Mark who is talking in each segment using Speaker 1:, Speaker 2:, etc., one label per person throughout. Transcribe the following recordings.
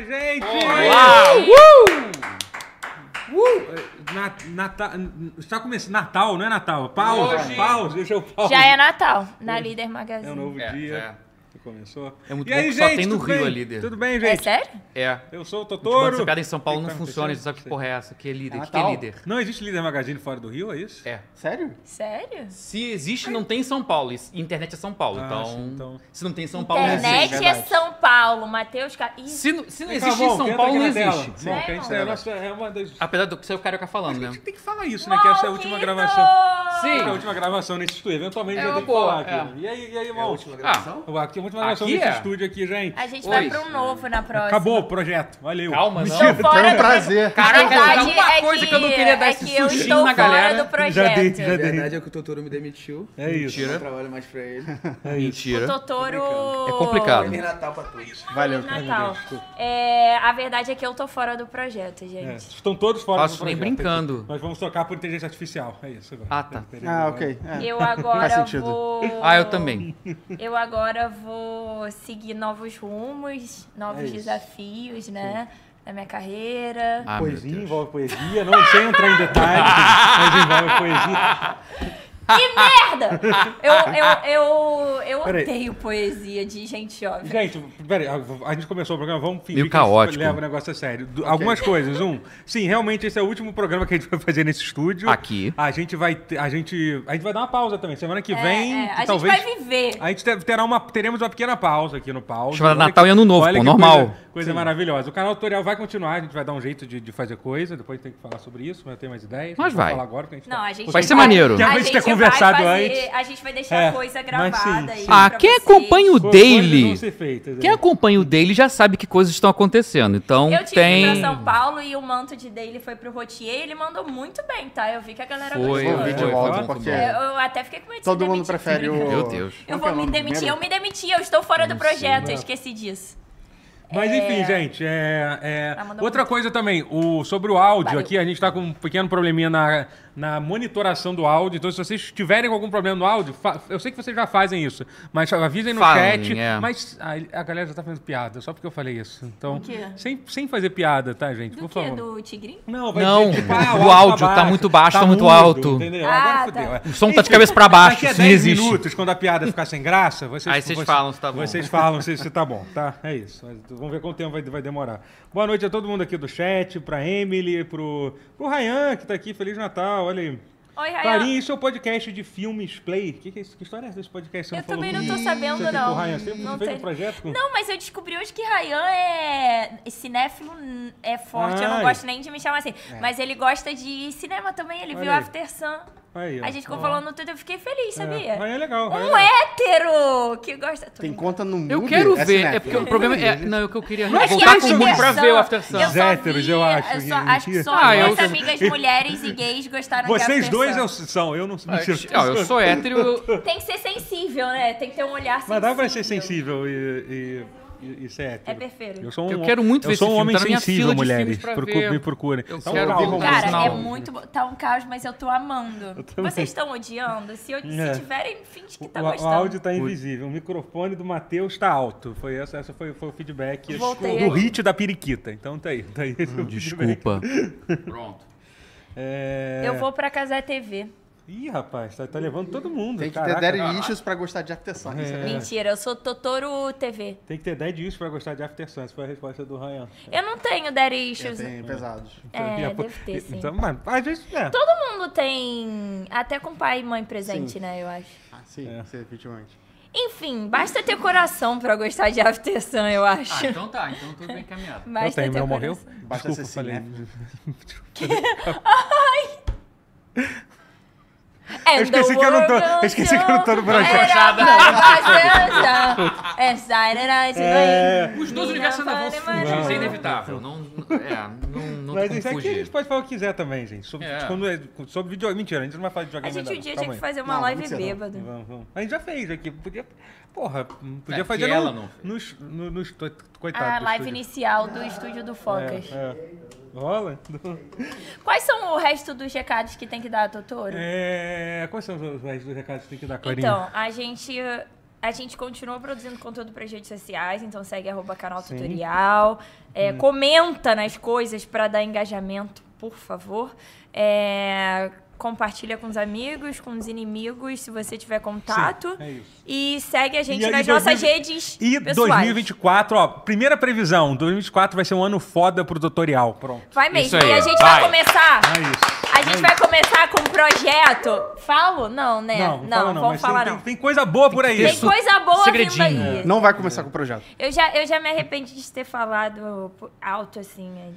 Speaker 1: gente!
Speaker 2: Olá!
Speaker 1: Uh! Uh! Na- Nata- Está começando Natal, não é Natal? Pausa,
Speaker 2: Hoje-
Speaker 1: pausa, deixa eu pausa.
Speaker 3: Já é Natal, na Líder Magazine.
Speaker 1: É um novo
Speaker 2: É,
Speaker 1: dia.
Speaker 2: é.
Speaker 1: que Começou.
Speaker 4: É muito
Speaker 1: e
Speaker 4: bom
Speaker 1: aí,
Speaker 4: que
Speaker 1: gente,
Speaker 4: só tem no
Speaker 1: tudo
Speaker 4: Rio
Speaker 1: bem?
Speaker 4: a líder.
Speaker 1: Tudo bem,
Speaker 3: É
Speaker 1: gente?
Speaker 3: sério?
Speaker 4: É.
Speaker 1: Eu sou o
Speaker 4: Mano,
Speaker 1: Totoro.
Speaker 4: essa piada em São Paulo
Speaker 1: O que
Speaker 4: não
Speaker 1: que tá
Speaker 4: funciona,
Speaker 1: acontecendo?
Speaker 4: você sabe que porra é essa? Que é líder?
Speaker 1: Ah,
Speaker 5: É
Speaker 1: tá
Speaker 4: que é
Speaker 5: Natal?
Speaker 4: líder?
Speaker 1: Não existe líder Magazine fora do Rio, é isso?
Speaker 4: É.
Speaker 5: Sério?
Speaker 3: Sério?
Speaker 4: Se existe, não tem em São Paulo. E Internet é São Paulo.
Speaker 1: Ah,
Speaker 4: então,
Speaker 1: sim, então.
Speaker 4: Se não tem em São Paulo, não
Speaker 3: Internet
Speaker 4: existe.
Speaker 5: verdade.
Speaker 3: é São Paulo, Matheus... Ca- Ih,
Speaker 4: Se, não- se não
Speaker 1: Vem cá,
Speaker 4: existe em
Speaker 1: Von,
Speaker 4: São
Speaker 1: Tá entra
Speaker 4: Paulo,
Speaker 1: aqui
Speaker 4: não
Speaker 1: na tela.
Speaker 4: existe.
Speaker 1: Von, que a gente é,
Speaker 3: Sério?
Speaker 1: nossa, é uma das...
Speaker 4: Apesar do que você é o carioca falando,
Speaker 1: A
Speaker 4: né?
Speaker 1: gente tem que falar isso, né? Que essa é a última
Speaker 3: Malquito!
Speaker 1: gravação.
Speaker 4: Sim.
Speaker 1: Essa é a última gravação nesse estúdio. Eventualmente
Speaker 4: É
Speaker 1: eu
Speaker 4: uma
Speaker 1: tenho que falar
Speaker 4: boa,
Speaker 1: aqui. E aí, e aí,
Speaker 5: É a
Speaker 1: irmão?
Speaker 5: última
Speaker 4: ah.
Speaker 5: gravação?
Speaker 1: Aqui é a última gravação
Speaker 4: Aqui
Speaker 1: nesse
Speaker 4: é?
Speaker 1: estúdio aqui, gente.
Speaker 3: A gente vai
Speaker 4: Oi.
Speaker 3: para um novo na próxima.
Speaker 1: Acabou o projeto. Valeu.
Speaker 4: Calma, não.
Speaker 3: Estou fora
Speaker 5: Foi um prazer.
Speaker 4: Caraca,
Speaker 3: a verdade
Speaker 4: era uma
Speaker 3: é
Speaker 4: coisa que eu não queria dar
Speaker 3: é
Speaker 4: esse
Speaker 3: que eu
Speaker 4: sustinho
Speaker 3: estou
Speaker 4: na
Speaker 3: fora
Speaker 4: galera.
Speaker 3: do projeto.
Speaker 5: A verdade é que o Totoro me demitiu.
Speaker 1: É isso. é
Speaker 5: Eu não trabalho mais pra ele.
Speaker 3: O
Speaker 4: Mentira.
Speaker 3: Totoro...
Speaker 4: É complicado.
Speaker 5: Feliz Natal pra todos.
Speaker 3: Valeu, Natal. É, a verdade é que eu tô fora do projeto,
Speaker 1: É,
Speaker 3: gente.
Speaker 1: estão todos fora
Speaker 4: Faço
Speaker 1: do
Speaker 4: nem
Speaker 1: projeto.
Speaker 4: brincando.
Speaker 1: Nós vamos tocar por inteligência artificial. É isso agora.
Speaker 4: Ah, tá.
Speaker 5: Ah, ok.
Speaker 1: É.
Speaker 3: Eu
Speaker 5: Faz
Speaker 3: agora
Speaker 5: sentido.
Speaker 3: vou...
Speaker 4: Ah, eu também.
Speaker 3: Eu agora vou seguir novos rumos,
Speaker 1: É
Speaker 3: novos desafios, né? Na minha carreira.
Speaker 4: Ah, meu
Speaker 1: Poesia
Speaker 4: Deus.
Speaker 1: envolve poesia, não sem entrar em detalhes, mas envolve poesia.
Speaker 3: Que merda! Eu, eu, eu, eu
Speaker 1: Peraí.
Speaker 3: odeio poesia de gente jovem.
Speaker 1: Gente, peraí, a, a gente começou o programa, vamos fingir
Speaker 4: Meio
Speaker 1: que a gente
Speaker 4: caótico.
Speaker 1: leva o negócio a sério. Du- Algumas coisas. Um, sim, realmente esse é o último programa que a gente vai fazer nesse estúdio.
Speaker 4: Aqui.
Speaker 1: A gente vai. ter- A gente, a gente vai dar uma pausa também. Semana que
Speaker 3: É,
Speaker 1: vem.
Speaker 3: é, a
Speaker 1: talvez,
Speaker 3: gente vai viver.
Speaker 1: A gente te- terá uma, teremos uma pequena pausa aqui no pausa.
Speaker 4: Chamada
Speaker 1: Olha
Speaker 4: Natal
Speaker 1: que-
Speaker 4: e Ano Novo,
Speaker 1: olha
Speaker 4: pô,
Speaker 1: que
Speaker 4: normal.
Speaker 1: Coisa, coisa maravilhosa. O canal tutorial vai continuar, a gente vai dar um jeito de, de fazer coisa, depois tem que falar sobre isso, mas eu tenho mais ideias.
Speaker 4: Mas
Speaker 1: não vou
Speaker 4: vai.
Speaker 1: falar agora, porque a gente
Speaker 3: Não,
Speaker 1: tá-
Speaker 3: a gente
Speaker 4: Vai ser maneiro.
Speaker 1: Que a gente tenha conversado
Speaker 3: fazer-
Speaker 1: antes.
Speaker 3: A gente vai deixar
Speaker 1: É,
Speaker 3: a coisa
Speaker 1: mas
Speaker 3: gravada
Speaker 1: sim,
Speaker 3: aí.
Speaker 1: sim.
Speaker 4: Ah,
Speaker 3: pra
Speaker 4: quem
Speaker 3: vocês.
Speaker 4: acompanha o
Speaker 1: Co- coisas vão
Speaker 4: Daily... é
Speaker 1: ser feitas,
Speaker 4: Quem
Speaker 1: né?
Speaker 4: acompanha o Daily já sabe que coisas estão acontecendo. Então
Speaker 3: Eu tive pra
Speaker 4: tem...
Speaker 3: São Paulo e o manto de Daily foi pro Rotier e ele mandou muito bem, tá? Eu vi que a galera
Speaker 4: Foi,
Speaker 5: Vou
Speaker 3: gostou.
Speaker 5: ouvir de
Speaker 1: Foi,
Speaker 5: volta,
Speaker 1: foi bom,
Speaker 5: porque
Speaker 3: Eu, eu até fiquei com medo de
Speaker 1: é
Speaker 5: todo
Speaker 3: ser
Speaker 5: mundo
Speaker 3: demitida.
Speaker 5: prefere o...
Speaker 4: Meu Deus.
Speaker 3: Eu
Speaker 5: Como que é
Speaker 3: vou
Speaker 5: o
Speaker 3: me
Speaker 5: nome
Speaker 3: demitir, eu
Speaker 5: primeiro?
Speaker 3: me demiti, eu estou fora do projeto,
Speaker 1: Não.
Speaker 3: eu esqueci disso.
Speaker 1: Mas enfim, gente, é, é,
Speaker 3: Ah, mandou
Speaker 1: outra
Speaker 3: muito.
Speaker 1: coisa também, o, sobre o áudio
Speaker 3: Valeu.
Speaker 1: aqui, a gente tá com um pequeno probleminha na, na monitoração do áudio, então se vocês tiverem algum problema no áudio, fa- eu sei que vocês já fazem isso, mas avisem no
Speaker 4: Falem,
Speaker 1: chat,
Speaker 4: é.
Speaker 1: mas a, a galera já tá fazendo piada, só porque eu falei isso. Então,
Speaker 3: O quê?
Speaker 1: sem, sem fazer piada, tá, gente?
Speaker 3: Do
Speaker 1: Por
Speaker 3: que?
Speaker 1: favor.
Speaker 3: Do Tigrinho?
Speaker 1: Não, vai
Speaker 4: Não,
Speaker 1: dizer, tipo,
Speaker 4: o
Speaker 1: ah,
Speaker 4: áudio tá
Speaker 1: baixo,
Speaker 4: muito baixo, tá muito
Speaker 1: mudo,
Speaker 4: alto.
Speaker 1: Entendeu?
Speaker 3: Ah,
Speaker 1: Agora
Speaker 3: tá.
Speaker 1: fudeu. é.
Speaker 4: O som tá de cabeça pra baixo,
Speaker 1: Daqui a
Speaker 4: isso não
Speaker 1: 10
Speaker 4: existe.
Speaker 1: minutos, quando a piada ficar sem graça, vocês
Speaker 4: Aí vocês falam se tá bom.
Speaker 1: Vocês falam se, se tá bom, tá? É isso. Mas Vamos ver quanto tempo vai, vai demorar. Boa noite a todo mundo aqui do chat, pra Emily, pro, pro Rayan, que tá aqui. Feliz Natal, olha aí.
Speaker 3: Oi, Rayan.
Speaker 1: Clarinha, isso é o podcast de filmes Play? Que, que, é isso? que história é essa desse podcast? Você
Speaker 3: Eu
Speaker 1: falou
Speaker 3: também não
Speaker 1: muito.
Speaker 3: tô sabendo,
Speaker 1: Você tem com o
Speaker 3: não.
Speaker 1: Rayan, sempre
Speaker 3: Não
Speaker 1: fez um
Speaker 3: tem.
Speaker 1: projeto com...
Speaker 3: Não, mas eu descobri hoje que Rayan é cinéfilo, n- é forte. eu
Speaker 1: Ai. É.
Speaker 3: não gosto nem de me chamar assim. Mas ele gosta de cinema também, ele
Speaker 1: Olha
Speaker 3: viu
Speaker 1: aí.
Speaker 3: After Sun.
Speaker 1: Aí, ó.
Speaker 3: A gente ficou falando tudo, eu fiquei feliz,
Speaker 1: É.
Speaker 3: sabia?
Speaker 1: Rayan é legal. Rayan
Speaker 3: Um
Speaker 1: legal.
Speaker 3: hétero que gosta... Tô
Speaker 5: Tem
Speaker 3: brincando.
Speaker 5: conta no mundo.
Speaker 4: Eu quero
Speaker 5: É
Speaker 4: ver.
Speaker 5: cinéfilo.
Speaker 4: É porque o problema é. Não, o que eu queria
Speaker 3: Acho que
Speaker 4: voltar com
Speaker 3: After
Speaker 4: o mundo pra
Speaker 3: Sun-
Speaker 4: ver o After Sun.
Speaker 3: Eu
Speaker 1: Os
Speaker 3: só
Speaker 1: héteros,
Speaker 3: vi-
Speaker 1: eu acho,
Speaker 3: só-
Speaker 1: que-
Speaker 3: acho que só
Speaker 4: Ah, eu-
Speaker 3: minhas amigas mulheres e gays gostaram de
Speaker 1: Vocês
Speaker 3: After
Speaker 1: dois é
Speaker 3: Sun.
Speaker 1: eu- são, eu não...
Speaker 4: Ó, eu sou hétero. eu-
Speaker 3: Tem que ser sensível, né? Tem que ter um olhar sensível.
Speaker 1: Mas dá pra ser sensível e, e, e, e ser hétero.
Speaker 3: É perfeito.
Speaker 1: Eu, sou um,
Speaker 4: Eu quero muito
Speaker 1: eu
Speaker 4: ver
Speaker 1: sou
Speaker 4: esse
Speaker 1: um
Speaker 4: filme,
Speaker 1: homem
Speaker 4: tá na minha
Speaker 1: sensível,
Speaker 4: fila de
Speaker 1: mulheres.
Speaker 4: filmes pra
Speaker 1: Procu-
Speaker 4: ver.
Speaker 1: Me procurem.
Speaker 4: Eu
Speaker 1: Tá um
Speaker 4: quero
Speaker 1: caos.
Speaker 4: ver romance.
Speaker 3: Cara,
Speaker 4: Não.
Speaker 3: é muito bom. Tá um caos, mas eu tô amando.
Speaker 1: também.
Speaker 3: Vocês estão odiando? Se, eu, se
Speaker 1: É.
Speaker 3: tiverem, finge que
Speaker 1: O,
Speaker 3: tá
Speaker 1: o
Speaker 3: gostando.
Speaker 1: áudio tá invisível. O microfone do Matheus tá alto. Foi essa, essa foi, foi o feedback
Speaker 3: Voltei
Speaker 1: do
Speaker 3: aqui.
Speaker 1: hit da periquita. Então tá aí. Tá aí esse é o
Speaker 4: Hum,
Speaker 1: feedback.
Speaker 4: Desculpa.
Speaker 2: Pronto.
Speaker 1: É...
Speaker 3: Eu vou pra Casé TV.
Speaker 1: Ih, rapaz, tá, tá levando todo mundo.
Speaker 5: Tem que
Speaker 1: caraca.
Speaker 5: ter Daddy Issues pra gostar de After Sun. isso é verdade.
Speaker 3: Mentira, eu sou Totoro TV.
Speaker 1: Tem que ter 10 dias pra gostar de After Sun. Essa foi a resposta do Ryan.
Speaker 3: Eu não tenho daddy issues.
Speaker 5: Tem pesados.
Speaker 3: É,
Speaker 1: Já foi-
Speaker 3: deve ter, sim.
Speaker 1: Então, mas, às vezes, é.
Speaker 3: Todo mundo tem, até com pai e mãe presente, né, eu acho.
Speaker 5: Ah, sim,
Speaker 1: É.
Speaker 5: isso é efetivamente.
Speaker 3: Enfim, basta ter coração pra gostar de After Sun, eu
Speaker 4: Ah,
Speaker 3: acho.
Speaker 4: então tá, então tudo bem encaminhado.
Speaker 1: Ah, Eu
Speaker 3: Basta
Speaker 1: tenho,
Speaker 3: ter
Speaker 1: meu morreu?
Speaker 3: coração.
Speaker 5: Basta
Speaker 1: Desculpa,
Speaker 5: ser
Speaker 1: falei.
Speaker 3: And
Speaker 1: Eu esqueci
Speaker 3: the
Speaker 1: que eu não tô-
Speaker 3: world
Speaker 1: eu esqueci que eu não tô no
Speaker 3: goes
Speaker 1: projeto.
Speaker 3: on.
Speaker 4: Fechada.
Speaker 3: É Saturday Night
Speaker 1: É,
Speaker 3: Live.
Speaker 4: Os dois universos ainda vão se fundir, isso é inevitável. Não, é, não, não
Speaker 1: Mas
Speaker 4: tem
Speaker 1: isso
Speaker 4: como
Speaker 1: aqui a gente
Speaker 4: fugir.
Speaker 1: pode falar o que quiser também, gente. Sobre,
Speaker 4: É.
Speaker 1: quando é- sobre videogame. Mentira, a gente não vai falar de
Speaker 3: A
Speaker 1: videogame.
Speaker 3: gente um
Speaker 1: ainda,
Speaker 3: dia
Speaker 1: não.
Speaker 3: tinha que fazer uma
Speaker 5: Não,
Speaker 3: live
Speaker 5: muito cedo.
Speaker 3: bêbado.
Speaker 1: Vamos, vamos. A gente já fez aqui. Podia. Porra, podia
Speaker 4: É,
Speaker 1: fazer
Speaker 4: que
Speaker 1: no-
Speaker 4: ela não fez.
Speaker 1: nos, no- nos, to- Coitado.
Speaker 3: A
Speaker 1: do
Speaker 3: Ah, live
Speaker 1: estúdio.
Speaker 3: inicial do estúdio do Focas.
Speaker 1: É, é. Rola?
Speaker 3: Quais são o resto dos recados que tem que dar, Totoro?
Speaker 1: É, quais são os os recados que tem que dar, Clarinha?
Speaker 3: Então, a Então, gente A gente continua produzindo conteúdo para as redes sociais, então segue arroba canal
Speaker 1: Sim. Hum.
Speaker 3: tutorial. É, Comenta nas coisas para dar engajamento, por favor. É, compartilha com os amigos, com os inimigos, se você tiver contato.
Speaker 1: Sim, é isso.
Speaker 3: E segue a gente
Speaker 1: E aí,
Speaker 3: nas nossas
Speaker 1: 2020
Speaker 3: redes
Speaker 1: E
Speaker 3: pessoais.
Speaker 1: 2024, ó, primeira previsão, 2024 vai ser um ano foda pro tutorial. Pronto.
Speaker 3: Vai mesmo.
Speaker 4: Isso aí,
Speaker 3: e a gente
Speaker 4: vai.
Speaker 3: vai começar.
Speaker 1: É isso.
Speaker 3: A gente vai começar com um projeto. Falo? Não, né?
Speaker 1: Não, não, fala não,
Speaker 3: vamos
Speaker 1: mas
Speaker 3: falar
Speaker 1: tem,
Speaker 3: não.
Speaker 1: tem- tem coisa boa por aí.
Speaker 3: Tem coisa boa vindo
Speaker 4: segredinho.
Speaker 1: né?
Speaker 3: aí.
Speaker 5: Não vai começar com o projeto.
Speaker 3: Eu já, eu já me arrependi de ter falado alto assim. aí.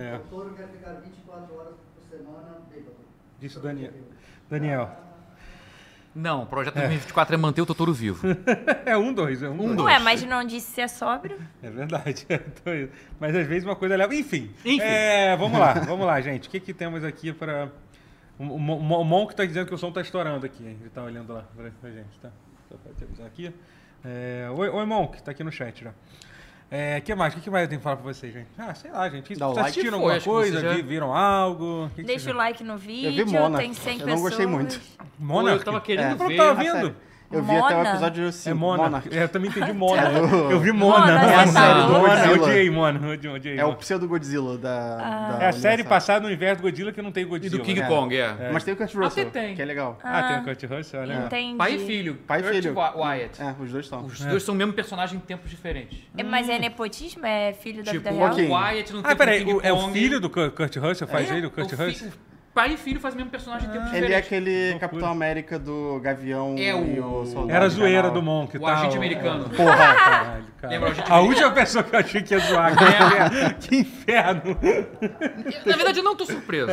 Speaker 1: É,
Speaker 2: O touro quer ficar 24 horas por semana bêbado.
Speaker 1: disse o Daniel. Daniel.
Speaker 4: Não, o projeto 2024 é manter o Totoro vivo.
Speaker 2: Tá.
Speaker 1: É um, dois, é um, dois.
Speaker 3: Ué, mas não disse ser sóbrio.
Speaker 1: É verdade. é dois. Mas às vezes uma coisa leva. Enfim.
Speaker 4: Enfim.
Speaker 1: É, vamos lá, vamos lá, gente. O que, que temos aqui para. O Mon- Mon- Monk tá dizendo que o som tá estourando aqui. hein? Ele tá olhando lá pra, pra gente, tá? Só pra te avisar aqui. É, Oi, oi, Monk, tá aqui no chat já. É, que mais? O que, que mais eu tenho que falar pra vocês, gente? Ah, sei lá, gente. Vocês
Speaker 5: Dá o like
Speaker 4: e
Speaker 1: assistiram
Speaker 4: foi,
Speaker 1: alguma
Speaker 4: acho que vocês
Speaker 1: coisa?
Speaker 4: já-
Speaker 1: Vi- Viram algo? O que que
Speaker 3: Deixa
Speaker 1: vocês-
Speaker 3: o like no
Speaker 5: vi
Speaker 3: vídeo.
Speaker 5: Mona.
Speaker 3: Tem 100
Speaker 5: Eu
Speaker 3: pessoas.
Speaker 5: não gostei muito.
Speaker 1: Monarch?
Speaker 4: Eu tava querendo
Speaker 1: Eu não
Speaker 4: ver.
Speaker 1: tava
Speaker 5: Ah,
Speaker 1: vendo.
Speaker 5: sério. Eu vi até o
Speaker 3: Mona?
Speaker 5: episódio 5.
Speaker 1: É Mona. É, eu também entendi Mona.
Speaker 5: É do-
Speaker 1: Eu vi
Speaker 3: Mona,
Speaker 1: Mona.
Speaker 3: é a série do
Speaker 1: Mona.
Speaker 5: Godzilla.
Speaker 1: Odiei Mona. Odiei, odiei,
Speaker 5: É o
Speaker 1: Mona.
Speaker 5: pseudo Godzilla da. da
Speaker 1: É a série
Speaker 5: Universal.
Speaker 1: passada no universo do Godzilla que não tem
Speaker 4: E
Speaker 1: Godzilla.
Speaker 4: do King
Speaker 1: né?
Speaker 4: Kong, é.
Speaker 5: Mas tem o Kurt Russell,
Speaker 4: tem.
Speaker 5: que é legal.
Speaker 1: Ah, tem o Kurt Russell, olha.
Speaker 5: É.
Speaker 1: lá.
Speaker 3: Entendi.
Speaker 4: Pai e filho.
Speaker 5: Pai e
Speaker 4: Kurt
Speaker 5: filho. tipo,
Speaker 4: Wy- tipo, Wyatt.
Speaker 5: É, os dois estão.
Speaker 4: Os dois são o mesmo personagem em tempos diferentes.
Speaker 3: É, Mas é nepotismo? É filho da
Speaker 4: Tipo,
Speaker 3: vida
Speaker 4: o
Speaker 3: real?
Speaker 5: ok.
Speaker 4: Wyatt não tem
Speaker 1: Ah, peraí, o- é o filho do Cu- Kurt Russell? Faz
Speaker 4: É,
Speaker 1: ele o Kurt Russell?
Speaker 4: Pai e filho faz o mesmo personagem em tempos
Speaker 5: Ele é
Speaker 4: diferentes.
Speaker 5: aquele
Speaker 1: Loucura.
Speaker 5: Capitão América do Gavião
Speaker 4: É
Speaker 5: e
Speaker 4: o-
Speaker 5: o Soldado
Speaker 1: Era a zoeira
Speaker 5: Invernal.
Speaker 1: do Monk,
Speaker 4: O
Speaker 1: tá?
Speaker 4: agente americano.
Speaker 1: Porra, caralho, cara.
Speaker 4: Lembra o agente
Speaker 1: A última pessoa que eu achei que ia zoar. Que inferno. que inferno.
Speaker 4: Na verdade, eu não tô surpreso.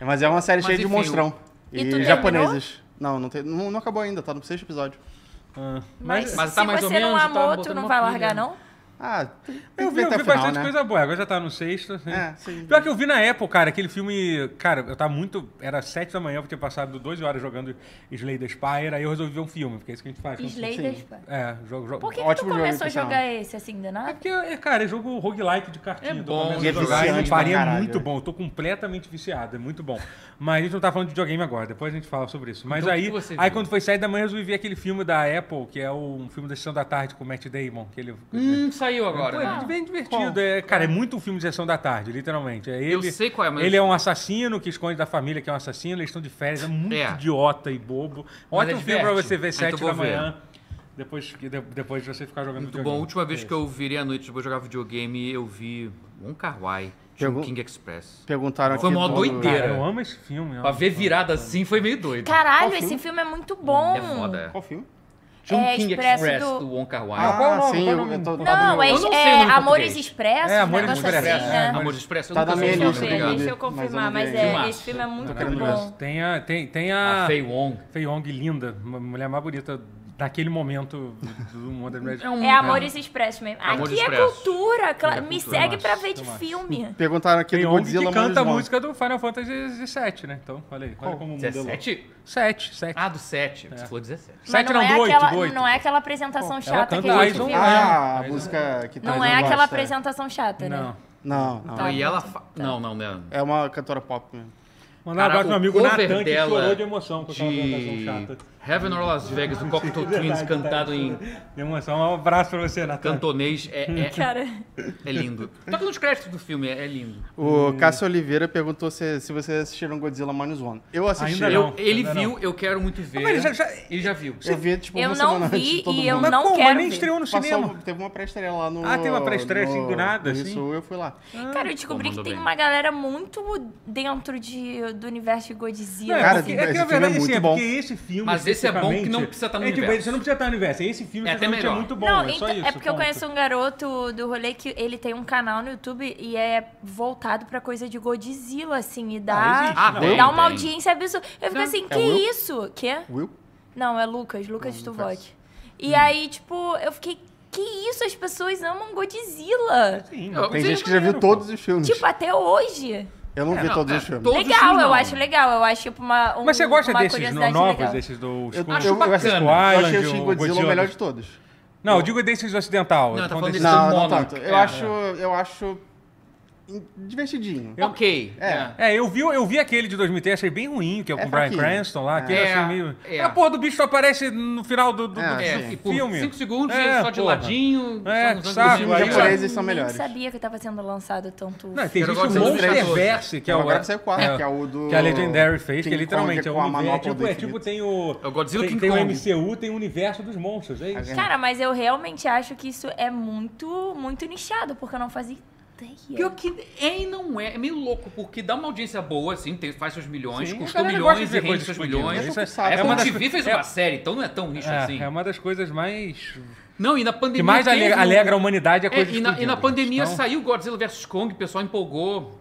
Speaker 5: É, Mas é uma série
Speaker 4: Mas
Speaker 5: cheia de
Speaker 4: enfim,
Speaker 5: monstrão.
Speaker 3: E
Speaker 5: E,
Speaker 3: tu terminou?
Speaker 5: japoneses. Não, não, tem- não, não acabou ainda, tá no sexto episódio.
Speaker 1: Ah,
Speaker 3: Mas,
Speaker 1: Mas...
Speaker 4: Mas
Speaker 3: se
Speaker 4: tá mais
Speaker 3: você
Speaker 4: ou
Speaker 3: não
Speaker 4: menos, tá
Speaker 3: amou, tu
Speaker 4: botando
Speaker 3: não
Speaker 4: uma
Speaker 3: vai
Speaker 4: pilha.
Speaker 3: largar, não?
Speaker 5: Ah, tem, tem
Speaker 1: Eu
Speaker 5: que
Speaker 1: vi,
Speaker 5: ver
Speaker 1: eu
Speaker 5: até
Speaker 1: vi
Speaker 5: o final,
Speaker 1: bastante
Speaker 5: né?
Speaker 1: coisa boa. Agora já tá no sexto. assim.
Speaker 5: É, sim.
Speaker 1: Pior que eu vi na Apple, cara, aquele filme. Cara, eu tava muito. Era sete da manhã, eu tinha passado 12 horas jogando Slay the Spire, aí eu resolvi ver um filme, porque é isso que a gente faz. quando-
Speaker 3: Slayers, pai.
Speaker 1: É, jogo, jogo.
Speaker 3: Por que, que tu
Speaker 5: Ótimo então. jogo,
Speaker 3: começou a
Speaker 5: pessoal.
Speaker 3: jogar esse assim, do
Speaker 1: É
Speaker 3: nada?
Speaker 1: porque, é, cara, é jogo roguelike de cartinha.
Speaker 4: É
Speaker 1: Eu tô
Speaker 4: bom,
Speaker 1: começando
Speaker 4: é
Speaker 1: a jogar,
Speaker 5: viciante
Speaker 1: e faria
Speaker 5: pra caralho.
Speaker 1: muito bom. Eu tô completamente viciado, é muito bom. Mas a gente não tá falando de videogame agora, depois a gente fala sobre isso. Mas
Speaker 4: Então, o
Speaker 1: aí,
Speaker 4: que você
Speaker 1: aí
Speaker 4: viu?
Speaker 1: quando foi sair da manhã, eu resolvi ver aquele filme da Apple, que é o, um filme da Sessão da Tarde com o Matt Damon. Que ele,
Speaker 4: Hum, saiu
Speaker 1: Pô,
Speaker 4: agora. né?
Speaker 1: é bem divertido. É, cara, é muito um filme de Sessão da Tarde, literalmente. É ele,
Speaker 4: Eu sei qual é, mas...
Speaker 1: Ele é um assassino que esconde da família que é um assassino, eles estão de férias, é muito
Speaker 4: É.
Speaker 1: idiota e bobo.
Speaker 4: Mas
Speaker 1: Ótimo
Speaker 4: é
Speaker 1: filme pra
Speaker 4: diverte.
Speaker 1: você ver
Speaker 4: Então
Speaker 1: 7
Speaker 4: vou
Speaker 1: da
Speaker 4: ver.
Speaker 1: manhã, depois, que- de- depois de você ficar jogando
Speaker 4: Muito bom.
Speaker 1: videogame.
Speaker 4: A última vez
Speaker 1: É
Speaker 4: que eu virei à noite depois de jogar videogame, eu vi um Wai, Jim
Speaker 5: Pegou-
Speaker 4: King Express.
Speaker 5: Perguntaram
Speaker 4: Foi
Speaker 5: aqui
Speaker 4: mó
Speaker 5: do-
Speaker 4: doideira.
Speaker 1: Cara, eu amo esse filme.
Speaker 4: Pra ver virada assim foi meio doido.
Speaker 3: Caralho,
Speaker 5: Qual
Speaker 3: esse
Speaker 5: filme?
Speaker 3: filme é muito bom.
Speaker 4: É foda.
Speaker 5: Qual filme?
Speaker 4: Jim
Speaker 3: É,
Speaker 4: um King
Speaker 3: Expresso
Speaker 4: Express
Speaker 3: do-
Speaker 4: do, Wong Kar Wai.
Speaker 1: qual o
Speaker 5: Ah,
Speaker 1: nome?
Speaker 5: sim,
Speaker 1: Qual o
Speaker 5: eu,
Speaker 1: nome?
Speaker 5: eu tô... tá
Speaker 3: Não,
Speaker 5: no-
Speaker 3: é,
Speaker 4: Eu não sei o
Speaker 3: é
Speaker 4: nome em
Speaker 3: Amores
Speaker 4: português.
Speaker 3: Expressos,
Speaker 1: É,
Speaker 3: um
Speaker 1: Amores
Speaker 3: negócio
Speaker 1: Expressos,
Speaker 3: assim,
Speaker 1: é,
Speaker 3: né?
Speaker 4: Amor de Expresso, eu
Speaker 5: Tá
Speaker 4: nunca
Speaker 5: na
Speaker 4: sei é
Speaker 5: minha
Speaker 4: o nome,
Speaker 5: lista,
Speaker 3: Deixa eu ver,
Speaker 4: obrigado.
Speaker 3: Deixa eu
Speaker 5: Mas eu não
Speaker 3: confirmar,
Speaker 5: vi
Speaker 3: mas
Speaker 5: ainda.
Speaker 3: é,
Speaker 4: Filmaço.
Speaker 3: esse filme é muito
Speaker 5: Não quero
Speaker 3: bom.
Speaker 5: ver.
Speaker 1: Tem a, tem, tem a,
Speaker 4: A Ah, Fei Wong.
Speaker 1: Fei Hong linda, uma mulher mais bonita daquele momento do Mundo das Mulheres.
Speaker 4: um...
Speaker 3: É Amores Expressos mesmo.
Speaker 4: Amores
Speaker 3: Aqui é
Speaker 4: Expressos.
Speaker 3: cultura, cla-
Speaker 4: É
Speaker 3: me
Speaker 4: cultura,
Speaker 3: segue
Speaker 1: eu
Speaker 3: pra
Speaker 1: acho,
Speaker 3: ver de
Speaker 1: eu acho.
Speaker 3: filme.
Speaker 5: Perguntaram aqui
Speaker 1: Fei
Speaker 5: do
Speaker 1: Hong
Speaker 5: Godzilla
Speaker 1: que canta a
Speaker 5: Monos
Speaker 1: música do Final Fantasy VII, né? Então, olha aí, olha
Speaker 5: Qual?
Speaker 1: como o mundo é louco.
Speaker 4: 17?
Speaker 1: 7, 7.
Speaker 4: Ah, do 7. Você falou 17.
Speaker 3: Mas
Speaker 1: 7 não,
Speaker 3: não, é
Speaker 1: do 8,
Speaker 3: aquela,
Speaker 1: do 8.
Speaker 3: não é aquela apresentação
Speaker 1: ela
Speaker 3: chata
Speaker 1: canta
Speaker 3: que a gente
Speaker 1: Eyes on
Speaker 3: viu.
Speaker 5: Monos.
Speaker 1: Eyes.
Speaker 3: né?
Speaker 5: Ah, a música que traz
Speaker 3: Não
Speaker 5: eu
Speaker 3: é
Speaker 5: gosto,
Speaker 3: aquela
Speaker 5: é.
Speaker 3: apresentação chata, né?
Speaker 1: Não.
Speaker 5: Não, não.
Speaker 3: Tá.
Speaker 4: e ela... Fa... Não, não, não.
Speaker 5: É uma cantora pop mesmo.
Speaker 1: Mandar um
Speaker 4: Cara,
Speaker 1: abraço pro meu
Speaker 4: o
Speaker 1: amigo
Speaker 4: cover
Speaker 1: Natan, que
Speaker 4: dela
Speaker 1: chorou de emoção com aquela
Speaker 4: De
Speaker 1: apresentação chata.
Speaker 4: Heaven or Las Vegas, do Cocteau Twins, cantado em
Speaker 1: De emoção, um abraço pra você, Natan.
Speaker 4: cantonês, é, é,
Speaker 3: Cara,
Speaker 4: é lindo. Toca nos créditos do filme, é é lindo.
Speaker 5: O
Speaker 1: Hum.
Speaker 5: Cássio Oliveira perguntou se, se vocês assistiram Godzilla Minus One. Eu assisti.
Speaker 1: Ainda
Speaker 4: Eu-
Speaker 1: não,
Speaker 4: ele
Speaker 1: ainda
Speaker 4: viu, eu quero muito ver.
Speaker 1: mas ele já- já-
Speaker 4: Ele já viu.
Speaker 5: Eu vi, tipo,
Speaker 3: Eu
Speaker 5: uma
Speaker 3: não
Speaker 5: semana
Speaker 3: vi
Speaker 5: antes de todo
Speaker 3: e eu
Speaker 5: mundo.
Speaker 1: Mas
Speaker 3: não
Speaker 1: como?
Speaker 3: quero
Speaker 1: Mas nem
Speaker 3: ver.
Speaker 1: estreou no
Speaker 5: Passou- um,
Speaker 1: cinema.
Speaker 5: teve uma pré-estreia lá no...
Speaker 1: Ah, teve uma pré-estreia, assim,
Speaker 5: no-
Speaker 1: do nada,
Speaker 5: no
Speaker 1: assim?
Speaker 5: Isso, eu fui lá.
Speaker 3: cara, eu descobri
Speaker 4: Pô,
Speaker 3: que
Speaker 4: mandou
Speaker 3: tem
Speaker 4: bem.
Speaker 3: uma galera muito dentro de, do universo de Godzilla.
Speaker 1: Não, é
Speaker 5: Cara,
Speaker 1: porque-
Speaker 5: tem-
Speaker 1: é que
Speaker 5: esse
Speaker 1: na
Speaker 5: filme é
Speaker 1: verdade, assim,
Speaker 5: muito
Speaker 1: é
Speaker 5: bom.
Speaker 1: porque esse filme.
Speaker 4: Mas esse é bom que
Speaker 1: especificamente,
Speaker 4: não precisa estar no
Speaker 1: é, tipo,
Speaker 4: universo.
Speaker 1: Você não precisa estar no universo. Esse filme
Speaker 4: É até
Speaker 1: especificamente,
Speaker 4: melhor.
Speaker 1: é muito bom.
Speaker 3: não,
Speaker 1: é só
Speaker 3: então-
Speaker 1: isso.
Speaker 3: é porque eu
Speaker 1: ponto.
Speaker 3: conheço um garoto do rolê que ele tem um canal no YouTube e é voltado pra coisa de Godzilla, assim, e dá,
Speaker 1: existe, Ah,
Speaker 4: não.
Speaker 3: dá
Speaker 4: tem,
Speaker 3: uma
Speaker 4: tem.
Speaker 3: audiência absurda. Eu fico
Speaker 1: é
Speaker 3: assim, que
Speaker 5: Will?
Speaker 3: isso? Quê?
Speaker 5: Will?
Speaker 3: Não, é Lucas, Lucas
Speaker 5: Não, Lucas.
Speaker 3: Tuvok. E aí, tipo, eu fiquei, que isso? As pessoas amam Godzilla.
Speaker 1: Sim,
Speaker 4: Eu-
Speaker 5: Tem
Speaker 4: Sim,
Speaker 5: gente que já viu
Speaker 1: maneiro,
Speaker 5: todos os filmes.
Speaker 3: Tipo, até hoje.
Speaker 5: eu não vi
Speaker 4: não,
Speaker 5: todos
Speaker 4: é,
Speaker 5: os filmes.
Speaker 4: todo- Todos os
Speaker 3: legal,
Speaker 4: filmes,
Speaker 3: eu
Speaker 4: não.
Speaker 3: acho legal. Eu acho tipo, uma. Um,
Speaker 1: Mas você gosta
Speaker 3: uma
Speaker 1: desses no-
Speaker 3: curiosidade
Speaker 1: novos,
Speaker 3: legal.
Speaker 1: desses do
Speaker 5: Eu,
Speaker 1: Skull
Speaker 4: acho
Speaker 5: eu, eu
Speaker 4: bacana.
Speaker 5: assisti,
Speaker 1: Skull
Speaker 5: eu achei o
Speaker 1: Island, o
Speaker 5: Shin
Speaker 4: é
Speaker 5: Godzilla o
Speaker 1: Godzilla.
Speaker 5: melhor de todos.
Speaker 1: Não, eu digo desses do ocidental.
Speaker 4: Não,
Speaker 1: eu tô
Speaker 4: tá
Speaker 1: falando
Speaker 4: falando
Speaker 1: desses
Speaker 4: desse
Speaker 5: Não,
Speaker 4: do
Speaker 5: não
Speaker 4: Monarch.
Speaker 5: tanto. Eu
Speaker 4: É.
Speaker 5: acho... Eu acho... in- divertidinho.
Speaker 4: Ok.
Speaker 5: É.
Speaker 1: É, eu vi, eu vi aquele de 2003, achei bem ruim, que é o
Speaker 5: É
Speaker 1: com o Brian
Speaker 5: fraquinho.
Speaker 1: Cranston lá, que eu
Speaker 4: É,
Speaker 1: achei meio...
Speaker 4: é.
Speaker 1: A porra do bicho só aparece no final do, do,
Speaker 5: É,
Speaker 1: do
Speaker 5: é,
Speaker 4: E por
Speaker 1: filme.
Speaker 4: 5 segundos,
Speaker 1: É,
Speaker 4: só de
Speaker 1: porra.
Speaker 4: ladinho.
Speaker 1: É,
Speaker 4: só nos
Speaker 1: saco,
Speaker 4: ângulos de
Speaker 5: Os
Speaker 1: aí-
Speaker 4: câmera.
Speaker 5: japoneses são melhores.
Speaker 3: Nem sabia que tava sendo lançado tanto.
Speaker 1: Não, tem
Speaker 4: Eu
Speaker 1: gente
Speaker 4: gosto
Speaker 1: o
Speaker 4: dos
Speaker 1: Monsterverse, que é o...
Speaker 5: Agora saiu quatro, que é o do-
Speaker 1: Que a Legendary fez, que
Speaker 5: King
Speaker 1: é literalmente
Speaker 5: Kong
Speaker 1: é um
Speaker 5: com a
Speaker 1: universo...
Speaker 5: manopla
Speaker 1: Tipo,
Speaker 5: do
Speaker 1: é
Speaker 5: infinito.
Speaker 1: tipo, tem o...
Speaker 4: É o Godzilla
Speaker 1: tem,
Speaker 4: King
Speaker 1: tem um o
Speaker 4: Kong.
Speaker 1: MCU, tem o universo dos monstros, é isso.
Speaker 3: Cara, mas eu realmente acho que isso é muito, muito nichado, porque eu não fazia ideia.
Speaker 4: Pior que é e não é. É meio louco, porque dá uma audiência boa, assim, tem- faz seus milhões,
Speaker 1: Sim, a
Speaker 4: custou
Speaker 1: galera gosta de
Speaker 4: milhões e
Speaker 1: ver
Speaker 4: rende
Speaker 1: coisa
Speaker 4: seus
Speaker 1: explodindo,
Speaker 4: milhões.
Speaker 1: isso
Speaker 4: A
Speaker 5: É
Speaker 1: uma
Speaker 4: Apple
Speaker 1: das
Speaker 4: TV fez
Speaker 1: coi-
Speaker 4: uma
Speaker 1: é-
Speaker 4: série, então não é tão nicho assim.
Speaker 1: É, é uma das coisas mais...
Speaker 4: Não, e na pandemia.
Speaker 1: Que mais ale-
Speaker 4: teve um-
Speaker 1: alegra a humanidade é a
Speaker 4: É,
Speaker 1: coisa
Speaker 4: e, na, e na
Speaker 1: explodindo.
Speaker 4: pandemia
Speaker 1: Então-
Speaker 4: saiu Godzilla vs Kong, o pessoal empolgou.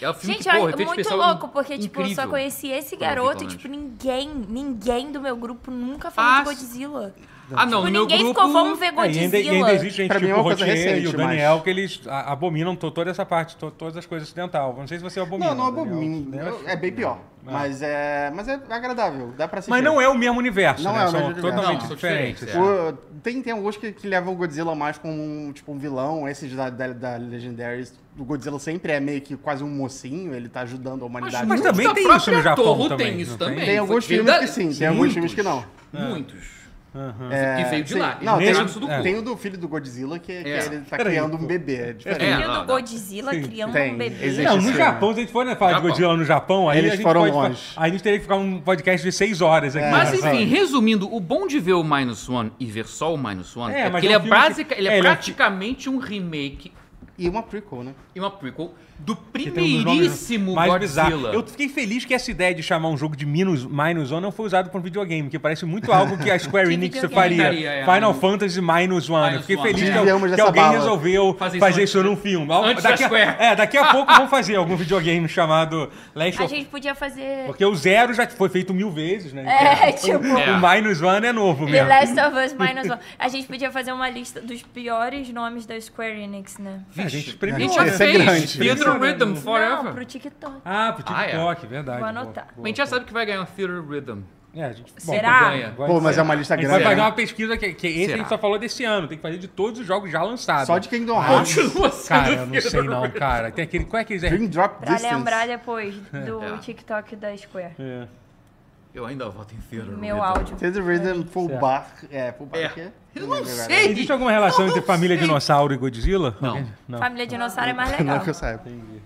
Speaker 4: É um filme
Speaker 3: Gente,
Speaker 4: que, porra,
Speaker 3: olha,
Speaker 4: efeito
Speaker 3: muito
Speaker 4: especial
Speaker 3: louco, porque, tipo, eu só
Speaker 4: incrível.
Speaker 3: conheci esse
Speaker 4: Quando eu vi,
Speaker 3: garoto e,
Speaker 4: pelo
Speaker 3: tipo,
Speaker 4: menos.
Speaker 3: ninguém, ninguém do meu grupo nunca falou
Speaker 4: Ah,
Speaker 3: de Godzilla.
Speaker 4: Ah, não,
Speaker 3: tipo,
Speaker 4: no meu
Speaker 3: ninguém
Speaker 4: grupo.
Speaker 3: ficou, vamos ver
Speaker 1: É, e, ainda,
Speaker 3: Godzilla.
Speaker 1: e ainda existe gente
Speaker 5: Pra mim
Speaker 1: tipo
Speaker 5: é
Speaker 1: o
Speaker 5: uma coisa
Speaker 1: Rotier e o
Speaker 5: recente,
Speaker 1: Daniel
Speaker 5: mas-
Speaker 1: que eles a- abominam to- toda essa parte, to- todas as coisas ocidental. Não sei se você abomina.
Speaker 5: Não, não
Speaker 1: Daniel,
Speaker 5: abomino.
Speaker 1: né?
Speaker 5: É bem pior. Mas é, mas é agradável, dá pra assistir.
Speaker 1: Mas não é o mesmo universo,
Speaker 5: Não
Speaker 1: né?
Speaker 5: é o
Speaker 1: São
Speaker 5: mesmo universo.
Speaker 1: totalmente
Speaker 4: Não, são
Speaker 1: diferentes.
Speaker 4: diferentes,
Speaker 1: assim.
Speaker 5: O- tem, tem alguns que, que levam o Godzilla mais como um, tipo, um vilão. Esses da, da, da Legendary, o Godzilla sempre é meio que quase um mocinho, ele tá ajudando a humanidade.
Speaker 1: Mas também
Speaker 4: Muitos
Speaker 1: tem
Speaker 4: da
Speaker 1: isso no Japão
Speaker 4: própria Torre
Speaker 1: também,
Speaker 4: Tem
Speaker 1: não
Speaker 4: isso
Speaker 1: tem?
Speaker 4: também.
Speaker 5: Tem alguns
Speaker 4: Foi-
Speaker 5: filmes que
Speaker 4: verdade-
Speaker 5: sim, tem alguns filmes que não.
Speaker 4: É. Muitos.
Speaker 5: é.
Speaker 1: é. Aham.
Speaker 4: que veio É de
Speaker 5: sim.
Speaker 4: lá.
Speaker 5: Não,
Speaker 4: Ele
Speaker 5: tem,
Speaker 4: tirou isso do
Speaker 5: é.
Speaker 4: cu.
Speaker 5: tem o do filho do Godzilla que, que
Speaker 4: É.
Speaker 5: ele tá
Speaker 1: Peraí.
Speaker 5: criando um bebê. É diferente.
Speaker 3: Filho
Speaker 4: É, não,
Speaker 3: do
Speaker 4: não.
Speaker 3: Godzilla criando
Speaker 5: Tem,
Speaker 3: um bebê.
Speaker 5: existe.
Speaker 1: Não, no
Speaker 5: Sim.
Speaker 1: Japão, se a gente for né, falar de
Speaker 4: Japão.
Speaker 1: Godzilla no Japão, aí
Speaker 5: Tá Eles
Speaker 1: a gente
Speaker 5: foram
Speaker 1: pode,
Speaker 5: longe. É.
Speaker 1: Aí a gente teria que ficar um podcast de seis horas aqui.
Speaker 4: Mas
Speaker 1: né?
Speaker 4: enfim, resumindo, o bom de ver o Minus One e ver só o Minus One
Speaker 1: É,
Speaker 4: é,
Speaker 1: mas
Speaker 4: porque
Speaker 1: é um
Speaker 4: ele é,
Speaker 1: filme que-
Speaker 4: basica, ele
Speaker 1: é,
Speaker 4: é,
Speaker 1: ele é um fi-
Speaker 4: praticamente um remake
Speaker 5: E uma prequel, né?
Speaker 4: e uma prequel do
Speaker 1: Que tem um dos nomes
Speaker 4: primeiríssimo
Speaker 1: mais
Speaker 4: Godzilla.
Speaker 1: bizarro. Eu fiquei feliz que essa ideia de chamar um jogo de Minus, Minus One não foi usado por um videogame, que parece muito algo que a Square
Speaker 3: Que
Speaker 1: Enix
Speaker 3: videogame?
Speaker 1: faria.
Speaker 4: Faria, é.
Speaker 1: Final Fantasy Minus One.
Speaker 4: Minus
Speaker 1: Eu fiquei
Speaker 4: One.
Speaker 1: feliz que,
Speaker 5: Desviamos
Speaker 1: que
Speaker 5: dessa
Speaker 1: alguém
Speaker 5: bala.
Speaker 1: resolveu
Speaker 4: Fazer
Speaker 1: fazer,
Speaker 4: isso antes-
Speaker 1: isso num filme. Al-
Speaker 4: antes da
Speaker 1: daqui, a,
Speaker 4: Square.
Speaker 1: é, daqui a pouco vão fazer algum videogame chamado Last
Speaker 3: A
Speaker 1: of
Speaker 3: gente podia fazer
Speaker 1: Porque o Zero já foi feito mil vezes, né?
Speaker 3: É,
Speaker 1: Então,
Speaker 3: tipo-
Speaker 1: O o Minus One é novo
Speaker 3: The
Speaker 1: mesmo.
Speaker 3: Last of Us Minus One. A gente podia fazer uma lista dos piores nomes da Square Enix, né?
Speaker 1: A gente
Speaker 4: A
Speaker 1: experimentou.
Speaker 4: gente já
Speaker 5: Esse é
Speaker 4: fez
Speaker 5: grande.
Speaker 4: Theater Rhythm
Speaker 3: Não, pro
Speaker 4: Forever.
Speaker 3: TikTok.
Speaker 1: Ah, pro
Speaker 4: Ah, é.
Speaker 1: TikTok, verdade.
Speaker 3: Vou
Speaker 1: boa,
Speaker 3: anotar.
Speaker 1: boa,
Speaker 4: A gente já
Speaker 1: boa.
Speaker 4: sabe que vai ganhar um Theater Rhythm.
Speaker 1: É, a gente- bom,
Speaker 3: Será?
Speaker 1: ganha,
Speaker 4: Pô,
Speaker 1: vai
Speaker 5: Pô, mas
Speaker 1: ser.
Speaker 5: é uma lista
Speaker 1: A gente vai
Speaker 5: grande.
Speaker 1: fazer
Speaker 5: né?
Speaker 1: uma pesquisa que, que esse
Speaker 4: Será?
Speaker 1: a gente só falou desse ano. Tem que fazer de todos os jogos já lançados.
Speaker 5: Só de Kingdom Hearts.
Speaker 4: Continua sendo
Speaker 1: Cara, eu não
Speaker 4: Theater
Speaker 1: sei não,
Speaker 4: Rhythm.
Speaker 1: cara. Tem aquele... Qual é que eles...
Speaker 5: Dream Drop
Speaker 3: Pra
Speaker 5: Distance.
Speaker 3: lembrar depois do
Speaker 4: É.
Speaker 3: TikTok da Square.
Speaker 1: É.
Speaker 4: Eu ainda voto em Theater Rhythm.
Speaker 3: Meu áudio.
Speaker 5: Theater Rhythm Full
Speaker 1: Certo.
Speaker 5: Bar. É, Full Bar
Speaker 4: É.
Speaker 5: o quê?
Speaker 4: Eu não
Speaker 5: lembro
Speaker 4: sei.
Speaker 5: agora.
Speaker 1: Existe alguma relação entre Família
Speaker 4: sei.
Speaker 1: Dinossauro e Godzilla?
Speaker 4: Não.
Speaker 1: Alguém? Não.
Speaker 3: Família Dinossauro é mais
Speaker 5: Não
Speaker 3: legal.
Speaker 5: que eu saiba.
Speaker 1: Entendi.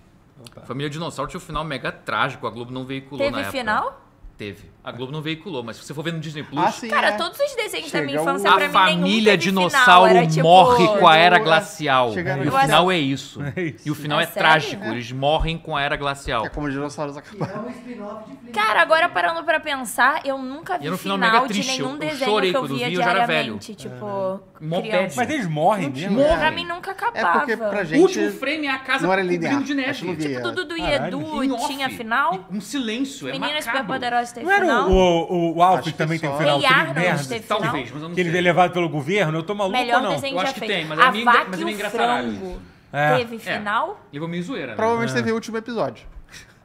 Speaker 4: Família Dinossauro tinha um final mega trágico, a Globo não veiculou na
Speaker 3: Teve
Speaker 4: época.
Speaker 3: final?
Speaker 4: Teve. A Globo não veiculou, mas se você for ver no Disney Plus,
Speaker 5: Ah, sim.
Speaker 3: Cara,
Speaker 5: é.
Speaker 3: todos os desenhos da minha
Speaker 5: Chega um o-
Speaker 3: infância
Speaker 4: a
Speaker 3: pra mim nenhum
Speaker 4: família
Speaker 3: teve
Speaker 4: dinossauro
Speaker 3: final. Era, tipo,
Speaker 4: morre com a era
Speaker 5: Chega-
Speaker 4: glacial.
Speaker 5: chega
Speaker 4: E
Speaker 5: no
Speaker 4: o
Speaker 3: final.
Speaker 4: final é isso.
Speaker 1: É isso.
Speaker 4: E o final
Speaker 3: É
Speaker 4: é,
Speaker 3: sério?
Speaker 4: trágico, eles morrem com a era glacial.
Speaker 5: É como os dinossauros
Speaker 2: É
Speaker 5: acabaram.
Speaker 2: um spin-off de Flintstones.
Speaker 3: Cara, agora parando pra pensar, eu nunca
Speaker 4: E
Speaker 3: vi
Speaker 4: era um final
Speaker 3: final,
Speaker 4: mega
Speaker 3: de
Speaker 4: triste, eu-
Speaker 3: nenhum
Speaker 4: eu
Speaker 3: desenho
Speaker 4: chorei
Speaker 3: que eu
Speaker 4: quando
Speaker 3: via
Speaker 4: vi, eu já era É.
Speaker 3: diariamente. Tipo,
Speaker 4: Mó
Speaker 3: criança.
Speaker 4: bad.
Speaker 1: Mas eles morrem mesmo?
Speaker 5: tinha.
Speaker 3: Pra mim nunca
Speaker 5: É
Speaker 3: acabava.
Speaker 5: porque pra
Speaker 4: O
Speaker 5: gente.
Speaker 4: último frame é a casa
Speaker 5: não era
Speaker 4: com
Speaker 5: linear,
Speaker 4: brilho de neve.
Speaker 5: acho que não vi.
Speaker 3: Tipo, Dudu e
Speaker 1: Caralho.
Speaker 3: Edu
Speaker 4: Em off,
Speaker 3: tinha final.
Speaker 4: Um silêncio, é
Speaker 3: Meninas
Speaker 4: macabro.
Speaker 3: Superpoderosas teve
Speaker 1: Não era
Speaker 3: final.
Speaker 1: o, o, o Alf
Speaker 5: Acho
Speaker 1: que
Speaker 5: que
Speaker 1: também tem um
Speaker 5: só.
Speaker 1: final
Speaker 3: Hey
Speaker 1: tri
Speaker 3: Arnold
Speaker 1: merda?
Speaker 3: teve final.
Speaker 4: Talvez, mas eu não
Speaker 1: Que ele
Speaker 4: sei.
Speaker 1: veio levado pelo governo? Eu tô maluco
Speaker 3: Melhor
Speaker 1: ou não?
Speaker 3: desenho
Speaker 4: Eu
Speaker 3: já
Speaker 4: acho que
Speaker 3: fez.
Speaker 4: tem, mas é
Speaker 3: a
Speaker 4: meio engra-
Speaker 3: vaca
Speaker 4: mas
Speaker 3: e
Speaker 4: é meio
Speaker 3: o
Speaker 4: engraçaralho
Speaker 3: frango
Speaker 1: É.
Speaker 3: teve final.
Speaker 4: Levou meio zoeira, né?
Speaker 5: Provavelmente teve o último episódio.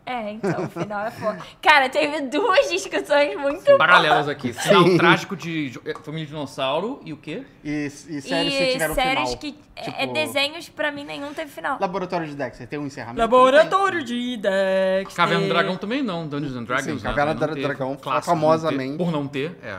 Speaker 3: É. então, o final é foda. Cara, teve duas discussões muito
Speaker 5: um
Speaker 4: Paralelas aqui. Final trágico de jo- é, Família Dinossauro e o quê?
Speaker 5: E, e séries que
Speaker 3: e
Speaker 5: tiveram
Speaker 3: séries
Speaker 5: final.
Speaker 3: que. é-
Speaker 5: Tipo,
Speaker 3: É, desenhos, pra mim, nenhum teve final.
Speaker 5: Laboratório de Dexter tem um encerramento.
Speaker 3: de Dexter.
Speaker 4: Caverna do Dragão também não, Dungeons and Dragons.
Speaker 5: Sim,
Speaker 4: né?
Speaker 5: Caverna
Speaker 4: Não
Speaker 5: do
Speaker 4: teve.
Speaker 5: Dragão,
Speaker 4: Clássico, não
Speaker 5: famosamente.
Speaker 4: ter. Por não ter, é.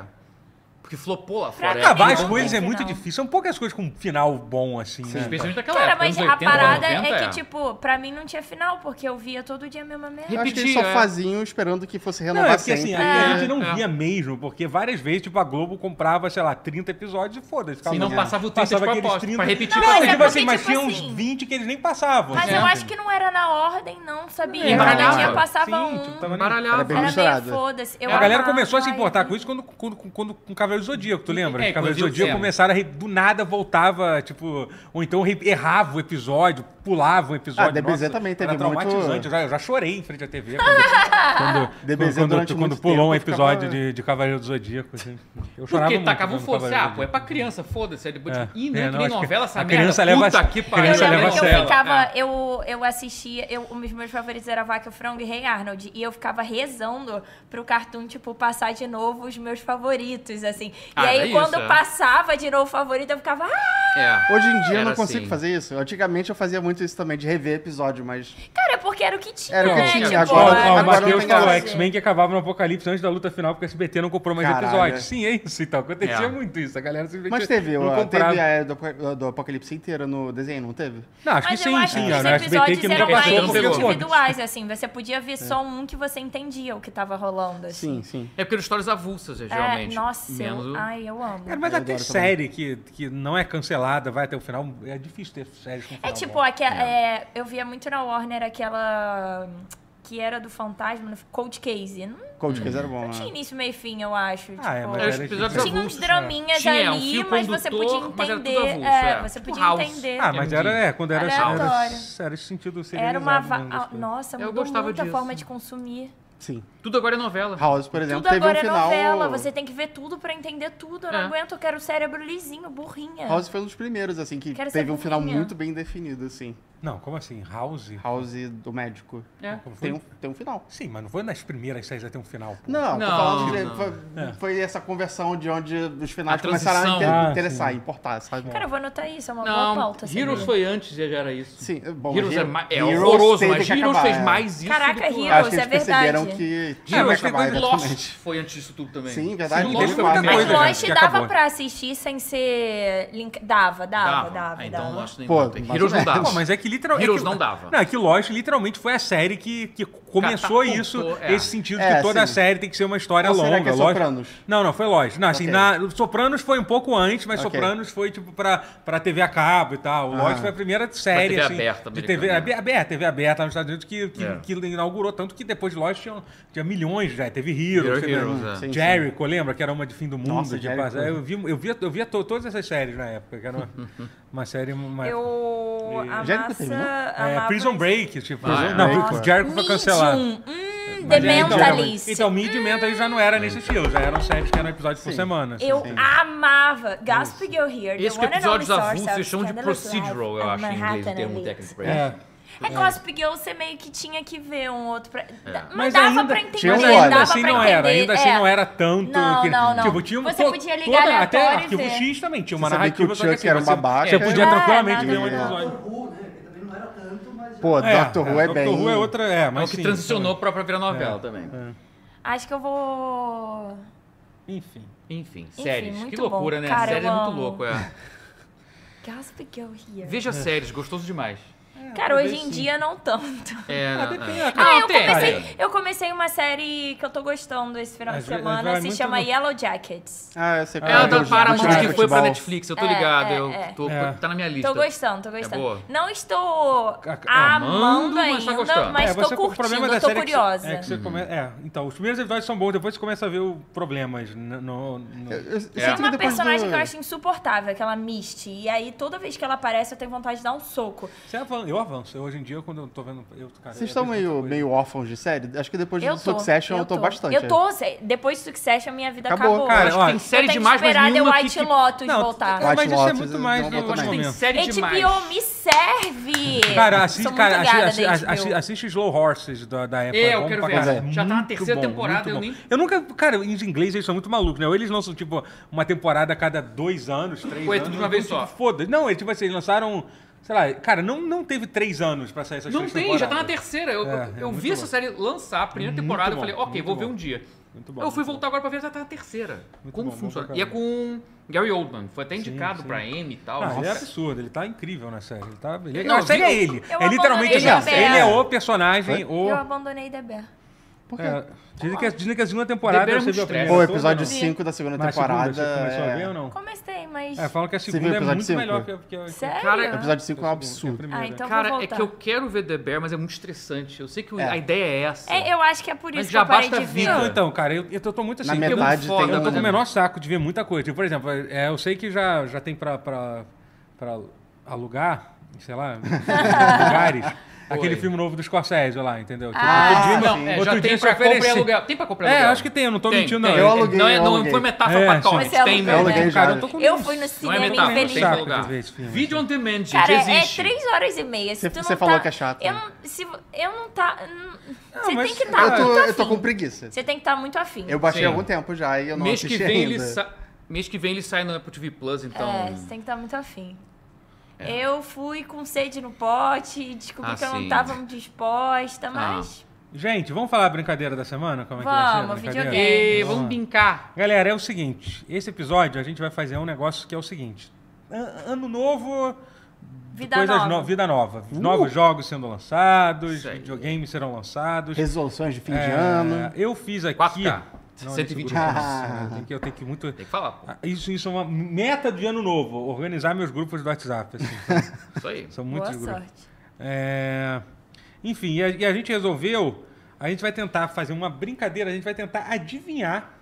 Speaker 4: Porque flopou lá
Speaker 3: Pra
Speaker 4: fora. é.
Speaker 1: Acabar
Speaker 3: Não
Speaker 1: as
Speaker 3: tem
Speaker 1: coisas é
Speaker 3: final.
Speaker 1: muito difícil. São poucas coisas com um final bom, assim, né?
Speaker 4: é, Especialmente naquela
Speaker 3: Cara,
Speaker 4: época.
Speaker 3: mas
Speaker 4: anos
Speaker 3: a
Speaker 4: 80,
Speaker 3: parada
Speaker 4: 90,
Speaker 3: é que, tipo, pra mim não tinha final, porque eu via todo dia a mesma merda.
Speaker 5: Eu acho que eles só
Speaker 4: Repetir, é.
Speaker 5: faziam esperando que fosse
Speaker 1: Não,
Speaker 5: renovar
Speaker 1: é porque assim,
Speaker 5: sempre.
Speaker 1: a gente não
Speaker 4: É.
Speaker 1: via mesmo, porque várias vezes, tipo, a Globo comprava, sei lá, 30 episódios e foda-se. ficava
Speaker 4: Sim, não
Speaker 1: lá.
Speaker 4: passava o 30 de
Speaker 1: aqueles
Speaker 4: propósito, pra repetir
Speaker 1: Não,
Speaker 4: pra
Speaker 1: tipo
Speaker 3: sempre.
Speaker 1: assim, mas
Speaker 3: Porque,
Speaker 1: tinha
Speaker 3: tipo
Speaker 1: uns
Speaker 3: assim-
Speaker 1: 20 que eles nem passavam.
Speaker 3: Mas
Speaker 1: sabe?
Speaker 3: eu acho que não era na ordem, não, sabia?
Speaker 4: É.
Speaker 3: Cada dia
Speaker 4: Embaralhava.
Speaker 3: passava
Speaker 1: Sim,
Speaker 3: um.
Speaker 1: tipo, tava nem-
Speaker 5: Era
Speaker 4: Embaralhava.
Speaker 5: bem
Speaker 3: Era
Speaker 5: misturado.
Speaker 3: meio foda-se. Eu
Speaker 1: A galera
Speaker 3: amava,
Speaker 1: começou a se
Speaker 3: ai,
Speaker 1: importar
Speaker 3: eu
Speaker 1: com isso quando, quando, quando com Cavaleiro do Zodíaco, tu lembra?
Speaker 4: É,
Speaker 1: Que Cavaleiro do
Speaker 4: quando viu o
Speaker 1: Zodíaco
Speaker 4: tema.
Speaker 1: começaram a re- do nada voltava, tipo, ou então re- errava o episódio, pulava o episódio.
Speaker 5: Ah, DBZ também teve
Speaker 1: era
Speaker 5: muito-
Speaker 1: traumatizante. Eu, já, eu já chorei em frente à TV quando,
Speaker 5: DBZ
Speaker 1: quando, quando,
Speaker 5: durante
Speaker 1: quando
Speaker 5: muito
Speaker 1: pulou um
Speaker 5: tempo eu
Speaker 1: episódio
Speaker 5: ficava-
Speaker 1: de, de Cavaleiro do Zodíaco. assim. Eu chorava
Speaker 4: Porque
Speaker 1: muito
Speaker 4: tacavam
Speaker 1: vendo
Speaker 4: força.
Speaker 1: Cavaleiro do
Speaker 4: Ah, pô, é
Speaker 1: Zodíaco.
Speaker 4: pra criança, foda-se. É depois,
Speaker 1: É.
Speaker 4: tipo, ih,
Speaker 1: É,
Speaker 4: né?
Speaker 1: não,
Speaker 4: que nem
Speaker 1: acho que
Speaker 4: novela essa
Speaker 1: a
Speaker 4: merda.
Speaker 1: criança leva
Speaker 4: Puta
Speaker 1: a-
Speaker 4: que
Speaker 1: a
Speaker 4: pariu.
Speaker 1: criança
Speaker 3: Eu lembro
Speaker 1: leva
Speaker 3: que
Speaker 1: a
Speaker 3: eu
Speaker 1: sério.
Speaker 3: ficava.
Speaker 4: É.
Speaker 3: Eu, eu assistia. Eu, um dos meus favoritos era Vaca, o Frango e Rei Arnold. E eu ficava rezando pro cartoon, tipo, passar de novo os meus favoritos, assim. E
Speaker 4: Ah,
Speaker 3: aí,
Speaker 4: é isso,
Speaker 3: quando
Speaker 4: é.
Speaker 3: passava de novo o favorito, eu ficava. "Ah!"
Speaker 4: É.
Speaker 5: Hoje em dia eu
Speaker 4: Era
Speaker 5: não consigo
Speaker 4: assim.
Speaker 5: fazer isso. Antigamente eu fazia muito isso também, de rever episódio, mas.
Speaker 3: Cara, é porque era o que tinha,
Speaker 5: Era o que
Speaker 3: né?
Speaker 5: tinha,
Speaker 3: Tipo,
Speaker 5: agora-
Speaker 1: Ó,
Speaker 3: é,
Speaker 5: agora
Speaker 1: o
Speaker 5: não
Speaker 1: Matheus
Speaker 5: tem
Speaker 1: falou
Speaker 5: graça.
Speaker 1: X-Men que acabava no Apocalipse antes da luta final, porque o SBT não comprou mais
Speaker 5: Caralho.
Speaker 1: episódios. Sim, é isso. Então, acontecia
Speaker 4: É.
Speaker 1: muito isso. A galera simplesmente
Speaker 5: Mas teve,
Speaker 1: não
Speaker 5: ó, teve
Speaker 1: comprava.
Speaker 5: a do, Apoca- do Apocalipse inteira no desenho, não teve?
Speaker 1: Não, acho que
Speaker 3: Mas
Speaker 1: sim,
Speaker 3: eu acho
Speaker 1: sim.
Speaker 3: que
Speaker 1: ó, né?
Speaker 3: os
Speaker 1: no SBT
Speaker 3: episódios
Speaker 1: que
Speaker 3: eram
Speaker 1: não
Speaker 4: mais
Speaker 1: passou,
Speaker 4: não
Speaker 1: porque
Speaker 4: pegou.
Speaker 1: foda-se.
Speaker 3: individuais, assim. Você podia ver só um que você entendia o que tava rolando, assim.
Speaker 5: Sim, sim.
Speaker 4: É porque eram histórias avulsas,
Speaker 3: É,
Speaker 4: geralmente.
Speaker 3: nossa, eu-
Speaker 4: Menos o-
Speaker 3: ai, eu amo.
Speaker 1: Cara, mas
Speaker 5: Eu
Speaker 1: até
Speaker 5: adoro
Speaker 1: série que, que não é cancelada, vai até o final, é difícil ter séries com
Speaker 3: É
Speaker 1: final
Speaker 3: tipo,
Speaker 1: um bom.
Speaker 3: aque- é, eu via muito na Warner aquela que era do fantasma, no Cold Case. Não
Speaker 5: Cold Case era bom,
Speaker 3: tinha
Speaker 5: né?
Speaker 3: início, meio e fim, eu acho.
Speaker 1: Ah, é,
Speaker 3: tipo,
Speaker 1: mas
Speaker 4: É, os
Speaker 1: era
Speaker 4: episódios
Speaker 1: difícil.
Speaker 3: Tinha uns
Speaker 4: avulsos,
Speaker 3: draminhas
Speaker 4: Tinha um
Speaker 3: ali,
Speaker 4: fio
Speaker 3: mas você podia
Speaker 4: condutor, mas era tudo
Speaker 3: entender.
Speaker 4: avulso,
Speaker 3: é,
Speaker 4: é.
Speaker 3: você
Speaker 4: Tipo
Speaker 3: podia
Speaker 4: House.
Speaker 3: entender.
Speaker 1: Ah, mas era, é, quando era,
Speaker 3: Era
Speaker 1: era,
Speaker 3: aleatório.
Speaker 1: sério sentido
Speaker 3: era uma. va-
Speaker 1: serializado, né, das
Speaker 3: ah,
Speaker 1: coisas.
Speaker 3: Nossa,
Speaker 4: Eu
Speaker 3: mudou
Speaker 4: gostava
Speaker 3: muito a
Speaker 4: disso.
Speaker 3: forma de consumir.
Speaker 5: Sim.
Speaker 4: Tudo agora é novela.
Speaker 5: House, por exemplo,
Speaker 3: tudo
Speaker 5: teve
Speaker 3: agora
Speaker 5: um final.
Speaker 3: é novela, você tem que ver tudo pra entender tudo. Eu não
Speaker 4: É.
Speaker 3: aguento, eu quero o cérebro lisinho, burrinha.
Speaker 5: House foi um dos primeiros, assim, que
Speaker 3: Quero ser
Speaker 5: teve um final
Speaker 3: burrinha.
Speaker 5: muito bem definido, assim.
Speaker 1: Não, como assim? House?
Speaker 5: House do médico.
Speaker 4: É.
Speaker 1: Como foi?
Speaker 5: Tem um, tem um final.
Speaker 1: Sim, mas não foi nas primeiras séries até um final. pô.
Speaker 5: Não, tô
Speaker 4: Não,
Speaker 5: falando de,
Speaker 4: não.
Speaker 5: Foi, foi essa conversão de onde os finais
Speaker 4: A
Speaker 5: começaram a inter-
Speaker 1: É. transição. Ah,
Speaker 5: interessar,
Speaker 1: sim.
Speaker 5: importar, sabe?
Speaker 3: Cara, eu vou anotar isso, é uma
Speaker 4: Não,
Speaker 3: boa pauta. assim.
Speaker 4: Heroes foi antes e já era isso.
Speaker 5: Sim, bom,
Speaker 4: Heroes é,
Speaker 5: Hero-
Speaker 4: ma- é
Speaker 5: Heroes
Speaker 4: horroroso,
Speaker 5: teve
Speaker 4: mas
Speaker 5: que
Speaker 4: Heroes
Speaker 5: acabar,
Speaker 4: fez
Speaker 5: é.
Speaker 4: mais isso
Speaker 3: Caraca,
Speaker 4: do que o-
Speaker 3: Heroes.
Speaker 5: Acho que
Speaker 3: é
Speaker 5: eles perceberam
Speaker 3: verdade.
Speaker 5: que
Speaker 4: Ah,
Speaker 5: tinha que
Speaker 4: mas teve
Speaker 5: acabar,
Speaker 4: Lost
Speaker 5: exatamente.
Speaker 4: foi antes disso tudo também.
Speaker 5: Sim,
Speaker 4: Sim,
Speaker 5: verdade, teve
Speaker 4: Lost foi
Speaker 5: muita
Speaker 4: uma
Speaker 3: Mas
Speaker 1: coisa,
Speaker 4: merda.
Speaker 1: né?
Speaker 3: Lost
Speaker 1: que
Speaker 3: dava
Speaker 1: acabou.
Speaker 3: pra assistir sem ser. link- Dava, dava, dava.
Speaker 4: Ah,
Speaker 3: dava,
Speaker 4: então Lost nem
Speaker 5: Pô,
Speaker 4: dava.
Speaker 5: mais
Speaker 4: Heroes
Speaker 5: ou
Speaker 4: não
Speaker 5: menos.
Speaker 4: dava.
Speaker 1: Pô, mas é que literalmente.
Speaker 4: Heroes
Speaker 1: é que-
Speaker 4: não dava.
Speaker 1: Não, é que Lost literalmente foi a série que, que começou
Speaker 4: Catapultou,
Speaker 1: isso,
Speaker 4: é.
Speaker 1: esse sentido
Speaker 5: É,
Speaker 1: que toda
Speaker 5: sim.
Speaker 1: série tem que ser uma história
Speaker 5: Ou
Speaker 1: longa.
Speaker 5: será que é
Speaker 1: Lost-
Speaker 5: Sopranos?
Speaker 1: Não, não, foi Lost. Não, assim,
Speaker 5: Ok.
Speaker 1: na- Sopranos foi um pouco antes, mas
Speaker 5: Ok. Ah.
Speaker 1: Sopranos foi tipo pra, pra TV a cabo e tal. O Lost foi a primeira série,
Speaker 4: TV
Speaker 1: assim,
Speaker 4: aberta
Speaker 1: de TV
Speaker 4: americana. né?
Speaker 1: aberta, TV aberta lá nos Estados Unidos que, que,
Speaker 4: É.
Speaker 1: que inaugurou. Tanto que depois de Lost tinha, tinha milhões já. Teve Heroes,
Speaker 4: Heroes,
Speaker 1: teve
Speaker 4: Heroes,
Speaker 5: é.
Speaker 1: Jericho, lembra? Que era uma de fim do mundo.
Speaker 5: Nossa,
Speaker 1: de
Speaker 5: Jericho.
Speaker 1: passar. eu vi, eu via, eu via to- todas essas séries na época, que era uma, uma série... Uma,
Speaker 3: Eu. A
Speaker 5: Já
Speaker 3: massa.
Speaker 5: terminou?
Speaker 1: é,
Speaker 3: amava
Speaker 1: Prison
Speaker 3: isso.
Speaker 1: Break, tipo.
Speaker 4: Prison
Speaker 1: não,
Speaker 5: Break,
Speaker 1: o
Speaker 5: pô.
Speaker 1: Jericho foi cancelado.
Speaker 3: Medium. Hum, The
Speaker 1: Mas é, então,
Speaker 3: Mentalist.
Speaker 1: Então, Mid Mentalist já não era nesse estilo, já eram séries que eram episódios por
Speaker 5: Sim.
Speaker 1: semana. assim.
Speaker 3: eu amava Gasp Girl Here. the
Speaker 4: Esse que é
Speaker 3: one and
Speaker 4: episódios
Speaker 3: only
Speaker 4: avulsos
Speaker 3: source of
Speaker 4: eles chamam de
Speaker 3: scandalous life
Speaker 4: procedural, eu
Speaker 3: of
Speaker 4: acho, em inglês, o
Speaker 3: Manhattan
Speaker 4: termo
Speaker 3: Elite.
Speaker 4: técnico pra isso.
Speaker 1: É.
Speaker 3: É Gossip Girl, você meio que tinha que ver um outro pra... Da- Mas,
Speaker 1: Mas
Speaker 3: dava
Speaker 1: ainda-
Speaker 3: pra entender,
Speaker 5: Tinha um
Speaker 1: Mas
Speaker 5: olho.
Speaker 1: ainda
Speaker 3: dava
Speaker 1: assim
Speaker 3: pra
Speaker 1: não
Speaker 3: entender.
Speaker 1: era, ainda assim
Speaker 3: é.
Speaker 1: não era tanto.
Speaker 3: Não,
Speaker 1: que-
Speaker 3: não, não.
Speaker 1: Tipo, tinha um-
Speaker 3: Você
Speaker 1: to-
Speaker 3: podia ligar
Speaker 1: Até
Speaker 3: aleatório e
Speaker 1: Arquivo
Speaker 3: ver.
Speaker 1: X também tinha
Speaker 5: Você
Speaker 1: uma
Speaker 5: sabia
Speaker 1: narrativa.
Speaker 5: que o
Speaker 1: só que
Speaker 5: Chuck era um
Speaker 1: você-
Speaker 5: babaca.
Speaker 1: Você podia
Speaker 3: É,
Speaker 1: tranquilamente
Speaker 3: nada
Speaker 1: ver um
Speaker 5: a ver.
Speaker 1: episódio.
Speaker 2: Doctor Who, né? Que também não era tanto, mas já
Speaker 5: Pô,
Speaker 1: É,
Speaker 5: Doctor Who é
Speaker 1: Doctor
Speaker 5: bem...
Speaker 1: Who é outra. É,
Speaker 4: É o
Speaker 1: mas
Speaker 4: que
Speaker 1: sim,
Speaker 4: transicionou pra própria novela também.
Speaker 3: Acho que eu vou...
Speaker 1: Enfim.
Speaker 4: Enfim, séries.
Speaker 3: muito
Speaker 4: que loucura,
Speaker 3: bom.
Speaker 4: né?
Speaker 3: Cara,
Speaker 4: séries
Speaker 3: eu
Speaker 4: é muito
Speaker 3: amo.
Speaker 4: louco, é.
Speaker 3: Gasp Girl Here.
Speaker 4: Veja séries, gostoso demais.
Speaker 3: Cara, hoje em
Speaker 1: talvez sim.
Speaker 3: dia não tanto.
Speaker 4: É,
Speaker 1: Ah,
Speaker 4: não,
Speaker 1: depende,
Speaker 4: não.
Speaker 1: é,
Speaker 3: Ah,
Speaker 1: Não,
Speaker 3: eu
Speaker 4: tem,
Speaker 3: comecei,
Speaker 4: tem.
Speaker 3: eu comecei uma série que eu tô gostando esse final
Speaker 1: Mas
Speaker 3: de
Speaker 1: vai-
Speaker 3: semana.
Speaker 1: vai
Speaker 3: se
Speaker 1: muito
Speaker 3: chama
Speaker 1: no-
Speaker 3: Yellow Jackets.
Speaker 5: Ah, eu sei qual
Speaker 4: É a
Speaker 5: é, eu
Speaker 4: da
Speaker 5: já-
Speaker 4: Paramount
Speaker 5: já vi
Speaker 4: que foi pra
Speaker 5: futebol.
Speaker 4: Netflix, eu tô
Speaker 3: É,
Speaker 4: ligado.
Speaker 3: é,
Speaker 4: eu
Speaker 3: é.
Speaker 4: tô-
Speaker 1: É.
Speaker 4: Tá na minha lista.
Speaker 3: Tô gostando, tô gostando.
Speaker 4: boa?
Speaker 3: não estou amando
Speaker 4: amando, mas tá
Speaker 3: ainda, mas,
Speaker 4: gostando.
Speaker 1: É,
Speaker 3: tô
Speaker 1: você- o
Speaker 3: curtindo,
Speaker 1: problema da
Speaker 3: eu tô
Speaker 1: série é que você-
Speaker 3: curiosa.
Speaker 1: É, que você come- é, então, os primeiros episódios são bons, depois você começa a ver o problemas. No, no- no-
Speaker 5: Eu- eu sinto
Speaker 4: É.
Speaker 3: Tem uma
Speaker 5: que depois
Speaker 3: personagem
Speaker 5: do-
Speaker 3: que eu acho insuportável, aquela Misty. E aí, toda vez que ela aparece, eu tenho vontade de dar um soco.
Speaker 1: Você avan- eu avanço. Eu, hoje em dia, quando eu tô vendo. Eu, cara, eu
Speaker 5: Vocês estão
Speaker 1: vejo
Speaker 5: meio,
Speaker 1: muita coisa.
Speaker 5: meio órfãos de série? Acho que depois
Speaker 3: Eu
Speaker 5: do
Speaker 3: tô.
Speaker 5: Succession eu tô, bastante.
Speaker 3: Eu tô. se- Depois do Succession, a minha vida
Speaker 5: Acabou,
Speaker 3: acabou.
Speaker 1: é. cara,
Speaker 3: eu
Speaker 1: ó,
Speaker 4: tem série
Speaker 3: eu tenho
Speaker 4: demais,
Speaker 3: que
Speaker 4: mas
Speaker 3: esperar The
Speaker 4: nenhuma que-
Speaker 3: White Lotus
Speaker 1: Não,
Speaker 3: voltar.
Speaker 1: mas
Speaker 5: White
Speaker 1: isso é
Speaker 5: Lotus,
Speaker 1: muito
Speaker 5: eu
Speaker 1: mais
Speaker 5: não
Speaker 1: no,
Speaker 5: boto
Speaker 4: Mas
Speaker 1: no
Speaker 5: também.
Speaker 4: tem
Speaker 1: momento.
Speaker 4: série demais.
Speaker 3: HBO me serve!
Speaker 1: Cara, assiste,
Speaker 3: Sou
Speaker 1: cara,
Speaker 3: muito gada
Speaker 1: assi- assi-
Speaker 3: da
Speaker 1: assi-
Speaker 3: HBO.
Speaker 1: assi- assiste Slow Horses da, da Apple.
Speaker 4: É, eu
Speaker 1: bom
Speaker 4: quero
Speaker 1: pra
Speaker 4: ver.
Speaker 1: caralho.
Speaker 5: Pois
Speaker 4: é. Já tá na
Speaker 1: Muito
Speaker 4: terceira
Speaker 1: bom,
Speaker 4: temporada,
Speaker 1: muito
Speaker 4: eu
Speaker 1: bom.
Speaker 4: nem-
Speaker 1: Eu nunca... Cara, os ingleses, eles são muito malucos, né? Ou Eles lançam, tipo, uma temporada a cada dois anos, três
Speaker 4: Ou é
Speaker 1: anos.
Speaker 4: tudo de uma vez
Speaker 1: tipo,
Speaker 4: só?
Speaker 1: Foda-se. Não, é tipo assim, eles lançaram... Sei lá, cara, não, não teve três anos pra sair essas
Speaker 4: Não
Speaker 1: três
Speaker 4: tem,
Speaker 1: temporadas.
Speaker 4: já tá na terceira. Eu,
Speaker 1: É,
Speaker 4: eu-
Speaker 1: é
Speaker 4: eu
Speaker 1: muito
Speaker 4: vi essa
Speaker 1: bom.
Speaker 4: série lançar a primeira
Speaker 1: Muito
Speaker 4: temporada. Eu
Speaker 1: bom,
Speaker 4: falei, ok,
Speaker 1: muito
Speaker 4: vou ver
Speaker 1: bom.
Speaker 4: um dia.
Speaker 1: Muito bom,
Speaker 4: eu fui
Speaker 1: muito
Speaker 4: voltar agora pra ver, já tá na terceira.
Speaker 1: Muito
Speaker 4: Como
Speaker 1: bom, bom
Speaker 4: funciona?
Speaker 1: pra
Speaker 4: E é
Speaker 1: caramba.
Speaker 4: com Gary Oldman. Foi até indicado
Speaker 1: sim.
Speaker 4: pra M e tal.
Speaker 1: Ah, ele é
Speaker 4: Nossa.
Speaker 1: absurdo, ele tá incrível na série. Ele tá... ele-
Speaker 4: Não,
Speaker 1: a série é
Speaker 4: eu-
Speaker 1: ele.
Speaker 3: eu
Speaker 1: É literalmente
Speaker 3: abandonei
Speaker 1: assim.
Speaker 5: a
Speaker 1: Ele é
Speaker 5: série.
Speaker 1: o personagem, o...
Speaker 3: Eu abandonei The Bear.
Speaker 5: Por quê?
Speaker 1: É, dizem, que, dizem que a segunda temporada
Speaker 4: Bear é
Speaker 1: você
Speaker 4: muito
Speaker 1: viu a
Speaker 4: estresse.
Speaker 1: primeira
Speaker 5: Ou o
Speaker 1: toda,
Speaker 5: episódio
Speaker 1: não?
Speaker 5: 5 da segunda
Speaker 1: Mas a
Speaker 5: temporada.
Speaker 1: segunda, você começou a ver ou
Speaker 5: é-
Speaker 1: não?
Speaker 3: Comecei, mas...
Speaker 1: É, assim, falam que a
Speaker 5: viu o
Speaker 1: segunda é
Speaker 5: episódio
Speaker 1: muito
Speaker 5: cinco?
Speaker 1: melhor que a... que a- que a-
Speaker 3: Sério?
Speaker 4: Cara,
Speaker 5: O episódio 5 é um
Speaker 1: que a
Speaker 5: absurdo.
Speaker 1: primeira.
Speaker 3: Ah, então eu vou
Speaker 4: Cara, é
Speaker 3: voltar.
Speaker 4: que eu quero ver The Bear, mas é muito estressante. Eu sei que o-
Speaker 5: É.
Speaker 4: a ideia é essa.
Speaker 3: É, eu acho que é por
Speaker 4: Mas
Speaker 3: isso que
Speaker 4: já
Speaker 3: eu parei
Speaker 4: basta
Speaker 3: de
Speaker 4: a
Speaker 3: ver.
Speaker 4: vida.
Speaker 1: Não, então, cara, eu, eu tô, tô muito assim.
Speaker 5: Na
Speaker 1: porque eu-
Speaker 5: metade
Speaker 4: foda,
Speaker 5: tem
Speaker 1: Eu tô com o
Speaker 5: um...
Speaker 1: menor saco de ver muita coisa. Tipo, por exemplo, é, eu sei que já, já tem pra, pra, pra alugar, sei lá, em lugares, aquele
Speaker 4: Oi.
Speaker 1: filme novo do Scorsese lá, entendeu? Tipo,
Speaker 5: Ah,
Speaker 1: outro dia-
Speaker 5: sim.
Speaker 4: não, é,
Speaker 1: outro
Speaker 4: já
Speaker 1: dia
Speaker 4: tem
Speaker 1: isso
Speaker 4: pra compra e
Speaker 1: ofereci.
Speaker 4: aluguel. Tem pra comprar
Speaker 1: É,
Speaker 4: aluguel.
Speaker 1: acho que tem, eu não tô
Speaker 4: Tem,
Speaker 1: mentindo,
Speaker 4: tem.
Speaker 1: não.
Speaker 5: Eu
Speaker 1: Eu-
Speaker 5: aluguei,
Speaker 4: Não, é,
Speaker 5: eu
Speaker 4: não
Speaker 5: aluguei.
Speaker 4: foi metáfora
Speaker 1: É,
Speaker 4: pacote.
Speaker 3: sim.
Speaker 4: Tem
Speaker 3: Eu aluguei
Speaker 4: mesmo.
Speaker 5: já.
Speaker 1: cara, eu tô com
Speaker 3: Eu fui no
Speaker 4: Não é
Speaker 3: cinema
Speaker 4: metáfora, tem
Speaker 3: infeliz.
Speaker 4: pra
Speaker 1: saco
Speaker 4: alugar.
Speaker 1: de ver esse filme, assim.
Speaker 4: Video on demand, gente,
Speaker 3: Cara, é
Speaker 4: existe.
Speaker 3: três horas e meia. Se
Speaker 5: Você-
Speaker 3: tu não tá-
Speaker 5: você falou que é chato.
Speaker 3: Eu não, se, vo- eu não tá. hum, Você
Speaker 1: mas
Speaker 3: tem que estar
Speaker 1: eu
Speaker 5: Eu
Speaker 3: muito
Speaker 5: tô,
Speaker 3: afim.
Speaker 5: eu tô com preguiça.
Speaker 3: Você tem que estar muito afim.
Speaker 5: Eu baixei
Speaker 4: Sim.
Speaker 5: há algum tempo já e eu não
Speaker 4: Mês que
Speaker 5: assisti
Speaker 4: vem
Speaker 5: ainda.
Speaker 4: ele sa... Mês que vem ele sai no Apple TV Plus, então.
Speaker 3: É, você tem que estar muito afim.
Speaker 5: É.
Speaker 3: Eu fui com sede no pote, descobri
Speaker 4: Ah,
Speaker 3: que eu não
Speaker 4: sim.
Speaker 3: estava muito disposta,
Speaker 5: Ah.
Speaker 3: mas.
Speaker 1: Gente, vamos falar a brincadeira da semana? Como é que vai ser? a
Speaker 3: Vamos,
Speaker 1: brincadeira?
Speaker 3: videogame.
Speaker 4: E
Speaker 3: É.
Speaker 4: vamos
Speaker 1: lá.
Speaker 4: brincar.
Speaker 1: Galera, é o seguinte: esse episódio a gente vai fazer um negócio que é o seguinte: An- ano novo.
Speaker 3: Vida
Speaker 1: coisas
Speaker 3: nova.
Speaker 1: no- vida nova.
Speaker 4: Uh!
Speaker 1: Novos jogos sendo lançados,
Speaker 4: Isso aí.
Speaker 1: videogames serão lançados.
Speaker 5: Resoluções de fim de
Speaker 1: É,
Speaker 5: ano.
Speaker 1: Eu fiz aqui.
Speaker 4: 4K.
Speaker 1: Não,
Speaker 4: 120
Speaker 1: nesse grupo
Speaker 5: Ah.
Speaker 1: não. Eu tenho que- Eu tenho que muito.
Speaker 4: Tem que falar, pô.
Speaker 1: Ah, Isso, isso é uma meta de ano novo, organizar meus grupos do WhatsApp. assim. Então,
Speaker 4: Isso aí.
Speaker 1: são
Speaker 3: Boa
Speaker 1: muitos grupos.
Speaker 3: sorte.
Speaker 1: É, Enfim, e a, e a gente resolveu, a gente vai tentar fazer uma brincadeira, a gente vai tentar adivinhar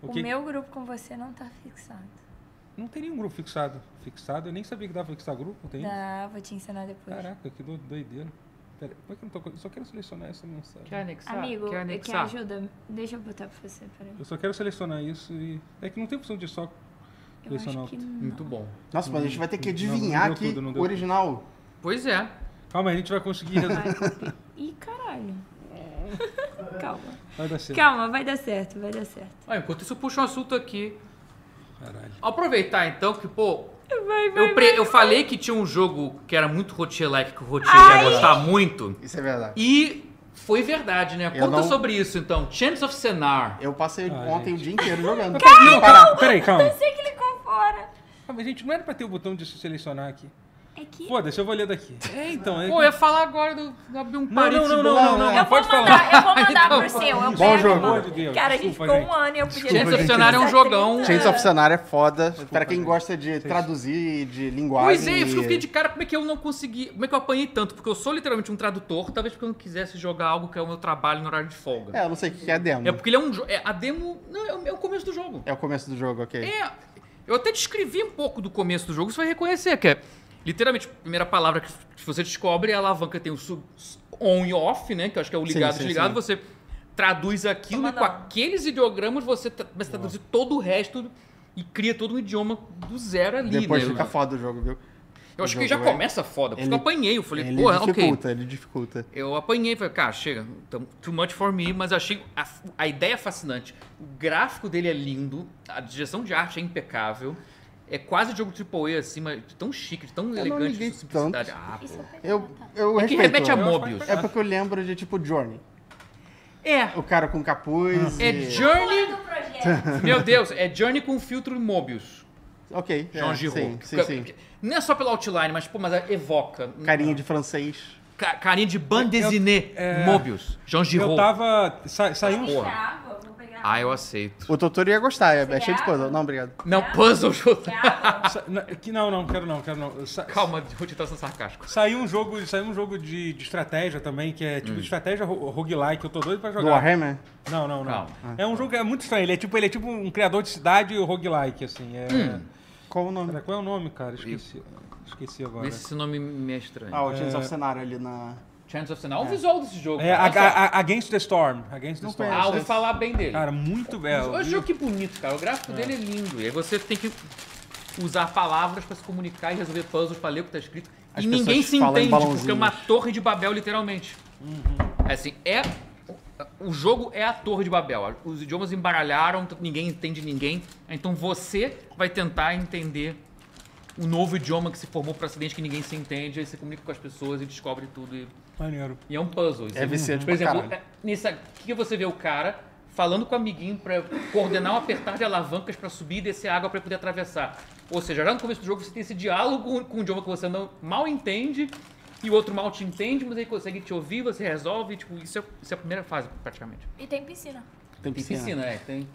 Speaker 1: o
Speaker 3: O
Speaker 1: que...
Speaker 3: meu grupo com você não tá fixado.
Speaker 1: Não tem nenhum grupo fixado. Fixado, eu nem sabia que dava pra fixar grupo, tem isso?
Speaker 3: Tá, vou te ensinar depois.
Speaker 1: Caraca, que do- doideira. Pera, por que eu não tô... co- Eu só quero selecionar essa mensagem.
Speaker 4: Quer anexar?
Speaker 3: Amigo,
Speaker 4: Quer
Speaker 3: que
Speaker 4: anexar?
Speaker 3: ajuda? Deixa eu botar pra você, peraí.
Speaker 1: Eu só quero selecionar isso e... É que não tem opção de só
Speaker 3: Eu acho
Speaker 1: selecionar...
Speaker 3: que
Speaker 1: outro.
Speaker 3: não.
Speaker 4: Muito bom.
Speaker 5: Nossa, mas a gente vai ter que
Speaker 1: Não, não deu
Speaker 5: adivinhar
Speaker 1: tudo,
Speaker 5: aqui
Speaker 1: não deu
Speaker 5: o
Speaker 1: tudo.
Speaker 5: original.
Speaker 4: Pois é.
Speaker 1: Calma aí, a gente vai conseguir resolver.
Speaker 3: Ai, copi- Ih, caralho. Calma.
Speaker 1: Vai dar certo.
Speaker 3: Calma, vai dar certo, vai dar certo.
Speaker 4: Ah, enquanto isso, eu puxo um assunto aqui.
Speaker 1: Caralho.
Speaker 4: Aproveitar então que, pô,
Speaker 3: Vai, vai.
Speaker 4: eu, pre- eu falei que tinha um jogo que era muito Rotier-like, que o Rotier
Speaker 3: Ah,
Speaker 4: ia gostar muito.
Speaker 5: Isso é verdade.
Speaker 4: E foi verdade, né?
Speaker 5: Eu
Speaker 4: Conta
Speaker 5: não-
Speaker 4: sobre isso então. Chance of Senar.
Speaker 5: Eu passei
Speaker 1: Ah,
Speaker 5: ontem
Speaker 1: gente.
Speaker 5: o dia inteiro jogando.
Speaker 1: Não, calma, peraí, calma.
Speaker 3: Eu sei que ele ficou fora.
Speaker 1: Calma, gente, não era pra ter o botão de se selecionar aqui.
Speaker 3: É que.
Speaker 1: Foda-se, eu vou ler daqui. É, então. É...
Speaker 4: Pô, eu ia falar agora do do abrir um
Speaker 1: Não,
Speaker 4: parênteses.
Speaker 1: não, não, não, não,
Speaker 4: bom.
Speaker 1: não,
Speaker 3: Eu vou
Speaker 1: pode
Speaker 3: mandar,
Speaker 1: falar.
Speaker 3: eu vou mandar
Speaker 4: Então,
Speaker 3: pro seu. Eu
Speaker 1: Bom
Speaker 3: pego,
Speaker 5: jogo.
Speaker 3: mano.
Speaker 1: Pelo amor de Deus,
Speaker 3: Cara, a gente
Speaker 1: desculpa,
Speaker 3: ficou
Speaker 1: gente.
Speaker 3: um ano e eu podia.
Speaker 4: Chance of
Speaker 5: gente.
Speaker 4: Senar é um jogão.
Speaker 5: Chains of Senar é foda. pra quem
Speaker 1: gente.
Speaker 5: gosta de traduzir de linguagem.
Speaker 4: Pois é, eu fiquei
Speaker 5: e-
Speaker 4: de cara como é que eu não consegui, como é que eu apanhei tanto, porque eu sou literalmente um tradutor, talvez porque eu não quisesse jogar algo que é o meu trabalho no horário de folga.
Speaker 5: É, eu não sei o que é demo.
Speaker 4: É, porque ele é um jogo, a demo, não, é o- é o começo do jogo.
Speaker 5: É o começo do jogo, ok.
Speaker 4: É, eu até descrevi um pouco do começo do jogo, você vai reconhecer que é literalmente a primeira palavra que você descobre é a alavanca tem o sub- on e off, né? Que eu acho que é o ligado
Speaker 5: Sim,
Speaker 4: e
Speaker 5: sim,
Speaker 4: desligado.
Speaker 5: sim.
Speaker 4: Você traduz aquilo
Speaker 3: Toma
Speaker 4: e com
Speaker 3: não.
Speaker 4: aqueles ideogramas você tra- começa a traduzir todo o resto e cria todo um idioma do zero ali,
Speaker 5: Depois
Speaker 4: né?
Speaker 5: fica foda o jogo, viu?
Speaker 4: eu acho
Speaker 5: o
Speaker 4: que já
Speaker 5: jogo, vai.
Speaker 4: começa foda, porque
Speaker 5: Ele-
Speaker 4: eu apanhei, eu falei,
Speaker 5: Ele
Speaker 4: porra, ok.
Speaker 5: dificulta, ele dificulta.
Speaker 4: Eu apanhei, falei, cara, chega, tam- too much for me, mas achei a, a ideia fascinante. O gráfico dele é lindo, a direção de arte é impecável. É quase jogo AAA, assim, mas de tão chique, de tão elegante,
Speaker 5: liguei
Speaker 4: de simplicidade. Ah, pô.
Speaker 5: Eu, eu
Speaker 4: É Que
Speaker 5: respeito.
Speaker 4: remete a
Speaker 1: Eu acho
Speaker 4: Mobius.
Speaker 5: É porque eu lembro de, tipo, Journey.
Speaker 4: É,
Speaker 5: O cara com capuz
Speaker 4: é
Speaker 5: e...
Speaker 4: Journey...
Speaker 3: projeto.
Speaker 4: Meu Deus, é Journey com filtro Mobius.
Speaker 5: Ok, é,
Speaker 4: Jean Giraud.
Speaker 5: sim, sim,
Speaker 4: Ca-
Speaker 5: sim.
Speaker 4: Não é só pelo outline, mas, pô, mas evoca.
Speaker 5: Carinha de francês.
Speaker 4: Ca- carinha de Bandesiné
Speaker 5: é.
Speaker 4: Mobius. Jean
Speaker 1: Eu
Speaker 4: Giraud.
Speaker 1: tava. Sa, saiu um.
Speaker 4: Porra.
Speaker 3: água, vou pegar.
Speaker 4: Ah, eu aceito. É.
Speaker 5: O Totoro ia gostar, é, é cheio de
Speaker 3: Obrigada.
Speaker 5: coisa. Não, obrigado.
Speaker 4: Não, puzzle,
Speaker 3: água.
Speaker 1: sa- na- que não, não, quero não, quero não. Sa,
Speaker 4: Calma, vou te sendo sarcástico.
Speaker 1: Saiu um jogo, saiu um jogo de, de estratégia também, que é tipo
Speaker 4: Hum.
Speaker 1: de estratégia ro- roguelike, eu tô doido pra
Speaker 5: Do
Speaker 1: jogar.
Speaker 5: Warhammer?
Speaker 1: Não, não, não.
Speaker 4: Calma.
Speaker 1: É um jogo que é muito estranho. Ele é tipo, ele é tipo um criador de cidade roguelike, assim. É...
Speaker 4: Hum.
Speaker 5: Qual o nome?
Speaker 1: Cara, qual é o nome, cara? Esqueci. Esqueci agora.
Speaker 4: Vê se esse nome me é estranho.
Speaker 5: Ah, o Chains of Senar ali na...
Speaker 4: Chance of Sinal. Olha o visual desse jogo.
Speaker 1: É, a,
Speaker 4: Olha só.
Speaker 1: a- a- Against the Storm. Against the
Speaker 5: Não
Speaker 1: Storm.
Speaker 4: Ah, ouvi falar bem dele.
Speaker 1: Cara, muito
Speaker 5: É,
Speaker 1: belo.
Speaker 4: Olha o jogo que é bonito, cara. O gráfico dele é lindo. E aí você tem que usar palavras pra se comunicar e resolver puzzles pra ler o que tá escrito.
Speaker 5: As
Speaker 4: e ninguém
Speaker 5: pessoas
Speaker 4: se
Speaker 5: falam em
Speaker 4: entende, porque é
Speaker 5: balãozinhos. Uhum.
Speaker 4: uma torre de Babel, literalmente. É Assim, é... O jogo é a torre de Babel. Os idiomas embaralharam, t- ninguém entende ninguém. Então você vai tentar entender o novo idioma que se formou por acidente que ninguém se entende. Aí você comunica com as pessoas e descobre tudo e
Speaker 1: Maneiro.
Speaker 4: e é um puzzle.
Speaker 5: É viciante
Speaker 4: Por
Speaker 5: pra
Speaker 4: exemplo,
Speaker 5: caralho.
Speaker 4: nesse aqui você vê o cara falando com o amiguinho pra coordenar o apertar de alavancas pra subir e descer a água pra poder atravessar. Ou seja, já no começo do jogo você tem esse diálogo com um idioma que você não mal entende e o outro mal te entende, mas ele consegue te ouvir, você resolve. Tipo, isso é, isso é a primeira fase, praticamente.
Speaker 3: E tem piscina.
Speaker 5: Tem
Speaker 4: Tem
Speaker 5: piscina.
Speaker 4: piscina, é. Tem...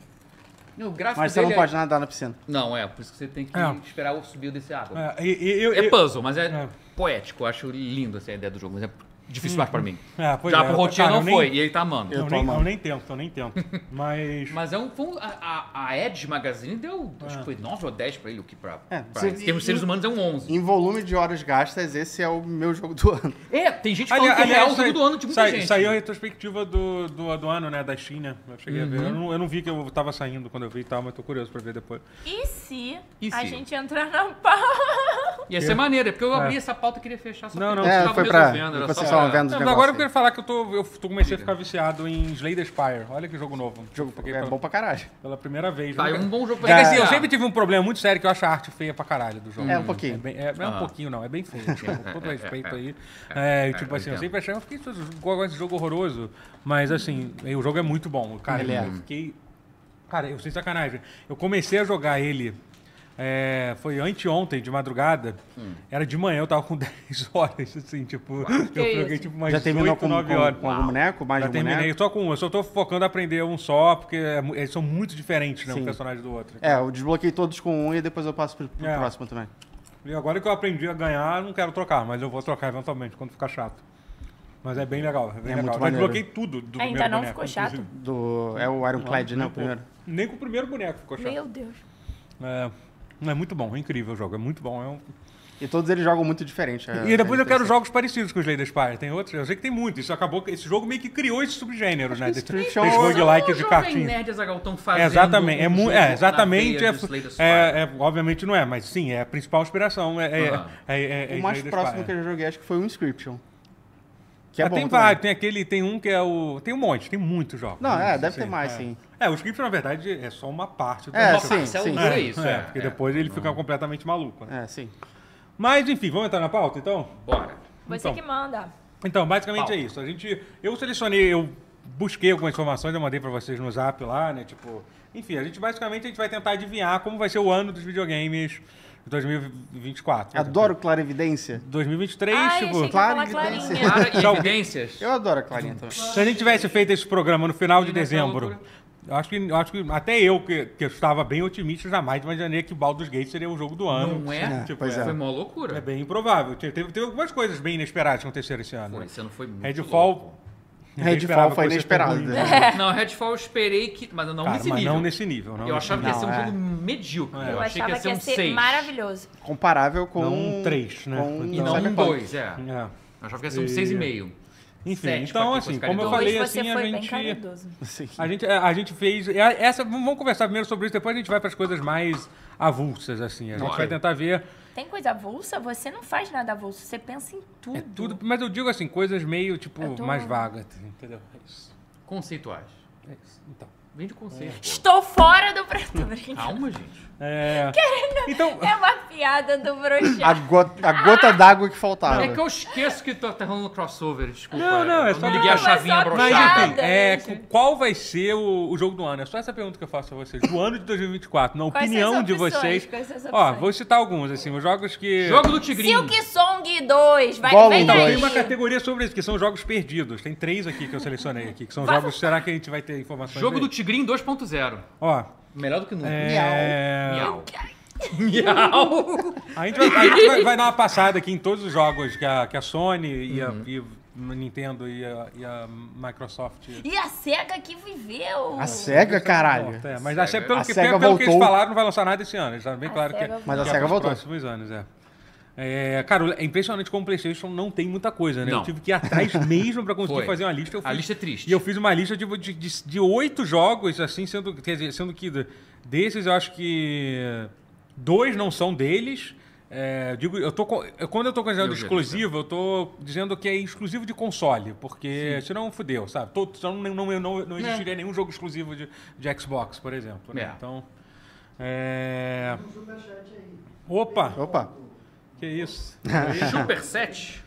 Speaker 4: E o gráfico
Speaker 5: Mas você não
Speaker 4: dele é-
Speaker 5: pode nadar na piscina.
Speaker 4: Não, é. Por isso que você tem que
Speaker 1: É.
Speaker 4: esperar o subir ou descer a água.
Speaker 1: É, e- e- eu-
Speaker 4: É,
Speaker 1: eu-
Speaker 4: puzzle, mas é,
Speaker 1: É.
Speaker 4: poético. Eu acho lindo essa ideia do jogo, mas é difícil demais pra mim.
Speaker 1: É, pois
Speaker 4: Já
Speaker 1: é,
Speaker 4: pro Rotinha
Speaker 1: cara,
Speaker 4: não
Speaker 1: eu nem-
Speaker 4: foi, e ele tá amando.
Speaker 5: Eu
Speaker 1: Eu,
Speaker 5: tô
Speaker 1: nem,
Speaker 5: amando.
Speaker 1: eu nem tento, eu nem tento. Mas.
Speaker 4: Mas é um. foi um- a, a- a Edge Magazine deu. Acho
Speaker 1: É.
Speaker 4: que foi 9 ou 10 pra ele, o que pra.
Speaker 5: É,
Speaker 4: pra-
Speaker 5: se-
Speaker 4: em termos de seres humanos é um 11.
Speaker 5: Em volume de horas gastas, esse é o meu jogo do ano.
Speaker 4: É, tem gente falando
Speaker 1: Ali-
Speaker 4: que é real o
Speaker 1: sai-
Speaker 4: jogo do ano de muita
Speaker 1: sai-
Speaker 4: gente.
Speaker 1: Saiu a retrospectiva do, do, do ano, né? Da China. Eu cheguei a ver. Eu não, eu não vi que eu tava saindo quando eu vi e tal, mas tô curioso pra ver depois.
Speaker 3: E se
Speaker 4: E
Speaker 3: a
Speaker 4: se?
Speaker 3: gente entrar na pau?
Speaker 4: Ia ser maneiro, é porque eu abri
Speaker 1: É.
Speaker 4: essa pauta e queria fechar só
Speaker 1: Não,
Speaker 4: porque
Speaker 1: não,
Speaker 4: eu
Speaker 1: É,
Speaker 4: tava
Speaker 5: foi pra-
Speaker 4: resolvendo, era
Speaker 5: foi
Speaker 4: só
Speaker 5: só
Speaker 4: pra-
Speaker 5: uma venda. Os
Speaker 1: Não,
Speaker 5: negócios
Speaker 1: agora eu
Speaker 5: aí.
Speaker 1: quero falar que eu, tô, eu tô- comecei a ficar viciado em Slay the Spire. Olha que jogo novo.
Speaker 5: Jogo
Speaker 1: Joguei
Speaker 5: é
Speaker 1: pela,
Speaker 5: bom pra caralho.
Speaker 1: pela primeira vez.
Speaker 4: Tá, é
Speaker 1: Nunca-
Speaker 4: um bom jogo
Speaker 1: É que
Speaker 4: pra
Speaker 1: assim, eu
Speaker 4: jogar.
Speaker 1: sempre tive um problema muito sério que eu acho a arte feia pra caralho do jogo.
Speaker 5: É, um pouquinho.
Speaker 1: É, bem- é- não é um
Speaker 4: Ah.
Speaker 1: pouquinho, não. É bem feio. Tipo, com todo respeito aí. É, tipo
Speaker 4: eu
Speaker 1: assim, eu
Speaker 4: entendo.
Speaker 1: sempre achei, eu fiquei eu gosto desse jogo horroroso. Mas assim, o jogo é muito bom. Cara,
Speaker 5: Ele é.
Speaker 1: eu fiquei. Cara, eu sem sacanagem. Eu comecei a jogar ele. é, foi anteontem, de madrugada. Era de manhã, eu tava com 10 horas, assim, tipo.
Speaker 3: Que
Speaker 1: Eu joguei
Speaker 3: isso?
Speaker 1: tipo umas
Speaker 5: Já terminou
Speaker 1: 8,
Speaker 5: com,
Speaker 1: 9
Speaker 5: com,
Speaker 1: horas.
Speaker 5: com algum boneco? Mais
Speaker 1: Já
Speaker 5: de um boneco?
Speaker 1: terminei, só com um. Eu só tô focando em aprender um só, porque é mu- eles são muito diferentes, né? Um
Speaker 5: Sim.
Speaker 1: personagem do outro.
Speaker 5: É, eu desbloqueei todos com um e depois eu passo pro, pro
Speaker 1: É.
Speaker 5: próximo também.
Speaker 1: E agora que eu aprendi a ganhar, não quero trocar, mas eu vou trocar eventualmente quando ficar chato. Mas é bem legal, é bem
Speaker 5: É
Speaker 1: legal.
Speaker 5: muito
Speaker 1: Eu
Speaker 5: maneiro.
Speaker 1: desbloquei tudo do primeiro
Speaker 3: Ainda É, então não
Speaker 1: boneco,
Speaker 3: ficou chato?
Speaker 1: inclusive.
Speaker 5: Do, é o Ironclad, né? O primeiro.
Speaker 1: Nem com o primeiro boneco ficou chato.
Speaker 3: Meu Deus.
Speaker 1: É, é muito bom, é incrível o jogo, é muito bom. é um-
Speaker 5: E todos eles jogam muito diferente. é-
Speaker 1: e depois
Speaker 5: é
Speaker 1: eu quero
Speaker 5: interessante.
Speaker 1: jogos parecidos com os Slay the Spire. Tem outros, eu sei que tem muito. Isso acabou, que- esse jogo meio que criou esse subgênero, né? Desse,
Speaker 5: Street
Speaker 1: desse
Speaker 5: Show-
Speaker 1: roguelike
Speaker 3: é um
Speaker 4: Só
Speaker 1: de
Speaker 4: o Jovem
Speaker 1: cartinha.
Speaker 4: Nerd e Azaghal tão fazendo
Speaker 1: É, exatamente. É,
Speaker 4: um
Speaker 1: mu-
Speaker 4: jogo
Speaker 1: é,
Speaker 4: na
Speaker 1: exatamente.
Speaker 4: veia
Speaker 1: É,
Speaker 4: do Slay the Spire.
Speaker 1: é, é- obviamente não é, mas sim, é a principal inspiração. É, é-
Speaker 4: Aham.
Speaker 1: é- é- é
Speaker 5: O mais
Speaker 1: Slay the
Speaker 5: próximo
Speaker 1: Spire.
Speaker 5: que eu joguei acho que foi o Inscription. Que é
Speaker 1: Ah,
Speaker 5: bom
Speaker 1: tem
Speaker 5: também.
Speaker 1: vários, tem aquele, tem um que é o. Tem um monte, tem muitos jogos.
Speaker 5: Não, é,
Speaker 1: Muitos,
Speaker 5: deve ter
Speaker 1: assim,
Speaker 5: mais,
Speaker 1: é.
Speaker 5: sim.
Speaker 1: É, o script, na verdade, é só uma parte do
Speaker 5: É,
Speaker 4: Uma
Speaker 1: jogo.
Speaker 5: sim,
Speaker 4: parcela
Speaker 5: sim.
Speaker 4: dura
Speaker 1: É,
Speaker 4: é isso.
Speaker 1: é, porque depois ele fica completamente maluco. né?
Speaker 5: É, sim.
Speaker 1: Mas enfim, vamos entrar na pauta então?
Speaker 4: Bora.
Speaker 3: Você
Speaker 1: Então.
Speaker 3: que manda.
Speaker 1: Então, basicamente
Speaker 4: Pauta.
Speaker 1: é isso. A gente, eu selecionei, eu busquei algumas informações, eu mandei pra vocês no Zap lá, né? Tipo, enfim, a gente basicamente a gente vai tentar adivinhar como vai ser o ano dos videogames de 2024.
Speaker 5: Adoro Clarevidência.
Speaker 1: 2023,
Speaker 3: Ai,
Speaker 1: tipo.
Speaker 3: achei que
Speaker 5: claro
Speaker 3: ia falar
Speaker 5: que tem
Speaker 3: clarinha.
Speaker 4: Para e
Speaker 1: Tchau.
Speaker 4: evidências.
Speaker 5: Eu adoro a Clarinha também.
Speaker 1: Se a gente tivesse feito esse programa no final de
Speaker 4: E nessa
Speaker 1: dezembro,
Speaker 4: altura?
Speaker 1: eu acho que, eu acho que até eu, que, que eu estava bem otimista, jamais imaginaria que Baldur's Gate seria o jogo do ano.
Speaker 4: Não é?
Speaker 1: Tipo,
Speaker 5: Pois
Speaker 1: é.
Speaker 5: é.
Speaker 4: Foi mó loucura.
Speaker 1: É bem improvável. Te- Teve, teve algumas coisas bem inesperadas que aconteceram esse ano.
Speaker 4: Pô, esse ano foi muito
Speaker 1: Redfall.
Speaker 4: louco.
Speaker 1: Ninguém
Speaker 5: Redfall
Speaker 1: esperava
Speaker 5: foi
Speaker 1: que fosse tão
Speaker 5: inesperado.
Speaker 1: ruim.
Speaker 5: né?
Speaker 4: Não, Redfall eu esperei que... Mas É. não
Speaker 1: Cara,
Speaker 4: nesse
Speaker 1: mas
Speaker 4: nível.
Speaker 1: não nesse nível. Não
Speaker 4: Eu achava que ia
Speaker 5: Não,
Speaker 4: ser um
Speaker 5: é.
Speaker 4: jogo medíocre.
Speaker 1: É.
Speaker 3: Eu
Speaker 4: achei que
Speaker 3: achava
Speaker 4: ia ser um 6.
Speaker 3: maravilhoso.
Speaker 5: Comparável com...
Speaker 1: Não um três, né?
Speaker 5: Com
Speaker 4: E não um
Speaker 5: Cyberpunk.
Speaker 4: 2, é. Eu
Speaker 1: É.
Speaker 4: achava que ia ser um
Speaker 1: E-
Speaker 4: 6,5.
Speaker 1: Enfim,
Speaker 4: Sete,
Speaker 1: então
Speaker 4: pra quem
Speaker 1: assim,
Speaker 4: fosse
Speaker 1: como eu
Speaker 4: caridoso.
Speaker 1: falei,
Speaker 3: Hoje
Speaker 1: assim,
Speaker 3: você
Speaker 1: a
Speaker 3: foi bem
Speaker 1: gente...
Speaker 3: caridoso.
Speaker 5: Sim.
Speaker 1: A gente, a gente fez. é, Essa, vamos conversar primeiro sobre isso, depois a gente vai para as coisas mais avulsas, assim. A gente
Speaker 4: Ok.
Speaker 1: vai tentar ver
Speaker 3: Tem coisa avulsa? Você não faz nada avulso. Você pensa em tudo.
Speaker 1: É tudo, mas eu digo assim, coisas meio, tipo,
Speaker 3: Eu tô-
Speaker 1: mais vagas, entendeu? É isso.
Speaker 4: Conceituais.
Speaker 1: É isso. Então.
Speaker 4: Vem de conceito, pô.
Speaker 3: Estou fora do... pre- Tô brincando.
Speaker 4: Calma, gente.
Speaker 1: É... Então,
Speaker 3: É uma piada do
Speaker 5: A
Speaker 3: broxado.
Speaker 5: gota, a gota d'água que faltava.
Speaker 4: É que eu esqueço que tá tá rolando crossover, desculpa.
Speaker 1: Não, não, é
Speaker 4: Eu
Speaker 1: só-
Speaker 4: Não liguei
Speaker 1: Não,
Speaker 4: a
Speaker 1: é
Speaker 4: chavinha
Speaker 1: mas
Speaker 3: só piada.
Speaker 4: brochada.
Speaker 1: enfim, é,
Speaker 3: gente.
Speaker 1: cu- qual vai ser o, o jogo do ano? É só essa pergunta que eu faço a vocês. Do ano de 2024, na
Speaker 3: Quais
Speaker 1: opinião
Speaker 3: são as
Speaker 1: de
Speaker 3: opções?
Speaker 1: vocês.
Speaker 3: Quais são as
Speaker 1: Ó,
Speaker 3: opções?
Speaker 1: vou citar alguns, assim, os jogos que.
Speaker 4: Jogo do Tigrinho.
Speaker 3: Silk Song 2. Vai,
Speaker 5: Gollum
Speaker 3: vem
Speaker 1: Então,
Speaker 5: dois.
Speaker 3: aí.
Speaker 1: tem uma categoria sobre isso, que são jogos perdidos. Tem três aqui que eu selecionei aqui, que são jogos. Será que a gente vai ter informações?
Speaker 4: Jogo do
Speaker 1: dele?
Speaker 4: Tigrinho 2.0.
Speaker 1: Ó.
Speaker 4: Melhor do que nunca.
Speaker 1: É...
Speaker 4: Miau. Miau.
Speaker 1: A gente, vai, a gente vai- vai dar uma passada aqui em todos os jogos que a, que a Sony e, a, e o Nintendo e a, e a Microsoft.
Speaker 3: E a SEGA que viveu.
Speaker 5: A cega, caralho.
Speaker 1: É, mas a Sega, pelo,
Speaker 5: A
Speaker 1: que,
Speaker 5: Sega
Speaker 1: pelo que eles
Speaker 5: voltou.
Speaker 1: falaram, não vai lançar nada esse ano. Está bem
Speaker 3: A
Speaker 1: claro que
Speaker 3: Sega
Speaker 1: é-
Speaker 3: Mas
Speaker 5: a
Speaker 1: que é
Speaker 5: Sega
Speaker 1: pros
Speaker 5: voltou.
Speaker 1: próximos anos, é. É, cara, é impressionante como o PlayStation não tem muita coisa, né? Eu
Speaker 4: Não.
Speaker 1: tive que ir atrás mesmo pra conseguir
Speaker 4: Foi.
Speaker 1: fazer uma lista. Eu
Speaker 4: A
Speaker 1: fiz-
Speaker 4: lista é triste.
Speaker 1: E eu fiz uma lista de de- de- de oito jogos, assim, sendo, quer dizer, sendo que d- desses eu acho que dois não são deles. É, eu digo, eu tô, co- eu- quando eu tô considerando
Speaker 4: Meu Deus do
Speaker 1: exclusivo, eu tô dizendo que é exclusivo de console, porque senão fudeu, sabe? Todo, senão não, não, não,
Speaker 2: É.
Speaker 1: não existiria nenhum jogo exclusivo de, de Xbox, por exemplo. né?
Speaker 4: É.
Speaker 1: Então. é,
Speaker 2: Um superchat aí.
Speaker 1: Opa!
Speaker 5: Opa.
Speaker 1: Que isso?
Speaker 4: Super 7.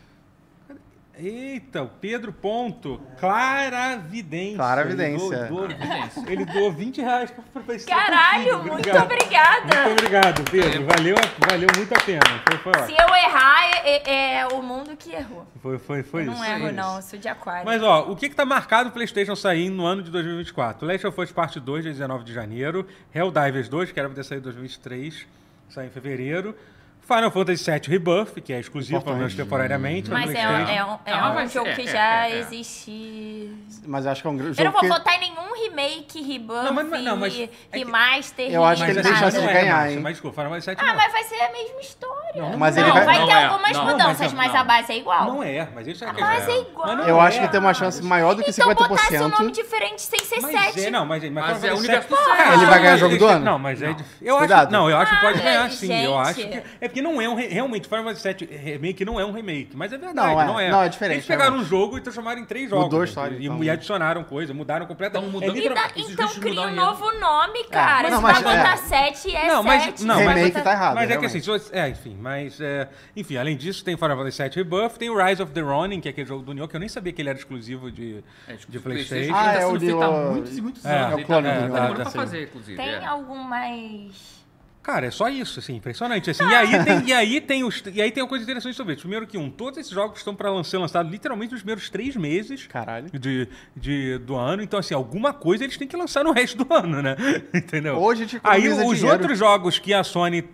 Speaker 1: Eita, o Pedro Ponto. Claravidência.
Speaker 5: Claravidência.
Speaker 1: Ele doou, doou- ele doou 20 reais pra, pra esse
Speaker 3: Caralho,
Speaker 1: conteúdo.
Speaker 3: muito obrigada.
Speaker 1: Muito obrigado, Pedro. Valeu, valeu muito a pena. Foi, foi
Speaker 3: Se
Speaker 1: ótimo.
Speaker 3: eu errar, é, é- é o mundo que errou.
Speaker 1: Foi, foi, foi
Speaker 3: não
Speaker 1: isso.
Speaker 3: erro,
Speaker 1: foi
Speaker 3: não.
Speaker 1: é isso.
Speaker 3: Eu sou de aquário.
Speaker 1: Mas, ó, o que que tá marcado o PlayStation sair no ano de 2024? Last of Us Part 2, dia 19 de janeiro. Helldivers 2, que era pra ter saído em 2023, sai em fevereiro. Final Fantasy VII Rebuff, que é exclusivo, pelo menos temporariamente. no
Speaker 3: Mas é, um-
Speaker 1: PlayStation.
Speaker 3: é um, é
Speaker 4: Ah,
Speaker 3: um
Speaker 4: vai ser-
Speaker 3: jogo
Speaker 4: é,
Speaker 3: que
Speaker 4: é,
Speaker 3: já
Speaker 4: é, é.
Speaker 3: existe.
Speaker 5: Mas eu acho que é um grande
Speaker 3: Eu não
Speaker 5: jogo
Speaker 3: vou
Speaker 5: que...
Speaker 3: votar em nenhum remake, rebuff,
Speaker 1: Não, mas- não, mas- é que-
Speaker 3: remaster,
Speaker 5: Eu acho que
Speaker 1: Mas
Speaker 5: ele
Speaker 1: essa
Speaker 5: tem chance
Speaker 1: não
Speaker 5: de
Speaker 1: é,
Speaker 5: ganhar,
Speaker 1: Márcia,
Speaker 5: hein?
Speaker 1: Mas desculpa, Final Fantasy VII
Speaker 3: né? Ah,
Speaker 1: não.
Speaker 3: mas vai ser a mesma história.
Speaker 5: Não, mas ele
Speaker 6: não,
Speaker 5: vai.
Speaker 6: vai
Speaker 4: Não
Speaker 6: ter
Speaker 4: é,
Speaker 6: algumas
Speaker 4: não,
Speaker 6: mudanças,
Speaker 1: mas é-
Speaker 6: mas,
Speaker 1: não.
Speaker 6: a base é igual.
Speaker 1: Não é, mas eles sabem que
Speaker 3: Mas é
Speaker 1: é
Speaker 3: igual.
Speaker 1: Mas não
Speaker 5: Eu
Speaker 1: é.
Speaker 5: acho que tem uma chance maior do que
Speaker 3: Então
Speaker 5: 50%.
Speaker 3: botasse um nome diferente sem ser
Speaker 1: Mas é,
Speaker 3: 7.
Speaker 1: não, mas, mas,
Speaker 4: Mas é
Speaker 1: o
Speaker 4: o universo do
Speaker 1: Cara,
Speaker 5: Ele vai ganhar
Speaker 1: mas
Speaker 5: jogo
Speaker 1: é-
Speaker 5: do ano?
Speaker 1: Não, mas é difícil. Eu acho,
Speaker 5: Cuidado.
Speaker 1: não, eu acho que pode
Speaker 3: Ah,
Speaker 1: ganhar sim. Eu acho
Speaker 3: gente.
Speaker 1: que. É porque não é um. re- Realmente, Final Fantasy VII Remake não é um remake, mas é verdade. Não
Speaker 5: Não
Speaker 1: é.
Speaker 5: é.
Speaker 1: Não é,
Speaker 5: Não, é diferente,
Speaker 1: Eles pegaram um jogo e transformaram em três jogos.
Speaker 5: Mudou a
Speaker 1: né?
Speaker 5: história,
Speaker 1: E,
Speaker 5: então.
Speaker 1: e adicionaram coisa, mudaram completamente.
Speaker 4: Então
Speaker 1: É
Speaker 4: mudou.
Speaker 3: E
Speaker 1: literal-
Speaker 3: dá-
Speaker 4: Esses
Speaker 3: então
Speaker 4: justos
Speaker 3: cria um
Speaker 4: mudaram
Speaker 3: novo nome, cara.
Speaker 5: É. não,
Speaker 3: Se
Speaker 5: mas-
Speaker 3: vai botar
Speaker 5: é.
Speaker 3: 7, é
Speaker 1: Não, mas-
Speaker 3: 7.
Speaker 1: não, mas-
Speaker 5: Remake tá errado.
Speaker 1: Mas é que
Speaker 5: realmente.
Speaker 1: assim, se você- é, enfim, mas. é, enfim, além disso, tem Final Fantasy VII Rebuff, tem Rise of the Ronin, que é aquele jogo do Nioh, que eu nem sabia que ele era exclusivo de,
Speaker 4: É,
Speaker 1: de
Speaker 4: tipo,
Speaker 1: PlayStation.
Speaker 5: Ah,
Speaker 4: ainda
Speaker 5: é
Speaker 4: tá
Speaker 5: o
Speaker 4: sendo feito
Speaker 5: de-
Speaker 4: há muitos e muitos
Speaker 1: É,
Speaker 4: anos.
Speaker 1: é o
Speaker 4: Ele tá-
Speaker 5: clone do
Speaker 4: é,
Speaker 5: Neo,
Speaker 4: tá demorando
Speaker 1: tá
Speaker 4: pra
Speaker 1: sendo.
Speaker 4: fazer, inclusive.
Speaker 3: Tem
Speaker 4: é.
Speaker 3: algum mais.
Speaker 1: Cara, é só isso, assim, impressionante. Assim.
Speaker 5: Ah.
Speaker 1: E, aí tem, e, aí tem os, e aí tem uma coisa interessante sobre isso. Primeiro que um, todos esses jogos estão para ser lançados literalmente nos primeiros três meses
Speaker 5: Caralho.
Speaker 1: de, de, do ano. Então, assim, alguma coisa eles têm que lançar no resto do ano, né? Entendeu?
Speaker 5: Hoje a gente
Speaker 1: Aí os
Speaker 5: economiza dinheiro.
Speaker 1: outros jogos que a Sony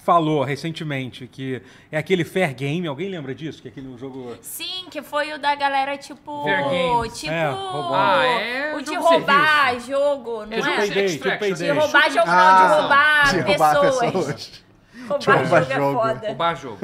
Speaker 1: falou recentemente, que é aquele Fair Game, alguém lembra disso? Que é aquele jogo...
Speaker 3: Sim, que foi o da galera, tipo.
Speaker 4: Fair game.
Speaker 3: Tipo.
Speaker 1: É, roubar.
Speaker 4: Ah, é
Speaker 3: o de
Speaker 4: jogo de
Speaker 3: roubar jogo, não
Speaker 4: É jogo
Speaker 3: é?
Speaker 4: de- Extraction.
Speaker 3: De roubar
Speaker 4: é um
Speaker 3: jogo, não, de
Speaker 5: Ah,
Speaker 3: roubar,
Speaker 5: de
Speaker 3: pessoas. Roubar,
Speaker 5: Roubar
Speaker 3: jogo,
Speaker 5: jogo.
Speaker 3: é foda.
Speaker 4: Roubar jogo.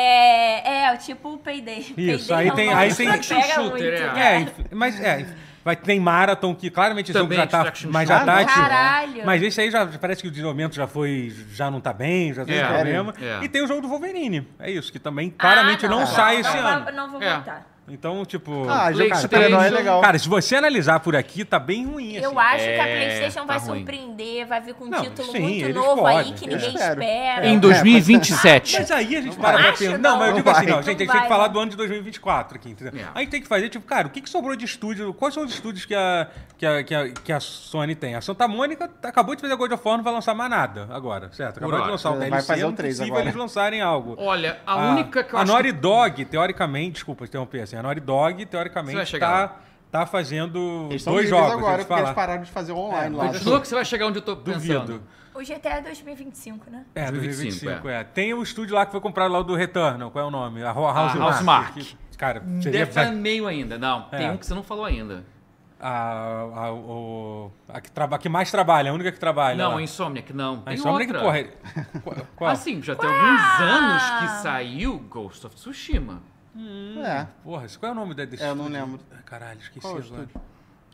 Speaker 3: É, é, tipo o Payday.
Speaker 1: Isso, aí
Speaker 3: Payday é
Speaker 1: tem-
Speaker 3: uma
Speaker 1: aí
Speaker 3: coisa
Speaker 1: tem- tipo
Speaker 3: que pega
Speaker 4: Shooter,
Speaker 3: muito, né?
Speaker 4: é.
Speaker 3: cara.
Speaker 1: É, inf- mas é, inf- vai tem Marathon, que claramente esse jogo
Speaker 4: Também
Speaker 1: já tá,
Speaker 4: Extraction
Speaker 1: mas já tá
Speaker 5: Shooter.
Speaker 1: ativo.
Speaker 3: Caralho.
Speaker 1: Mas esse aí já parece que o desenvolvimento já foi, já não tá bem, já tem
Speaker 4: É,
Speaker 1: problema.
Speaker 4: é.
Speaker 1: E tem o jogo do Wolverine, é isso, que também claramente
Speaker 3: Ah,
Speaker 1: não, sai
Speaker 3: não,
Speaker 1: esse
Speaker 3: não,
Speaker 1: ano.
Speaker 3: vai- Não vou
Speaker 4: É.
Speaker 3: botar.
Speaker 1: Então, tipo,
Speaker 5: Ah, jogo de
Speaker 4: PlayStation.
Speaker 5: super-herói é legal.
Speaker 1: cara, se você analisar por aqui, tá bem ruim assim.
Speaker 3: Eu acho que a
Speaker 4: É,
Speaker 3: PlayStation vai
Speaker 4: tá ruim.
Speaker 3: surpreender, vai vir com um
Speaker 1: Não,
Speaker 3: título
Speaker 1: sim,
Speaker 3: muito
Speaker 1: eles
Speaker 3: novo
Speaker 1: podem. É.
Speaker 3: aí que
Speaker 1: Eu
Speaker 3: ninguém
Speaker 5: espero.
Speaker 3: espera.
Speaker 4: Em 2027.
Speaker 1: Mas aí a gente para pra
Speaker 3: Acho
Speaker 1: pensar.
Speaker 3: não.
Speaker 1: Não, mas eu
Speaker 5: Não
Speaker 1: digo assim,
Speaker 5: vai.
Speaker 1: não, gente, a gente tem
Speaker 3: Não
Speaker 1: que
Speaker 3: vai.
Speaker 1: falar do ano de 2024 aqui, entendeu?
Speaker 4: É.
Speaker 1: A gente tem que fazer, tipo, cara, o que, que sobrou de estúdio? Quais são os estúdios que a, que a, que a, que a Sony tem? A Santa Mônica tá- acabou de fazer God of War, não vai lançar mais nada agora, certo? Acabou de
Speaker 4: hora.
Speaker 1: lançar o
Speaker 5: Vai
Speaker 1: DLC,
Speaker 5: fazer o
Speaker 1: é
Speaker 5: três
Speaker 1: impossível
Speaker 5: agora.
Speaker 1: eles lançarem algo. Ah,
Speaker 4: Olha, Ah, a única que eu
Speaker 1: a
Speaker 4: acho
Speaker 1: Naughty
Speaker 4: que
Speaker 1: Dog, teoricamente, desculpa interromper, assim, a Naughty Dog,
Speaker 4: Você vai
Speaker 1: teoricamente,
Speaker 4: chegar
Speaker 1: tá, tá fazendo
Speaker 5: Eles estão
Speaker 1: dois
Speaker 5: livres
Speaker 1: jogos,
Speaker 5: agora,
Speaker 1: eles
Speaker 5: porque eles
Speaker 1: falar.
Speaker 5: pararam de fazer online lá.
Speaker 4: Continua que você vai chegar onde eu tô pensando.
Speaker 1: tá Duvido.
Speaker 3: O GTA é 2025, né?
Speaker 1: É,
Speaker 4: 2025,
Speaker 1: 2025, é. Tem o estúdio lá que foi comprado lá o do Returnal, qual é o nome? A Ho- House,
Speaker 4: Ah,
Speaker 1: Mark.
Speaker 4: Housemark.
Speaker 1: que- cara,
Speaker 4: Deve
Speaker 1: seria
Speaker 4: estar meio ainda. Não,
Speaker 1: É.
Speaker 4: tem um que você não falou ainda.
Speaker 1: a, a, o- a que, traba, que mais trabalha, a única que trabalha.
Speaker 4: Não,
Speaker 1: lá. Ah, é
Speaker 4: a Insomniac não.
Speaker 1: a
Speaker 4: Tem
Speaker 1: Insomniac,
Speaker 4: outra.
Speaker 1: porra. ele- Qu- Qual?
Speaker 4: Assim, já tem alguns anos que saiu Ghost of Tsushima.
Speaker 5: É.
Speaker 1: porra, esse- qual é o nome desse
Speaker 5: É, eu não
Speaker 1: estúdio?
Speaker 5: lembro.
Speaker 1: Ah, Caralho, esqueci
Speaker 5: Qual é o
Speaker 1: agora.
Speaker 5: estúdio?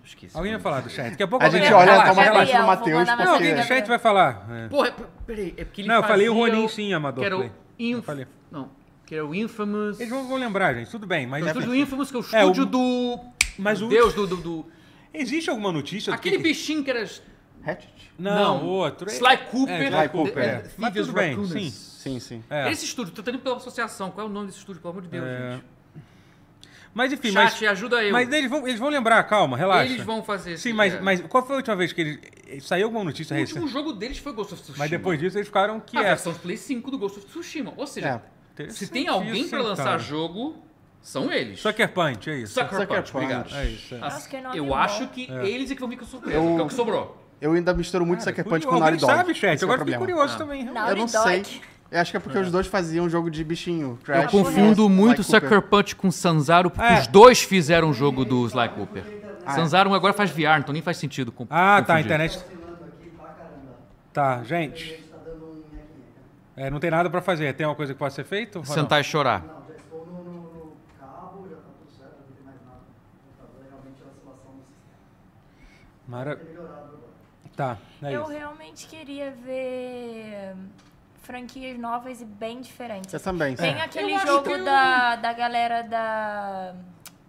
Speaker 4: Esqueci.
Speaker 1: Alguém vai falar do chat. Daqui a tá pouco
Speaker 5: A
Speaker 1: alguém
Speaker 5: gente
Speaker 1: vai
Speaker 5: olha,
Speaker 1: falar.
Speaker 5: toma
Speaker 1: Relaxa.
Speaker 5: relaxa
Speaker 3: É, Gabriel,
Speaker 5: no
Speaker 3: vou
Speaker 5: Matheus.
Speaker 3: mandar
Speaker 1: Não,
Speaker 3: mensagem.
Speaker 1: alguém do chat vai falar. é.
Speaker 4: Porra, p- peraí, é porque ele
Speaker 1: Não, eu falei o
Speaker 4: fazia
Speaker 1: Ronin sim, Amador
Speaker 4: Que era o
Speaker 1: Play. Eu
Speaker 4: Inf...
Speaker 1: falei.
Speaker 4: Não, que era o Infamous...
Speaker 1: Eles vão, vão lembrar, gente, tudo bem. Mas,
Speaker 4: O estúdio Infamous, que é o
Speaker 1: É, o-
Speaker 4: estúdio do...
Speaker 1: Mas
Speaker 4: Meu
Speaker 1: o-
Speaker 4: Deus, do... do, do-
Speaker 1: existe alguma notícia? do que
Speaker 4: Aquele
Speaker 1: que-
Speaker 4: bichinho que era...
Speaker 5: É. Hatchet?
Speaker 1: Não, o outro. é-
Speaker 4: Sly Cooper.
Speaker 1: É,
Speaker 5: Sly Cooper, é.
Speaker 4: The- The
Speaker 1: Mas
Speaker 4: Thieves
Speaker 1: tudo bem,
Speaker 4: Raccoonus.
Speaker 1: sim.
Speaker 5: Sim, sim.
Speaker 1: É.
Speaker 4: Esse estúdio, tô tendo pela associação. Qual é o nome desse estúdio, pelo amor de Deus, gente?
Speaker 1: Mas enfim,
Speaker 4: Chat,
Speaker 1: mas...
Speaker 4: ajuda eu.
Speaker 1: Mas eles vão, eles vão lembrar, calma, relaxa.
Speaker 4: Eles vão fazer
Speaker 1: Sim,
Speaker 4: esse-
Speaker 1: mas,
Speaker 4: é.
Speaker 1: mas qual foi a última vez que eles. Saiu alguma notícia
Speaker 4: O Ah, último
Speaker 1: recente?
Speaker 4: jogo deles foi Ghost of Tsushima.
Speaker 1: Mas depois disso eles ficaram
Speaker 4: A
Speaker 1: quietos.
Speaker 4: versão de Play 5 do Ghost of Tsushima. Ou seja,
Speaker 1: É.
Speaker 4: se tem alguém
Speaker 1: Interessante
Speaker 4: pra
Speaker 1: isso,
Speaker 4: lançar
Speaker 1: cara.
Speaker 4: jogo, são eles.
Speaker 1: Sucker Punch, é isso.
Speaker 4: Sucker
Speaker 5: Sucker
Speaker 4: Punch,
Speaker 5: Punch.
Speaker 4: obrigado.
Speaker 1: É isso. é.
Speaker 4: Assim,
Speaker 3: Nossa, que nome
Speaker 4: eu
Speaker 3: bom.
Speaker 4: acho que eles é que vão vir com surpresa,
Speaker 5: Eu-
Speaker 4: que é o que sobrou.
Speaker 5: Eu ainda misturo muito Sucker Punch
Speaker 1: Curio-
Speaker 5: com Naughty
Speaker 1: Alguém
Speaker 5: Dog.
Speaker 1: sabe,
Speaker 5: Esse
Speaker 1: chat.
Speaker 5: é o
Speaker 1: Agora fiquei
Speaker 5: problema.
Speaker 1: curioso
Speaker 4: Ah.
Speaker 1: também. realmente.
Speaker 5: Eu não
Speaker 3: Naughty
Speaker 5: sei.
Speaker 3: Dog.
Speaker 5: Eu acho que é porque os dois faziam um jogo de bichinho. Crash,
Speaker 4: Eu confundo
Speaker 5: Crash,
Speaker 4: muito
Speaker 5: Sly Cooper.
Speaker 4: Sucker Punch com Sanzaro, porque
Speaker 1: É.
Speaker 4: os dois fizeram o jogo do Sly Cooper. Sanzaro agora faz VR, então nem faz sentido. com-
Speaker 1: Ah, tá, a
Speaker 4: confundir.
Speaker 1: internet.
Speaker 2: Assinando aqui pra caramba.
Speaker 1: Tá,
Speaker 2: A
Speaker 1: gente.
Speaker 2: gente tá dando um mequinha, cara.
Speaker 1: é, não tem nada pra fazer. Tem alguma coisa que possa ser feita? ou não?
Speaker 4: Sentar e chorar.
Speaker 2: Não, já estou no, no, no cabo, já tá tudo certo, não tem mais nada. O computador realmente é a oscilação do sistema.
Speaker 1: Mara...
Speaker 2: Tem melhorado agora.
Speaker 1: Tá, é
Speaker 3: Eu
Speaker 1: isso.
Speaker 3: realmente queria ver franquias novas e bem diferentes.
Speaker 5: Você também.
Speaker 3: Tem aquele jogo da, da galera da.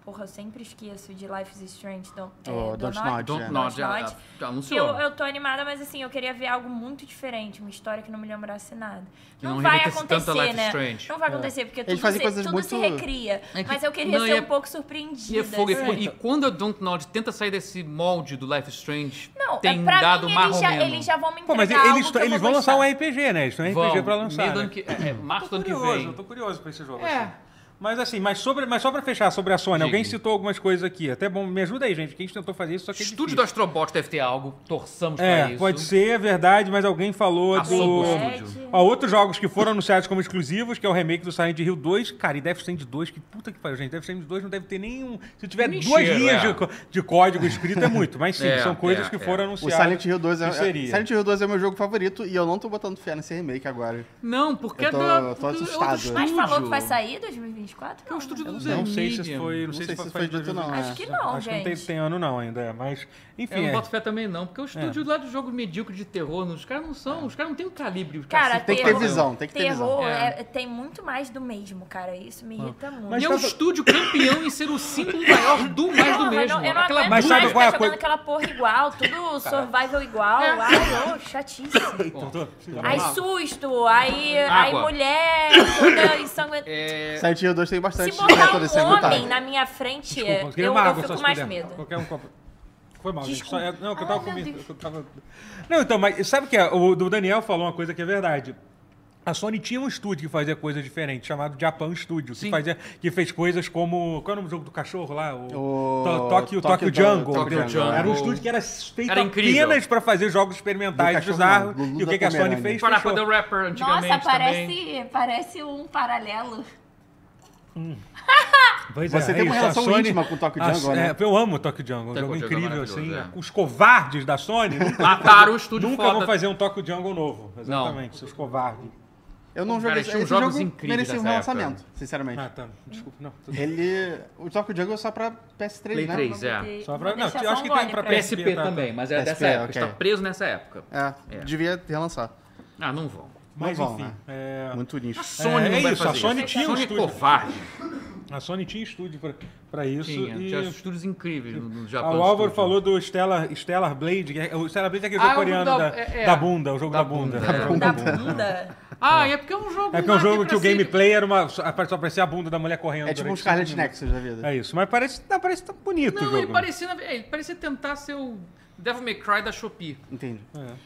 Speaker 3: Porra, eu sempre esqueço de Life is Strange. Don't, é,
Speaker 5: Oh, Don't Nod.
Speaker 4: Don't
Speaker 5: Já.
Speaker 4: Nod é, já-
Speaker 3: Don't Nod.
Speaker 4: já
Speaker 3: Que eu,
Speaker 4: anunciou.
Speaker 3: eu tô animada, mas assim, eu queria ver algo muito diferente, uma história que não me lembrasse nada.
Speaker 4: Que não
Speaker 3: vai
Speaker 4: remetesse tanto a
Speaker 3: acontecer,
Speaker 4: Life is
Speaker 3: né?
Speaker 4: Strange.
Speaker 3: Não vai acontecer, porque tudo,
Speaker 5: É. fazem
Speaker 3: se,
Speaker 5: coisas
Speaker 3: tudo se
Speaker 5: muito-
Speaker 3: recria.
Speaker 4: É que-
Speaker 3: Mas eu queria
Speaker 4: não, e
Speaker 3: ser
Speaker 4: é-
Speaker 3: um pouco
Speaker 4: E,
Speaker 3: surpreendida.
Speaker 4: é fogo, é fogo.
Speaker 3: assim.
Speaker 4: E quando a Don't Nod tenta sair desse molde do Life is Strange,
Speaker 3: Não, é
Speaker 4: tem um
Speaker 3: pra
Speaker 4: dado
Speaker 3: mim,
Speaker 4: marrom
Speaker 3: eles já,
Speaker 4: menos.
Speaker 3: eles já vão me entregar
Speaker 1: Pô, mas
Speaker 3: algo
Speaker 1: eles,
Speaker 3: que eu
Speaker 1: eles
Speaker 3: vou
Speaker 1: vão lançar um
Speaker 3: gostar.
Speaker 1: RPG, né? Eles têm um RPG pra lançar.
Speaker 4: Meio do
Speaker 1: né?
Speaker 4: ano que- é, é, março
Speaker 1: Tô
Speaker 4: do ano que
Speaker 1: curioso,
Speaker 4: vem.
Speaker 1: tô curioso pra esse jogo.
Speaker 4: É.
Speaker 1: assim. Mas assim, mas, sobre, mas só pra fechar sobre a Sony,
Speaker 4: Diga.
Speaker 1: alguém citou algumas coisas aqui. Até bom, me ajuda aí, gente. Quem tentou fazer isso, só que é difícil.
Speaker 4: Estúdio do Astrobot deve ter algo, torçamos pra
Speaker 1: É,
Speaker 4: isso. Tá, um
Speaker 1: pode ser, é verdade, mas alguém falou
Speaker 4: A
Speaker 1: do...
Speaker 4: Sobo
Speaker 3: É,
Speaker 4: Studio.
Speaker 1: Ó, outros jogos que foram anunciados como exclusivos, que é o remake do Silent Hill 2, cara, e Death Stranding 2, que puta que pariu, gente, Death Stranding 2 não deve ter nenhum... Se tiver
Speaker 4: Nem
Speaker 1: duas
Speaker 4: cheiro,
Speaker 1: linhas
Speaker 4: é.
Speaker 1: de, co- de código escrito é muito, mas sim,
Speaker 4: É,
Speaker 1: são coisas
Speaker 4: é,
Speaker 1: que
Speaker 4: é.
Speaker 1: foram
Speaker 5: O
Speaker 1: anunciadas.
Speaker 5: Silent Hill 2 é,
Speaker 1: que seria.
Speaker 5: Silent Hill 2 é meu jogo favorito e eu não tô botando fé nesse remake agora.
Speaker 4: Não, porque
Speaker 5: Eu tô-
Speaker 4: é da-
Speaker 5: eu tô
Speaker 4: é outro
Speaker 5: assustado.
Speaker 4: estúdio.
Speaker 3: Mas falou que vai sair em 2024?
Speaker 4: É o
Speaker 3: Não,
Speaker 4: estúdio
Speaker 3: né?
Speaker 4: do Zé
Speaker 1: Não sei se
Speaker 4: Media.
Speaker 1: foi... Não,
Speaker 5: um Não
Speaker 1: sei, se foi,
Speaker 5: dito não,
Speaker 3: Acho
Speaker 5: é.
Speaker 3: que não,
Speaker 1: Acho que não
Speaker 3: gente.
Speaker 1: tem, tem ano não ainda, é, mas... Enfim,
Speaker 4: Eu não
Speaker 1: é.
Speaker 4: boto fé também não, porque o estúdio lá do jogo medíocre de terror, os caras não
Speaker 1: É.
Speaker 4: são, os caras não têm um calibre. os
Speaker 3: Cara,
Speaker 4: cacete.
Speaker 5: Tem que ter
Speaker 3: Terror.
Speaker 5: visão, tem que ter visão.
Speaker 3: Terror
Speaker 4: É.
Speaker 3: é- tem muito mais do mesmo, cara. Isso me irrita muito.
Speaker 1: Mas
Speaker 4: e é
Speaker 1: tá-
Speaker 4: um estúdio campeão em ser o símbolo maior do mais do
Speaker 3: Porra,
Speaker 4: mesmo.
Speaker 3: não- eu não
Speaker 4: Aquela
Speaker 3: aguento
Speaker 1: Mas
Speaker 3: mais
Speaker 4: dúvida.
Speaker 1: sabe
Speaker 3: ficar
Speaker 1: qual é a
Speaker 3: jogando
Speaker 1: coisa-
Speaker 3: aquela porra igual, tudo survival igual.
Speaker 4: É.
Speaker 3: Ai, ô, chatíssimo.
Speaker 1: Tentou?
Speaker 3: Aí susto, aí, aí
Speaker 4: Água.
Speaker 3: mulher toda ensanguentada.
Speaker 4: É,
Speaker 5: Silent Hill 2 tem
Speaker 3: Se
Speaker 5: bastante
Speaker 3: botar
Speaker 5: método de
Speaker 3: um homem
Speaker 5: sanguinário.
Speaker 3: na minha frente,
Speaker 1: Desculpa, queria
Speaker 3: é, eu,
Speaker 1: uma
Speaker 3: eu
Speaker 1: água só
Speaker 3: fico
Speaker 1: se
Speaker 3: com mais
Speaker 1: puder.
Speaker 3: medo.
Speaker 1: Qualquer um copo. Foi mal, gente. Só,
Speaker 3: Desculpa.
Speaker 1: é, não, que eu tava
Speaker 3: Ai, meu
Speaker 1: comendo.
Speaker 3: Deus.
Speaker 1: que eu tava- Não, então, mas sabe o que é? O do Daniel falou uma coisa que é verdade. A Sony tinha um estúdio que fazia coisas diferentes, chamado Japan Studio, que,
Speaker 4: Sim.
Speaker 1: fazia, que fez coisas como. Qual é o nome do jogo do cachorro lá? O,
Speaker 5: O-
Speaker 1: To- Tokyo,
Speaker 5: Tokyo
Speaker 1: Tokyo
Speaker 5: Jungle.
Speaker 1: Jungle.
Speaker 5: Tokyo
Speaker 4: Jungle.
Speaker 1: Era um estúdio que era feito
Speaker 4: Era incrível.
Speaker 1: apenas pra fazer jogos experimentais
Speaker 5: Do cachorro,
Speaker 1: bizarros.
Speaker 5: não, do-
Speaker 1: E o que,
Speaker 5: da
Speaker 1: que a Sony
Speaker 5: Pomerânia.
Speaker 1: fez?
Speaker 4: Parappa
Speaker 1: Fechou.
Speaker 4: the Rapper antigamente também.
Speaker 3: parece um paralelo.
Speaker 1: Pois é,
Speaker 5: Você tem uma
Speaker 1: isso, a
Speaker 5: relação íntima com o Tokyo
Speaker 1: a-
Speaker 5: Jungle,
Speaker 1: é,
Speaker 5: né?
Speaker 1: eu amo o Tokyo Jungle, um
Speaker 4: Tokyo
Speaker 1: jogo
Speaker 4: Jungle é
Speaker 1: incrível,
Speaker 4: maravilhoso,
Speaker 1: assim.
Speaker 4: é.
Speaker 1: Os covardes da Sony nunca,
Speaker 4: Mataram o estúdio
Speaker 1: nunca
Speaker 4: foda.
Speaker 1: vão fazer um Tokyo Jungle novo. Exatamente, seus covardes.
Speaker 5: Eu não
Speaker 4: Cara,
Speaker 5: joguei
Speaker 4: tinha
Speaker 5: esse
Speaker 4: uns
Speaker 5: jogo
Speaker 4: jogos incríveis
Speaker 5: merecia um
Speaker 4: nessa época.
Speaker 5: relançamento, sinceramente.
Speaker 1: Ah, tá. Desculpa, não. tudo bem.
Speaker 5: Ele. O Tokyo Jungle é só pra PS3,
Speaker 4: Play
Speaker 5: né?
Speaker 4: 3, é.
Speaker 1: Só pra- não, acho que tem pra
Speaker 4: PSP
Speaker 1: tá, tá.
Speaker 4: também, mas era dessa
Speaker 5: PSP,
Speaker 4: época.
Speaker 5: ok.
Speaker 4: Está preso nessa época.
Speaker 5: É,
Speaker 4: É.
Speaker 5: devia relançar.
Speaker 4: Ah, não vão.
Speaker 1: Mas
Speaker 5: vão,
Speaker 1: enfim,
Speaker 5: né?
Speaker 1: é,
Speaker 5: Muito nicho. Tipo
Speaker 4: A Sony
Speaker 1: é
Speaker 4: não vai
Speaker 1: isso, a
Speaker 4: fazer
Speaker 1: Sony
Speaker 4: isso.
Speaker 1: tinha um
Speaker 4: Sony é
Speaker 1: estúdio.
Speaker 4: covarde.
Speaker 1: a Sony tinha estúdio pra, pra isso.
Speaker 4: Tinha,
Speaker 1: e...
Speaker 4: tinha estúdios incríveis no, no
Speaker 1: Ah,
Speaker 4: Japão.
Speaker 1: o Álvaro
Speaker 4: Studio.
Speaker 1: falou do Stellar, Stellar Blade. que é- O Stellar Blade é aquele
Speaker 4: Ah,
Speaker 1: jogo
Speaker 4: é o
Speaker 1: coreano
Speaker 4: jogo
Speaker 1: da,
Speaker 4: da- é, é.
Speaker 1: da bunda, o jogo da,
Speaker 4: Da
Speaker 1: bunda.
Speaker 4: bunda, é.
Speaker 3: Da bunda.
Speaker 4: Ah, é porque é um jogo...
Speaker 1: É porque é um
Speaker 4: lá
Speaker 1: jogo
Speaker 4: pra
Speaker 1: que o
Speaker 4: ser-
Speaker 1: gameplay era uma. Só só parecia a bunda da mulher correndo.
Speaker 5: É tipo um
Speaker 1: durante
Speaker 5: Scarlet
Speaker 1: cinco minutos.
Speaker 5: Nexus da vida.
Speaker 1: É isso, mas parece, não, parece tão bonito o
Speaker 4: Não,
Speaker 1: jogo. né?
Speaker 4: ele parecia, na- é, ele parecia tentar ser o Devil May Cry da Shopee.
Speaker 5: Entendi.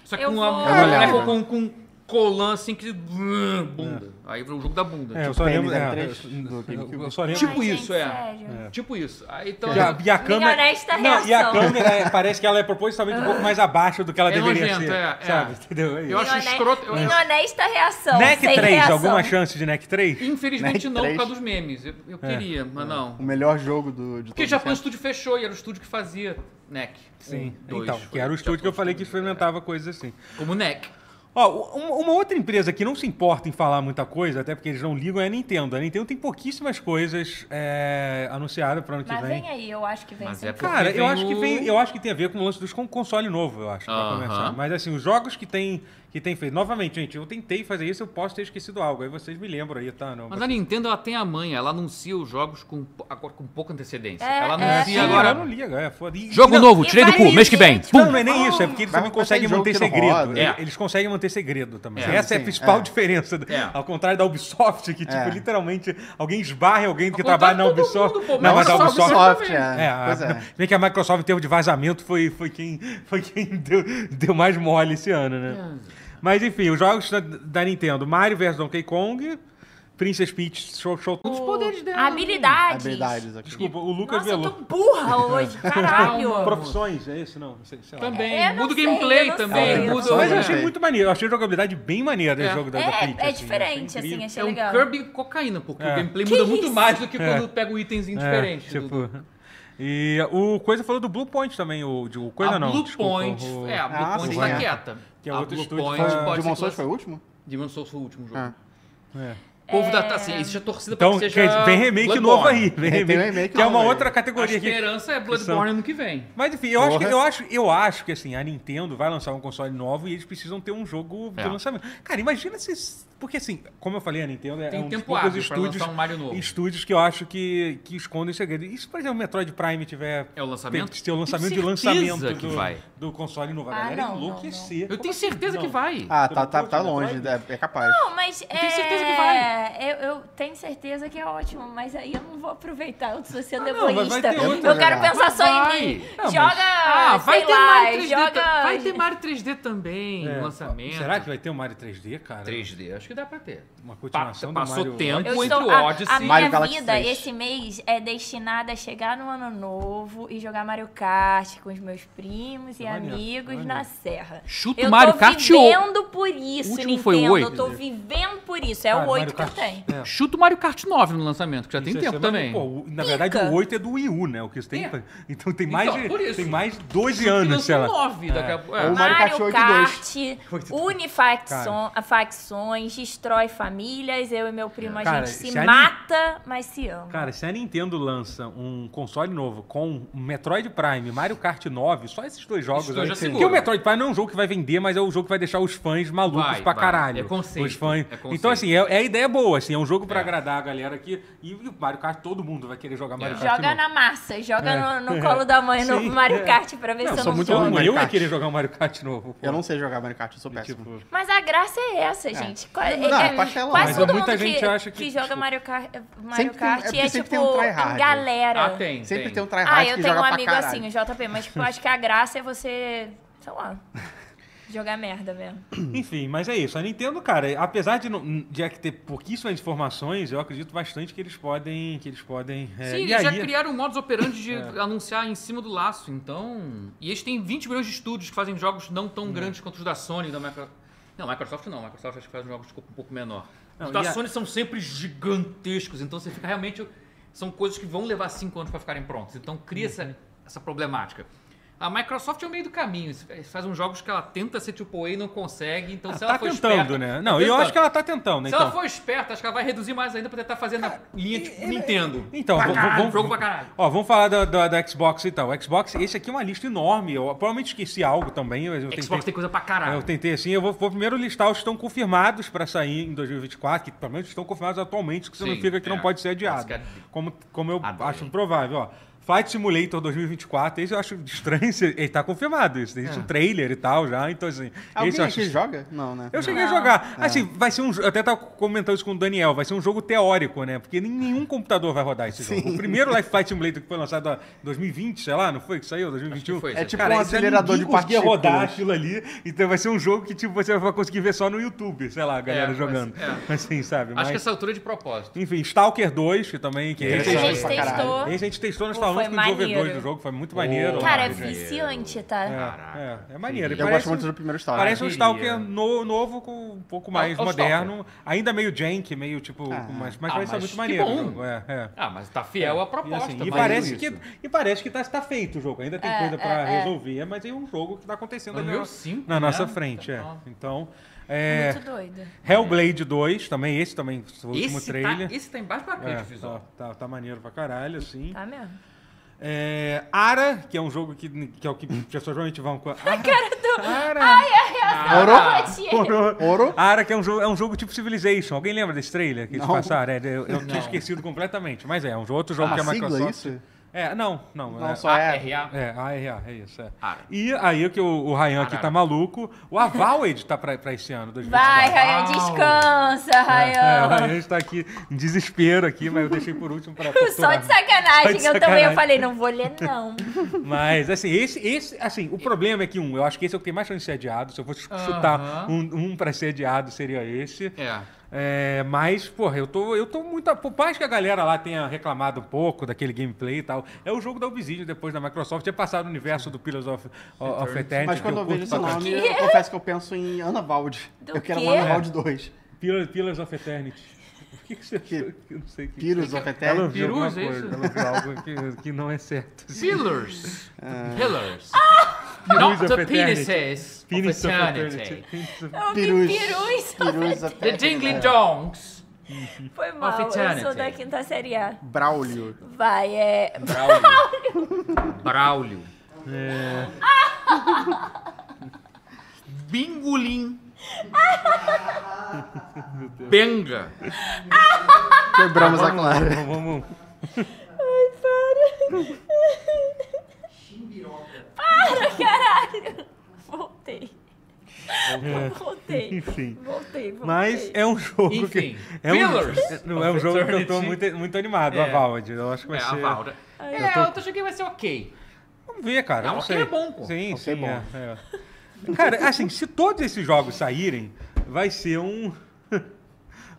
Speaker 4: Só que
Speaker 3: Eu
Speaker 4: com
Speaker 3: vou-
Speaker 1: É
Speaker 4: uma
Speaker 5: Eu olhava.
Speaker 4: boneca com, com um colã assim que. Bunda. Aí virou o jogo da bunda.
Speaker 1: É, eu
Speaker 4: tipo,
Speaker 1: só
Speaker 5: Tênis
Speaker 1: lembro. é,
Speaker 5: M3 do
Speaker 1: eu- eu
Speaker 5: GameCube.
Speaker 1: só lembro.
Speaker 4: tipo
Speaker 3: Ai, gente,
Speaker 4: isso, é.
Speaker 3: sério.
Speaker 4: Tipo isso. Aí então.
Speaker 1: E a, e a câmera.
Speaker 3: honesta
Speaker 1: não, e a
Speaker 3: reação.
Speaker 1: câmera é, parece que ela é propositalmente um pouco mais abaixo do que ela
Speaker 4: É
Speaker 1: deveria
Speaker 4: nojento,
Speaker 1: ser.
Speaker 4: é, é.
Speaker 1: Sabe? Entendeu? É
Speaker 4: Eu
Speaker 1: isso.
Speaker 4: acho
Speaker 3: Minha
Speaker 4: escroto,
Speaker 3: hone-
Speaker 4: eu-
Speaker 3: Minha honesta reação.
Speaker 1: Neck
Speaker 3: Então, sem
Speaker 1: 3,
Speaker 3: reação.
Speaker 1: alguma chance de Neck 3?
Speaker 4: Infelizmente
Speaker 5: Knack
Speaker 4: não, por
Speaker 5: 3.
Speaker 4: causa dos memes. Eu,
Speaker 1: É.
Speaker 4: eu queria, mas não.
Speaker 5: O melhor jogo do,
Speaker 4: Porque
Speaker 5: de
Speaker 4: o
Speaker 5: todos
Speaker 4: Japão
Speaker 5: os tempos.
Speaker 4: Studio fechou e era o estúdio que fazia NEC.
Speaker 1: Sim.
Speaker 4: Um, dois,
Speaker 1: então,
Speaker 4: foi
Speaker 1: que era o estúdio que eu
Speaker 4: Japão
Speaker 1: falei que
Speaker 4: Studio, é.
Speaker 1: experimentava coisas assim.
Speaker 4: Como NEC.
Speaker 1: Ó, um- uma outra empresa que não se importa em falar muita coisa, até porque eles não ligam, é a Nintendo. A Nintendo tem pouquíssimas coisas é, anunciadas para ano que
Speaker 3: Mas é
Speaker 1: vem.
Speaker 3: vem aí, eu acho que vem.
Speaker 4: Mas
Speaker 3: sim.
Speaker 4: é
Speaker 1: Cara,
Speaker 4: Porque
Speaker 1: eu
Speaker 4: vem
Speaker 1: acho que
Speaker 4: o-
Speaker 1: vem, eu acho que tem a ver com o lance dos com console novo, eu acho, pra
Speaker 4: Aham.
Speaker 1: começar. Mas assim, os jogos que tem que tem feito. Novamente, gente, eu tentei fazer isso, eu posso ter esquecido algo. Aí vocês me lembram aí, tá? Não,
Speaker 4: Mas a Nintendo ela tem a manha, ela anuncia os jogos com, pou- agora com pouca antecedência.
Speaker 3: É,
Speaker 4: ela
Speaker 3: é,
Speaker 1: Sim,
Speaker 4: anuncia
Speaker 3: sim.
Speaker 1: eu não
Speaker 4: agora.
Speaker 1: liga, é foda. E-
Speaker 4: Jogo
Speaker 1: não,
Speaker 4: novo,
Speaker 3: E
Speaker 4: tirei do
Speaker 3: vai
Speaker 4: cu, mês que vem.
Speaker 3: gente-
Speaker 4: Pum.
Speaker 1: Não, não é nem isso, é porque eles
Speaker 5: Vai-
Speaker 1: não
Speaker 5: vai
Speaker 1: conseguem
Speaker 5: sair jogo
Speaker 1: manter
Speaker 5: que não
Speaker 1: segredo.
Speaker 5: roda.
Speaker 1: Eles-
Speaker 4: É.
Speaker 1: Eles conseguem manter segredo também.
Speaker 4: É,
Speaker 1: Essa é a
Speaker 5: sim,
Speaker 1: principal
Speaker 5: é.
Speaker 1: diferença. do-
Speaker 4: É.
Speaker 1: Ao contrário da Ubisoft, que, tipo,
Speaker 5: É.
Speaker 1: literalmente alguém esbarra em alguém que
Speaker 4: Ao
Speaker 1: trabalha na
Speaker 4: contrário de todo
Speaker 1: Ubisoft.
Speaker 4: mundo, pô,
Speaker 1: não, mas a
Speaker 4: Microsoft
Speaker 1: Ubisoft.
Speaker 5: Microsoft,
Speaker 1: É,
Speaker 5: é.
Speaker 1: a-
Speaker 5: Pois é.
Speaker 1: Bem que a Microsoft, em termos de vazamento, foi, foi quem, foi quem deu, deu mais mole esse ano, né?
Speaker 4: É.
Speaker 1: Mas enfim, os jogos da, da Nintendo: Mario vs Donkey Kong, Princess Peach, Show, Show.
Speaker 4: Os poderes dela.
Speaker 3: Habilidades.
Speaker 5: Habilidades aqui.
Speaker 1: Desculpa, o Lucas
Speaker 3: Nossa, eu tô
Speaker 1: Velo.
Speaker 3: burra hoje, caralho.
Speaker 1: Profissões, é isso? Não, sei, sei lá.
Speaker 4: Também.
Speaker 3: Eu não
Speaker 4: muda o
Speaker 3: sei, eu
Speaker 4: gameplay
Speaker 3: não
Speaker 4: também.
Speaker 5: sei.
Speaker 4: muda o-
Speaker 1: Mas eu
Speaker 5: É.
Speaker 1: achei muito maneiro. Eu achei a jogabilidade bem maneira desse
Speaker 4: É.
Speaker 1: jogo da, da Peach.
Speaker 3: É, é
Speaker 1: assim,
Speaker 3: diferente,
Speaker 1: achei
Speaker 3: assim,
Speaker 1: incrível.
Speaker 3: achei
Speaker 4: É um
Speaker 3: legal.
Speaker 4: Kirby com cocaína, porque
Speaker 1: É.
Speaker 4: o gameplay
Speaker 3: Que
Speaker 4: muda
Speaker 3: isso?
Speaker 4: muito mais do que
Speaker 1: É.
Speaker 4: quando pega um itemzinho
Speaker 1: É,
Speaker 4: diferente. do-
Speaker 1: tipo, E o Coisa falou do Blue Point também, o, de, o Coisa
Speaker 4: a
Speaker 1: não.
Speaker 4: Blue
Speaker 1: desculpa,
Speaker 4: Point.
Speaker 1: o-
Speaker 4: É, a Blue
Speaker 5: Ah,
Speaker 4: Point
Speaker 5: sim.
Speaker 4: tá quieta.
Speaker 1: Que é
Speaker 4: a
Speaker 1: outro
Speaker 4: Blue
Speaker 1: estúdio
Speaker 4: Point
Speaker 1: que
Speaker 5: O
Speaker 4: pode
Speaker 5: Demon
Speaker 4: ser.
Speaker 5: Souls foi o último?
Speaker 4: Demon Souls foi o último jogo.
Speaker 5: Ah.
Speaker 1: é.
Speaker 4: O povo da. Assim, existe a torcida
Speaker 1: Então,
Speaker 4: pra que
Speaker 1: quer
Speaker 4: seja.
Speaker 1: dizer, vem remake
Speaker 4: Bloodborne.
Speaker 1: novo aí. Vem
Speaker 5: Tem
Speaker 1: remake,
Speaker 5: remake
Speaker 1: que é uma
Speaker 5: novo aí.
Speaker 1: outra
Speaker 4: A
Speaker 1: categoria aqui.
Speaker 4: esperança é
Speaker 1: são-
Speaker 4: Bloodborne ano que vem.
Speaker 1: Mas enfim, eu acho, que,
Speaker 5: Porra.
Speaker 1: eu, acho, eu acho que assim, a Nintendo vai lançar um console novo e eles precisam ter um jogo de
Speaker 4: É.
Speaker 1: lançamento. Cara, imagina se. Porque assim, como eu falei, a Nintendo é
Speaker 4: Tem
Speaker 1: um dos
Speaker 4: tempo
Speaker 1: poucos
Speaker 4: hábil pra lançar
Speaker 1: estúdios,
Speaker 4: um Mario novo.
Speaker 1: estúdios que eu acho que, que escondem segredo. E se, por exemplo, o Metroid Prime tiver.
Speaker 4: É o lançamento?
Speaker 1: Tem, ter o lançamento de
Speaker 4: Tenho
Speaker 1: lançamento
Speaker 4: certeza que vai.
Speaker 1: do, do console novo. A
Speaker 3: Ah,
Speaker 1: galera
Speaker 3: não, não,
Speaker 1: enlouquecer. assim?
Speaker 4: Eu tenho certeza que vai.
Speaker 5: Ah, tá, tá, tá
Speaker 1: Não.
Speaker 5: longe. É, é capaz.
Speaker 3: Não, mas é...
Speaker 4: tenho certeza que vai.
Speaker 3: Cara, eu, eu tenho certeza que é ótimo, mas aí eu não vou aproveitar, eu sou sendo
Speaker 1: Ah, não, mas vai
Speaker 3: egoísta.
Speaker 1: ter outro,
Speaker 3: eu quero
Speaker 5: né?
Speaker 3: pensar só
Speaker 4: Vai.
Speaker 3: em mim.
Speaker 1: Não, mas-
Speaker 3: joga,
Speaker 4: Ah, vai
Speaker 3: sei
Speaker 4: ter
Speaker 3: lá,
Speaker 4: Mario 3D.
Speaker 3: joga...
Speaker 4: ta- Vai ter Mario 3D também
Speaker 1: É.
Speaker 4: no lançamento.
Speaker 1: Será que vai ter o Mario 3D, cara?
Speaker 4: 3D, acho que dá pra ter.
Speaker 1: Uma continuação
Speaker 4: Pa- passou
Speaker 1: do Mario
Speaker 4: tempo.
Speaker 1: Odyssey.
Speaker 3: Eu
Speaker 4: Entre
Speaker 3: estou,
Speaker 4: o
Speaker 3: a-
Speaker 4: Odyssey-
Speaker 3: a,
Speaker 5: Mario
Speaker 3: minha
Speaker 5: Galaxy
Speaker 3: vida
Speaker 5: 3.
Speaker 3: esse mês é destinada a chegar no ano novo e jogar Mario Kart com os meus primos e
Speaker 1: Maneiro,
Speaker 3: amigos
Speaker 1: maneiro.
Speaker 3: na serra.
Speaker 4: Chuta o
Speaker 3: eu
Speaker 4: Mario
Speaker 3: tô
Speaker 4: Kart ou-
Speaker 3: vivendo por isso,
Speaker 4: O último
Speaker 3: Nintendo.
Speaker 4: foi o
Speaker 3: Eu tô
Speaker 4: oito?
Speaker 3: vivendo por isso. É
Speaker 1: Cara,
Speaker 3: o
Speaker 1: Mario
Speaker 3: 8 que
Speaker 1: Kart-
Speaker 3: eu tenho.
Speaker 1: É.
Speaker 4: Chuta o Mario Kart 9 no lançamento, que já tem
Speaker 1: Isso é
Speaker 4: tempo
Speaker 1: semana-
Speaker 4: também.
Speaker 1: pô, o- na verdade,
Speaker 3: Pica.
Speaker 1: o 8 é do Wii U, né? O que isso tem.
Speaker 4: É.
Speaker 1: Então tem
Speaker 4: Então,
Speaker 1: mais, de-
Speaker 4: por isso.
Speaker 1: tem mais de 12
Speaker 4: Que
Speaker 1: anos,
Speaker 4: lançou
Speaker 1: um sei lá.
Speaker 4: nove daqui a pouco. É.
Speaker 5: O Mario Kart 8 e
Speaker 3: Kart,
Speaker 1: Oito.
Speaker 3: une facção- facções, destrói famílias. Eu e meu primo, a
Speaker 1: Cara,
Speaker 3: gente se
Speaker 1: se a Ni-
Speaker 3: mata, mas se ama.
Speaker 1: Cara, se a Nintendo lança um console novo com um Metroid Prime, Mario Kart 9, só esses dois jogos
Speaker 4: Isso eu
Speaker 1: aí.
Speaker 4: já
Speaker 1: Sim.
Speaker 4: seguro.
Speaker 1: Porque o Metroid Prime não é um jogo que vai vender, mas é um jogo que vai deixar os fãs malucos
Speaker 4: Vai,
Speaker 1: pra
Speaker 4: vai.
Speaker 1: caralho.
Speaker 4: É conceito,
Speaker 1: Os fãs.
Speaker 4: é conceito.
Speaker 1: então, assim, é, é a ideia boa, assim, é um jogo pra
Speaker 4: É.
Speaker 1: agradar a galera aqui. E, e o Mario Kart, todo mundo vai querer jogar Mario
Speaker 4: É.
Speaker 1: Kart.
Speaker 3: Joga
Speaker 1: novo.
Speaker 3: na massa, joga
Speaker 1: É.
Speaker 3: no, no colo da mãe no
Speaker 1: Sim,
Speaker 3: Mario
Speaker 1: é.
Speaker 3: Kart pra ver
Speaker 1: Não,
Speaker 3: se eu
Speaker 1: sou
Speaker 3: não
Speaker 1: muito
Speaker 3: sou.
Speaker 5: ruim,
Speaker 1: ruim.
Speaker 5: Mario
Speaker 1: Eu ia
Speaker 5: Kart.
Speaker 1: querer jogar um Mario Kart novo. pô.
Speaker 5: Eu não sei jogar Mario Kart, eu sou péssimo.
Speaker 1: Tipo,
Speaker 3: Mas a graça é essa, gente. Qua- é-
Speaker 5: não,
Speaker 3: é-
Speaker 5: é pastelão.
Speaker 3: quase
Speaker 5: Mas
Speaker 3: todo
Speaker 1: muita
Speaker 3: mundo
Speaker 1: gente
Speaker 3: que,
Speaker 1: acha que-
Speaker 3: joga
Speaker 1: desculpa.
Speaker 3: Mario Kart, Mario
Speaker 5: Sempre tem um- é
Speaker 3: Kart
Speaker 5: porque
Speaker 3: é, tipo
Speaker 5: sempre tem um tryhard,
Speaker 3: em
Speaker 5: né?
Speaker 3: galera.
Speaker 4: Ah, tem.
Speaker 5: Sempre tem, um
Speaker 3: Ah,
Speaker 5: tryhard
Speaker 3: eu
Speaker 5: que
Speaker 3: tenho
Speaker 5: joga
Speaker 3: um
Speaker 5: pra
Speaker 3: amigo
Speaker 5: caralho.
Speaker 3: assim, o JP, mas tipo, eu acho que a graça é você, sei lá, jogar merda mesmo.
Speaker 1: Enfim, mas é isso. A Nintendo, cara, apesar de, não- de é ter pouquíssimas informações, eu acredito bastante que eles podem. Que eles podem é,
Speaker 4: Sim,
Speaker 1: e
Speaker 4: eles já
Speaker 1: aí- É.
Speaker 4: criaram um modus operandi de anunciar em cima do laço, então... E eles têm 20 milhões de estúdios que fazem jogos não
Speaker 1: Hum.
Speaker 4: tão grandes quanto os da Sony, da Microsoft... Não, Microsoft não. Microsoft acho que faz um jogo de corpo um pouco menor.
Speaker 1: Não,
Speaker 4: os da
Speaker 1: e a-
Speaker 4: Sony são sempre gigantescos, então você fica realmente... São coisas que vão levar 5 anos pra ficarem prontas, então cria
Speaker 1: Uhum.
Speaker 4: essa, essa problemática. A Microsoft é o meio do caminho, faz uns jogos que ela tenta ser tipo A e não consegue, então
Speaker 1: Ela
Speaker 4: se
Speaker 1: tá
Speaker 4: ela for
Speaker 1: tentando,
Speaker 4: esperta-
Speaker 1: né?
Speaker 4: tá
Speaker 1: Não, eu
Speaker 4: tentando.
Speaker 1: acho que ela tá tentando, né?
Speaker 4: Se
Speaker 1: então.
Speaker 4: ela for esperta, acho que ela vai reduzir mais ainda pra tentar fazer na linha tipo Nintendo.
Speaker 1: Então,
Speaker 4: Pra
Speaker 1: v- v-
Speaker 4: caralho,
Speaker 1: vamos,
Speaker 4: jogo pra caralho.
Speaker 1: Ó, vamos falar da, da, da Xbox e tal. Xbox, esse aqui é uma lista enorme. Eu provavelmente esqueci algo também. Mas eu
Speaker 4: Xbox
Speaker 1: tentei,
Speaker 4: tem coisa pra caralho.
Speaker 1: Eu tentei assim. Eu vou, vou primeiro listar os que estão confirmados para sair em 2024, que pelo menos estão confirmados atualmente, o que
Speaker 4: Sim,
Speaker 1: significa que
Speaker 4: é.
Speaker 1: não pode ser
Speaker 4: Mas
Speaker 1: adiado.
Speaker 4: que-
Speaker 1: Como, como eu
Speaker 4: Adorei.
Speaker 1: acho provável, ó. Flight Simulator 2024, esse eu acho estranho. esse- Ele tá confirmado, isso.
Speaker 4: É.
Speaker 1: Existe um trailer e tal já, então assim. esse
Speaker 5: Alguém
Speaker 1: eu
Speaker 5: aqui
Speaker 1: acho-
Speaker 5: joga? Não, né?
Speaker 1: eu cheguei a
Speaker 3: Não.
Speaker 1: jogar. Assim, vai ser um. jo- Eu até tava comentando isso com o Daniel. Vai ser um jogo teórico, né? Porque nem- nenhum computador vai rodar esse jogo. O primeiro Life Flight Simulator que foi lançado em 2020, sei lá, não foi? Que saiu? 2021?
Speaker 4: que foi,
Speaker 1: Cara,
Speaker 4: É
Speaker 5: tipo um
Speaker 1: esse aí
Speaker 5: acelerador
Speaker 1: ninguém
Speaker 5: de
Speaker 1: conseguia rodar
Speaker 5: partículas.
Speaker 1: aquilo ali. Então vai ser um jogo que tipo, você vai conseguir ver só no YouTube, sei lá, a galera
Speaker 4: É, mas-
Speaker 1: jogando.
Speaker 4: é.
Speaker 1: Assim, sabe?
Speaker 4: Acho
Speaker 1: Mas-
Speaker 4: que essa altura é de propósito.
Speaker 1: Enfim, Stalker 2, que também. Que
Speaker 5: Esse
Speaker 3: A
Speaker 1: esse,
Speaker 5: jogo
Speaker 3: gente
Speaker 5: pra caralho.
Speaker 3: testou.
Speaker 1: esse é a gente testou, nós
Speaker 3: Pô,
Speaker 1: falamos com
Speaker 3: foi
Speaker 1: os desenvolvedores
Speaker 3: maneiro.
Speaker 1: do jogo, foi muito maneiro.
Speaker 3: Cara, é
Speaker 1: lá, gente.
Speaker 3: viciante, tá?
Speaker 1: É, é, é maneiro. E
Speaker 5: Eu
Speaker 1: parece
Speaker 5: gosto muito
Speaker 1: um-
Speaker 5: do primeiro Stalker.
Speaker 1: Parece um
Speaker 4: Queria.
Speaker 1: Stalker no- novo, com um pouco mais
Speaker 4: É o- é o
Speaker 1: moderno. Ainda meio jank, meio tipo.
Speaker 5: Ah.
Speaker 1: com mais, mas
Speaker 4: Ah,
Speaker 1: parece
Speaker 4: mas
Speaker 1: muito
Speaker 4: que
Speaker 1: maneiro. o
Speaker 4: bom.
Speaker 1: jogo, É, é.
Speaker 4: Ah, mas tá fiel à
Speaker 1: E,
Speaker 4: proposta.
Speaker 1: assim, e
Speaker 4: mas-
Speaker 1: parece
Speaker 5: isso.
Speaker 1: que, e parece que tá, tá feito o jogo. Ainda tem
Speaker 3: É,
Speaker 1: coisa pra
Speaker 3: é, é.
Speaker 1: resolver, mas é um jogo que tá acontecendo
Speaker 4: Mas
Speaker 1: ali
Speaker 4: meu
Speaker 1: na,
Speaker 4: cinco,
Speaker 1: na
Speaker 4: né?
Speaker 1: nossa frente. É.
Speaker 4: Então-
Speaker 1: Então. é,
Speaker 3: Muito doido.
Speaker 1: Hellblade 2, também esse também, o último
Speaker 4: Esse tá,
Speaker 1: trailer.
Speaker 4: esse tá embaixo pra
Speaker 1: É,
Speaker 4: grande
Speaker 1: tá,
Speaker 4: visual.
Speaker 1: tá- tá maneiro pra caralho, assim.
Speaker 3: Tá mesmo?
Speaker 1: É, Ara, que é um jogo que, que é o que as pessoas realmente vão com. Ara, Ara. Ah.
Speaker 5: Ouro?
Speaker 3: Ah, Tia.
Speaker 5: Ouro?
Speaker 1: Ara, que é um jogo, é um jogo tipo Civilization. Alguém lembra desse trailer que eles
Speaker 5: Não.
Speaker 1: passaram? É, eu eu tinha
Speaker 4: Não.
Speaker 1: esquecido completamente. Mas é, é um jo- outro jogo
Speaker 5: Ah,
Speaker 1: que a
Speaker 5: sigla,
Speaker 1: Microsoft.
Speaker 5: isso?
Speaker 1: É, não, não.
Speaker 5: Não,
Speaker 1: é,
Speaker 5: só é.
Speaker 4: RA.
Speaker 1: é, ARA, é isso. é.
Speaker 4: Ara.
Speaker 1: E aí o que o, o Ryan aqui
Speaker 4: Arara.
Speaker 1: tá maluco. O Avaled tá pra, pra esse ano, 2024.
Speaker 3: Vai, Rayan,
Speaker 4: Uau.
Speaker 3: descansa,
Speaker 1: É, o
Speaker 3: Rayan.
Speaker 1: Ryan está aqui em desespero aqui, mas eu deixei por último para
Speaker 3: Só de sacanagem,
Speaker 1: Só de
Speaker 3: eu também eu
Speaker 1: sacanagem.
Speaker 3: falei, não vou ler, não.
Speaker 1: Mas, assim, esse, esse, assim, o problema é que um, eu acho que esse é o que tem mais chance de ser adiado. Se eu fosse chutar
Speaker 4: Aham.
Speaker 1: um, um para ser adiado, seria esse.
Speaker 4: É.
Speaker 1: É, mas, porra, eu tô, eu tô muito. Por mais que a galera lá tenha reclamado um pouco daquele gameplay e tal, é o jogo da Obsidian depois da Microsoft. É passar no universo do Pillars of, of Eternity.
Speaker 5: Mas
Speaker 1: que
Speaker 5: quando eu vejo
Speaker 1: curto
Speaker 5: esse
Speaker 1: pra
Speaker 5: nome, eu confesso que eu penso em Ana Valde.
Speaker 3: Do
Speaker 5: Eu quero
Speaker 3: quê?
Speaker 5: um Ana Valde 2.
Speaker 1: caralho. Pillars, Pillars of Eternity. O que, que você achou? Eu não sei o que.
Speaker 5: Pyrus of
Speaker 1: Ela
Speaker 5: Eternity.
Speaker 1: ouviu alguma
Speaker 4: Pirus, é isso?
Speaker 1: coisa, ela ouviu algo que, que não é certo.
Speaker 4: Pillars.
Speaker 5: É.
Speaker 1: Pirus
Speaker 4: Pillars. Not
Speaker 1: Ah! of
Speaker 4: the
Speaker 1: Eternity.
Speaker 4: penises of
Speaker 1: Phoenix of
Speaker 4: eternity.
Speaker 1: Eternity. É. Phoenix of-
Speaker 3: Eu
Speaker 5: Pirus.
Speaker 3: vi pirus.
Speaker 5: Pyrus of
Speaker 4: The Jingling Dongs.
Speaker 3: Foi mal, eu sou
Speaker 4: eternity.
Speaker 3: da quinta série A.
Speaker 5: Braulio.
Speaker 3: Vai, é...
Speaker 4: Braulio. Braulio.
Speaker 1: É.
Speaker 4: Bingolim. Benga.
Speaker 5: Quebramos a clara.
Speaker 1: Vamos- vamos-
Speaker 2: Chimbiroca.
Speaker 3: Caralho, voltei. Voltei.
Speaker 1: É. Enfim.
Speaker 3: Voltei, voltei.
Speaker 1: Mas é um jogo
Speaker 4: Enfim,
Speaker 1: que... É um,
Speaker 4: Pillars
Speaker 1: não, é um
Speaker 4: of
Speaker 1: jogo que eu tô
Speaker 4: Eternity.
Speaker 1: muito, muito animado, a
Speaker 4: É.
Speaker 1: Valve. Eu acho que vai
Speaker 4: É, a
Speaker 1: ser...
Speaker 4: Valda.
Speaker 1: Eu
Speaker 4: É,
Speaker 1: tô-
Speaker 4: eu tô achando que vai ser ok.
Speaker 1: Vamos ver, cara.
Speaker 4: Não,
Speaker 1: Não
Speaker 4: ok,
Speaker 1: sei.
Speaker 4: é bom, pô.
Speaker 1: Sim,
Speaker 5: Ok,
Speaker 1: sim,
Speaker 5: bom.
Speaker 1: é, é. Cara, assim, se todos esses jogos saírem, vai ser um...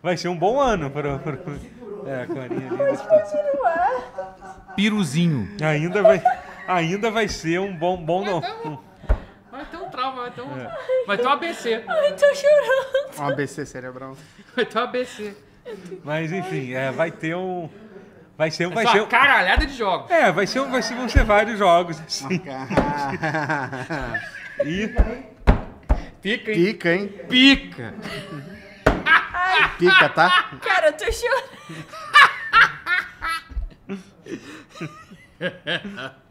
Speaker 1: Vai ser um bom ano para... Pro... É, a carinha ali desse
Speaker 4: Piruzinho.
Speaker 1: Ainda vai, ainda vai ser um bom, bom não.
Speaker 4: Vai ter um trauma, vai ter um.
Speaker 1: É.
Speaker 4: Vai ter um ABC.
Speaker 3: Ai, tô chorando.
Speaker 5: Um ABC cerebral.
Speaker 4: Vai ter um ABC.
Speaker 1: Mas enfim, é, vai ter um, vai ser, um-
Speaker 4: Vai
Speaker 1: vai ser,
Speaker 4: uma
Speaker 1: um-
Speaker 4: caralhada de jogos.
Speaker 1: é, vai ser, um- vai ser, vão ser vários jogos assim. E
Speaker 4: Pica, hein?
Speaker 5: Pica, hein?
Speaker 4: Pica.
Speaker 5: Pica, tá?
Speaker 3: Cara, eu tô chorando.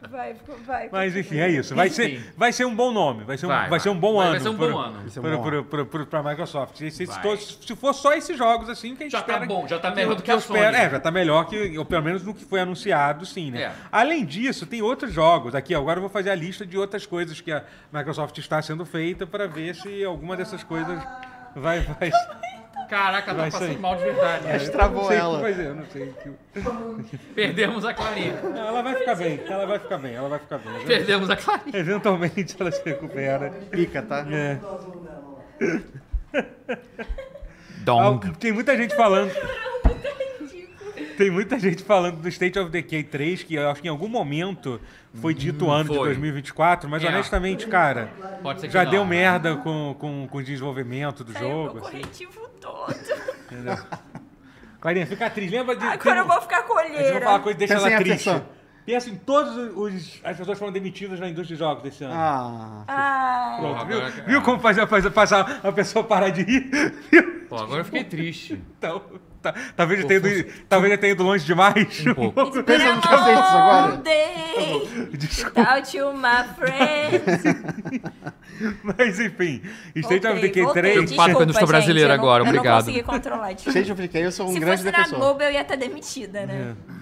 Speaker 3: Vai, vai.
Speaker 1: mas enfim, é isso. Vai ser,
Speaker 4: Enfim.
Speaker 1: vai ser um bom nome, vai ser um,
Speaker 4: Vai,
Speaker 1: vai,
Speaker 4: vai.
Speaker 1: ser um bom
Speaker 4: Vai-
Speaker 1: ano.
Speaker 4: vai ser um
Speaker 1: pro-
Speaker 4: bom ano.
Speaker 5: Vai ser um
Speaker 1: pro-
Speaker 5: bom
Speaker 1: pro- pro- pro- pra Microsoft. Se, se,
Speaker 4: Vai.
Speaker 1: to- se for só esses jogos assim que a gente
Speaker 4: Já
Speaker 1: espera
Speaker 4: tá bom,
Speaker 1: que-
Speaker 4: já tá melhor do que
Speaker 1: eu
Speaker 4: a Sony.
Speaker 1: espero- É, já tá melhor que, ou pelo menos no que foi anunciado, sim, né?
Speaker 4: É.
Speaker 1: Além disso, tem outros jogos. Aqui, agora eu vou fazer a lista de outras coisas que a Microsoft está sendo feita para ver se alguma dessas coisas vai. vai...
Speaker 4: Caraca, tá
Speaker 1: Vai
Speaker 4: passando
Speaker 1: sair.
Speaker 4: mal de verdade. né?
Speaker 1: Eu não
Speaker 5: Travou
Speaker 1: sei o que
Speaker 5: ela.
Speaker 1: fazer, eu não sei. o que-
Speaker 4: Perdemos a Clarinha.
Speaker 1: Não, ela vai ficar bem, ela vai ficar bem, ela vai ficar bem.
Speaker 4: Perdemos a Clarinha.
Speaker 1: Eventualmente ela se recupera.
Speaker 5: Pica, tá?
Speaker 1: É.
Speaker 2: Tá azul nela lá.
Speaker 1: Al- Tem muita gente falando.
Speaker 3: é
Speaker 1: Tem muita gente falando do State of Decay 3, que eu acho que em algum momento foi dito o ano de
Speaker 4: foi.
Speaker 1: 2024, mas
Speaker 4: É.
Speaker 1: honestamente, cara,
Speaker 4: Pode ser que
Speaker 1: já
Speaker 4: não.
Speaker 1: deu merda com, com, com o desenvolvimento do
Speaker 3: Saiu
Speaker 1: jogo.
Speaker 3: Tá meu
Speaker 1: Assim,
Speaker 3: corretivo todo.
Speaker 1: entendeu? Clarinha, fica triste. Lembra de.
Speaker 3: Ah,
Speaker 1: um-
Speaker 3: Agora eu vou ficar com
Speaker 1: A gente vai falar uma
Speaker 3: olheira.
Speaker 1: coisa, que deixa
Speaker 5: Pensa em
Speaker 1: ela triste.
Speaker 5: aflição.
Speaker 1: Pensa em todas as pessoas que foram demitidas na indústria de jogos desse ano.
Speaker 5: Ah.
Speaker 3: Ai.
Speaker 1: Pronto, viu?
Speaker 4: Agora- é
Speaker 1: Viu como faz, faz- faz a, a pessoa parar de rir? Viu?
Speaker 4: Pô, agora eu fiquei triste.
Speaker 1: Então, tá- talvez, eu tenha ido, talvez eu tenha ido longe demais. Um
Speaker 4: pouco.
Speaker 1: pouco.
Speaker 5: Pensa nos seus dentes agora.
Speaker 3: Monday,
Speaker 1: Desculpa,
Speaker 3: without you, my friend.
Speaker 1: mas enfim. State
Speaker 3: Voltei,
Speaker 1: of Decay
Speaker 3: voltei,
Speaker 1: 3.
Speaker 4: Preocupado com a indústria
Speaker 3: desculpa,
Speaker 4: brasileira
Speaker 3: gente, eu não-
Speaker 4: agora,
Speaker 3: Eu não
Speaker 4: obrigado.
Speaker 3: consegui controlar. desculpa.
Speaker 5: State of Decay, eu sou um
Speaker 3: Se
Speaker 5: grande
Speaker 3: fosse na
Speaker 5: defensor.
Speaker 3: Globo, eu ia estar demitida, né?
Speaker 4: É.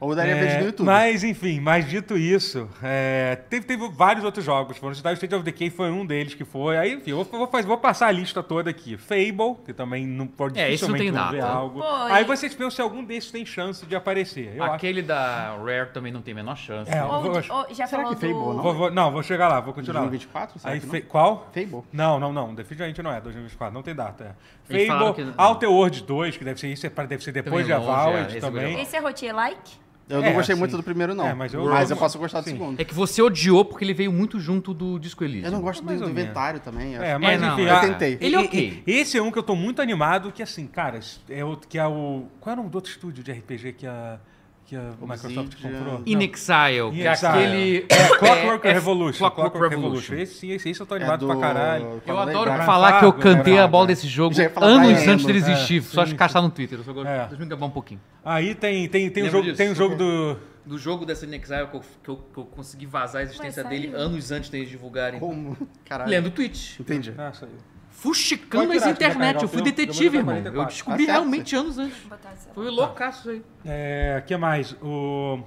Speaker 5: Ou daria
Speaker 1: É,
Speaker 5: vídeo no YouTube.
Speaker 1: Mas, enfim, mas dito isso, é, teve, teve vários outros jogos. Foram citados, State of Decay foi um deles que foi. Aí, enfim, eu vou, vou fazer- vou passar a lista toda aqui. Fable, que também não pode
Speaker 4: É, esse não
Speaker 1: dificilmente
Speaker 4: tem
Speaker 1: não ver
Speaker 4: data.
Speaker 1: algo.
Speaker 3: Pô,
Speaker 1: Aí
Speaker 3: e-
Speaker 1: vocês pensam se algum desses tem chance de aparecer. Eu acho.
Speaker 4: Aquele da Rare também não tem a menor chance.
Speaker 1: É,
Speaker 4: né?
Speaker 1: ó.
Speaker 3: Ou
Speaker 1: vou-
Speaker 3: de- ou- já
Speaker 5: Será
Speaker 3: falou
Speaker 5: que Fable,
Speaker 1: Vou- vou- não, vou chegar lá, vou continuar. lá.
Speaker 5: 2024, será
Speaker 1: Aí,
Speaker 5: que
Speaker 1: fe-
Speaker 5: não?
Speaker 1: Qual?
Speaker 5: Fable.
Speaker 1: Não, não, não. Definitivamente não é 2024. Não tem data. É.
Speaker 4: Eles falaram
Speaker 1: Fable,
Speaker 4: que-
Speaker 1: Outer World 2, que deve ser isso, é pra- deve ser depois
Speaker 4: Também
Speaker 1: de
Speaker 4: longe,
Speaker 1: Avowed
Speaker 4: é, esse
Speaker 1: também.
Speaker 4: eu
Speaker 3: Esse é rotier like?
Speaker 5: Eu
Speaker 1: É,
Speaker 5: não gostei
Speaker 1: assim.
Speaker 5: muito do primeiro, não.
Speaker 1: É, mas
Speaker 5: mas,
Speaker 1: eu-
Speaker 5: eu... posso gostar do
Speaker 1: Sim.
Speaker 5: segundo.
Speaker 4: É que você odiou porque ele veio muito junto do Disco Elysium.
Speaker 5: Eu não gosto
Speaker 1: Mais
Speaker 5: do, do
Speaker 1: ou menos.
Speaker 5: inventário também. eu
Speaker 1: É,
Speaker 5: acho.
Speaker 1: mas
Speaker 4: não,
Speaker 1: enfim,
Speaker 4: é.
Speaker 1: a-
Speaker 5: tentei.
Speaker 4: Ele é
Speaker 1: e-
Speaker 4: ok.
Speaker 1: e- Esse é um que eu tô muito animado, que assim, cara, é outro que é o. Qual era o nome do outro estúdio de RPG que a, que a Microsoft
Speaker 5: Obsidian.
Speaker 1: comprou?
Speaker 4: In Exile, que
Speaker 1: In Exile.
Speaker 4: é aquele...
Speaker 1: É, Clockwork
Speaker 4: é-
Speaker 1: Revolution.
Speaker 4: Clockwork Revolution.
Speaker 1: Esse sim, esse, esse eu tô
Speaker 5: É
Speaker 1: animado
Speaker 5: do-
Speaker 1: pra caralho.
Speaker 5: Qual
Speaker 4: Eu
Speaker 5: o nome?
Speaker 4: adoro
Speaker 5: Grand-
Speaker 4: falar que eu
Speaker 1: Grandfago,
Speaker 4: cantei a
Speaker 1: Grandfago.
Speaker 4: bola desse jogo
Speaker 5: Já ia falar
Speaker 4: anos
Speaker 5: Diablo,
Speaker 4: antes dele
Speaker 5: é,
Speaker 4: existir. só
Speaker 1: sim,
Speaker 4: escachar no Twitter. Eu só gosto
Speaker 1: É.
Speaker 4: de me gabar um pouquinho.
Speaker 1: Aí tem, tem, tem, um
Speaker 4: Lembra
Speaker 1: jogo, tem um
Speaker 4: disso?
Speaker 1: jogo do.
Speaker 4: Do jogo dessa In Exile que eu, que eu- que eu consegui vazar a existência
Speaker 3: Mas
Speaker 4: dele
Speaker 3: saiu.
Speaker 4: anos antes deles divulgarem.
Speaker 5: Como? é um Caralho.
Speaker 4: Lendo tweets.
Speaker 5: Entendi.
Speaker 1: Ah, saiu.
Speaker 4: Fuxicando
Speaker 1: Pode
Speaker 4: as
Speaker 1: tirar, que vai
Speaker 4: internet.
Speaker 1: carregar
Speaker 4: Eu
Speaker 1: o
Speaker 4: fui
Speaker 1: filme.
Speaker 4: detetive,
Speaker 1: Demorou
Speaker 4: irmão.
Speaker 1: pra
Speaker 4: Eu
Speaker 1: 44.
Speaker 4: descobri
Speaker 5: Tá certo.
Speaker 4: realmente anos antes.
Speaker 3: Vou botar esse-
Speaker 4: Foi loucaço isso aí.
Speaker 1: É, que mais? O,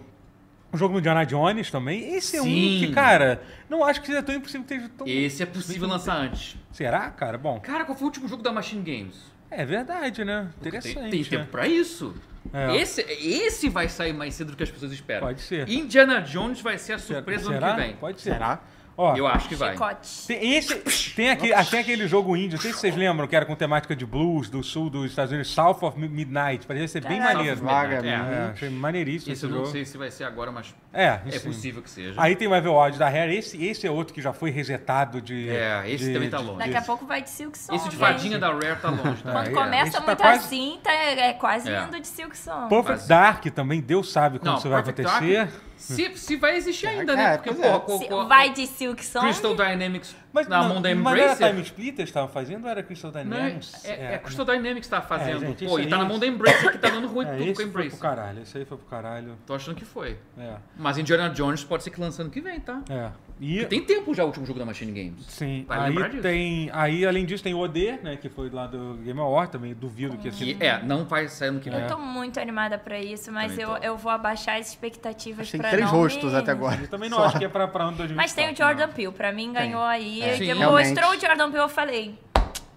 Speaker 1: o jogo do Indiana Jones também. Esse é um
Speaker 4: Sim.
Speaker 1: que, cara, não acho que seja tão impossível que esteja tão...
Speaker 4: Esse é possível lançar antes.
Speaker 1: Será, cara? Bom,
Speaker 4: Cara, qual foi o último jogo da Machine Games?
Speaker 1: é verdade, né?
Speaker 4: Porque tem-
Speaker 1: Interessante.
Speaker 4: Tem, tempo
Speaker 1: né?
Speaker 4: pra isso.
Speaker 1: É.
Speaker 4: Esse, esse vai sair mais cedo do que as pessoas esperam.
Speaker 1: Pode ser.
Speaker 4: Indiana Jones vai ser a surpresa no
Speaker 1: Será?
Speaker 4: ano que vem.
Speaker 1: Pode ser.
Speaker 5: Será?
Speaker 1: Ó,
Speaker 4: Eu acho que vai.
Speaker 3: Chicote.
Speaker 1: tem, esse, tem, aquele, ah, tem aquele jogo índio, não sei se vocês lembram, que era com temática de blues do sul dos Estados Unidos, South of Mi- Midnight. Parecia ser bem
Speaker 3: Caralho.
Speaker 1: maneiro.
Speaker 4: South of Midnight,
Speaker 5: Vaga,
Speaker 1: É, achei maneiríssimo
Speaker 4: Esse
Speaker 1: esse
Speaker 4: eu não
Speaker 1: jogo.
Speaker 4: sei se vai ser agora, mas
Speaker 1: É,
Speaker 4: é
Speaker 1: sim.
Speaker 4: possível que seja.
Speaker 1: Aí tem o Evil Odd da Rare. Esse, esse é outro que já foi resetado de.
Speaker 4: É, esse
Speaker 1: de-
Speaker 4: também tá
Speaker 1: de-
Speaker 4: longe.
Speaker 3: Daqui a pouco vai de Silk Song.
Speaker 4: Esse de
Speaker 3: hein?
Speaker 4: fadinha da Rare tá longe, tá?
Speaker 1: Aí,
Speaker 3: Quando
Speaker 1: é.
Speaker 3: começa
Speaker 1: Esse tá
Speaker 3: muito
Speaker 1: quase-
Speaker 3: assim, tá, é quase
Speaker 4: É.
Speaker 3: indo de Silk Song.
Speaker 1: Perfect
Speaker 4: Mas-
Speaker 1: Dark também, Deus sabe quando isso vai
Speaker 4: Perfect
Speaker 1: acontecer.
Speaker 4: Dark, tá se, se vai existir ainda,
Speaker 5: É,
Speaker 4: né? Porque,
Speaker 5: pois
Speaker 4: porra,
Speaker 5: é.
Speaker 4: co-
Speaker 3: Se-
Speaker 4: co-
Speaker 3: Vai de Silk Song.
Speaker 4: Crystal Dynamics
Speaker 1: Mas,
Speaker 4: na
Speaker 1: não,
Speaker 4: mão da
Speaker 1: mas era Time né?
Speaker 4: Embracer.
Speaker 1: Splitter que estavam fazendo ou era Crystal
Speaker 4: Não, é,
Speaker 1: Dynamics?
Speaker 4: é, é Crystal Dynamics que tá fazendo.
Speaker 1: gente,
Speaker 4: Pô,
Speaker 1: isso
Speaker 4: e tá
Speaker 1: aí-
Speaker 4: na mão da Embracer que tá dando ruim
Speaker 1: É,
Speaker 4: tudo com a
Speaker 1: esse foi pro
Speaker 4: Embracer.
Speaker 1: caralho, esse aí foi pro caralho.
Speaker 4: Tô achando que foi.
Speaker 1: É,
Speaker 4: Mas Indiana Jones pode ser que lança ano que vem, tá?
Speaker 1: é. E,
Speaker 4: Tem tempo já o último jogo da Machine Games.
Speaker 1: sim,
Speaker 4: Vai lembrar
Speaker 1: aí
Speaker 4: disso.
Speaker 1: tem. Aí, além disso, tem o OD, né? Que foi lá do Game Award também. Duvido que assim.
Speaker 4: Que é, não vai sair no que vem.
Speaker 1: É.
Speaker 3: Eu tô muito animada pra isso, mas
Speaker 4: Também
Speaker 3: eu,
Speaker 4: tô.
Speaker 3: eu vou abaixar as expectativas
Speaker 5: Acho que
Speaker 3: pra
Speaker 5: tem três
Speaker 3: não
Speaker 5: rostos
Speaker 3: me-
Speaker 5: até agora.
Speaker 1: Eu também não
Speaker 5: Só.
Speaker 1: acho que é pra, pra ano 2020.
Speaker 3: Mas tem o Jordan Peele, pra mim ganhou aí.
Speaker 4: É. Sim.
Speaker 3: E mostrou
Speaker 5: Realmente.
Speaker 3: o Jordan Peele, eu falei,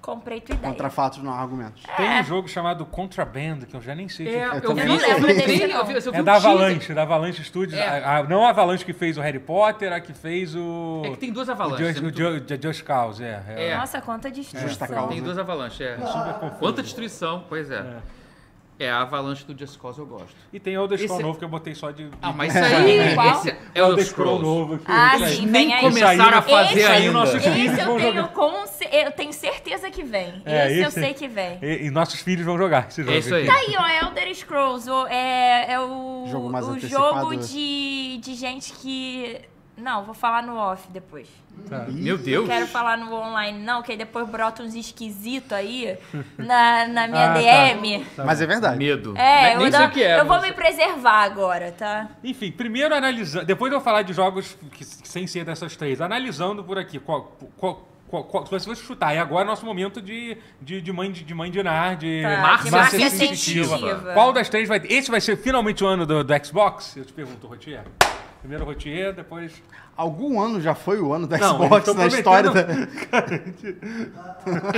Speaker 3: comprei tua ideia.
Speaker 5: Contra fatos, não há argumentos.
Speaker 1: Tem
Speaker 3: É.
Speaker 1: um jogo chamado Contraband, que eu já nem sei. o que
Speaker 4: É,
Speaker 1: é.
Speaker 4: eu vi,
Speaker 5: também
Speaker 4: eu
Speaker 5: não
Speaker 4: vi,
Speaker 5: lembro
Speaker 4: eu vi-
Speaker 3: desse,
Speaker 4: eu vi- eu vi
Speaker 1: É
Speaker 4: um
Speaker 1: da
Speaker 4: teaser.
Speaker 1: Avalanche, da Avalanche Studios.
Speaker 4: É.
Speaker 1: A- a- não a Avalanche que fez o Harry Potter, a que fez o.
Speaker 4: É que tem duas
Speaker 1: o
Speaker 4: avalanches.
Speaker 1: Just,
Speaker 4: é
Speaker 1: o
Speaker 4: muito-
Speaker 1: Ju- Ju- Just Cause, é.
Speaker 4: É.
Speaker 3: Nossa, quanta destruição.
Speaker 5: Justa causa.
Speaker 4: Tem duas avalanches, é. Quanta destruição, pois é. é. a avalanche do Just Cause eu gosto.
Speaker 1: E tem o The Scroll
Speaker 4: Esse-
Speaker 1: novo que eu botei só de.
Speaker 4: Ah,
Speaker 1: de-
Speaker 4: mas
Speaker 3: Ih,
Speaker 4: isso aí
Speaker 3: qual?
Speaker 4: esse é o
Speaker 1: The Scroll
Speaker 4: The Scrolls.
Speaker 1: novo. que-
Speaker 3: Ah,
Speaker 1: isso aí.
Speaker 3: sim, vem aí. é
Speaker 1: começaram
Speaker 4: Começaram a
Speaker 1: a
Speaker 4: fazer
Speaker 1: Esse aí o
Speaker 4: ainda.
Speaker 1: nosso time
Speaker 3: Esse eu
Speaker 1: vão jogar.
Speaker 3: tenho, com, ce- eu tenho certeza que vem.
Speaker 1: É,
Speaker 3: esse, eu
Speaker 1: esse-
Speaker 3: sei que vem.
Speaker 1: E, e nossos filhos vão jogar esse jogo.
Speaker 4: É isso aí.
Speaker 3: Tá aí, ó, Elder Scrolls. o- é, é o,
Speaker 5: Jogo mais
Speaker 3: o
Speaker 5: antecipado.
Speaker 3: jogo de, de gente que... Não, vou falar no off depois.
Speaker 1: Tá.
Speaker 4: Meu Deus.
Speaker 3: Quero falar no online não, que aí depois brota uns esquisitos aí na, na minha
Speaker 1: Ah, tá.
Speaker 3: DM.
Speaker 5: Mas é verdade.
Speaker 4: Medo. Nem
Speaker 3: É, eu,
Speaker 4: sei
Speaker 3: dou-
Speaker 4: o que é.
Speaker 3: eu vou
Speaker 4: mas-
Speaker 3: me preservar agora, tá?
Speaker 1: Enfim, primeiro analisando. Depois eu vou falar de jogos que, sem ser dessas três. Analisando por aqui. Qual, qual- qual- qual- se você fosse chutar, e agora é nosso momento de, de, de mãe de, de mãe de Nar, de
Speaker 3: Tá,
Speaker 4: de marca
Speaker 3: sensitiva.
Speaker 1: Qual das três vai. Esse vai ser finalmente o ano do, do Xbox? Eu te pergunto, Rotier. Primeiro Rotier, depois.
Speaker 5: Algum ano já foi o ano da
Speaker 1: Não, então eles
Speaker 5: Xbox
Speaker 1: tão
Speaker 5: na história da...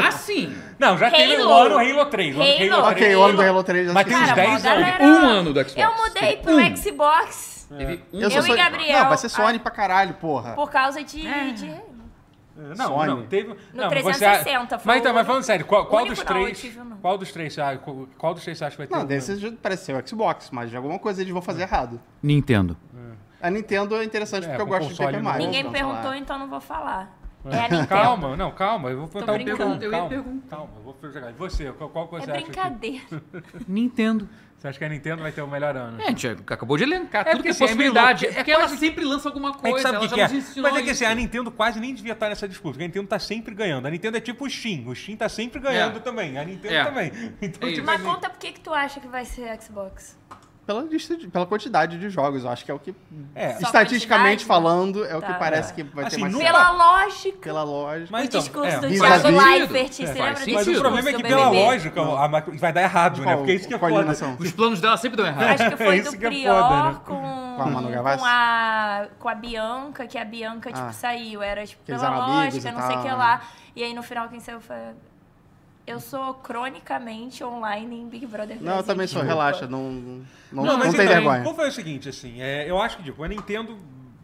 Speaker 4: Ah, sim.
Speaker 1: Não, já teve o
Speaker 3: Halo.
Speaker 1: ano Halo 3. o ano
Speaker 3: Halo.
Speaker 1: Halo 3.
Speaker 5: ok, o ano do Halo 3 já
Speaker 1: Mas
Speaker 5: se
Speaker 1: tem uns
Speaker 3: Cara,
Speaker 5: foi.
Speaker 1: 10
Speaker 3: mó
Speaker 1: anos.
Speaker 3: galera-
Speaker 4: Um ano do Xbox.
Speaker 3: Eu mudei pro
Speaker 1: Hum.
Speaker 4: Um.
Speaker 3: Xbox
Speaker 4: Teve um
Speaker 5: Eu sou
Speaker 3: Eu e
Speaker 5: Sony-
Speaker 3: Gabriel.
Speaker 5: Não, vai ser Sony
Speaker 1: Ah.
Speaker 5: pra caralho, porra.
Speaker 3: por causa de... de-
Speaker 1: Não,
Speaker 5: Sony.
Speaker 1: não, teve. não,
Speaker 3: 360
Speaker 1: você...
Speaker 3: foi
Speaker 1: Mas, tá,
Speaker 3: o
Speaker 1: mas
Speaker 3: único-
Speaker 1: falando sério, qual, qual
Speaker 3: único
Speaker 1: dos
Speaker 3: não, eu
Speaker 1: três.
Speaker 3: tive um não.
Speaker 1: Qual dos três você acha, qual, qual dos três você acha que vai ter?
Speaker 5: Não,
Speaker 1: um-
Speaker 5: desse jeito parece ser o Xbox, mas de alguma coisa eles vão fazer errado.
Speaker 4: Nintendo.
Speaker 5: A Nintendo é interessante
Speaker 1: É,
Speaker 5: porque eu
Speaker 1: com
Speaker 5: gosto de
Speaker 1: console
Speaker 5: Paper
Speaker 1: novo.
Speaker 5: Mario.
Speaker 3: Ninguém
Speaker 5: então, sei lá.
Speaker 3: perguntou, então não vou falar. É a Nintendo.
Speaker 1: Calma, não, calma. Eu vou perguntar um
Speaker 3: brincando.
Speaker 1: por um.
Speaker 4: Eu ia
Speaker 1: calma,
Speaker 4: perguntar.
Speaker 1: Calma, eu vou jogar. E você, qual, qual que
Speaker 3: É
Speaker 1: você acha? que-
Speaker 3: brincadeira.
Speaker 4: Nintendo.
Speaker 1: você acha que a Nintendo vai ter o melhor ano?
Speaker 4: É, a gente acabou de elencar
Speaker 1: É
Speaker 4: tudo
Speaker 1: porque,
Speaker 4: que é
Speaker 1: assim, é meio louco,
Speaker 4: possibilidade.
Speaker 1: porque
Speaker 4: É que ela sempre lança alguma
Speaker 1: A gente
Speaker 4: coisa,
Speaker 1: sabe o
Speaker 4: ela
Speaker 1: que,
Speaker 4: já
Speaker 1: que é.
Speaker 4: nos ensinou
Speaker 1: Mas é que assim,
Speaker 4: isso.
Speaker 1: a Nintendo quase nem devia estar nessa disputa, porque a Nintendo tá sempre ganhando. A Nintendo é tipo o Shin, o Shin tá sempre ganhando
Speaker 4: É.
Speaker 1: também, a Nintendo
Speaker 4: É.
Speaker 1: também. Então,
Speaker 4: É
Speaker 1: tipo,
Speaker 3: Mas
Speaker 1: assim,
Speaker 3: conta por que que tu acha que vai ser Xbox.
Speaker 5: Pela, lista de- pela quantidade de jogos, eu acho que é o que.
Speaker 1: É. Só
Speaker 3: quantidade?
Speaker 5: Estatisticamente falando, é o
Speaker 3: Tá.
Speaker 5: que parece que vai
Speaker 1: Assim,
Speaker 5: ter mais
Speaker 1: nunca-
Speaker 5: pela,
Speaker 3: Pela lógica,
Speaker 5: pela lógica.
Speaker 1: Mas
Speaker 3: o
Speaker 1: então,
Speaker 3: discurso
Speaker 1: é,
Speaker 3: do
Speaker 5: vis-a-vis-
Speaker 3: Thiago Leifert, você
Speaker 4: Faz
Speaker 3: lembra do
Speaker 4: sentido.
Speaker 1: Mas o
Speaker 4: Sentido.
Speaker 1: problema é que
Speaker 3: discurso do
Speaker 1: pela
Speaker 3: BBB?
Speaker 1: lógica, a macro- vai dar errado, né?
Speaker 5: Qual-
Speaker 1: Porque isso que é
Speaker 5: qual a
Speaker 1: foda.
Speaker 5: eliminação?
Speaker 4: Os planos dela sempre dão errado.
Speaker 3: Acho que foi
Speaker 1: Isso
Speaker 3: do
Speaker 1: que é
Speaker 3: Prior
Speaker 1: foda, né?
Speaker 3: com,
Speaker 5: Com a Manu Gavassi?
Speaker 3: com a com a Bianca, que a Bianca, tipo,
Speaker 5: Ah.
Speaker 3: saiu. Era, tipo,
Speaker 5: Aqueles
Speaker 3: pela
Speaker 5: amigos e
Speaker 3: lógica, não sei o que
Speaker 5: tal. né?
Speaker 3: lá. E aí, no final, quem saiu foi... Eu sou cronicamente online em Big Brother
Speaker 5: Não, eu
Speaker 3: Brasil,
Speaker 5: também sou,
Speaker 3: desculpa.
Speaker 5: relaxa, não, não, não,
Speaker 1: mas
Speaker 5: tem
Speaker 1: então,
Speaker 5: vergonha.
Speaker 1: Vamos fazer o seguinte, assim, é, eu acho que tipo, a Nintendo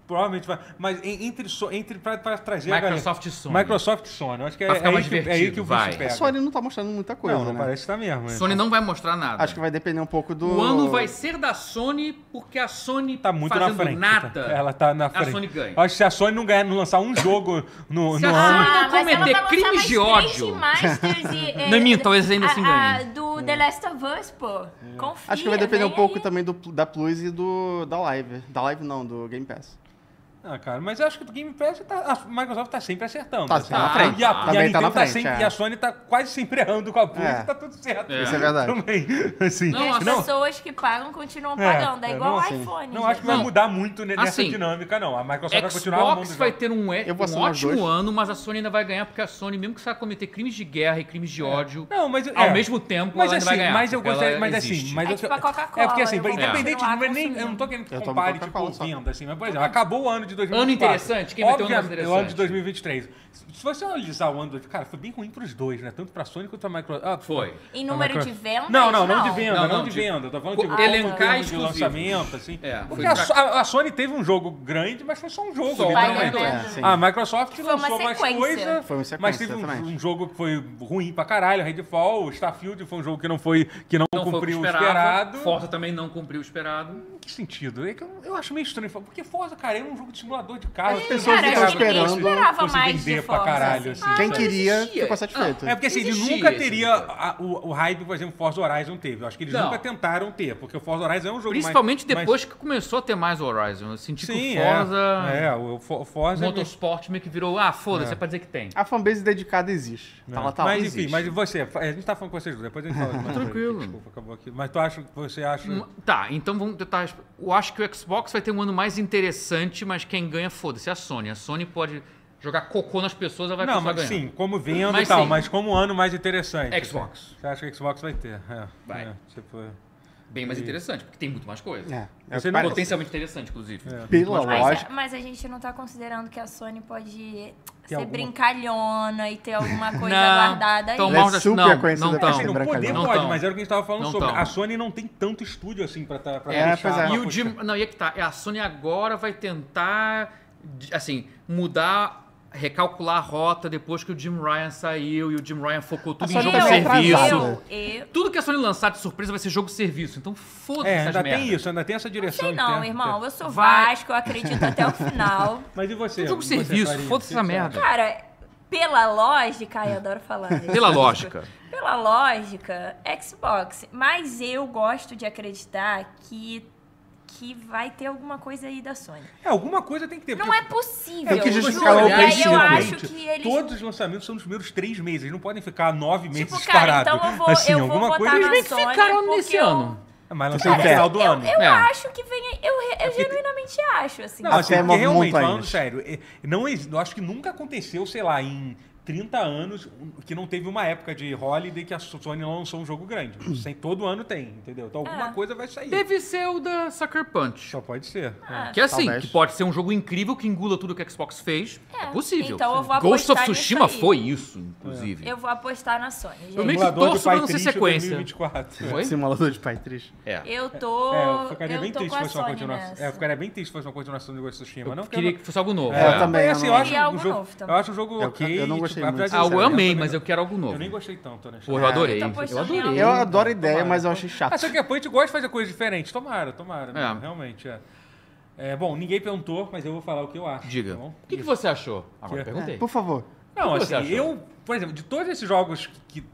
Speaker 1: provavelmente vai. Mas en- entre, so- entre pra, pra trazer a galera-
Speaker 4: Microsoft e Sony.
Speaker 1: Microsoft e Sony. Eu acho que é,
Speaker 4: Vai ficar
Speaker 1: é, aí,
Speaker 4: mais
Speaker 1: que, é aí
Speaker 4: divertido,
Speaker 1: que o
Speaker 4: vai.
Speaker 1: bicho pega.
Speaker 5: A Sony não tá mostrando muita coisa,
Speaker 1: não, não
Speaker 5: né?
Speaker 1: parece que tá mesmo.
Speaker 4: Sony não vai mostrar nada.
Speaker 5: Acho que vai depender um pouco do.
Speaker 4: O ano vai ser da Sony porque a Sony
Speaker 1: Tá muito na
Speaker 4: fazendo
Speaker 1: frente.
Speaker 4: nada.
Speaker 1: tá? Ela tá na frente.
Speaker 4: Sony ganha.
Speaker 1: Acho que se a Sony não ganhar, não lançar um jogo no,
Speaker 4: Se
Speaker 1: no ano.
Speaker 4: a Sony-
Speaker 3: Ah,
Speaker 4: não
Speaker 3: mas ela
Speaker 4: cometer
Speaker 3: vai lançar
Speaker 4: crimes
Speaker 3: mais
Speaker 4: de
Speaker 3: três
Speaker 4: ódio.
Speaker 3: remasters e, é,
Speaker 4: Não é minha, talvez ainda
Speaker 3: a-
Speaker 4: assim
Speaker 3: a-
Speaker 4: ganhe.
Speaker 3: Do The Last of Us, pô. Confia,
Speaker 5: É. Acho que
Speaker 4: né?
Speaker 5: vai depender um
Speaker 3: vem
Speaker 5: pouco
Speaker 3: aí.
Speaker 5: também do, da Plus e do, da Live. Da Live não, do Game Pass.
Speaker 1: Ah, cara, mas eu acho que o Game Pass tá. A Microsoft tá sempre acertando.
Speaker 5: Tá,
Speaker 1: assim.
Speaker 5: tá
Speaker 4: na frente.
Speaker 1: E a, e a
Speaker 5: Também tá
Speaker 1: Nintendo
Speaker 5: na
Speaker 1: tá
Speaker 5: frente,
Speaker 1: sempre.
Speaker 5: é.
Speaker 1: E a Sony tá quase sempre errando com a Plus
Speaker 5: É.
Speaker 1: e tá tudo certo.
Speaker 4: É.
Speaker 5: Isso é verdade.
Speaker 1: Também. Assim,
Speaker 3: E
Speaker 4: Não,
Speaker 3: as pessoas que pagam continuam
Speaker 1: É,
Speaker 3: pagando. É,
Speaker 1: é,
Speaker 3: igual
Speaker 1: não,
Speaker 3: o
Speaker 1: assim,
Speaker 3: iPhone.
Speaker 1: Não
Speaker 3: gente.
Speaker 1: acho que vai
Speaker 4: Não.
Speaker 1: mudar muito ne- nessa
Speaker 4: Assim,
Speaker 1: dinâmica, não. A Microsoft vai continuar arrumando
Speaker 4: Xbox vai
Speaker 1: jogos.
Speaker 4: ter um, é-
Speaker 5: Eu vou
Speaker 4: um
Speaker 5: assinar os
Speaker 4: ótimo
Speaker 5: dois.
Speaker 4: ano, mas a Sony ainda vai ganhar, porque a Sony, mesmo que você cometer crimes de guerra e crimes de ódio,
Speaker 1: É. Não, mas
Speaker 4: ao
Speaker 1: é.
Speaker 4: mesmo tempo,
Speaker 1: mas
Speaker 4: ela ainda
Speaker 1: assim,
Speaker 4: vai ganhar.
Speaker 1: mas eu
Speaker 4: porque ela
Speaker 1: gostaria, mas assim,
Speaker 4: existe.
Speaker 1: mas
Speaker 3: É
Speaker 1: eu-
Speaker 3: tipo a Coca-Cola,
Speaker 1: É porque assim,
Speaker 3: eu vou
Speaker 1: independente de
Speaker 3: continuar
Speaker 1: mas nem, eu não tô
Speaker 3: consumindo.
Speaker 1: querendo que
Speaker 5: Eu tomo
Speaker 1: compare tipo
Speaker 5: Coca-Cola só.
Speaker 1: venda assim, mas por exemplo, acabou o ano de 2024.
Speaker 4: interessante? Quem vai ter um ano
Speaker 1: Obviamente,
Speaker 4: interessante?
Speaker 1: é O ano de 2023. Se se você analisar o ano do, cara, foi bem ruim pros dois, né? Tanto pra Sony quanto pra Microsoft. Ah,
Speaker 4: Foi.
Speaker 3: Em número
Speaker 1: Micro-
Speaker 3: de vendas?
Speaker 1: Não, não, não de venda,
Speaker 4: Não,
Speaker 1: não,
Speaker 4: não
Speaker 1: de
Speaker 4: de-
Speaker 1: venda. Eu tô falando
Speaker 4: Co-
Speaker 1: tipo,
Speaker 4: elencar
Speaker 1: em termos de
Speaker 4: exclusivos.
Speaker 1: lançamento, assim.
Speaker 4: É,
Speaker 1: Porque
Speaker 4: foi
Speaker 1: a,
Speaker 4: pra-
Speaker 1: So- a- a Sony teve um jogo grande, mas foi só um jogo,
Speaker 4: Só um
Speaker 1: literalmente.
Speaker 4: jogo.
Speaker 5: É, sim.
Speaker 1: a Ah, Microsoft
Speaker 3: uma
Speaker 1: lançou mais
Speaker 3: sequência.
Speaker 1: coisa,
Speaker 5: Foi uma sequência,
Speaker 1: mas teve um,
Speaker 5: exatamente.
Speaker 1: um jogo que foi ruim pra caralho, Redfall, o Starfield foi um jogo que não foi, que não,
Speaker 4: Não foi o que
Speaker 1: cumpriu o
Speaker 4: esperava.
Speaker 1: esperado.
Speaker 4: Forza também não cumpriu o esperado.
Speaker 1: Que sentido? É que eu, eu acho meio estranho. Porque Forza, cara, é um jogo de simulador de carro.
Speaker 5: As pessoas
Speaker 3: cara,
Speaker 5: ficam
Speaker 3: acho que ninguém
Speaker 5: esperando
Speaker 3: esperava
Speaker 1: fosse
Speaker 3: mais
Speaker 1: vender
Speaker 3: de
Speaker 1: pra
Speaker 3: Forza.
Speaker 1: caralho, assim.
Speaker 5: Quem
Speaker 4: mas
Speaker 5: queria
Speaker 4: Ah, existia.
Speaker 5: ficou satisfeito.
Speaker 1: É porque assim, ele
Speaker 4: Existia
Speaker 1: nunca
Speaker 4: esse
Speaker 1: teria
Speaker 4: jogo.
Speaker 1: a- o, o hype, por exemplo, Forza Horizon teve. Eu acho que eles
Speaker 4: Não.
Speaker 1: nunca tentaram ter, porque o Forza Horizon é um jogo mais-
Speaker 4: Principalmente
Speaker 1: mais-
Speaker 4: depois que começou a ter mais Horizon. Eu senti
Speaker 1: Sim,
Speaker 4: que o Forza,
Speaker 1: é. É, o Fo- Forza...
Speaker 4: Motorsport meio que virou, ah, foda-se, é. pra dizer que tem.
Speaker 5: A fanbase dedicada existe. Tá lá, tá lá.
Speaker 1: É. Né? mas enfim,
Speaker 4: existe.
Speaker 1: mas e você? A gente tá falando com vocês dois, depois a gente fala. mais.
Speaker 4: Tranquilo.
Speaker 1: Desculpa, acabou aqui. Mas tu acha, você acha...
Speaker 4: Hum, Tá, então vamos tentar eu acho que o Xbox vai ter um ano mais interessante, mas quem ganha, foda-se, é a Sony. A Sony pode jogar cocô nas pessoas, ela vai
Speaker 1: Não,
Speaker 4: continuar
Speaker 1: mas
Speaker 4: ganhando.
Speaker 1: sim, como venda e
Speaker 4: Mas
Speaker 1: tal,
Speaker 4: sim.
Speaker 1: mas como um ano mais interessante.
Speaker 4: Xbox.
Speaker 1: assim. Você acha que o Xbox vai ter? É,
Speaker 4: Vai.
Speaker 1: é, tipo,
Speaker 4: Bem mais interessante, porque tem muito mais coisa.
Speaker 5: É, é o
Speaker 1: Você não
Speaker 5: que parece.
Speaker 4: Potencialmente interessante, inclusive.
Speaker 1: É.
Speaker 5: Pela
Speaker 4: é.
Speaker 3: Mas, a-
Speaker 5: lógica.
Speaker 3: mas a gente não tá considerando que a Sony pode ser
Speaker 1: alguma-
Speaker 3: brincalhona e ter alguma coisa
Speaker 4: Não,
Speaker 3: guardada aí.
Speaker 4: tão
Speaker 5: Ela é
Speaker 4: mal das-
Speaker 5: super
Speaker 4: não,
Speaker 5: conhecida
Speaker 4: não
Speaker 5: por
Speaker 4: tão.
Speaker 5: ser
Speaker 1: Assim, não poder
Speaker 5: brancalhão.
Speaker 4: Não
Speaker 1: pode,
Speaker 4: tão.
Speaker 1: mas era o que a gente tava falando
Speaker 4: Não
Speaker 1: sobre.
Speaker 4: tão.
Speaker 1: A Sony não tem tanto estúdio assim pra, tá, pra
Speaker 5: É,
Speaker 1: fechar
Speaker 5: pois é.
Speaker 1: uma
Speaker 4: E o
Speaker 1: puxa.
Speaker 4: Jim, não, e é que tá. é, A Sony agora vai tentar, de- assim, mudar, recalcular a rota depois que o Jim Ryan saiu e o Jim Ryan focou tudo em
Speaker 5: Sony
Speaker 4: um
Speaker 1: é
Speaker 4: jogo
Speaker 1: um
Speaker 5: tá meio
Speaker 4: serviço.
Speaker 5: atrasada.
Speaker 3: Eu, eu,
Speaker 4: Tudo que a Sony lançar de surpresa vai ser jogo serviço. Então foda-se
Speaker 1: É,
Speaker 4: essas
Speaker 1: ainda tem
Speaker 4: merdas.
Speaker 1: isso, ainda tem essa direção.
Speaker 3: sei não,
Speaker 1: interna.
Speaker 3: irmão. Eu sou
Speaker 4: Vai.
Speaker 3: Vasco, eu acredito até o final.
Speaker 1: Mas e você?
Speaker 4: Jogo
Speaker 1: você,
Speaker 4: serviço,
Speaker 1: Clarinha?
Speaker 4: foda-se
Speaker 1: O que que
Speaker 4: essa
Speaker 1: você
Speaker 4: merda.
Speaker 3: Cara, pela lógica, ai, eu adoro falar isso.
Speaker 4: Pela lógica.
Speaker 3: Pela lógica, Xbox. Mas eu gosto de acreditar que, que vai ter alguma coisa aí da Sony.
Speaker 1: acha? É, alguma coisa tem que ter.
Speaker 3: Não
Speaker 1: porque-
Speaker 3: é possível.
Speaker 5: É o que
Speaker 3: eu
Speaker 5: justifica
Speaker 3: juro.
Speaker 5: o
Speaker 3: E aí
Speaker 5: princípio,
Speaker 3: eu acho
Speaker 1: Gente,
Speaker 3: que eles.
Speaker 1: Todos os lançamentos são nos primeiros três meses, eles não podem ficar nove meses
Speaker 3: Tipo, cara,
Speaker 1: parados.
Speaker 3: então eu vou,
Speaker 1: assim,
Speaker 3: eu vou
Speaker 1: alguma
Speaker 3: botar
Speaker 1: coisa. É,
Speaker 3: na
Speaker 4: Eles
Speaker 3: Sony.
Speaker 4: ficaram
Speaker 3: porque
Speaker 4: nesse
Speaker 3: eu-
Speaker 4: ano.
Speaker 1: Mas lançou no
Speaker 5: Cara,
Speaker 1: final do
Speaker 3: Eu,
Speaker 1: ano. É
Speaker 3: eu
Speaker 4: É.
Speaker 3: acho que vem aí. Eu, re- eu genuinamente acho, assim.
Speaker 1: Não,
Speaker 5: Até
Speaker 1: assim, porque
Speaker 5: move
Speaker 1: realmente,
Speaker 5: montanhas.
Speaker 1: falando sério, eh, não, ex- eu acho que nunca aconteceu, sei lá, em 30 anos, um- que não teve uma época de holiday que a Sony não lançou um jogo grande. Sem, todo ano tem, entendeu? Então alguma
Speaker 3: Hum. É.
Speaker 1: coisa vai sair.
Speaker 4: Deve ser o da Sucker Punch.
Speaker 1: Só pode ser.
Speaker 3: Ah.
Speaker 4: Que é assim,
Speaker 5: Talvez.
Speaker 4: que pode ser um jogo incrível que engula tudo que a Xbox fez. É,
Speaker 3: É,
Speaker 4: possível.
Speaker 3: então eu vou
Speaker 4: Ghost of
Speaker 3: apostar nisso
Speaker 4: Tsushima
Speaker 3: aí.
Speaker 4: foi isso, inclusive.
Speaker 3: Eu vou apostar na Sony, gente.
Speaker 4: Eu
Speaker 1: É.
Speaker 4: meio que
Speaker 1: Emulador
Speaker 4: torço
Speaker 1: de Pai
Speaker 4: pra não ser
Speaker 1: Triste
Speaker 4: sequência.
Speaker 1: 2024.
Speaker 4: Foi?
Speaker 5: Simulador de pai triste.
Speaker 4: É.
Speaker 3: Eu tô.
Speaker 1: É, eu ficaria
Speaker 3: eu
Speaker 1: bem
Speaker 3: tô
Speaker 1: triste
Speaker 3: com
Speaker 1: se
Speaker 3: a
Speaker 1: fosse uma
Speaker 3: Sony
Speaker 1: continuação.
Speaker 3: nessa.
Speaker 1: É, eu ficaria bem triste se fosse uma continuação do Ghost of Tsushima. não,
Speaker 4: Eu
Speaker 1: porque
Speaker 4: queria
Speaker 1: não-
Speaker 4: que fosse algo novo.
Speaker 1: É,
Speaker 5: Eu também,
Speaker 1: assim, eu,
Speaker 5: eu não-
Speaker 1: acho
Speaker 3: Queria algo
Speaker 1: um jogo,
Speaker 3: novo também.
Speaker 1: eu acho um jogo
Speaker 5: Eu-
Speaker 1: ok.
Speaker 5: eu não gostei
Speaker 1: tipo, apesar
Speaker 5: muito.
Speaker 1: de ser
Speaker 4: Ah, eu
Speaker 1: sério,
Speaker 4: amei,
Speaker 1: também
Speaker 4: mas
Speaker 1: não-
Speaker 4: eu quero algo novo.
Speaker 1: Eu nem gostei tanto, né?
Speaker 4: Porra, eu adorei.
Speaker 3: Eu tô postando
Speaker 4: Eu adorei.
Speaker 3: em
Speaker 5: Eu
Speaker 3: Então,
Speaker 5: adoro a ideia,
Speaker 1: tomara.
Speaker 5: mas eu achei chato.
Speaker 1: Ah, só que a Punch gosta de fazer coisas diferentes. Tomara, tomara. né?
Speaker 4: É.
Speaker 1: Realmente, é. É, Bom, ninguém perguntou, mas eu vou falar o que eu acho.
Speaker 4: Diga.
Speaker 1: tá bom?
Speaker 4: O que, que você achou? Agora
Speaker 1: É.
Speaker 4: perguntei.
Speaker 5: Por favor.
Speaker 1: Não,
Speaker 4: O que você
Speaker 1: assim,
Speaker 4: achou?
Speaker 1: eu, por exemplo, de todos esses jogos que,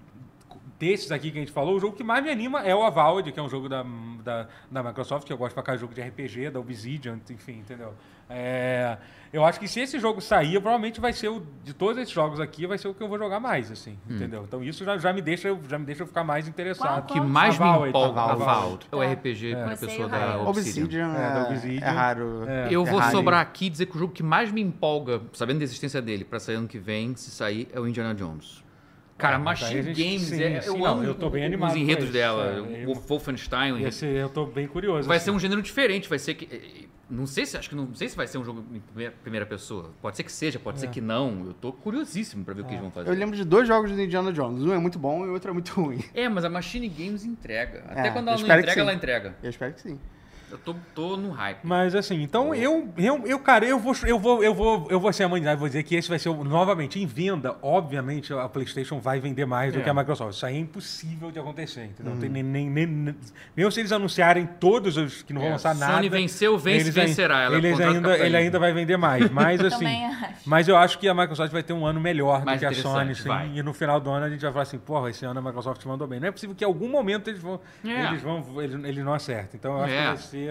Speaker 1: desses aqui que a gente falou, o jogo que mais me anima é o Avowed, que é um jogo da, da, da Microsoft, que eu gosto pra cá, jogo de RPG, da Obsidian, enfim, entendeu? É, eu acho que se esse jogo sair, provavelmente vai ser o. De todos esses jogos aqui, vai ser o que eu vou jogar mais, assim,
Speaker 4: Hum.
Speaker 1: entendeu? Então isso já, já me deixa, eu- já me deixa eu ficar mais interessado.
Speaker 4: O que mais me
Speaker 1: Avowed,
Speaker 4: empolga a
Speaker 1: Avowed.
Speaker 4: Avowed. É o RPG para a
Speaker 3: Você e o
Speaker 4: pessoa da
Speaker 3: Rael.
Speaker 4: Obsidian.
Speaker 5: Obsidian
Speaker 1: É,
Speaker 5: é,
Speaker 1: da Obsidian.
Speaker 5: é raro.
Speaker 4: Eu
Speaker 5: é
Speaker 4: vou
Speaker 5: raro.
Speaker 4: sobrar aqui e dizer que o jogo que mais me empolga, sabendo da existência dele, pra sair ano que vem, se sair, é o Indiana Jones. Cara,
Speaker 1: Ah, mas aí
Speaker 4: Machine
Speaker 1: a gente-
Speaker 4: Games,
Speaker 1: sim,
Speaker 4: é, eu
Speaker 1: sim,
Speaker 4: amo
Speaker 1: não, eu tô bem animado
Speaker 4: os
Speaker 1: com
Speaker 4: enredos
Speaker 1: isso,
Speaker 4: dela,
Speaker 1: é,
Speaker 4: o
Speaker 1: eu-
Speaker 4: Wolfenstein, o enredo.
Speaker 1: Esse eu tô bem curioso.
Speaker 4: Vai
Speaker 1: assim.
Speaker 4: ser um gênero diferente, vai ser que. eh, Não sei se acho que não, não sei se vai ser um jogo em primeira, primeira pessoa. Pode ser que seja, pode ser que não. Eu tô curiosíssimo pra ver o que eles vão fazer.
Speaker 5: Eu lembro de dois jogos do Indiana Jones. Um é muito bom e o outro é muito ruim.
Speaker 4: É, mas a Machine Games entrega. Até
Speaker 5: É,
Speaker 4: quando ela
Speaker 5: eu
Speaker 4: não
Speaker 5: espero que
Speaker 4: entrega,
Speaker 5: sim.
Speaker 4: ela entrega.
Speaker 5: Eu espero que sim.
Speaker 4: Eu tô, tô no hype.
Speaker 1: Mas assim, então eu, eu, eu, cara, eu vou, eu vou, eu vou, eu vou ser amanhã, vou dizer que esse vai ser o- novamente em venda. Obviamente a PlayStation vai vender mais do que a Microsoft. Isso aí é impossível de acontecer, entendeu? Não
Speaker 4: Hum.
Speaker 1: tem nem, nem, nem, nem- mesmo se eles anunciarem todos os que não vão
Speaker 4: É,
Speaker 1: lançar
Speaker 4: Sony
Speaker 1: nada.
Speaker 4: venceu, vence,
Speaker 1: eles ai-
Speaker 4: vencerá. Ela é
Speaker 1: eles
Speaker 4: contra o
Speaker 1: ainda, ele
Speaker 4: capitalismo.
Speaker 1: ainda vai vender mais, mas assim.
Speaker 3: Também acho.
Speaker 1: Mas eu acho que a Microsoft vai ter um ano melhor
Speaker 4: Mais
Speaker 1: do que a Sony,
Speaker 4: interessante,
Speaker 1: sim,
Speaker 4: vai.
Speaker 1: e no final do ano a gente vai falar assim, porra, esse ano a Microsoft mandou bem. Não é possível que em algum momento eles vão,
Speaker 4: É.
Speaker 1: eles vão, eles, eles não acertem. Então eu acho
Speaker 4: É.
Speaker 1: que vai ser eu,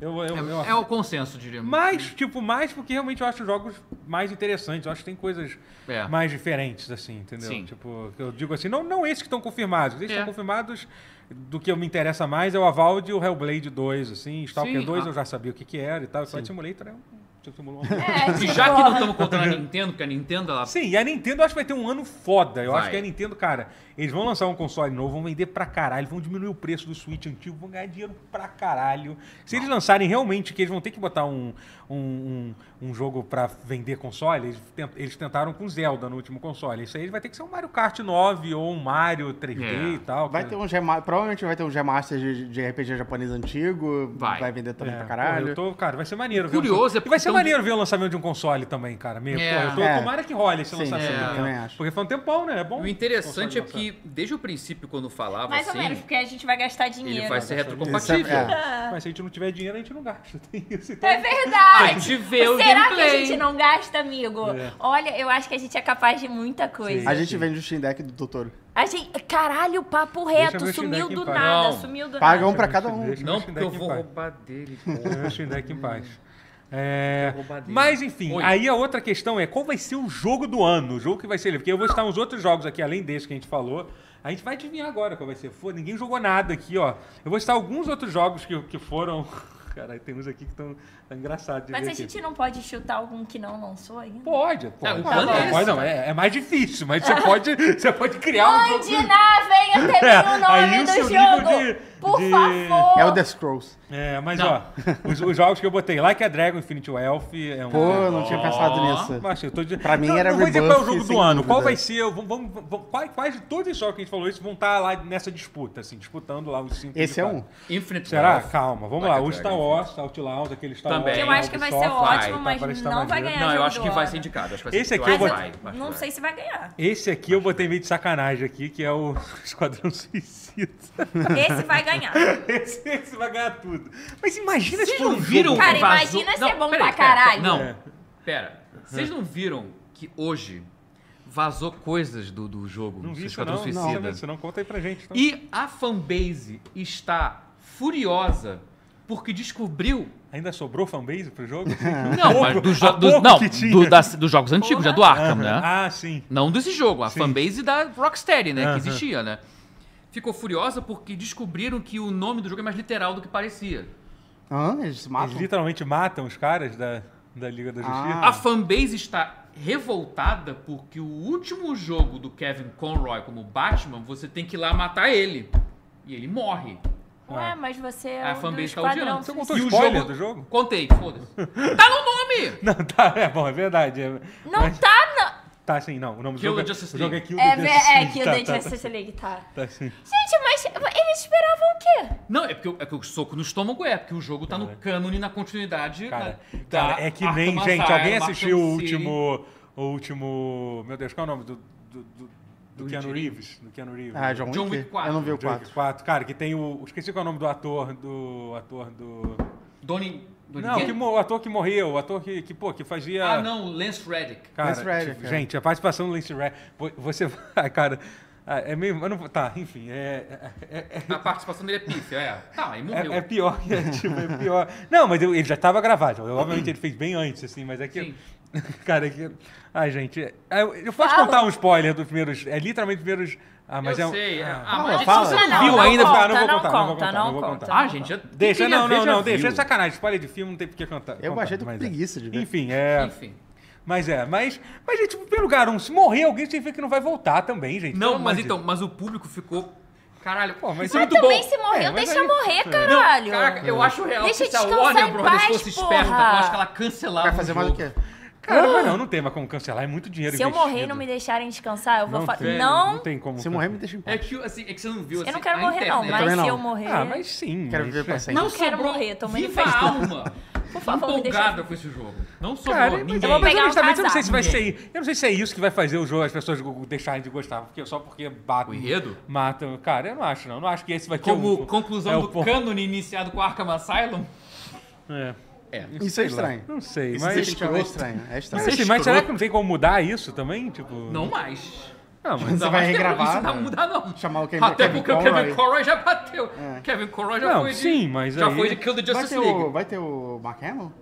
Speaker 1: eu, eu,
Speaker 4: É, é o consenso, diríamos.
Speaker 1: mais, tipo, mais porque realmente eu acho os jogos mais interessantes. Eu acho que tem coisas
Speaker 4: É.
Speaker 1: mais diferentes, assim, entendeu?
Speaker 4: Sim.
Speaker 1: Tipo, que eu digo assim, não, não esses que estão confirmados. Esses que
Speaker 4: É.
Speaker 1: estão confirmados do que eu me interessa mais é o Avald e o Hellblade 2, assim. Stalker
Speaker 4: Sim, Ah.
Speaker 1: 2
Speaker 4: a-
Speaker 1: eu já sabia o que que era e tal. Só Simulator é um... Flight Simulator.
Speaker 3: É,
Speaker 4: E
Speaker 3: tipo,
Speaker 4: já que não estamos contando a Nintendo, porque a Nintendo ela
Speaker 1: Sim, e a Nintendo eu acho que vai ter um ano foda. Eu
Speaker 4: Vai.
Speaker 1: acho que a Nintendo, cara, eles vão lançar um console novo, vão vender pra caralho, vão diminuir o preço do Switch antigo, vão ganhar dinheiro pra caralho. Se eles lançarem realmente que eles vão ter que botar um, um, um, um jogo pra vender console, eles, tent- eles tentaram com Zelda no último console. Isso aí vai ter que ser um Mario Kart 9 ou um Mario 3D
Speaker 4: É.
Speaker 1: e tal.
Speaker 5: Vai
Speaker 1: que-
Speaker 5: ter um gema... Provavelmente vai ter um remaster de, de RPG japonês antigo.
Speaker 4: Vai.
Speaker 5: Vai, vender também
Speaker 1: É,
Speaker 5: pra
Speaker 1: pô, eu
Speaker 5: caralho.
Speaker 1: tô, cara, vai ser maneiro.
Speaker 4: Curioso,
Speaker 1: ver
Speaker 4: é
Speaker 1: um... E vai ser
Speaker 4: tão-
Speaker 1: maneiro ver o lançamento de um console também, cara. Meio,
Speaker 4: É.
Speaker 1: pô, eu tô,
Speaker 5: É.
Speaker 1: Tomara que role esse
Speaker 5: Sim,
Speaker 1: lançamento.
Speaker 5: sim,
Speaker 1: né?
Speaker 5: eu também acho.
Speaker 1: Porque foi um tempão, né? É bom.
Speaker 4: O interessante
Speaker 1: console
Speaker 4: é que, desde o princípio, quando falava
Speaker 3: mais ou
Speaker 4: assim,
Speaker 3: menos, porque a gente vai gastar dinheiro.
Speaker 4: ele vai ser
Speaker 5: Isso
Speaker 4: retrocompatível.
Speaker 5: é, é.
Speaker 1: Mas se a gente não tiver dinheiro, a gente não gasta. Tem isso. Então,
Speaker 3: É
Speaker 4: Ah, A
Speaker 3: verdade!
Speaker 4: gente vê o
Speaker 3: Será que a
Speaker 4: gameplay.
Speaker 3: gente não gasta, amigo?
Speaker 1: É.
Speaker 3: Olha, eu acho que a gente é capaz de muita coisa.
Speaker 5: A gente vende o Steam Deck do Totoro.
Speaker 3: A gente... Caralho, papo
Speaker 1: Deixa
Speaker 3: reto,
Speaker 1: meu
Speaker 3: sumiu
Speaker 1: Shindeck em
Speaker 3: do
Speaker 1: paz.
Speaker 3: nada,
Speaker 4: Não.
Speaker 3: sumiu do
Speaker 5: Paga um
Speaker 3: nada.
Speaker 5: pra cada um.
Speaker 1: Deixa
Speaker 4: Não,
Speaker 1: meu
Speaker 4: porque eu
Speaker 1: Steam Deck em
Speaker 4: vou
Speaker 1: paz.
Speaker 4: roubar dele.
Speaker 1: Deixa
Speaker 4: porra.
Speaker 1: meu Steam Deck em paz. É,
Speaker 4: roubar dele.
Speaker 1: mas enfim,
Speaker 4: Oi.
Speaker 1: aí a outra questão é qual vai ser o jogo do ano, o jogo que vai ser ele. Porque eu vou citar uns outros jogos aqui, além desse que a gente falou. A gente vai adivinhar agora qual vai ser. Foda, ninguém jogou nada aqui, ó. Eu vou citar alguns outros jogos que, que foram Caralho, tem uns aqui que estão engraçados de
Speaker 3: Mas
Speaker 1: ver
Speaker 3: a
Speaker 1: aqui.
Speaker 3: gente não pode chutar algum que não lançou ainda?
Speaker 1: Pode,
Speaker 4: Não,
Speaker 1: pode. Não,
Speaker 4: o plano é
Speaker 1: pode,
Speaker 4: esse.
Speaker 1: não, é, é mais difícil, mas você pode, você pode criar um jogo.
Speaker 3: Mandiná, vem até mim o nome
Speaker 1: aí o
Speaker 3: do
Speaker 1: seu nível
Speaker 3: jogo!
Speaker 1: de-
Speaker 3: Por
Speaker 1: de-
Speaker 3: favor!
Speaker 5: É o The Scrolls.
Speaker 1: É, mas
Speaker 4: Não.
Speaker 1: ó, os, os jogos que eu botei, Like a Dragon, Infinity Elf, é um.
Speaker 5: Pô, eu não tinha
Speaker 4: Ó.
Speaker 5: pensado nisso.
Speaker 1: Mas eu tô dizendo.
Speaker 5: Pra mim
Speaker 1: não,
Speaker 5: era
Speaker 1: não vou dizer qual é o
Speaker 5: Rebuff,
Speaker 1: jogo do
Speaker 5: sem
Speaker 1: ano. Qual
Speaker 5: dúvida.
Speaker 1: vai ser? Vamos, vamos, vamos- quais, quais de todos os jogos que a gente falou isso vão estar lá nessa disputa, assim, disputando lá os cinco.
Speaker 5: Esse é um.
Speaker 1: indicados.
Speaker 4: Infinite
Speaker 1: Será?
Speaker 4: Wealth.
Speaker 1: Calma, vamos
Speaker 6: Like
Speaker 1: lá.
Speaker 6: a
Speaker 1: O
Speaker 6: Dragon,
Speaker 1: Star Wars, Outlaws, aquele Star
Speaker 4: Também.
Speaker 1: Wars.
Speaker 4: Eu
Speaker 3: acho que vai ser
Speaker 1: Ubisoft,
Speaker 3: ótimo,
Speaker 1: tá
Speaker 3: mas
Speaker 1: parecendo
Speaker 3: não
Speaker 1: mais
Speaker 3: vai
Speaker 1: dinheiro.
Speaker 3: ganhar.
Speaker 4: Não, eu
Speaker 3: jogo
Speaker 4: acho
Speaker 3: do
Speaker 4: que vai
Speaker 3: ano.
Speaker 4: ser indicado. Acho que vai
Speaker 1: Esse
Speaker 4: ser,
Speaker 1: aqui
Speaker 3: Mas
Speaker 1: eu vou-
Speaker 4: vai,
Speaker 3: eu não sei se vai ganhar.
Speaker 1: Esse aqui eu botei meio de sacanagem aqui, que é o Esquadrão Suicida.
Speaker 3: Esse vai ganhar.
Speaker 1: Esse, esse vai ganhar tudo. Mas imagina se
Speaker 4: Vocês
Speaker 1: for
Speaker 4: não
Speaker 1: um
Speaker 4: viram
Speaker 1: jogo-
Speaker 3: Cara,
Speaker 4: o vazio-
Speaker 3: imagina se
Speaker 4: Não,
Speaker 3: é bom
Speaker 4: peraí,
Speaker 3: pra
Speaker 4: pera, pera,
Speaker 3: caralho.
Speaker 1: É.
Speaker 4: Não, pera. Vocês não viram que hoje vazou coisas do, do jogo
Speaker 1: Não
Speaker 4: do
Speaker 1: vi isso
Speaker 4: Esquadrão
Speaker 1: não,
Speaker 4: Suicida?
Speaker 1: não, isso não. Conta aí pra gente. então.
Speaker 4: E a fanbase está furiosa porque descobriu.
Speaker 1: Ainda sobrou fanbase pro jogo?
Speaker 4: Não, mas dos jo-
Speaker 1: a
Speaker 4: dos-
Speaker 1: pouco
Speaker 4: não,
Speaker 1: que tinha.
Speaker 4: do- das- dos jogos antigos, já do Arkham, né?
Speaker 1: Ah, sim.
Speaker 4: Não desse jogo, a fanbase da Rocksteady, né?
Speaker 1: Aham.
Speaker 4: Que existia, né? Ficou furiosa porque descobriram que o nome do jogo é mais literal do que parecia.
Speaker 5: Hã? Eles se
Speaker 1: Eles
Speaker 5: matam?
Speaker 1: literalmente matam os caras da, da Liga da Justiça.
Speaker 5: Ah.
Speaker 4: A fanbase está revoltada porque o último jogo do Kevin Conroy como Batman, você tem que ir lá matar ele. E ele morre.
Speaker 3: Ué, mas você é
Speaker 5: um
Speaker 4: a
Speaker 3: o do
Speaker 4: fanbase tá
Speaker 3: Esquadrão
Speaker 4: odiando.
Speaker 1: Você
Speaker 3: Suicida.
Speaker 1: contou spoiler do jogo?
Speaker 4: Contei, foda-se. tá no nome!
Speaker 1: Não, tá, é bom, é verdade. é-
Speaker 3: Não tá, não.
Speaker 1: Tá sim, não. O nome do
Speaker 4: Kill
Speaker 1: jogo, é-
Speaker 4: the Justice
Speaker 1: o jogo é
Speaker 4: League.
Speaker 1: Kill the
Speaker 3: É,
Speaker 1: Justice
Speaker 3: é, é
Speaker 1: League,
Speaker 3: que o
Speaker 1: tá,
Speaker 3: Dante
Speaker 1: tá,
Speaker 3: Justice League tá.
Speaker 1: Tá sim.
Speaker 3: Gente, mas eles esperavam o quê?
Speaker 4: Não, é porque, o- é porque o soco no estômago é, porque o jogo tá no cânone, na continuidade.
Speaker 1: Cara,
Speaker 4: na-
Speaker 1: cara,
Speaker 4: da
Speaker 1: é que
Speaker 4: Tá. Arkham
Speaker 1: nem,
Speaker 4: Asylum,
Speaker 1: gente, alguém
Speaker 4: Arkham
Speaker 1: assistiu o
Speaker 4: City.
Speaker 1: último. O último. Meu Deus, qual é o nome? Do, do, do, do
Speaker 4: Do
Speaker 1: Keanu
Speaker 4: Jim.
Speaker 1: Reeves. Do Keanu Reeves.
Speaker 5: Ah, John Wick?
Speaker 4: John Wick
Speaker 5: Eu não vi o
Speaker 1: John Wick
Speaker 5: 4.
Speaker 1: 4. Cara, que tem o. Esqueci qual é o nome do ator do. Ator do.
Speaker 4: Donnie. Donnie
Speaker 1: Não,
Speaker 4: Yen?
Speaker 1: que, mo- o ator que morreu, o ator que, que, pô, que fazia.
Speaker 4: Ah, não, o Lance Reddick.
Speaker 1: Cara,
Speaker 5: Lance Reddick,
Speaker 1: tipo,
Speaker 5: é.
Speaker 1: gente, a participação do Lance Reddick, vo- você vai, cara, ah, é meio, eu não vou- tá, enfim, é, é, é-
Speaker 4: A participação dele é pífia, é. Tá, e morreu.
Speaker 1: é- é pior, que- é, tipo, é pior. Não, mas eu- ele já estava gravado, eu- obviamente ele fez bem antes, assim, mas é que,
Speaker 4: Sim.
Speaker 1: cara, é que, ai, gente, é- ah, eu, eu posso
Speaker 3: Fala.
Speaker 1: contar um spoiler dos primeiros, é literalmente os primeiros, ah, mas
Speaker 4: eu
Speaker 1: é um,
Speaker 4: sei. Ah,
Speaker 1: ah,
Speaker 4: mas
Speaker 5: fala.
Speaker 4: você
Speaker 5: Ah,
Speaker 4: não
Speaker 1: não,
Speaker 4: viu
Speaker 1: não
Speaker 4: ainda?
Speaker 1: conta,
Speaker 4: Ah,
Speaker 1: não vou contar, não vou
Speaker 3: conta,
Speaker 1: contar, não
Speaker 3: não
Speaker 1: vou
Speaker 3: conta.
Speaker 1: contar.
Speaker 3: não
Speaker 4: gente, já- quem
Speaker 1: Deixa,
Speaker 4: queria
Speaker 1: não,
Speaker 4: ver
Speaker 1: não,
Speaker 4: já
Speaker 1: não, deixa,
Speaker 4: viu.
Speaker 1: é sacanagem, spoiler de filme não tem porque cantar.
Speaker 5: Eu
Speaker 1: contar,
Speaker 5: achei que
Speaker 1: mas é.
Speaker 5: preguiça de ver.
Speaker 1: Enfim, é...
Speaker 4: Enfim.
Speaker 1: Mas é, mas, mas gente, em primeiro lugar, um, se morrer alguém, significa que não vai voltar também, gente.
Speaker 4: Não,
Speaker 1: pelo amor
Speaker 4: mas
Speaker 1: de
Speaker 4: então, mas o público ficou. Caralho,
Speaker 1: Pô, mas
Speaker 4: isso é
Speaker 1: Mas
Speaker 4: muito
Speaker 3: também
Speaker 4: bom.
Speaker 3: se morreu,
Speaker 1: É, mas
Speaker 3: deixa
Speaker 1: aí-
Speaker 3: morrer,
Speaker 1: Não,
Speaker 3: caralho.
Speaker 4: Caraca, eu acho real
Speaker 3: Deixa
Speaker 4: que se a
Speaker 3: descansar
Speaker 4: Warner
Speaker 3: em
Speaker 4: Brothers
Speaker 3: paz,
Speaker 4: fosse
Speaker 3: porra.
Speaker 4: esperta, eu acho que ela cancelava.
Speaker 5: Vai fazer
Speaker 4: o
Speaker 5: mais o
Speaker 4: Tá jogo.
Speaker 5: quê?
Speaker 1: Cara, mas não, não tem mais como cancelar, é muito dinheiro
Speaker 3: Ah! Se eu
Speaker 1: investido.
Speaker 3: morrer e não me deixarem descansar, eu vou
Speaker 1: Não,
Speaker 3: falar.
Speaker 1: tem,
Speaker 3: Não,
Speaker 1: não tem como.
Speaker 5: Se eu morrer, me deixa em
Speaker 4: É
Speaker 5: paz.
Speaker 4: que, assim, é que você não viu assim.
Speaker 3: eu não quero
Speaker 4: a
Speaker 3: morrer, não.
Speaker 4: internet-
Speaker 3: Mas
Speaker 5: também
Speaker 3: se eu
Speaker 5: não.
Speaker 3: morrer.
Speaker 1: Ah, mas sim.
Speaker 5: Quero
Speaker 1: mas- é.
Speaker 5: viver pra sempre.
Speaker 4: é Não
Speaker 3: quero
Speaker 4: sobrou
Speaker 3: morrer, tô
Speaker 4: viva a
Speaker 3: manifestando.
Speaker 4: alma.
Speaker 3: Por favor, me deixa-
Speaker 4: empolgada com esse jogo. Não sobrou
Speaker 1: Cara, mas- é
Speaker 4: ninguém.
Speaker 3: vou
Speaker 1: mas
Speaker 3: pegar um
Speaker 1: honestamente, eu não sei se vai
Speaker 4: casaco.
Speaker 1: ser. Eu não sei se é isso que vai fazer o jogo, as pessoas go- deixarem de gostar, porque só porque
Speaker 4: O
Speaker 1: batem.
Speaker 4: enredo?
Speaker 1: Matam. Cara, eu não acho, não. Eu Não acho que esse vai
Speaker 4: Como
Speaker 1: ter o-
Speaker 4: conclusão
Speaker 1: é o
Speaker 4: do
Speaker 1: ponto.
Speaker 4: cânone iniciado com Arkham Asylum?
Speaker 1: É.
Speaker 4: É.
Speaker 5: Isso
Speaker 1: Sei
Speaker 5: é
Speaker 1: lá.
Speaker 5: estranho.
Speaker 1: Não sei,
Speaker 5: Isso
Speaker 1: mas.
Speaker 5: definitivamente é estranho. É
Speaker 1: Mas,
Speaker 5: estranho.
Speaker 4: Isso é
Speaker 1: assim, mas será
Speaker 4: escroto.
Speaker 1: que não tem como mudar isso também? Tipo.
Speaker 4: Não mais.
Speaker 1: Não, mas.
Speaker 5: Você
Speaker 4: Não,
Speaker 5: vai
Speaker 4: mas
Speaker 5: regravar,
Speaker 4: Isso não
Speaker 5: né?
Speaker 4: vai mudar, não.
Speaker 5: Chamar o Kevin-
Speaker 4: Até
Speaker 5: Kevin
Speaker 4: porque o
Speaker 5: Conroy. É.
Speaker 4: Kevin Conroy já bateu. Kevin Conroy já
Speaker 1: Não,
Speaker 4: foi de...
Speaker 1: sim, mas
Speaker 4: já
Speaker 1: aí-
Speaker 4: foi de Kill the
Speaker 5: Vai
Speaker 4: Justice
Speaker 5: ter,
Speaker 4: League.
Speaker 5: o, vai ter o Mark Hamill?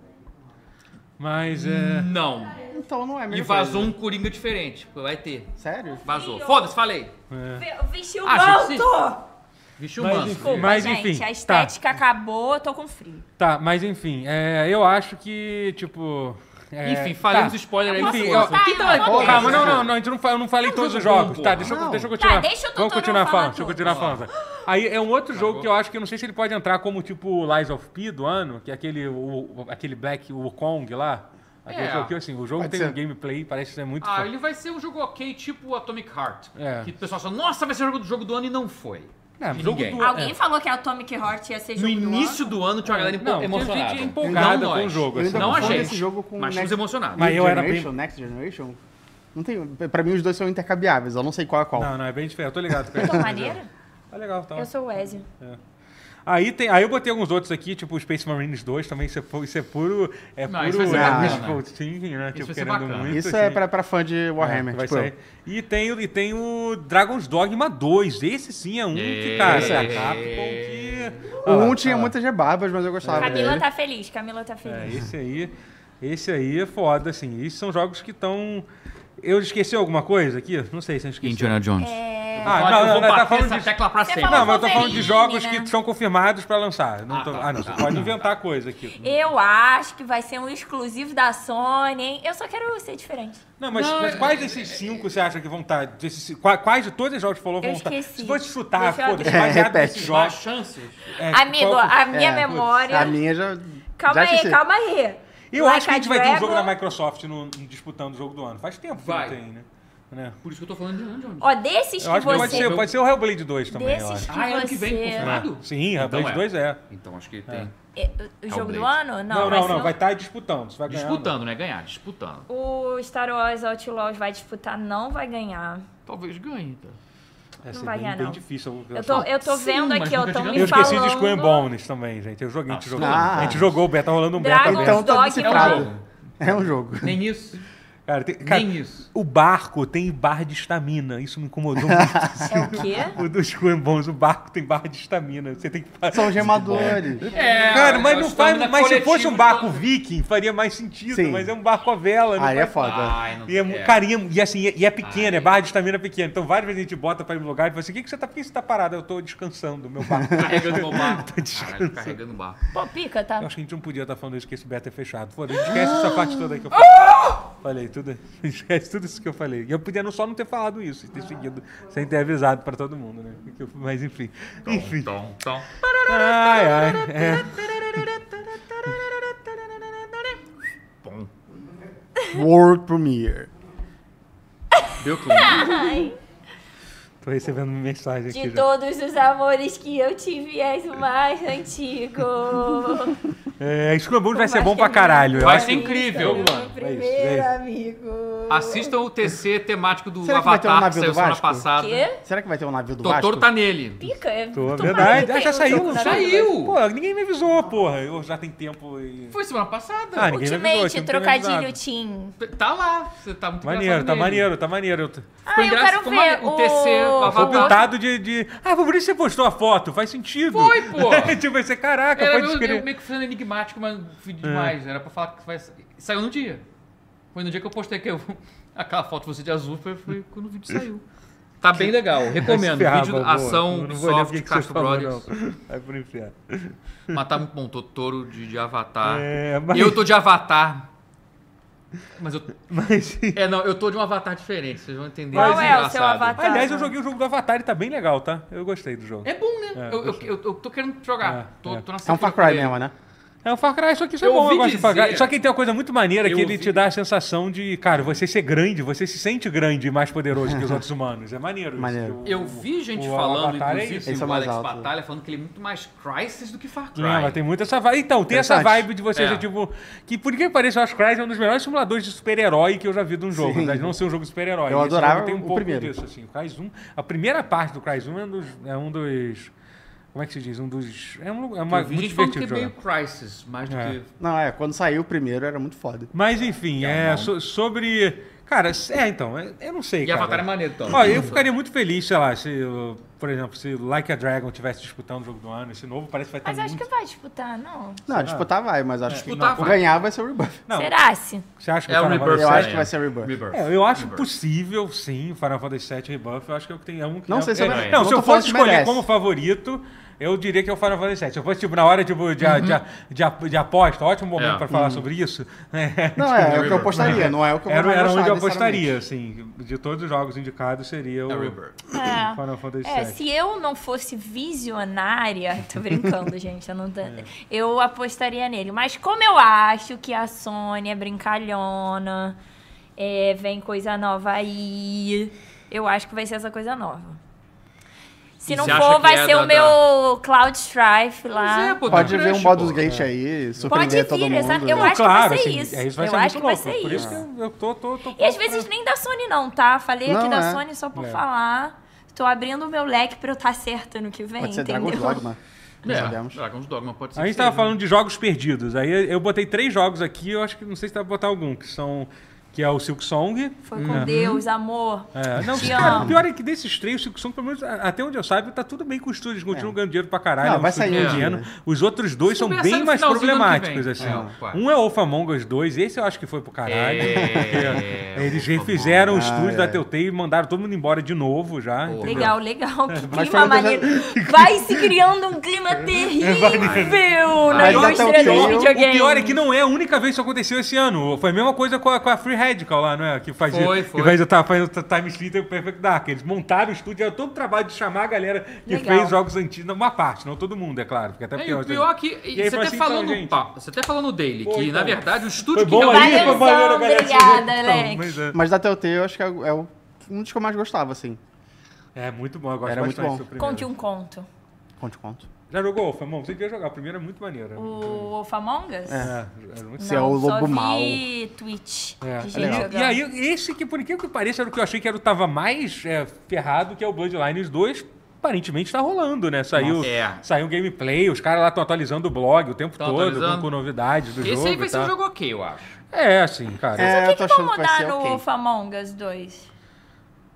Speaker 1: Mas é.
Speaker 4: Não.
Speaker 5: Então não é
Speaker 4: E
Speaker 5: mesmo.
Speaker 4: vazou um Coringa diferente. Vai ter.
Speaker 5: Sério?
Speaker 4: Vazou.
Speaker 3: Ih, ó.
Speaker 4: Foda-se, falei.
Speaker 1: é.
Speaker 3: Ve- Vestiu o
Speaker 4: Ah, gente,
Speaker 3: manto!
Speaker 4: Vixe o
Speaker 1: Mas,
Speaker 4: manto.
Speaker 1: enfim, mas-
Speaker 4: Mas-
Speaker 1: enfim,
Speaker 3: gente,
Speaker 1: tá.
Speaker 3: a estética acabou, eu tô com frio.
Speaker 1: Tá, mas enfim, é, eu acho que, tipo. é,
Speaker 4: Enfim, falamos
Speaker 1: tá.
Speaker 4: spoiler aí.
Speaker 1: Enfim,
Speaker 4: Enfim,
Speaker 1: eu-
Speaker 4: que tá...
Speaker 3: Tá,
Speaker 1: Calma,
Speaker 5: Porra,
Speaker 1: Calma, não,
Speaker 5: esse
Speaker 1: não, não, a gente não fa- eu não falei
Speaker 4: É um
Speaker 1: todos os
Speaker 4: jogo bom,
Speaker 1: jogos,
Speaker 4: porra.
Speaker 1: tá? Deixa, eu-
Speaker 5: Não.
Speaker 1: deixa eu continuar.
Speaker 3: Tá, deixa o
Speaker 1: Vamos
Speaker 3: Totoro
Speaker 1: continuar
Speaker 3: falar
Speaker 1: falando, deixa eu
Speaker 3: tudo.
Speaker 1: continuar
Speaker 4: Vamos lá.
Speaker 1: falando. Aí é um outro jogo
Speaker 4: Acabou.
Speaker 1: que eu acho que eu não sei se ele pode entrar como tipo Lies of P do ano, que é aquele, o, o- aquele Black o Kong lá. Aquele
Speaker 4: É.
Speaker 1: jogo que, assim, o jogo
Speaker 5: Pode
Speaker 1: tem
Speaker 5: ser.
Speaker 1: um gameplay, parece ser muito
Speaker 4: Ah,
Speaker 1: foda.
Speaker 4: ele vai ser um jogo ok, tipo Atomic Heart.
Speaker 1: É.
Speaker 4: Que o pessoal fala, nossa, vai ser o jogo do jogo do ano e não foi.
Speaker 1: É,
Speaker 4: De
Speaker 1: jogo
Speaker 4: ninguém.
Speaker 1: do-
Speaker 3: Alguém
Speaker 1: é.
Speaker 3: falou que a Atomic Heart ia ser
Speaker 4: No
Speaker 5: é?
Speaker 3: jogo do ano?
Speaker 4: início do ano tinha uma galera empo-
Speaker 1: Não, tinha
Speaker 4: emocionada.
Speaker 1: gente empolgada
Speaker 4: Não
Speaker 1: com o
Speaker 4: nós.
Speaker 1: jogo,
Speaker 5: Eu ainda
Speaker 1: assim.
Speaker 4: Não a
Speaker 5: confundo
Speaker 4: gente,
Speaker 5: esse jogo com
Speaker 4: mas fomos
Speaker 5: Next-
Speaker 4: emocionados.
Speaker 1: Mas eu era
Speaker 5: Generation, Next Generation? Não tem, pra mim os dois são intercambiáveis, eu não sei qual é qual.
Speaker 1: Não, não, é bem diferente, eu tô ligado.
Speaker 4: Então,
Speaker 3: Eu tô maneira?
Speaker 1: Tá legal, tá.
Speaker 3: Eu sou o Ezio.
Speaker 1: Aí, tem, aí eu botei alguns outros aqui, tipo Space Marines 2 também, isso é, pu- isso é puro. É
Speaker 4: Não,
Speaker 1: puro
Speaker 4: isso vai ser
Speaker 5: bacana.
Speaker 1: wishful thinking, né? Tipo,
Speaker 4: vai ser
Speaker 1: querendo
Speaker 4: bacana.
Speaker 1: muito.
Speaker 5: Isso é
Speaker 1: assim.
Speaker 5: pra, pra fã de
Speaker 1: É,
Speaker 5: Warhammer,
Speaker 1: vai
Speaker 5: tipo
Speaker 1: sair.
Speaker 5: eu.
Speaker 1: E tem, o- e tem o Dragon's Dogma 2. Esse sim é um que, cara,
Speaker 4: Esse
Speaker 1: da
Speaker 4: é.
Speaker 1: Capcom que.
Speaker 5: O
Speaker 1: Olha lá,
Speaker 5: um tinha
Speaker 1: olha lá.
Speaker 5: muitas rebarbas, mas eu gostava
Speaker 3: Camila
Speaker 5: dele.
Speaker 3: tá feliz, Camila tá
Speaker 1: É,
Speaker 3: feliz.
Speaker 1: esse aí. Esse aí é foda, assim. Esses são jogos que estão. Eu esqueci alguma coisa aqui? Não sei se eu esqueci.
Speaker 4: Jones.
Speaker 3: É,
Speaker 4: Eu
Speaker 1: Ah,
Speaker 4: vou-
Speaker 1: não,
Speaker 4: eu
Speaker 1: não,
Speaker 4: vou
Speaker 1: não, tá
Speaker 4: bater
Speaker 1: falando
Speaker 4: essa
Speaker 1: disso.
Speaker 4: tecla pra
Speaker 3: Você
Speaker 4: sempre.
Speaker 3: falou
Speaker 1: Não, mas eu tô falando de
Speaker 3: Wolverine,
Speaker 1: jogos
Speaker 3: né?
Speaker 1: que são confirmados pra lançar. Não
Speaker 4: Ah,
Speaker 1: tô-
Speaker 4: tá,
Speaker 1: Ah, não,
Speaker 4: tá.
Speaker 1: você pode inventar coisa aqui.
Speaker 3: Eu acho que vai ser um exclusivo da Sony, hein? Eu só quero ser diferente.
Speaker 1: Não, mas,
Speaker 4: Não,
Speaker 1: mas
Speaker 4: é-
Speaker 1: quais desses cinco você acha que vão estar? desses- qua- quais de todos os jogos que falou vão
Speaker 3: Eu
Speaker 1: estar?
Speaker 3: esqueci.
Speaker 1: Se fosse chutar,
Speaker 3: Deixa eu-
Speaker 1: foda-se, baseado
Speaker 5: repete.
Speaker 1: nesses
Speaker 4: As
Speaker 1: jogos.
Speaker 4: chances.
Speaker 1: é,
Speaker 3: Amigo,
Speaker 1: qual-
Speaker 3: a minha
Speaker 5: É, putz,
Speaker 3: memória.
Speaker 5: A minha já. já
Speaker 3: Calma aí,
Speaker 5: esqueci.
Speaker 3: calma aí.
Speaker 1: Eu
Speaker 3: Like
Speaker 1: acho que a gente vai ter um jogo
Speaker 3: Dragon.
Speaker 1: da Microsoft no, no- disputando o jogo do ano. Faz tempo que
Speaker 4: Vai.
Speaker 1: não tem, né? né?
Speaker 4: Por isso que eu tô falando de onde, onde.
Speaker 3: Ó, desses
Speaker 1: Eu
Speaker 3: que
Speaker 1: acho que
Speaker 3: você.
Speaker 1: pode ser, pode ser o Hellblade 2 também, eu
Speaker 3: desses
Speaker 1: acho.
Speaker 3: que
Speaker 4: Ah, é ano
Speaker 3: você.
Speaker 4: que vem, confirma.
Speaker 1: Né?
Speaker 4: Errado?
Speaker 1: Sim,
Speaker 4: Então
Speaker 1: Hellblade
Speaker 4: é.
Speaker 1: 2 é.
Speaker 4: Então acho que tem.
Speaker 3: É, o- O jogo do
Speaker 4: Hellblade.
Speaker 3: ano?
Speaker 1: Não,
Speaker 3: Não,
Speaker 1: não,
Speaker 3: ser
Speaker 1: não.
Speaker 3: um-
Speaker 1: Vai estar disputando. Você vai ganhar.
Speaker 4: Disputando, né? Ganhar, disputando.
Speaker 3: O Star Wars Outlaws vai disputar, não vai ganhar.
Speaker 4: Talvez ganhe, tá?
Speaker 1: É,
Speaker 3: Não
Speaker 1: ser
Speaker 3: vai
Speaker 1: bem,
Speaker 3: ganhar,
Speaker 1: bem
Speaker 3: não.
Speaker 1: difícil.
Speaker 3: Eu tô, eu tô
Speaker 4: Sim,
Speaker 3: vendo
Speaker 4: mas
Speaker 3: aqui, eu
Speaker 4: nunca
Speaker 3: tô
Speaker 4: tivemos.
Speaker 3: me
Speaker 1: Eu esqueci de um Skull and
Speaker 3: falando.
Speaker 1: Bones também, gente. Eu joguei, a gente
Speaker 4: Ah,
Speaker 1: jogou.
Speaker 5: ah.
Speaker 1: A gente jogou o beta, tá rolando um beta
Speaker 3: Dragon-
Speaker 1: aberto.
Speaker 5: Então tá
Speaker 3: Dog,
Speaker 4: é um
Speaker 5: decifrado.
Speaker 4: jogo.
Speaker 5: É um jogo.
Speaker 4: Nem isso.
Speaker 1: Cara, tem- cara,
Speaker 4: Nem isso.
Speaker 1: o barco tem barra de estamina. Isso me incomodou muito.
Speaker 3: É o quê?
Speaker 1: o do Skull and Bones, o barco tem barra de estamina. Você tem que fazer.
Speaker 5: São gemadores.
Speaker 4: É,
Speaker 1: Cara, mas não
Speaker 4: nós
Speaker 1: faz.
Speaker 4: estamos na
Speaker 1: Mas se fosse
Speaker 4: coletiva então, né?
Speaker 1: um barco
Speaker 4: de-
Speaker 1: viking, faria mais sentido.
Speaker 5: Sim.
Speaker 1: Mas é um barco à vela. não
Speaker 5: Aí é
Speaker 1: faz-
Speaker 5: foda.
Speaker 4: Ai, não
Speaker 1: E é, mu-
Speaker 4: é. Ah,
Speaker 1: cara, e é, e assim, e é- e é pequeno,
Speaker 4: Ai.
Speaker 1: é barra de estamina pequena. Então várias vezes a gente bota pra ir no lugar e fala assim, o que, que você tá, por que você tá parado? Eu tô descansando, meu barco.
Speaker 4: Tá Carregando meu
Speaker 1: Tá
Speaker 4: barco. Caralho, carregando o barco.
Speaker 3: Pô, pica, tá?
Speaker 1: Eu acho que a gente não podia estar falando isso, que esse beta é fechado. Foda, esquece essa parte toda aí que eu falei.
Speaker 4: Ah!
Speaker 1: falei tudo, esquece tudo isso que eu falei. E eu podia não, só não ter falado isso, e ter seguido, sem ter avisado pra todo mundo, né? Porque eu- Mas enfim.
Speaker 4: Então,
Speaker 1: Enfim.
Speaker 4: Tom, tom.
Speaker 1: Ai,
Speaker 4: então,
Speaker 1: ai. é.
Speaker 4: Pom.
Speaker 5: World Premiere.
Speaker 4: Deu clima.
Speaker 3: Ai,
Speaker 1: Tô recebendo mensagem aqui.
Speaker 3: de
Speaker 1: já.
Speaker 3: todos os amores que eu tive, és o mais antigo.
Speaker 1: É, Scrambone vai ser bom pra
Speaker 3: Marquinhos.
Speaker 1: caralho. Eu
Speaker 4: Vai
Speaker 1: acho
Speaker 4: ser incrível.
Speaker 3: Meu
Speaker 4: Vamos lá.
Speaker 3: primeiro
Speaker 1: É isso, é
Speaker 3: amigo.
Speaker 4: Assistam o TC temático do
Speaker 5: Será que vai ter um
Speaker 4: Avatar que
Speaker 5: navio
Speaker 4: saiu
Speaker 5: do
Speaker 4: semana
Speaker 5: Vasco?
Speaker 4: passada.
Speaker 3: Quê?
Speaker 5: Será que vai ter um navio do
Speaker 4: Totoro
Speaker 5: Vasco?
Speaker 4: tá nele.
Speaker 3: Pica? É
Speaker 1: Tô,
Speaker 3: tomara
Speaker 1: verdade.
Speaker 3: que
Speaker 1: Ah, já
Speaker 3: tenha um
Speaker 1: saiu.
Speaker 3: jogo
Speaker 4: Tá
Speaker 3: da Nintendo.
Speaker 4: Saiu!
Speaker 1: Pô, ninguém me avisou, porra. Eu já tem tempo e.
Speaker 4: Foi semana passada.
Speaker 1: Ah, ninguém me avisou, tinha
Speaker 3: Ultimate,
Speaker 1: que ter me
Speaker 3: trocadilho
Speaker 1: avisado.
Speaker 3: Team.
Speaker 4: Tá lá. Você tá muito
Speaker 1: Maneiro,
Speaker 4: engraçado
Speaker 1: tá
Speaker 4: nele.
Speaker 1: maneiro, tá maneiro. Eu tô-
Speaker 3: Ah, eu
Speaker 4: engraçado,
Speaker 3: quero
Speaker 4: ficou maneiro.
Speaker 3: ver
Speaker 4: O TC, o
Speaker 3: o...
Speaker 1: Foi
Speaker 4: Avatar.
Speaker 1: pintado de, de. Ah, por isso você postou a foto, faz sentido.
Speaker 4: Foi, pô. é
Speaker 1: tipo, vai ser caraca,
Speaker 4: Era
Speaker 1: pode
Speaker 4: meio,
Speaker 1: escrever. É.
Speaker 4: meio, meio que sendo enigmático, mas fui demais. Era pra falar que vai... sa- saiu no dia. Foi no dia que eu postei que eu... aquela foto você de azul, foi, foi quando o vídeo saiu. Tá bem legal, recomendo.
Speaker 1: Ferrar,
Speaker 4: Vídeo
Speaker 1: boa.
Speaker 4: ação,
Speaker 1: Eu não vou olhar
Speaker 4: Ubisoft,
Speaker 1: porque que você
Speaker 4: Castro
Speaker 1: falou,
Speaker 4: Brothers.
Speaker 1: não. Vai pro inferno.
Speaker 4: Mas tá muito bom, Totoro de, de Avatar.
Speaker 1: É, mas-
Speaker 4: Tá. E eu tô de Avatar. Mas eu.
Speaker 1: Mas.
Speaker 4: É, não, eu tô de um Avatar diferente, vocês vão entender.
Speaker 3: Qual
Speaker 4: mas
Speaker 3: é o
Speaker 4: engraçado.
Speaker 3: seu Avatar?
Speaker 1: Aliás, eu joguei o jogo do Avatar e tá bem legal, tá? Eu gostei do jogo.
Speaker 4: É bom, né?
Speaker 1: É,
Speaker 4: eu, eu,
Speaker 1: gostei.
Speaker 4: eu- eu tô querendo jogar.
Speaker 1: É,
Speaker 4: tô,
Speaker 1: é.
Speaker 4: tô na
Speaker 5: É um
Speaker 4: procura
Speaker 5: Far Cry
Speaker 4: dele.
Speaker 5: mesmo, né?
Speaker 1: É o Far Cry, só que isso é
Speaker 4: Eu
Speaker 1: bom,
Speaker 4: ouvi
Speaker 1: eu gosto de Far
Speaker 4: dizer-
Speaker 1: Cry. Só que tem uma coisa muito maneira
Speaker 4: Eu
Speaker 1: que ele
Speaker 4: ouvi-
Speaker 1: te dá a sensação de, cara, você ser grande, você se sente grande e mais poderoso que os outros humanos. É maneiro,
Speaker 5: Maneiro.
Speaker 1: isso.
Speaker 4: Eu vi gente
Speaker 1: o
Speaker 4: falando,
Speaker 1: Avatar é
Speaker 4: inclusive,
Speaker 1: isso.
Speaker 4: o
Speaker 5: Esse é o mais
Speaker 4: Alex
Speaker 5: alto.
Speaker 4: Batalha, falando que ele é muito mais Crisis do que Far Cry.
Speaker 1: Lembra, tem muito essa vibe. Então, tem essa
Speaker 5: Interessante.
Speaker 1: vibe de você
Speaker 4: É.
Speaker 1: ser tipo. Que por que parece o Far Cry é um dos melhores simuladores de super-herói que eu já vi de um jogo.
Speaker 5: Sim.
Speaker 1: Apesar de não ser um jogo de super-herói.
Speaker 5: Eu
Speaker 1: Esse
Speaker 5: adorava
Speaker 1: jogo tem um
Speaker 5: o
Speaker 1: pouco
Speaker 5: primeiro.
Speaker 1: disso, assim. O Crysis 1. A primeira parte do Crysis 1 é um dos. É um dos como é que se diz? Um dos. É, um, é uma,
Speaker 4: Eu vi
Speaker 1: muito
Speaker 4: gente falando que
Speaker 1: divertido
Speaker 4: é
Speaker 1: jogar.
Speaker 4: meio Crisis, mais do
Speaker 1: É.
Speaker 4: que.
Speaker 5: Não, é, quando saiu o primeiro era muito foda.
Speaker 1: Mas enfim, é,
Speaker 4: não.
Speaker 1: so- sobre. Cara, é, então, é- eu não sei.
Speaker 4: E
Speaker 1: cara.
Speaker 4: Avatar é maneiro, então.
Speaker 1: Ó, eu ficaria muito feliz, sei lá, se, uh, por exemplo, se Like a Dragon tivesse disputando o jogo do ano, esse novo parece que vai ter
Speaker 3: Mas acho
Speaker 1: muito...
Speaker 3: que vai disputar, não.
Speaker 5: Não, disputar vai, mas
Speaker 1: É,
Speaker 5: acho que
Speaker 1: tipo,
Speaker 4: Disputar
Speaker 1: tá,
Speaker 5: não,
Speaker 4: vai.
Speaker 5: ganhar vai ser o Rebirth.
Speaker 1: Não,
Speaker 3: Será-se?
Speaker 1: você acha que
Speaker 4: É o
Speaker 1: Final
Speaker 4: Rebirth.
Speaker 5: Eu
Speaker 1: Fantasy-
Speaker 5: acho que vai ser o Rebirth.
Speaker 4: Rebirth.
Speaker 1: É, eu acho
Speaker 4: Rebirth.
Speaker 1: possível, sim, Final Fantasy VII Rebuff, eu acho que é o que tem. É um que
Speaker 5: Não
Speaker 1: é-
Speaker 5: sei se
Speaker 1: é-
Speaker 5: eu-
Speaker 1: Não,
Speaker 5: não
Speaker 1: se
Speaker 5: tô
Speaker 1: eu
Speaker 5: falando
Speaker 1: fosse
Speaker 5: que
Speaker 1: escolher
Speaker 5: merece.
Speaker 1: como favorito, eu diria que é o Final Fantasy VII. Se eu fosse, tipo, na hora tipo, de, a-
Speaker 5: Uhum.
Speaker 1: de, a- de, a- de aposta, ótimo momento
Speaker 4: É.
Speaker 1: pra falar sobre isso. né?
Speaker 5: Não, é, é o que eu
Speaker 4: Rebirth.
Speaker 5: apostaria, não é o que eu
Speaker 1: Era,
Speaker 5: vou
Speaker 1: era onde eu
Speaker 5: apostar,
Speaker 1: apostaria, assim. De todos os jogos indicados, seria o
Speaker 4: É o Rebirth.
Speaker 3: É.
Speaker 1: Final Fantasy
Speaker 3: É,
Speaker 1: VII.
Speaker 3: se eu não fosse visionária, tô brincando, gente, eu, não tô-
Speaker 4: É.
Speaker 3: eu apostaria nele. Mas como eu acho que a Sony é brincalhona, é, vem coisa nova aí, eu acho que vai ser essa coisa nova. Se
Speaker 4: E
Speaker 3: não
Speaker 4: você acha
Speaker 3: for,
Speaker 4: que
Speaker 3: vai
Speaker 4: é
Speaker 3: ser
Speaker 4: da-
Speaker 3: o meu Cloud
Speaker 4: Mas
Speaker 3: Strife
Speaker 4: é,
Speaker 3: lá.
Speaker 4: pô,
Speaker 5: Pode
Speaker 4: tem
Speaker 5: ver
Speaker 1: Tipo,
Speaker 5: um
Speaker 4: Crash,
Speaker 5: Baldur's
Speaker 4: pô.
Speaker 5: Gate
Speaker 1: é.
Speaker 5: aí,
Speaker 3: Pode
Speaker 5: surpreender
Speaker 3: vir,
Speaker 5: todo mundo.
Speaker 3: exato. Eu
Speaker 1: Não,
Speaker 3: acho que
Speaker 1: claro,
Speaker 3: vai ser
Speaker 1: assim,
Speaker 3: isso.
Speaker 1: é, isso vai
Speaker 3: Eu
Speaker 1: ser
Speaker 3: acho
Speaker 1: muito
Speaker 3: que vai
Speaker 1: louco.
Speaker 3: ser
Speaker 1: Por isso que
Speaker 3: isso.
Speaker 1: eu, eu tô, tô, tô
Speaker 3: E às
Speaker 1: pronto
Speaker 3: vezes
Speaker 1: pra-
Speaker 3: nem da Sony não, tá? Falei aqui
Speaker 5: Não,
Speaker 3: da
Speaker 5: é.
Speaker 3: Sony só por
Speaker 1: É.
Speaker 3: falar. Tô abrindo o meu leque pra eu estar certa no que vem,
Speaker 5: Pode ser
Speaker 3: É, entendeu?
Speaker 5: Dragon's Dogma. Não sabemos.
Speaker 4: É, Dragon's Dogma pode ser.
Speaker 1: A gente
Speaker 4: que
Speaker 1: tava
Speaker 4: seja.
Speaker 1: falando de jogos perdidos. Aí eu botei três jogos aqui, eu acho que não sei se dá pra botar algum, que são que é o Silk Song.
Speaker 3: Foi
Speaker 4: Uhum.
Speaker 3: com Deus, amor.
Speaker 1: É, não,
Speaker 3: Te
Speaker 1: cara,
Speaker 3: amo.
Speaker 1: o pior é que desses três, o Silk Song, pelo menos a- até onde eu saiba, tá tudo bem com os estúdios, continuam ganhando dinheiro pra caralho.
Speaker 5: Não,
Speaker 1: é um
Speaker 5: vai sair
Speaker 1: estúdio
Speaker 4: um dia,
Speaker 1: indiano.
Speaker 5: né?
Speaker 1: Os outros dois são
Speaker 4: Começa
Speaker 1: bem
Speaker 4: assim no
Speaker 1: mais
Speaker 4: finalzinho do ano que
Speaker 1: problemáquos,
Speaker 4: vem.
Speaker 1: assim.
Speaker 6: É, opa.
Speaker 1: um é Wolf Among Us 2, esse eu acho que foi pro caralho.
Speaker 4: É,
Speaker 1: porque Eles
Speaker 6: Wolf Among
Speaker 1: refizeram o
Speaker 5: Us.
Speaker 1: estúdio
Speaker 5: Ah,
Speaker 1: da
Speaker 5: é.
Speaker 1: Teutei e mandaram todo mundo embora de novo já.
Speaker 6: Pô.
Speaker 1: entendeu?
Speaker 3: Legal, legal. Que
Speaker 5: É, Mas
Speaker 3: clima
Speaker 5: foi uma É, das-
Speaker 3: maneiro. Vai se criando um clima terrível na
Speaker 5: Mas até o
Speaker 3: indústria
Speaker 5: pior-
Speaker 3: dos
Speaker 5: o
Speaker 3: videogames.
Speaker 1: O pior é que não é a única vez que isso aconteceu esse ano. Foi a mesma coisa com a, com a Free Radical lá, não é? Que faz,
Speaker 4: Foi,
Speaker 1: Que
Speaker 4: foi.
Speaker 1: faz, o- tá, faz o Time Splitter e o Perfect Dark. Eles montaram o estúdio, era todo o trabalho de chamar a galera que
Speaker 3: Legal.
Speaker 1: fez jogos antigos. Uma parte, não todo mundo, é claro. Porque até
Speaker 4: É,
Speaker 1: porque
Speaker 4: e o
Speaker 1: você-
Speaker 4: pior é que.
Speaker 1: aí
Speaker 4: Você
Speaker 1: fala
Speaker 4: até
Speaker 1: assim,
Speaker 4: falou
Speaker 1: então,
Speaker 4: no
Speaker 1: gente.
Speaker 4: pa- Você até falou no Daily,
Speaker 1: Pô,
Speaker 4: que na
Speaker 1: então.
Speaker 4: verdade o estúdio
Speaker 1: Foi
Speaker 4: que
Speaker 1: bom aí,
Speaker 4: realmente- é
Speaker 1: foi maneiro, a galera. se
Speaker 3: Obrigada,
Speaker 1: juntou,
Speaker 3: Alex.
Speaker 1: mas é-
Speaker 5: Mas da Telltale eu acho que é, o- é o- um dos que eu mais gostava, assim.
Speaker 1: é, muito bom, eu gosto
Speaker 5: Era muito
Speaker 1: bastante
Speaker 5: bom.
Speaker 1: do primeiro.
Speaker 3: Conte um conto.
Speaker 5: Conte, conto.
Speaker 1: Já jogou, foi bom. Você devia jogar, o primeiro é muito maneiro.
Speaker 3: O Wolf Among Us?
Speaker 1: É, era muito
Speaker 5: Você é o
Speaker 3: só
Speaker 5: lobo
Speaker 3: vi
Speaker 5: mau.
Speaker 3: tweet
Speaker 1: É,
Speaker 3: de gente
Speaker 1: legal.
Speaker 3: jogando.
Speaker 1: E aí, esse que, por incrível que pareça, era o que eu achei que era, o tava mais é, ferrado, que é o Bloodlines 2. Aparentemente tá rolando, né? Saiu,
Speaker 4: É.
Speaker 1: saiu gameplay, os caras lá estão atualizando o blog o tempo
Speaker 4: Tão
Speaker 1: todo,
Speaker 4: atualizando.
Speaker 1: com, com novidades do jogo. tá?
Speaker 4: Esse aí vai
Speaker 1: e
Speaker 4: ser
Speaker 1: tal.
Speaker 4: um jogo ok, eu acho.
Speaker 1: É, assim, cara.
Speaker 5: É,
Speaker 3: o
Speaker 5: eu
Speaker 3: que,
Speaker 5: tô
Speaker 3: que vão
Speaker 5: achando que vai
Speaker 3: mudar
Speaker 5: ser
Speaker 3: no
Speaker 5: ok.
Speaker 3: Wolf Among Us 2?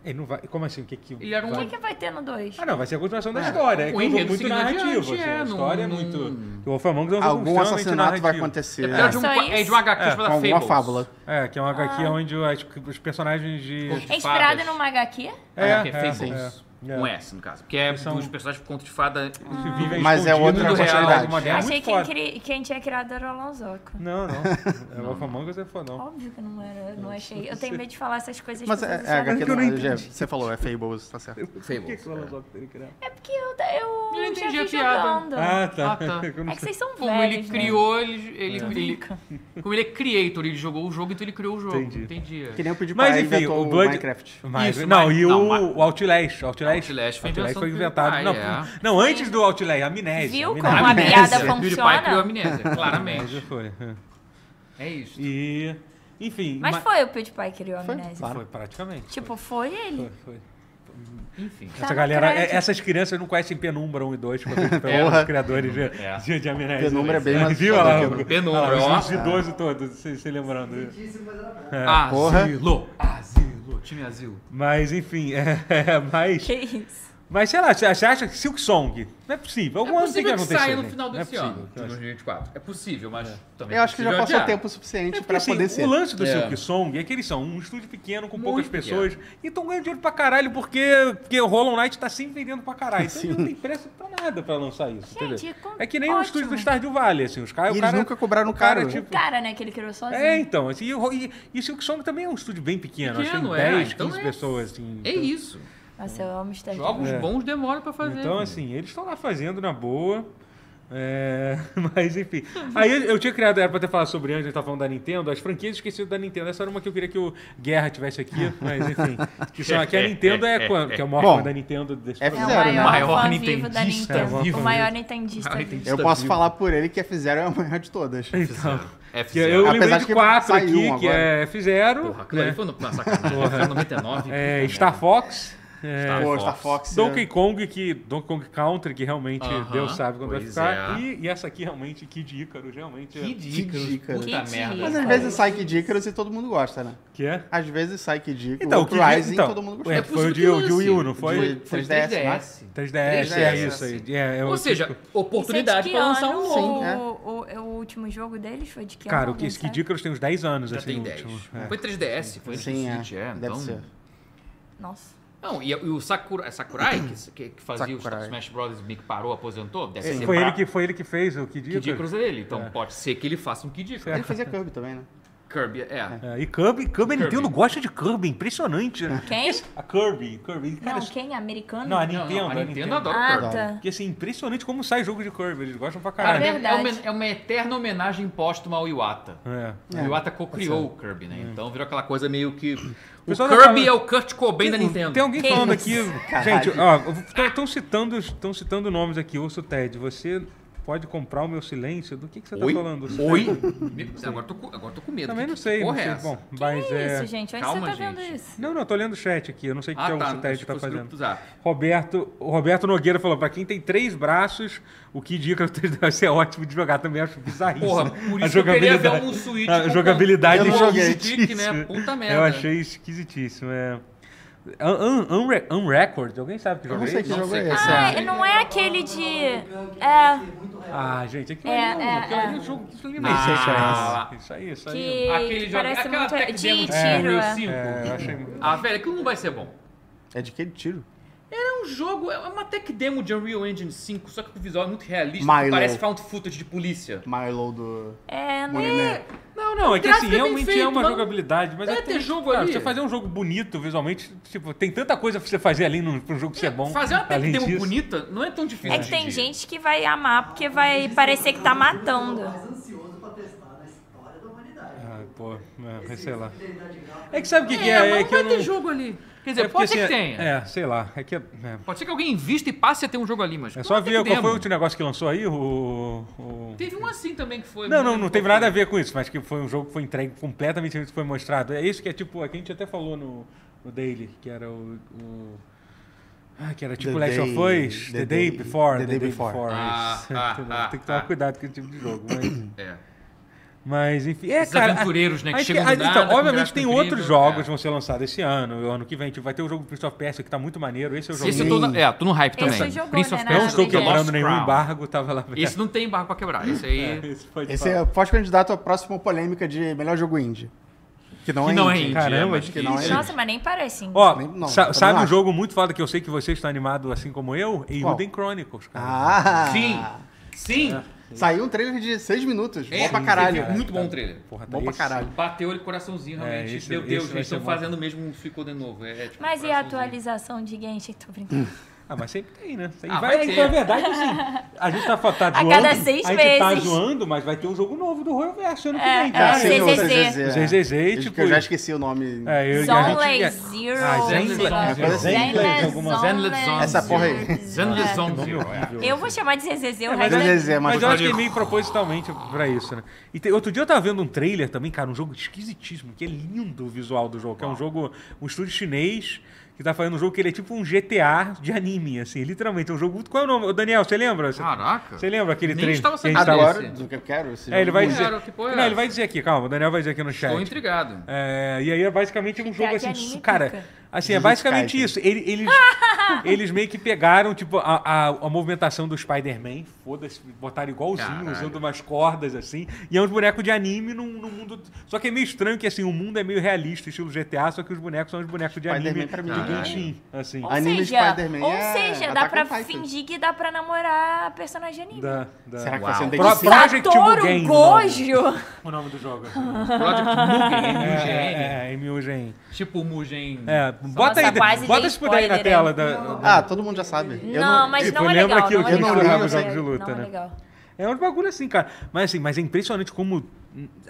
Speaker 1: Ele não vai. Como assim? O que que.
Speaker 4: Ele era um-
Speaker 1: vai-
Speaker 3: O que, que vai ter no 2?
Speaker 1: Ah, não, vai ser a continuação da história. É que é um
Speaker 4: O
Speaker 1: jogo
Speaker 4: enredo
Speaker 1: muito
Speaker 4: seguindo
Speaker 1: narrativo.
Speaker 4: adiante,
Speaker 1: assim,
Speaker 4: é,
Speaker 1: a
Speaker 4: não-
Speaker 1: história é
Speaker 4: não-
Speaker 1: muito. O Wolf Among Us é um jogo
Speaker 5: Algum
Speaker 1: extremamente
Speaker 5: assassinato vai
Speaker 1: narrativo.
Speaker 5: acontecer.
Speaker 4: É, de, um,
Speaker 3: só
Speaker 4: é de um
Speaker 3: isso.
Speaker 4: HQ
Speaker 1: É,
Speaker 4: chamada
Speaker 5: Com alguma
Speaker 4: Fables.
Speaker 5: fábula.
Speaker 1: É, que é um HQ
Speaker 5: Ah.
Speaker 1: onde as- os personagens de.
Speaker 4: Os-
Speaker 3: É inspirado
Speaker 4: fadas.
Speaker 3: numa HQ?
Speaker 4: É,
Speaker 1: É,
Speaker 4: que é
Speaker 1: é,
Speaker 4: Fables.
Speaker 1: é, é.
Speaker 4: Com S, no caso. Porque é
Speaker 1: Eles são-
Speaker 4: dos personagens de conto de fada.
Speaker 1: que vivem
Speaker 5: Mas é
Speaker 1: escondidos
Speaker 4: outra
Speaker 1: numa sociedade
Speaker 4: realidade.
Speaker 1: moderna,
Speaker 3: Achei
Speaker 1: muito
Speaker 3: que
Speaker 1: foda.
Speaker 3: quem, cri- quem tinha criado era o Alonsoco.
Speaker 1: Não, não. É o Alpha Mangas é fodão.
Speaker 3: Óbvio que não era, eu não achei. Eu tenho medo de falar essas coisas
Speaker 5: Mas
Speaker 3: que
Speaker 5: é,
Speaker 3: vocês
Speaker 5: é
Speaker 3: acham.
Speaker 5: HQ
Speaker 1: que eu
Speaker 5: não,
Speaker 1: não
Speaker 5: é,
Speaker 1: entendi.
Speaker 5: você falou, é Fables, tá certo.
Speaker 4: Fables. é.
Speaker 3: É porque eu, eu
Speaker 4: Eu não
Speaker 3: já
Speaker 4: entendi
Speaker 3: vi
Speaker 4: a piada.
Speaker 3: jogando.
Speaker 1: Ah, tá. É.
Speaker 4: Ah, tá.
Speaker 1: Eu não
Speaker 3: É que
Speaker 1: sei.
Speaker 3: vocês são
Speaker 4: Como
Speaker 3: velhos,
Speaker 4: ele
Speaker 3: né?
Speaker 4: criou, ele, ele, ele-
Speaker 3: Nunca.
Speaker 4: Como ele é creator, ele jogou o jogo, então ele criou o jogo.
Speaker 1: Entendi.
Speaker 4: Entendi. Entendi.
Speaker 5: Que nem eu pedi pra
Speaker 1: Mas
Speaker 5: ele
Speaker 1: enfim,
Speaker 5: inventou
Speaker 1: o Blood...
Speaker 5: Minecraft.
Speaker 1: Mas-
Speaker 4: Isso,
Speaker 1: não,
Speaker 4: mas-
Speaker 1: e o,
Speaker 4: não, mas-
Speaker 1: o Outlast. Outlast,
Speaker 4: Outlast foi invenção
Speaker 1: foi
Speaker 4: do
Speaker 1: inventado.
Speaker 4: pai,
Speaker 1: não,
Speaker 4: é.
Speaker 1: não, antes do Outlast, a Amnésia.
Speaker 3: Viu
Speaker 1: Amnésia.
Speaker 3: como a
Speaker 5: Amnésia.
Speaker 3: piada
Speaker 4: O PewDiePie criou a
Speaker 3: funciona?
Speaker 4: amnésia,
Speaker 1: Amnésia
Speaker 4: claramente.
Speaker 1: foi.
Speaker 4: É isso.
Speaker 1: E... Enfim...
Speaker 3: Mas
Speaker 1: ma-
Speaker 3: foi o PewDiePie que criou a amnésia.
Speaker 5: claro.
Speaker 1: Foi, praticamente.
Speaker 3: Tipo, foi ele.
Speaker 1: Foi, foi.
Speaker 4: Enfim.
Speaker 1: Essa
Speaker 3: no
Speaker 1: galera, é-
Speaker 3: crédito.
Speaker 1: essas crianças não conhecem Penumbra 1 e 2, porque
Speaker 4: É.
Speaker 1: foram os criadores de,
Speaker 4: É.
Speaker 1: de, de Amnésia.
Speaker 5: Penumbra é bem mais
Speaker 1: Viu olha lá?
Speaker 5: assustador que
Speaker 1: o-
Speaker 4: Penumbra,
Speaker 1: olha lá, Os
Speaker 4: ó.
Speaker 1: idosos todos, se se lembrando.
Speaker 2: Disse, mas era bom.
Speaker 1: é
Speaker 5: porra.
Speaker 4: Asilo! Asilo! Time asilo.
Speaker 1: Mas, enfim, é, é, mas,
Speaker 3: Que isso?
Speaker 1: mas sei lá, você você acha que Silk Song? Não é possível. Algum
Speaker 4: é
Speaker 1: ano tem que
Speaker 4: possível que,
Speaker 1: acontecer.
Speaker 4: saia no
Speaker 1: gente.
Speaker 4: final
Speaker 1: Não é
Speaker 4: desse
Speaker 1: possível,
Speaker 4: ano, de
Speaker 1: eu acho.
Speaker 4: 2024. É possível, mas também
Speaker 5: Eu acho que já
Speaker 4: possível
Speaker 5: passou
Speaker 4: adiar.
Speaker 5: tempo
Speaker 1: É
Speaker 5: suficiente
Speaker 1: porque,
Speaker 5: pra
Speaker 1: assim,
Speaker 5: poder ser.
Speaker 1: o lance do
Speaker 4: É.
Speaker 1: Silk Song é que eles são um estúdio pequeno, com poucas
Speaker 4: Muito
Speaker 1: pessoas, e estão ganhando dinheiro pra caralho, porque, porque o Hollow Knight tá sempre vendendo pra caralho. Então não tem pressa pra nada pra lançar isso,
Speaker 3: Gente,
Speaker 1: entendeu?
Speaker 3: com-
Speaker 1: É que nem o
Speaker 3: ótimo.
Speaker 1: estúdio do Stardew Valley, assim, os
Speaker 5: E
Speaker 1: caras... o
Speaker 5: eles
Speaker 1: cara-
Speaker 5: nunca cobraram
Speaker 1: o cara,
Speaker 5: caro.
Speaker 1: tipo,
Speaker 3: Cara, né, que ele criou sozinho.
Speaker 1: É, então, assim, e, o- e, e o Silk Song também é um estúdio bem pequeno, acho
Speaker 4: Pequeno,
Speaker 1: que tem
Speaker 4: é,
Speaker 1: 10,
Speaker 4: então
Speaker 1: 15
Speaker 4: é.
Speaker 1: pessoas, assim.
Speaker 4: É
Speaker 1: então-
Speaker 4: isso.
Speaker 3: Nossa, eu amo Star
Speaker 4: Jogos
Speaker 1: É.
Speaker 4: bons demoram pra fazer.
Speaker 1: Então, assim, eles estão lá fazendo na boa. É, mas enfim. Aí eu, eu tinha criado, era pra ter falado sobre antes, a gente tava falando da Nintendo, as franquias esquecidas da Nintendo. Essa era uma que eu queria que o Guerra tivesse aqui, mas enfim. Que, são, que a Nintendo é, quan- que é o maior
Speaker 5: Bom,
Speaker 1: fã da Nintendo desse
Speaker 5: é
Speaker 3: É o
Speaker 1: programa.
Speaker 5: Zero, né?
Speaker 3: maior,
Speaker 4: Maior
Speaker 3: fã vivo da
Speaker 4: nintendista
Speaker 3: Nintendo.
Speaker 1: vivo
Speaker 3: O maior nintendista
Speaker 4: Maior
Speaker 3: vivo.
Speaker 1: tá
Speaker 5: Eu posso falar por ele que F0 é a maior de todas.
Speaker 1: Então,
Speaker 5: É.
Speaker 1: que
Speaker 4: F0.
Speaker 1: eu
Speaker 4: Eu...
Speaker 5: Apesar
Speaker 1: lembrei
Speaker 5: de
Speaker 1: de
Speaker 5: que
Speaker 1: quatro
Speaker 5: saiu
Speaker 1: aqui,
Speaker 5: um
Speaker 1: que
Speaker 5: agora.
Speaker 1: é F0,
Speaker 4: Porra, aquilo ali foi no... na sacanagem. Foi no 99.
Speaker 1: é,
Speaker 4: puta
Speaker 1: Star
Speaker 4: merda.
Speaker 1: Fox. é,
Speaker 4: Star
Speaker 5: Pô,
Speaker 4: Fox.
Speaker 5: Star Fox.
Speaker 1: Donkey Kong, que Donkey Kong Country, que realmente
Speaker 4: Aham,
Speaker 1: Deus sabe quando vai
Speaker 4: pois
Speaker 1: ficar.
Speaker 4: é.
Speaker 1: E, e essa aqui realmente, Kid Icarus, realmente.
Speaker 4: Que
Speaker 5: Que
Speaker 4: dica. É
Speaker 5: dica.
Speaker 4: Puta
Speaker 3: Que
Speaker 4: merda.
Speaker 3: dica.
Speaker 5: Mas às vezes sai Kid Icarus e todo mundo gosta, né?
Speaker 1: é- Que é?
Speaker 5: Às vezes sai Kid
Speaker 1: Então,
Speaker 5: Icarus, então,
Speaker 1: o Kid-
Speaker 5: Rise
Speaker 1: então,
Speaker 5: e todo mundo
Speaker 1: ué,
Speaker 5: gosta.
Speaker 4: É possível
Speaker 1: foi o
Speaker 4: que
Speaker 1: de- o de
Speaker 4: lance.
Speaker 1: Wii U, não foi?
Speaker 4: Foi, foi
Speaker 5: 3DS, né?
Speaker 4: 3DS.
Speaker 1: 3DS, é
Speaker 5: 3DS,
Speaker 1: isso aí.
Speaker 4: assim.
Speaker 1: É, é o
Speaker 4: Ou seja,
Speaker 1: típico-
Speaker 4: oportunidade
Speaker 3: Gente, que
Speaker 4: pra lançar um
Speaker 3: ano
Speaker 4: novo.
Speaker 3: o,
Speaker 5: né?
Speaker 3: o, o último jogo deles foi de que
Speaker 1: cara,
Speaker 3: ano?
Speaker 1: o que- esse
Speaker 3: Alguém
Speaker 1: Kid Icarus tem uns 10 anos,
Speaker 4: Já
Speaker 1: assim,
Speaker 4: tem
Speaker 1: o
Speaker 4: 10.
Speaker 1: último.
Speaker 4: Não Foi 3DS, foi
Speaker 5: Sim, é.
Speaker 4: Switch, é.
Speaker 5: Deve
Speaker 4: então...
Speaker 5: ser.
Speaker 3: sabe? Nossa.
Speaker 4: Não, e, e o Sakura, é Sakurai, que, que- que fazia
Speaker 5: Sakurai.
Speaker 4: o Smash Bros. meio que parou, aposentou, deve
Speaker 1: É.
Speaker 4: ser
Speaker 1: Foi
Speaker 4: pra-
Speaker 1: ele, que, foi ele que fez o Kid
Speaker 4: Kid
Speaker 1: Icarus.
Speaker 4: Icarus é dele. Então pode ser que ele faça um Kid Icarus.
Speaker 5: Ele fazia Kirby também, né?
Speaker 4: Kirby, é. É.
Speaker 1: É, e Kirby, Kirby, a Nintendo gosta de Kirby, impressionante. né?
Speaker 3: Quem?
Speaker 1: A Kirby, Kirby. Cara,
Speaker 3: Não,
Speaker 1: isso-
Speaker 3: quem? Americano?
Speaker 1: não, a
Speaker 4: Não, é não,
Speaker 1: Nintendo.
Speaker 4: a Nintendo adora
Speaker 3: ah,
Speaker 4: Kirby.
Speaker 3: tá.
Speaker 1: Porque, assim, impressionante como sai jogo de Kirby. Eles gostam pra
Speaker 4: Cara,
Speaker 1: caralho.
Speaker 3: É
Speaker 4: é, uma,
Speaker 3: verdade.
Speaker 4: é uma eterna homenagem póstuma ao Iwata.
Speaker 3: Tá
Speaker 1: É. Hum.
Speaker 4: O Iwata co-criou o Kirby, né? Então virou aquela coisa meio que. O
Speaker 1: pessoal
Speaker 4: Kirby
Speaker 1: já fala-
Speaker 4: é o Kurt Cobain da Nintendo.
Speaker 1: Tem um alguém
Speaker 3: Que
Speaker 1: falando
Speaker 3: isso?
Speaker 1: aqui.
Speaker 5: Caralho.
Speaker 1: Gente, ó, estão citando, tão citando nomes aqui. Ouço Ted, você pode comprar o meu silêncio? Do que, que você tá
Speaker 4: Oi?
Speaker 1: falando?
Speaker 4: Oi? Me- Agora eu tô, com- agora eu tô com medo.
Speaker 1: Também
Speaker 4: Que-
Speaker 1: não
Speaker 4: que
Speaker 1: sei. Não
Speaker 4: porra é
Speaker 1: sei.
Speaker 4: essa?
Speaker 1: Bom, mas
Speaker 3: Que
Speaker 1: é.
Speaker 3: isso, gente? Onde
Speaker 4: calma,
Speaker 3: você tá vendo
Speaker 4: gente.
Speaker 3: isso?
Speaker 1: Não, não, eu tô lendo o chat aqui. Eu não sei o que
Speaker 4: ah,
Speaker 1: é o
Speaker 4: tá.
Speaker 1: que o Ted
Speaker 4: achei que
Speaker 1: tá
Speaker 4: fosse
Speaker 1: fazendo.
Speaker 4: grupo do Zap.
Speaker 1: Roberto, o Roberto Nogueira falou: pra quem tem três braços, o que dica vai ser ótimo de jogar. Também acho né? bizarríssimo.
Speaker 4: Porra, por isso que eu queria ver um Switch
Speaker 1: A
Speaker 4: com-
Speaker 1: jogabilidade
Speaker 5: Eu não
Speaker 1: é
Speaker 5: joguei.
Speaker 1: esquisitíssima.
Speaker 4: Stick, né? Puta merda.
Speaker 1: Eu achei esquisitíssimo. É. Un, un, unre- Unrecord? Alguém sabe que
Speaker 5: Eu
Speaker 1: jogo
Speaker 5: não
Speaker 1: é
Speaker 5: sei que
Speaker 1: esse?
Speaker 5: jogo
Speaker 4: sei
Speaker 5: é
Speaker 4: que
Speaker 5: esse.
Speaker 3: Ah,
Speaker 5: é.
Speaker 3: não é aquele de. É.
Speaker 1: Ah, gente, aquilo
Speaker 3: É,
Speaker 1: ali
Speaker 3: é,
Speaker 1: é, aquilo ali
Speaker 3: é.
Speaker 1: é um jogo que isso ali
Speaker 5: Nem sei se é
Speaker 1: Ah,
Speaker 4: esse.
Speaker 1: Isso aí, isso aí. um-
Speaker 3: Que
Speaker 4: Aquele jogo,
Speaker 3: parece
Speaker 4: aquela
Speaker 3: muito.
Speaker 4: tech
Speaker 3: De
Speaker 4: demo de
Speaker 3: tiro.
Speaker 4: Unreal
Speaker 3: é.
Speaker 4: 5.
Speaker 1: É, eu achei muito.
Speaker 4: Ah, velho, aquilo não vai ser bom.
Speaker 5: É de que tiro?
Speaker 4: É um jogo, é uma tech demo de Unreal Engine 5, só que o visual é muito realista,
Speaker 5: Milo.
Speaker 4: parece found footage de polícia.
Speaker 5: Milo do.
Speaker 3: É, não
Speaker 5: Moliné.
Speaker 1: Não, não, é que assim,
Speaker 4: gráfico é bem
Speaker 1: realmente
Speaker 4: feito,
Speaker 1: é uma
Speaker 4: mas-
Speaker 1: jogabilidade, mas
Speaker 4: É,
Speaker 1: até-
Speaker 4: tem jogo
Speaker 1: cara,
Speaker 4: ali.
Speaker 1: Você fazer um jogo bonito visualmente, tipo, tem tanta coisa pra você fazer ali num, pra um jogo ser bom.
Speaker 4: É, Fazer uma tech
Speaker 1: além
Speaker 4: demo
Speaker 1: disso.
Speaker 4: bonita não é tão difícil.
Speaker 3: É que
Speaker 4: hoje em
Speaker 3: tem
Speaker 4: dia.
Speaker 3: gente que vai amar porque vai parecer que tá matando.
Speaker 2: Eu tô mais ansioso pra testar na história da humanidade.
Speaker 1: Ah, pô, é, sei lá.
Speaker 2: Fidelidade gráfica.
Speaker 1: É que sabe o que, que é? É
Speaker 4: mas
Speaker 1: que
Speaker 4: vai
Speaker 1: eu
Speaker 4: ter
Speaker 1: não-
Speaker 4: um jogo ali. Quer
Speaker 1: é
Speaker 4: dizer,
Speaker 1: porque,
Speaker 4: pode ser que
Speaker 1: assim, é-
Speaker 4: tenha.
Speaker 1: É, sei lá. É que é, é.
Speaker 4: Pode ser que alguém invista e passe a ter um jogo ali, mas.
Speaker 1: É só
Speaker 4: não tem
Speaker 1: ver qual
Speaker 4: demo.
Speaker 1: foi o último negócio que lançou aí, o. o-
Speaker 4: Teve um assim também que foi.
Speaker 1: Não, não, não
Speaker 4: lembro
Speaker 1: teve
Speaker 4: qual
Speaker 1: nada a ver com isso, mas que foi um jogo que foi entregue completamente diferente do que foi mostrado. É isso que é tipo, é que a gente até falou no, no Daily, que era o. o- Ah, que era tipo
Speaker 5: The
Speaker 1: Last of
Speaker 5: Day-
Speaker 1: Us, The,
Speaker 5: The
Speaker 1: Day
Speaker 5: Day-
Speaker 1: Before, é
Speaker 5: The Day Before.
Speaker 4: Ah,
Speaker 1: isso.
Speaker 4: ah,
Speaker 1: Entendeu?
Speaker 4: ah,
Speaker 1: Tem que tomar
Speaker 4: ah.
Speaker 1: cuidado com esse tipo de jogo. Mas,
Speaker 4: foi. É.
Speaker 1: mas, enfim, é,
Speaker 4: Esses
Speaker 1: cara.
Speaker 4: aventureiros, né, que
Speaker 1: acho
Speaker 4: chegam do nada,
Speaker 1: então,
Speaker 4: com
Speaker 1: obviamente
Speaker 4: gráfico
Speaker 1: tem
Speaker 4: incrível,
Speaker 1: outros jogos
Speaker 4: é.
Speaker 1: que vão ser lançados esse ano, ano que vem. Tipo, vai ter o jogo do Prince of Persia que tá muito maneiro. Esse é o jogo.
Speaker 4: Esse eu tô, na- é, tô no hype
Speaker 3: Esse
Speaker 4: também.
Speaker 3: jogou,
Speaker 4: Prince
Speaker 3: né,
Speaker 4: of
Speaker 3: na
Speaker 1: Não
Speaker 4: Persia,
Speaker 1: estou
Speaker 4: The
Speaker 1: quebrando
Speaker 4: Lost
Speaker 1: nenhum
Speaker 4: Crown.
Speaker 1: embargo, tava lá. perto.
Speaker 4: Esse não tem embargo pra quebrar. Esse aí.
Speaker 1: Esse pode
Speaker 5: Esse
Speaker 1: falar.
Speaker 5: é pós-candidato à próxima polêmica de melhor jogo indie. Que não
Speaker 4: Que
Speaker 5: é
Speaker 4: não é
Speaker 5: indie.
Speaker 4: indie.
Speaker 1: Caramba,
Speaker 4: mas
Speaker 1: que
Speaker 4: que
Speaker 5: não é
Speaker 3: Nossa, mas nem parece. hein?
Speaker 1: Ó,
Speaker 5: Nem- não,
Speaker 1: sa-
Speaker 5: também
Speaker 1: sabe
Speaker 5: não
Speaker 1: um
Speaker 5: acho.
Speaker 1: jogo muito foda que eu sei que você está animado assim como eu?
Speaker 5: Qual?
Speaker 1: Elden Chronicles, cara.
Speaker 5: Ah!
Speaker 4: Sim! Sim!
Speaker 1: É.
Speaker 5: Saiu um trailer de 6 minutos.
Speaker 4: É,
Speaker 5: Bom pra caralho.
Speaker 4: teve Muito bom o trailer.
Speaker 1: Porra, tá
Speaker 5: Bom pra
Speaker 1: esse-
Speaker 5: caralho.
Speaker 4: Bateu ele coraçãozinho, realmente.
Speaker 1: É, esse-
Speaker 4: Meu
Speaker 1: esse
Speaker 4: Deus,
Speaker 1: vai
Speaker 4: eles
Speaker 1: ser bom.
Speaker 4: estão fazendo mesmo um Suicoden novo. É, tipo,
Speaker 3: Mas e a
Speaker 4: coraçãozinho.
Speaker 3: atualização de Genshin? Tô brincando.
Speaker 1: Ah, mas sempre tem, né? Sempre
Speaker 4: Ah,
Speaker 1: vai,
Speaker 4: vai
Speaker 1: então,
Speaker 4: ter.
Speaker 1: é verdade, assim. A gente tá, fa- tá
Speaker 3: cada
Speaker 1: zoando.
Speaker 3: seis
Speaker 1: a gente tá
Speaker 3: meses.
Speaker 1: zoando, mas vai ter um jogo novo do Royal Verso ano que
Speaker 3: É,
Speaker 1: vem,
Speaker 3: é,
Speaker 1: cara.
Speaker 3: CZZ.
Speaker 1: Eu-
Speaker 5: ZZZ,
Speaker 1: ZZZ,
Speaker 5: que
Speaker 1: tipo-
Speaker 5: Eu já esqueci o nome.
Speaker 1: É, eu-
Speaker 4: um
Speaker 1: a gente-
Speaker 3: Zonley Zero.
Speaker 1: Ah, Zen-
Speaker 3: sei lá.
Speaker 5: É, coisa assim.
Speaker 1: Zenless, alguma-
Speaker 4: Zenless Zone
Speaker 5: Essa
Speaker 4: Zero.
Speaker 5: porra aí.
Speaker 4: Zenless
Speaker 3: É.
Speaker 4: Zone
Speaker 1: Nome
Speaker 4: Zero, é.
Speaker 1: horrível.
Speaker 3: Eu vou chamar de ZZZ o
Speaker 1: Mas,
Speaker 3: resto.
Speaker 5: ZZZ,
Speaker 1: eu- mas eu acho que é
Speaker 4: Rodrigo.
Speaker 1: meio propositalmente pra isso, né? E tem- outro dia eu tava vendo um trailer também, cara, um jogo esquisitíssimo, que é lindo o visual do jogo, que é um jogo, um estúdio chinês que tá fazendo um jogo que ele é tipo um GTA de anime, assim, literalmente, é um jogo muito... Qual é o nome? Ô, Daniel, você lembra? Você-
Speaker 4: Caraca.
Speaker 1: Você lembra aquele
Speaker 4: Nem
Speaker 1: trailer?
Speaker 4: estava
Speaker 1: que a gente
Speaker 4: sabendo.
Speaker 1: tava-
Speaker 5: Agora,
Speaker 4: Esse.
Speaker 5: do que eu quero. esse
Speaker 1: É, ele vai
Speaker 5: jogo.
Speaker 1: dizer...
Speaker 4: Cara, que porra é
Speaker 1: Não, ele
Speaker 4: essa?
Speaker 1: vai dizer aqui, calma, o Daniel vai dizer aqui no chat.
Speaker 4: Estou intrigado.
Speaker 1: É, e aí é basicamente um
Speaker 3: Fica
Speaker 1: jogo
Speaker 3: de
Speaker 1: assim,
Speaker 3: anime,
Speaker 1: su- cara.
Speaker 3: fica.
Speaker 1: Assim, é
Speaker 5: Jujutsu
Speaker 1: basicamente
Speaker 5: Kaisen.
Speaker 1: isso. Ele- Eles, eles meio que pegaram, tipo, a, a, a movimentação do Spider-Man, foda-se, botaram igualzinho,
Speaker 4: Caralho.
Speaker 1: usando umas cordas, assim. E é uns bonecos de anime num, num mundo. Só que é meio estranho que, assim, o mundo é meio realista, estilo GTA, só que os bonecos são os bonecos de
Speaker 5: Spider-Man
Speaker 1: anime
Speaker 5: pra mim, é
Speaker 1: do
Speaker 5: caralho.
Speaker 1: Genshin, assim.
Speaker 3: Ou
Speaker 5: Anime
Speaker 3: seja,
Speaker 5: Spider-Man
Speaker 3: ou
Speaker 5: é
Speaker 3: seja dá
Speaker 1: tá
Speaker 5: Attack
Speaker 3: pra
Speaker 5: on Titan.
Speaker 3: fingir que dá pra namorar personagem anime.
Speaker 1: Da, da...
Speaker 5: Será que
Speaker 4: Uau.
Speaker 5: vai ser um
Speaker 1: Pro-
Speaker 5: DLC?
Speaker 1: Project
Speaker 3: Satoru
Speaker 1: Mugen,
Speaker 3: Gojo!
Speaker 1: o nome do jogo. assim.
Speaker 4: Project Mugen,
Speaker 1: É,
Speaker 4: MUGN.
Speaker 1: é, é, MUGN.
Speaker 4: Tipo Mugen.
Speaker 1: É, bota
Speaker 3: Nossa,
Speaker 1: aí,
Speaker 3: quase
Speaker 1: bota
Speaker 3: dei
Speaker 1: se puder aí na
Speaker 3: spoiler,
Speaker 1: tela.
Speaker 3: hein?
Speaker 1: Da,
Speaker 5: Ah, todo mundo já sabe. Eu
Speaker 3: Não, mas
Speaker 1: tipo,
Speaker 3: não é
Speaker 1: lembra
Speaker 3: legal.
Speaker 1: que eu-
Speaker 3: não é
Speaker 1: eu não
Speaker 3: legal.
Speaker 1: jogava
Speaker 3: é
Speaker 1: jogos de
Speaker 3: legal.
Speaker 1: luta,
Speaker 3: Não
Speaker 1: né?
Speaker 3: é legal.
Speaker 1: É um bagulho assim, cara. Mas assim, mas é impressionante como.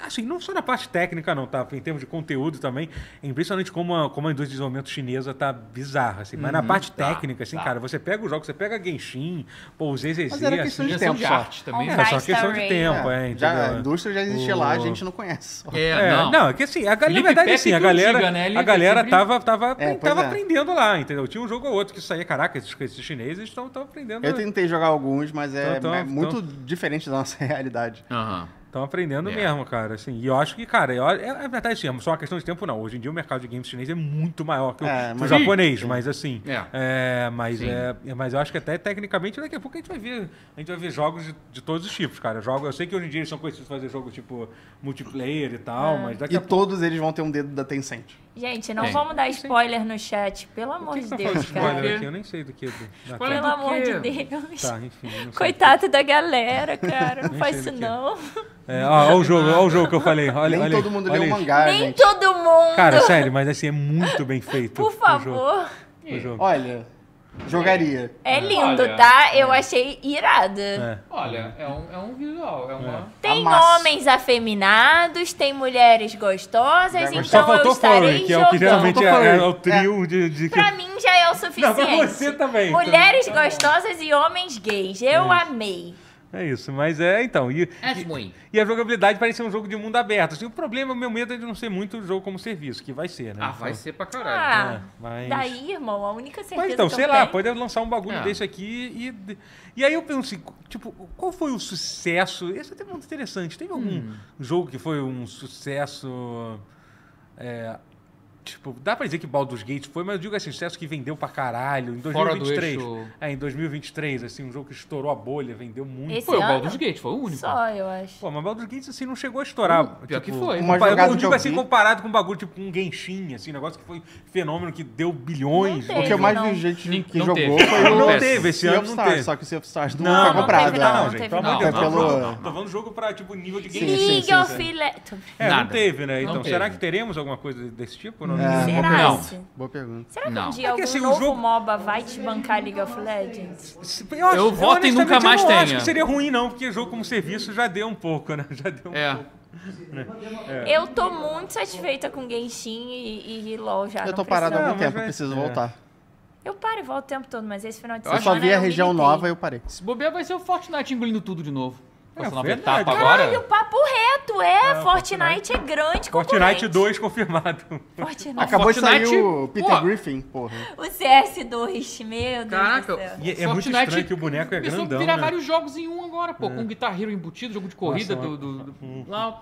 Speaker 1: Assim, não só na parte técnica, não, tá? Em termos de conteúdo também, é impressionante como a, como a indústria de desenvolvimento chinesa tá bizarra, assim. Mas na parte
Speaker 4: tá,
Speaker 1: técnica, assim,
Speaker 4: tá.
Speaker 1: cara, você pega os jogos, você pega Genshin, pô, o ZZZ,
Speaker 5: Mas era questão
Speaker 1: assim.
Speaker 4: Direção
Speaker 5: de tempo
Speaker 4: de
Speaker 5: só.
Speaker 4: arte também.
Speaker 1: É,
Speaker 4: né?
Speaker 1: só questão de
Speaker 3: Rasta
Speaker 1: tempo,
Speaker 5: É,
Speaker 1: é,
Speaker 5: já, a
Speaker 1: entendeu?
Speaker 5: indústria já existia
Speaker 1: O-
Speaker 5: lá, a gente não conhece. só.
Speaker 4: É,
Speaker 1: É,
Speaker 4: não.
Speaker 1: não. é que assim, a, gal- na
Speaker 4: Felipe
Speaker 1: verdade,
Speaker 4: Pepe
Speaker 1: assim, a
Speaker 4: que o
Speaker 1: galera,
Speaker 4: diga, né? Ele
Speaker 1: a galera
Speaker 4: sempre-
Speaker 1: tava, tava,
Speaker 5: É, pois
Speaker 1: tava
Speaker 5: é.
Speaker 1: aprendendo lá, entendeu? Tinha um jogo ou outro que saía, caraca, esses, esses chineses estão aprendendo.
Speaker 5: Eu tentei jogar alguns, mas é,
Speaker 1: Então, então,
Speaker 5: é muito diferente da nossa realidade.
Speaker 4: Aham.
Speaker 1: Estão aprendendo
Speaker 4: É.
Speaker 1: mesmo, cara. Assim, e eu acho que, cara, eu, é, é verdade, assim, é só uma questão de tempo, não. Hoje em dia o mercado de games chinês é muito maior que o,
Speaker 5: É,
Speaker 1: que o
Speaker 5: mas-
Speaker 1: japonês, mas assim.
Speaker 4: É.
Speaker 1: É, mas,
Speaker 4: Sim.
Speaker 1: é, é, mas eu acho que até tecnicamente daqui a pouco a gente vai ver. A gente vai ver jogos de, de todos os tipos, cara. Jogo, eu sei que hoje em dia eles são conhecidos por fazer jogos tipo multiplayer e
Speaker 3: É.
Speaker 1: tal, mas daqui
Speaker 5: E
Speaker 1: a pouco.
Speaker 5: todos eles vão ter um dedo da Tencent.
Speaker 3: Gente, não
Speaker 4: Tem.
Speaker 3: vamos dar spoiler no chat. Pelo
Speaker 1: Por
Speaker 3: amor
Speaker 1: que
Speaker 3: de
Speaker 1: que tá falando
Speaker 3: Deus,
Speaker 1: de
Speaker 3: cara.
Speaker 1: spoiler
Speaker 4: cara?
Speaker 1: aqui? Eu nem sei do que. Do, da
Speaker 4: Spoiler
Speaker 1: tela.
Speaker 3: Pelo amor de
Speaker 4: Do quê?
Speaker 3: Deus.
Speaker 1: Tá, enfim. não sei.
Speaker 3: Coitado da galera, cara. Não
Speaker 1: Nem
Speaker 3: faz
Speaker 1: sei
Speaker 3: isso,
Speaker 1: do que é.
Speaker 3: não.
Speaker 1: É, ó, ó o jogo, ó o jogo que eu falei. Olha,
Speaker 5: Nem
Speaker 1: olha aí,
Speaker 5: todo mundo
Speaker 1: olha
Speaker 5: lê o
Speaker 1: isso.
Speaker 5: mangá,
Speaker 3: Nem
Speaker 5: gente.
Speaker 3: todo mundo.
Speaker 1: Ah, Cara, sério, mas assim, é muito bem feito.
Speaker 3: Por
Speaker 1: O jogo,
Speaker 3: favor.
Speaker 1: o jogo.
Speaker 5: Olha, jogaria.
Speaker 3: É lindo,
Speaker 4: Olha, é.
Speaker 3: tá? Eu achei irada.
Speaker 1: É.
Speaker 4: Olha, é um, é um visual, é uma.
Speaker 3: Tem
Speaker 5: Amasso.
Speaker 3: homens afeminados, tem mulheres gostosas, então
Speaker 1: Só
Speaker 3: eu
Speaker 1: faltou
Speaker 3: estarei
Speaker 1: Furry, que é
Speaker 3: jogando.
Speaker 1: o que geralmente é,
Speaker 5: Só faltou
Speaker 1: é
Speaker 5: furry.
Speaker 1: o trio de. de que...
Speaker 3: Pra mim já é o suficiente.
Speaker 1: Não, pra você também. Tá
Speaker 3: Mulheres gostosas e homens gays. Eu amei.
Speaker 1: É isso, mas é então. E,
Speaker 4: É ruim.
Speaker 1: e a jogabilidade parece ser um jogo de mundo aberto. Assim, o problema, o meu medo é de não ser muito jogo como serviço, que vai ser, né?
Speaker 4: Ah, vai
Speaker 1: Então-
Speaker 4: ser pra
Speaker 1: É,
Speaker 4: caralho.
Speaker 3: Ah,
Speaker 1: mas-
Speaker 3: daí, irmão, a única certeza
Speaker 1: Mas então,
Speaker 3: que eu
Speaker 1: sei lá,
Speaker 3: tenho-
Speaker 1: pode lançar um bagulho
Speaker 4: É.
Speaker 1: desse aqui e. E aí eu penso, tipo, qual foi o sucesso? Isso é até muito interessante. Teve algum
Speaker 4: Hum.
Speaker 1: jogo que foi um sucesso. é, tipo, dá pra dizer que Baldur's Gate foi, mas eu digo assim, sucesso que vendeu pra caralho em
Speaker 3: Ah.
Speaker 4: Fora do
Speaker 1: 2023.
Speaker 4: eixo.
Speaker 1: É, em 2023, assim, um jogo que estourou a bolha, vendeu muito.
Speaker 3: Esse
Speaker 4: Foi o
Speaker 3: ano?
Speaker 4: Baldur's Gate, foi o único.
Speaker 3: Só, eu acho.
Speaker 1: Pô, mas Baldur's Gate assim não chegou a estourar.
Speaker 4: Hum, Pior que
Speaker 1: tipo,
Speaker 4: foi.
Speaker 5: uma
Speaker 1: eu- Eu,
Speaker 5: jogada que
Speaker 1: digo
Speaker 5: eu
Speaker 1: assim,
Speaker 5: vi.
Speaker 1: comparado com um bagulho tipo um Genshin, assim, um negócio que foi fenômeno que deu bilhões.
Speaker 3: Não
Speaker 5: O que eu mais
Speaker 3: Não.
Speaker 5: vi gente
Speaker 4: Nem-
Speaker 5: que
Speaker 4: não
Speaker 5: jogou
Speaker 4: teve.
Speaker 5: foi
Speaker 4: Não
Speaker 5: o
Speaker 4: teve,
Speaker 1: esse
Speaker 5: Sea
Speaker 1: ano
Speaker 5: of
Speaker 1: não
Speaker 5: Stars,
Speaker 1: teve.
Speaker 5: Só que o Sea of Stars não,
Speaker 1: Não,
Speaker 5: foi
Speaker 1: não
Speaker 5: comprado.
Speaker 1: teve,
Speaker 3: não,
Speaker 1: não,
Speaker 3: não
Speaker 1: gente.
Speaker 3: teve,
Speaker 1: Pelo
Speaker 3: não.
Speaker 1: amor de Deus.
Speaker 5: Foi
Speaker 1: Tô
Speaker 5: pelo-
Speaker 1: falando- tô falando jogo pra, tipo, nível de
Speaker 5: Sim,
Speaker 1: game.
Speaker 5: sim,
Speaker 3: League
Speaker 5: sim,
Speaker 3: of
Speaker 5: sim.
Speaker 3: Legends.
Speaker 1: É, não
Speaker 4: Nada.
Speaker 1: teve, né?
Speaker 4: Não
Speaker 1: Então,
Speaker 4: teve.
Speaker 1: será que teremos alguma coisa desse tipo? Não, não-
Speaker 5: É.
Speaker 3: Será?
Speaker 4: Não.
Speaker 3: esse?
Speaker 5: Boa pergunta.
Speaker 3: Será que um
Speaker 4: Não.
Speaker 3: dia
Speaker 1: É que,
Speaker 3: algum
Speaker 1: assim, o
Speaker 3: novo
Speaker 1: jogo-
Speaker 3: MOBA vai desbancar League of Legends?
Speaker 1: Eu, acho-
Speaker 4: Eu voto em
Speaker 1: honestamente,
Speaker 4: nunca mais
Speaker 1: Eu não acho
Speaker 4: tenha.
Speaker 1: que seria ruim, não, porque jogo como serviço já deu um pouco, né? Já deu um
Speaker 4: É.
Speaker 1: pouco. É.
Speaker 3: Eu tô muito satisfeita com Genshin e, e LoL já.
Speaker 5: Eu
Speaker 3: não
Speaker 5: tô parado há
Speaker 3: precisa-
Speaker 5: algum
Speaker 1: mas
Speaker 5: tempo, eu
Speaker 1: vai-
Speaker 5: preciso
Speaker 1: é.
Speaker 5: voltar.
Speaker 3: Eu paro e volto o tempo todo, mas esse final de
Speaker 5: Eu
Speaker 3: semana um
Speaker 5: só vi a
Speaker 3: eu
Speaker 5: região
Speaker 3: militei.
Speaker 5: nova e eu parei.
Speaker 4: Se bobear, vai ser o Fortnite engolindo tudo de novo. Com
Speaker 1: É,
Speaker 4: essa nova
Speaker 1: verdade.
Speaker 4: etapa
Speaker 3: Caralho,
Speaker 4: agora.
Speaker 3: papo reto, é.
Speaker 1: É,
Speaker 3: Fortnite, é grande
Speaker 1: Fortnite
Speaker 3: concorrente.
Speaker 1: 2 confirmado.
Speaker 3: Fortnite.
Speaker 5: Acabou de sair
Speaker 4: Fortnite,
Speaker 5: o Peter
Speaker 4: pô.
Speaker 5: Griffin, porra.
Speaker 3: O CS2, meu Deus do céu.
Speaker 1: E é muito estranho que o boneco é
Speaker 4: começou a
Speaker 1: grandão,
Speaker 4: virar
Speaker 1: né? É.
Speaker 4: vários jogos em um agora, pô. Com Guitar Hero embutido, jogo de corrida
Speaker 1: Nossa, Uhum.
Speaker 4: do... do, do- lá.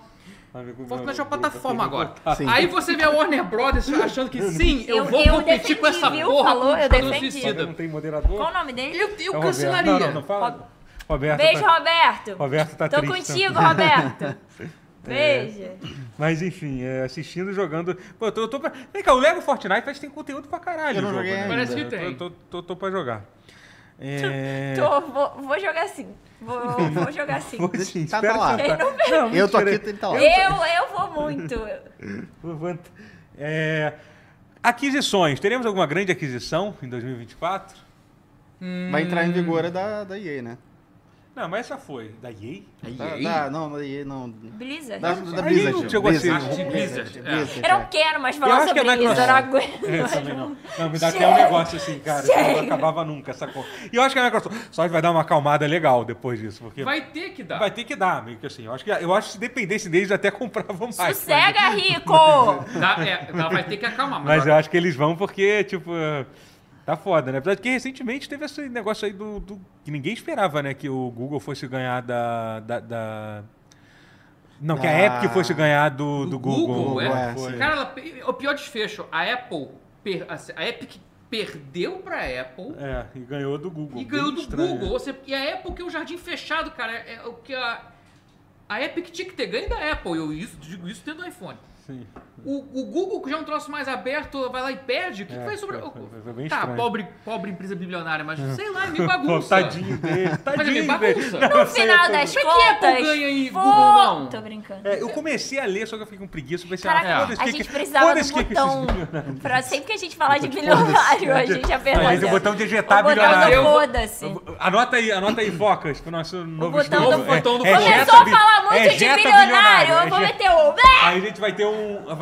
Speaker 1: Amigo
Speaker 4: Fortnite é
Speaker 1: meu,
Speaker 4: uma plataforma agora.
Speaker 1: Uhum.
Speaker 5: Sim.
Speaker 4: Aí você vê a Warner Brothers achando que sim, eu,
Speaker 3: Eu-
Speaker 4: vou
Speaker 3: eu
Speaker 4: competir
Speaker 3: defendi,
Speaker 4: com essa
Speaker 3: viu?
Speaker 4: porra
Speaker 3: Falou,
Speaker 4: com
Speaker 3: eu
Speaker 4: Esquadrão
Speaker 3: defendi.
Speaker 1: Não
Speaker 4: Suicida.
Speaker 1: tem
Speaker 3: Qual o
Speaker 1: moderador?
Speaker 3: nome dele?
Speaker 4: Eu,
Speaker 1: É
Speaker 4: eu
Speaker 1: o Roberto.
Speaker 4: cancelaria.
Speaker 1: Não, não, não fala. Roberto.
Speaker 3: Beijo,
Speaker 1: tá-
Speaker 3: Roberto.
Speaker 1: Roberto tá
Speaker 3: Tô
Speaker 1: triste. É.
Speaker 3: contigo, Roberto. Beijo.
Speaker 1: Mas enfim, é, assistindo, jogando. Pô, eu tô, eu tô pra... Vem cá, o Lego Fortnite parece que tem conteúdo pra caralho.
Speaker 5: Eu não
Speaker 1: o jogo,
Speaker 5: joguei
Speaker 1: né?
Speaker 5: ainda.
Speaker 4: Parece que
Speaker 1: Eu tô-
Speaker 4: tem.
Speaker 1: Tô, tô, tô pra jogar. É...
Speaker 3: Tô, vou, vou jogar assim. Vou, vou jogar assim.
Speaker 1: Vou sim,
Speaker 5: Tá, tá
Speaker 1: espero
Speaker 5: lá.
Speaker 1: que você tá. Não,
Speaker 5: Eu tô
Speaker 1: mentira.
Speaker 5: aqui, ele tá lá.
Speaker 3: Eu, eu vou muito.
Speaker 1: Levanta. É, Aquisições. Teremos alguma grande aquisição em 2024?
Speaker 5: Vai entrar em vigor a da, da EA, né?
Speaker 1: Não, mas essa foi. Da EA?
Speaker 4: Aí,
Speaker 5: Da,
Speaker 4: aí.
Speaker 5: da- não, da EA não.
Speaker 3: Blizzard.
Speaker 5: Da, da
Speaker 1: não
Speaker 5: Blizzard.
Speaker 1: chegou a ser
Speaker 4: um- Blizzard, é.
Speaker 3: Eu não quero mais
Speaker 1: Eu
Speaker 3: falar
Speaker 1: acho que
Speaker 3: sobre
Speaker 1: é
Speaker 3: isso, eu não
Speaker 1: Microsoft.
Speaker 3: aguento.
Speaker 1: É,
Speaker 3: mais.
Speaker 1: também não. Não, me dá
Speaker 3: Chega.
Speaker 1: até um negócio assim, cara. que
Speaker 3: Chega.
Speaker 1: Não acabava nunca, sacou? E eu acho que a Microsoft só que vai dar uma acalmada legal depois disso. Porque vai,
Speaker 4: Vai ter que dar.
Speaker 1: ter que dar, meio que assim. Eu acho que, eu acho que se dependesse deles, até compravam mais. né? mas-
Speaker 3: Sossega, Rico!
Speaker 4: Dá- é, ela vai ter que acalmar.
Speaker 1: Mas
Speaker 4: vai-
Speaker 1: eu acho que eles vão porque, tipo, tá foda, né? Apesar de que recentemente teve esse negócio aí do, do- que ninguém esperava, né? Que o Google fosse ganhar da. da, da- Não, que a
Speaker 5: Ah.
Speaker 1: Epic fosse ganhar do, do, Google.
Speaker 4: é.
Speaker 5: é,
Speaker 1: foi.
Speaker 4: Cara, ela pe- o pior desfecho, a Apple, per- assim, a Epic perdeu pra Apple
Speaker 1: É, e ganhou do Google.
Speaker 4: e ganhou
Speaker 1: Bem
Speaker 4: do
Speaker 1: estranho. né?
Speaker 4: Google. Ou seja, e a Apple que é o jardim fechado, cara. É, é o que a, a Epic tinha que ter ganho da Apple. Eu isso, digo isso dentro do iPhone.
Speaker 1: Sim.
Speaker 4: O, o Google, que já é um troço mais aberto, vai lá e perde. O que,
Speaker 1: É,
Speaker 4: que vai sobre.
Speaker 1: foi- foi- foi bem
Speaker 4: tá,
Speaker 1: estranho.
Speaker 4: pobre, pobre empresa bilionária, mas sei lá, é meio
Speaker 1: Pô,
Speaker 4: bagunça.
Speaker 1: tadinho dele.
Speaker 4: Mas é meio
Speaker 1: Tadinho dele.
Speaker 4: bagunça.
Speaker 3: No final das
Speaker 4: Mas que
Speaker 3: contas.
Speaker 4: Apple ganha aí,
Speaker 3: fo-
Speaker 4: Google não?
Speaker 3: Tô brincando.
Speaker 1: É, eu comecei a ler, só que eu fiquei com preguiça. Pensei,
Speaker 3: Caraca,
Speaker 1: ah,
Speaker 3: a
Speaker 1: foda-se, que,
Speaker 3: gente
Speaker 1: que-
Speaker 3: precisava
Speaker 1: foda-se
Speaker 3: do
Speaker 1: que que
Speaker 3: botão.
Speaker 1: esses-
Speaker 3: Pra sempre que a gente falar de bilionário, a gente já perdeu.
Speaker 1: Mas o botão de ejetar
Speaker 3: O botão do
Speaker 1: bilionário.
Speaker 3: Foda-se.
Speaker 1: Anota aí, anota aí, Focas, pro nosso novo
Speaker 3: botão
Speaker 1: slogan.
Speaker 3: do-
Speaker 1: É,
Speaker 4: botão do
Speaker 1: é
Speaker 4: Focas.
Speaker 1: jeta
Speaker 3: Começou a
Speaker 1: bi-
Speaker 3: falar muito
Speaker 1: é
Speaker 3: de
Speaker 1: jeta
Speaker 3: bilionário, eu vou
Speaker 1: é je-
Speaker 3: meter o...
Speaker 1: Aí a gente vai ter um.